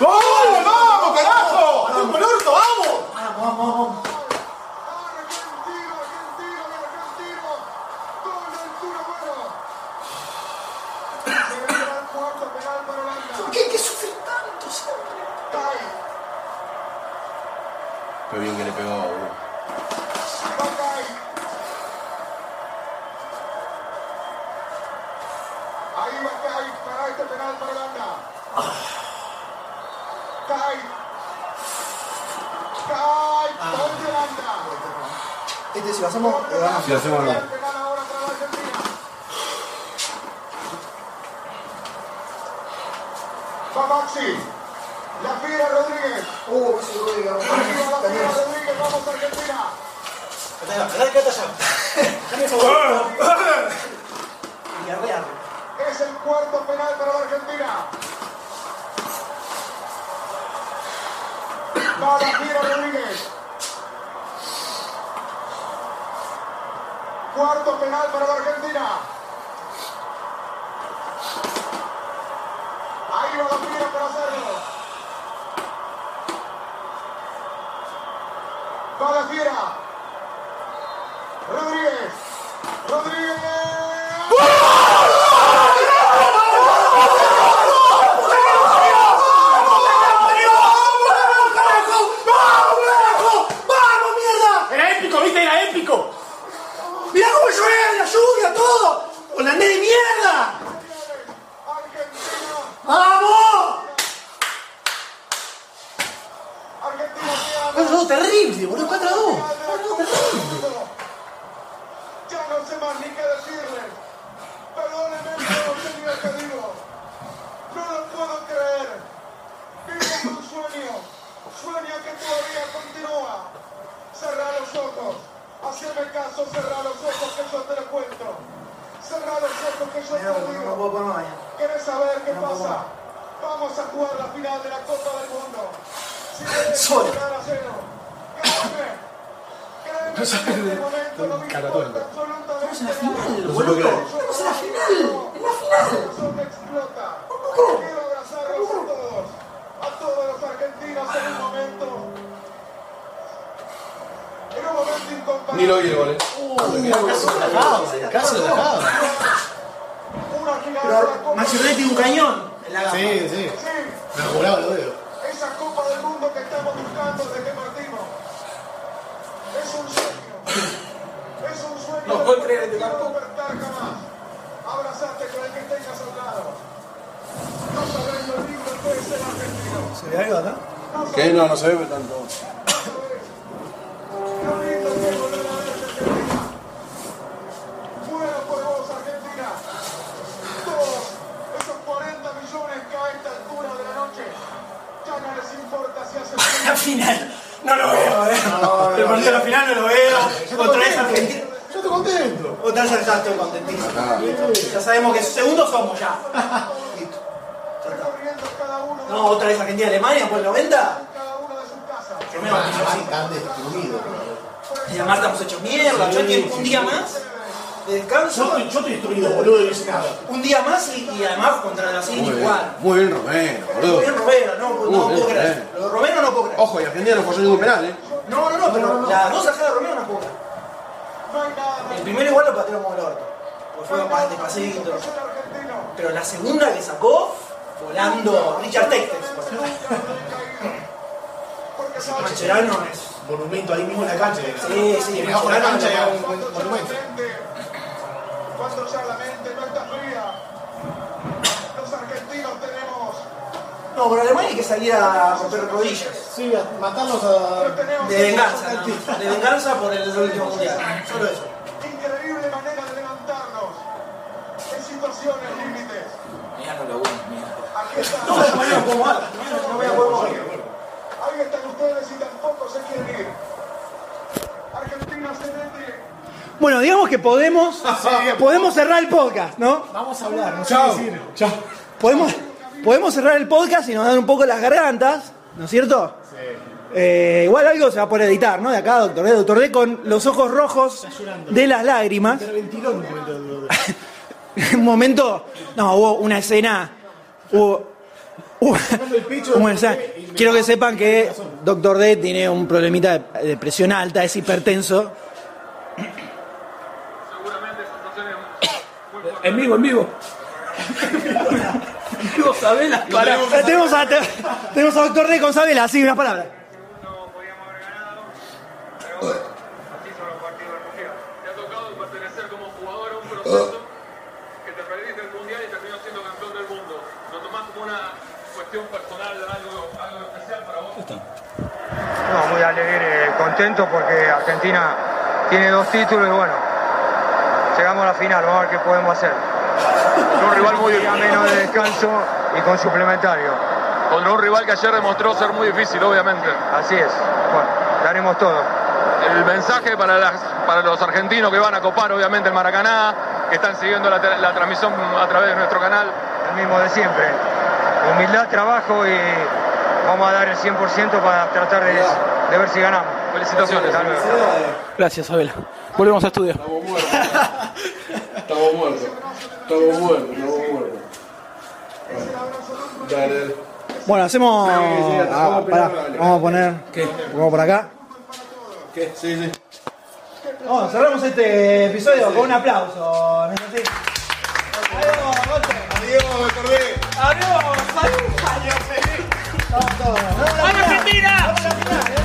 ¡Vamos, vamos, carajo! ¡Vamos, ¡Con orto, vamos! Vamos, vamos, vamos. ¿Por qué hay que sufrir tanto siempre? Qué bien que le pegó, boludo. Ahí va Kai para este penal para Holanda. Kai. Este si lo hacemos, lo ganamos. Si lo hacemos, lo ganamos. Va Maxi. La fiera Rodríguez. Uh, Maxi Rodríguez. La fiera Rodríguez. Vamos Argentina. Es el cuarto penal para la Argentina. Va la fiera Rodríguez. Cuarto penal para la Argentina. Ahí va la fiera para hacerlo. Va la fiera. Rodríguez. Rodríguez. ¡Vamos, mierda! Era épico, viste, era épico. Mirá cómo llueve, la lluvia, todo. ¡Holandés de mierda! ¡Vamos! ¡Cuatro a dos, terrible, boludo! ¡Cuatro a dos! ¡Cuatro a dos, terrible! Ya no sé más ni qué decirle. Perdóneme por lo señor que digo. No lo puedo creer. Vivo un sueño. Sueño que todavía continúa. Cerrá los ojos. Haceme caso, cerrá los ojos que yo te lo cuento. Cerrá los ojos que yo te lo digo. ¿Querés saber qué pasa? Vamos a jugar la final de la Copa del Mundo. Si querés Sol. llegar a cero, créeme. Créeme que en este momento no me importa absolutamente nada. ¡Boludo! ¡Estamos en la final! ¡En la final! Quiero abrazarlos a todos, a todos los argentinos en un momento. En un momento incomparable. Ni lo vi el gol, eh. Casi lo dejaba. Pero Machiurrey tiene un cañón. en la gama. Sí, sí. Me lo volaba los dedos. Esa Copa del Mundo que estamos buscando desde que partimos. Es un sueño. Es un sueño. No puedo creer este no despertar jamás. Abrazarte con el que tengas al lado. No sabrás lo lindo que es el argentino. ¿Se ve algo acá? Que no, no se ve tanto. Lo lindo que es volver a verte, Argentina. Muero por vos, Argentina. Todos esos 40 millones que a esta altura de la noche ya no les importa si hacen La final. No lo veo, eh. El partido de la final no lo veo. Otra vez Argentina. Yo estoy contento. Otra vez ya estoy contentísimo. Ya sabemos que segundos somos ya. Listo. Ya está. No, otra vez Argentina-Alemania después del 90. Yo me bautizó así. Están destruidos. Y además estamos hechos mierda. Yo tengo un día más de descanso. Yo estoy destruido, boludo, y hice nada. Un día más y, y además contra Brasil Muy bien, igual. muy bien Romero, boludo. Muy bien Romero, no, no Muy bien, puedo creer. eh. Lo de Romero no puedo creer. Ojo, y Argentina no falló ningún penal, eh. No, no, no, pero las dos ajadas de Romero no puedo creer. El primero igual lo pateó como el orto. Porque fue pa- de paseíto. Pero la segunda que sacó, volando Richard Textex. Ese Mascherano es. Monumento ahí mismo en la cancha. Sí, sí, Bajo la Mascherano cancha era lo- un un monumento. Cuando ya la mente no está fría, los argentinos tenemos, No, pero Alemania hay que salir a romper rodillas. Sí, a matarlos a. De venganza, nada más. De venganza por el último mundial. Solo eso. increíble manera de levantarnos en situaciones límites. Mirá, no lo bueno, mirá. Aquí está. No, no voy a poder mover. No voy a poder mover. Ahí están ustedes y tampoco se quieren ir. Argentina se mete. Bueno, digamos que podemos, podemos cerrar el podcast, ¿no? Vamos a hablar, no Chao. sé qué decir. Chao. Podemos, podemos cerrar el podcast y nos dan un poco las gargantas, ¿no es cierto? Eh, igual algo se va a poder editar, ¿no? De acá, doctor D. Doctor D con los ojos rojos de las lágrimas. Interventiló en un momento. un momento, no, hubo una escena, hubo, hubo- hubo una escena. Quiero que sepan que Doctor D tiene un problemita de, de presión alta, es hipertenso. En vivo, en vivo. En vivo, sabés las palabras. Eh, tenemos, a, te- tenemos a Doctor D con Sabela, así, una palabra. No, muy alegre, contento porque Argentina tiene dos títulos y bueno, llegamos a la final, vamos a ver qué podemos hacer. Un rival muy A menos de descanso y con suplementario. Contra un rival que ayer demostró ser muy difícil, obviamente. Así es, bueno, daremos todo. El mensaje para, las- para los argentinos que van a copar, obviamente, el Maracaná, que están siguiendo la, te- la transmisión a través de nuestro canal. El mismo de siempre. Humildad, trabajo y vamos a dar el 100% para tratar de, de ver si ganamos. Felicitaciones. Hasta luego. Gracias, Abel. Volvemos a estudio. Estamos muertos. Estamos muertos, estamos muertos. Dale, dale. Bueno, hacemos. Sí, sí, Ah, hacemos pará, primero, dale. vamos a poner. Vamos por acá. ¿Qué? Sí, sí. Vamos, cerramos este episodio con un aplauso. ¿no es así? Adiós, Cordé. Adiós, salud. Adiós, Argentina.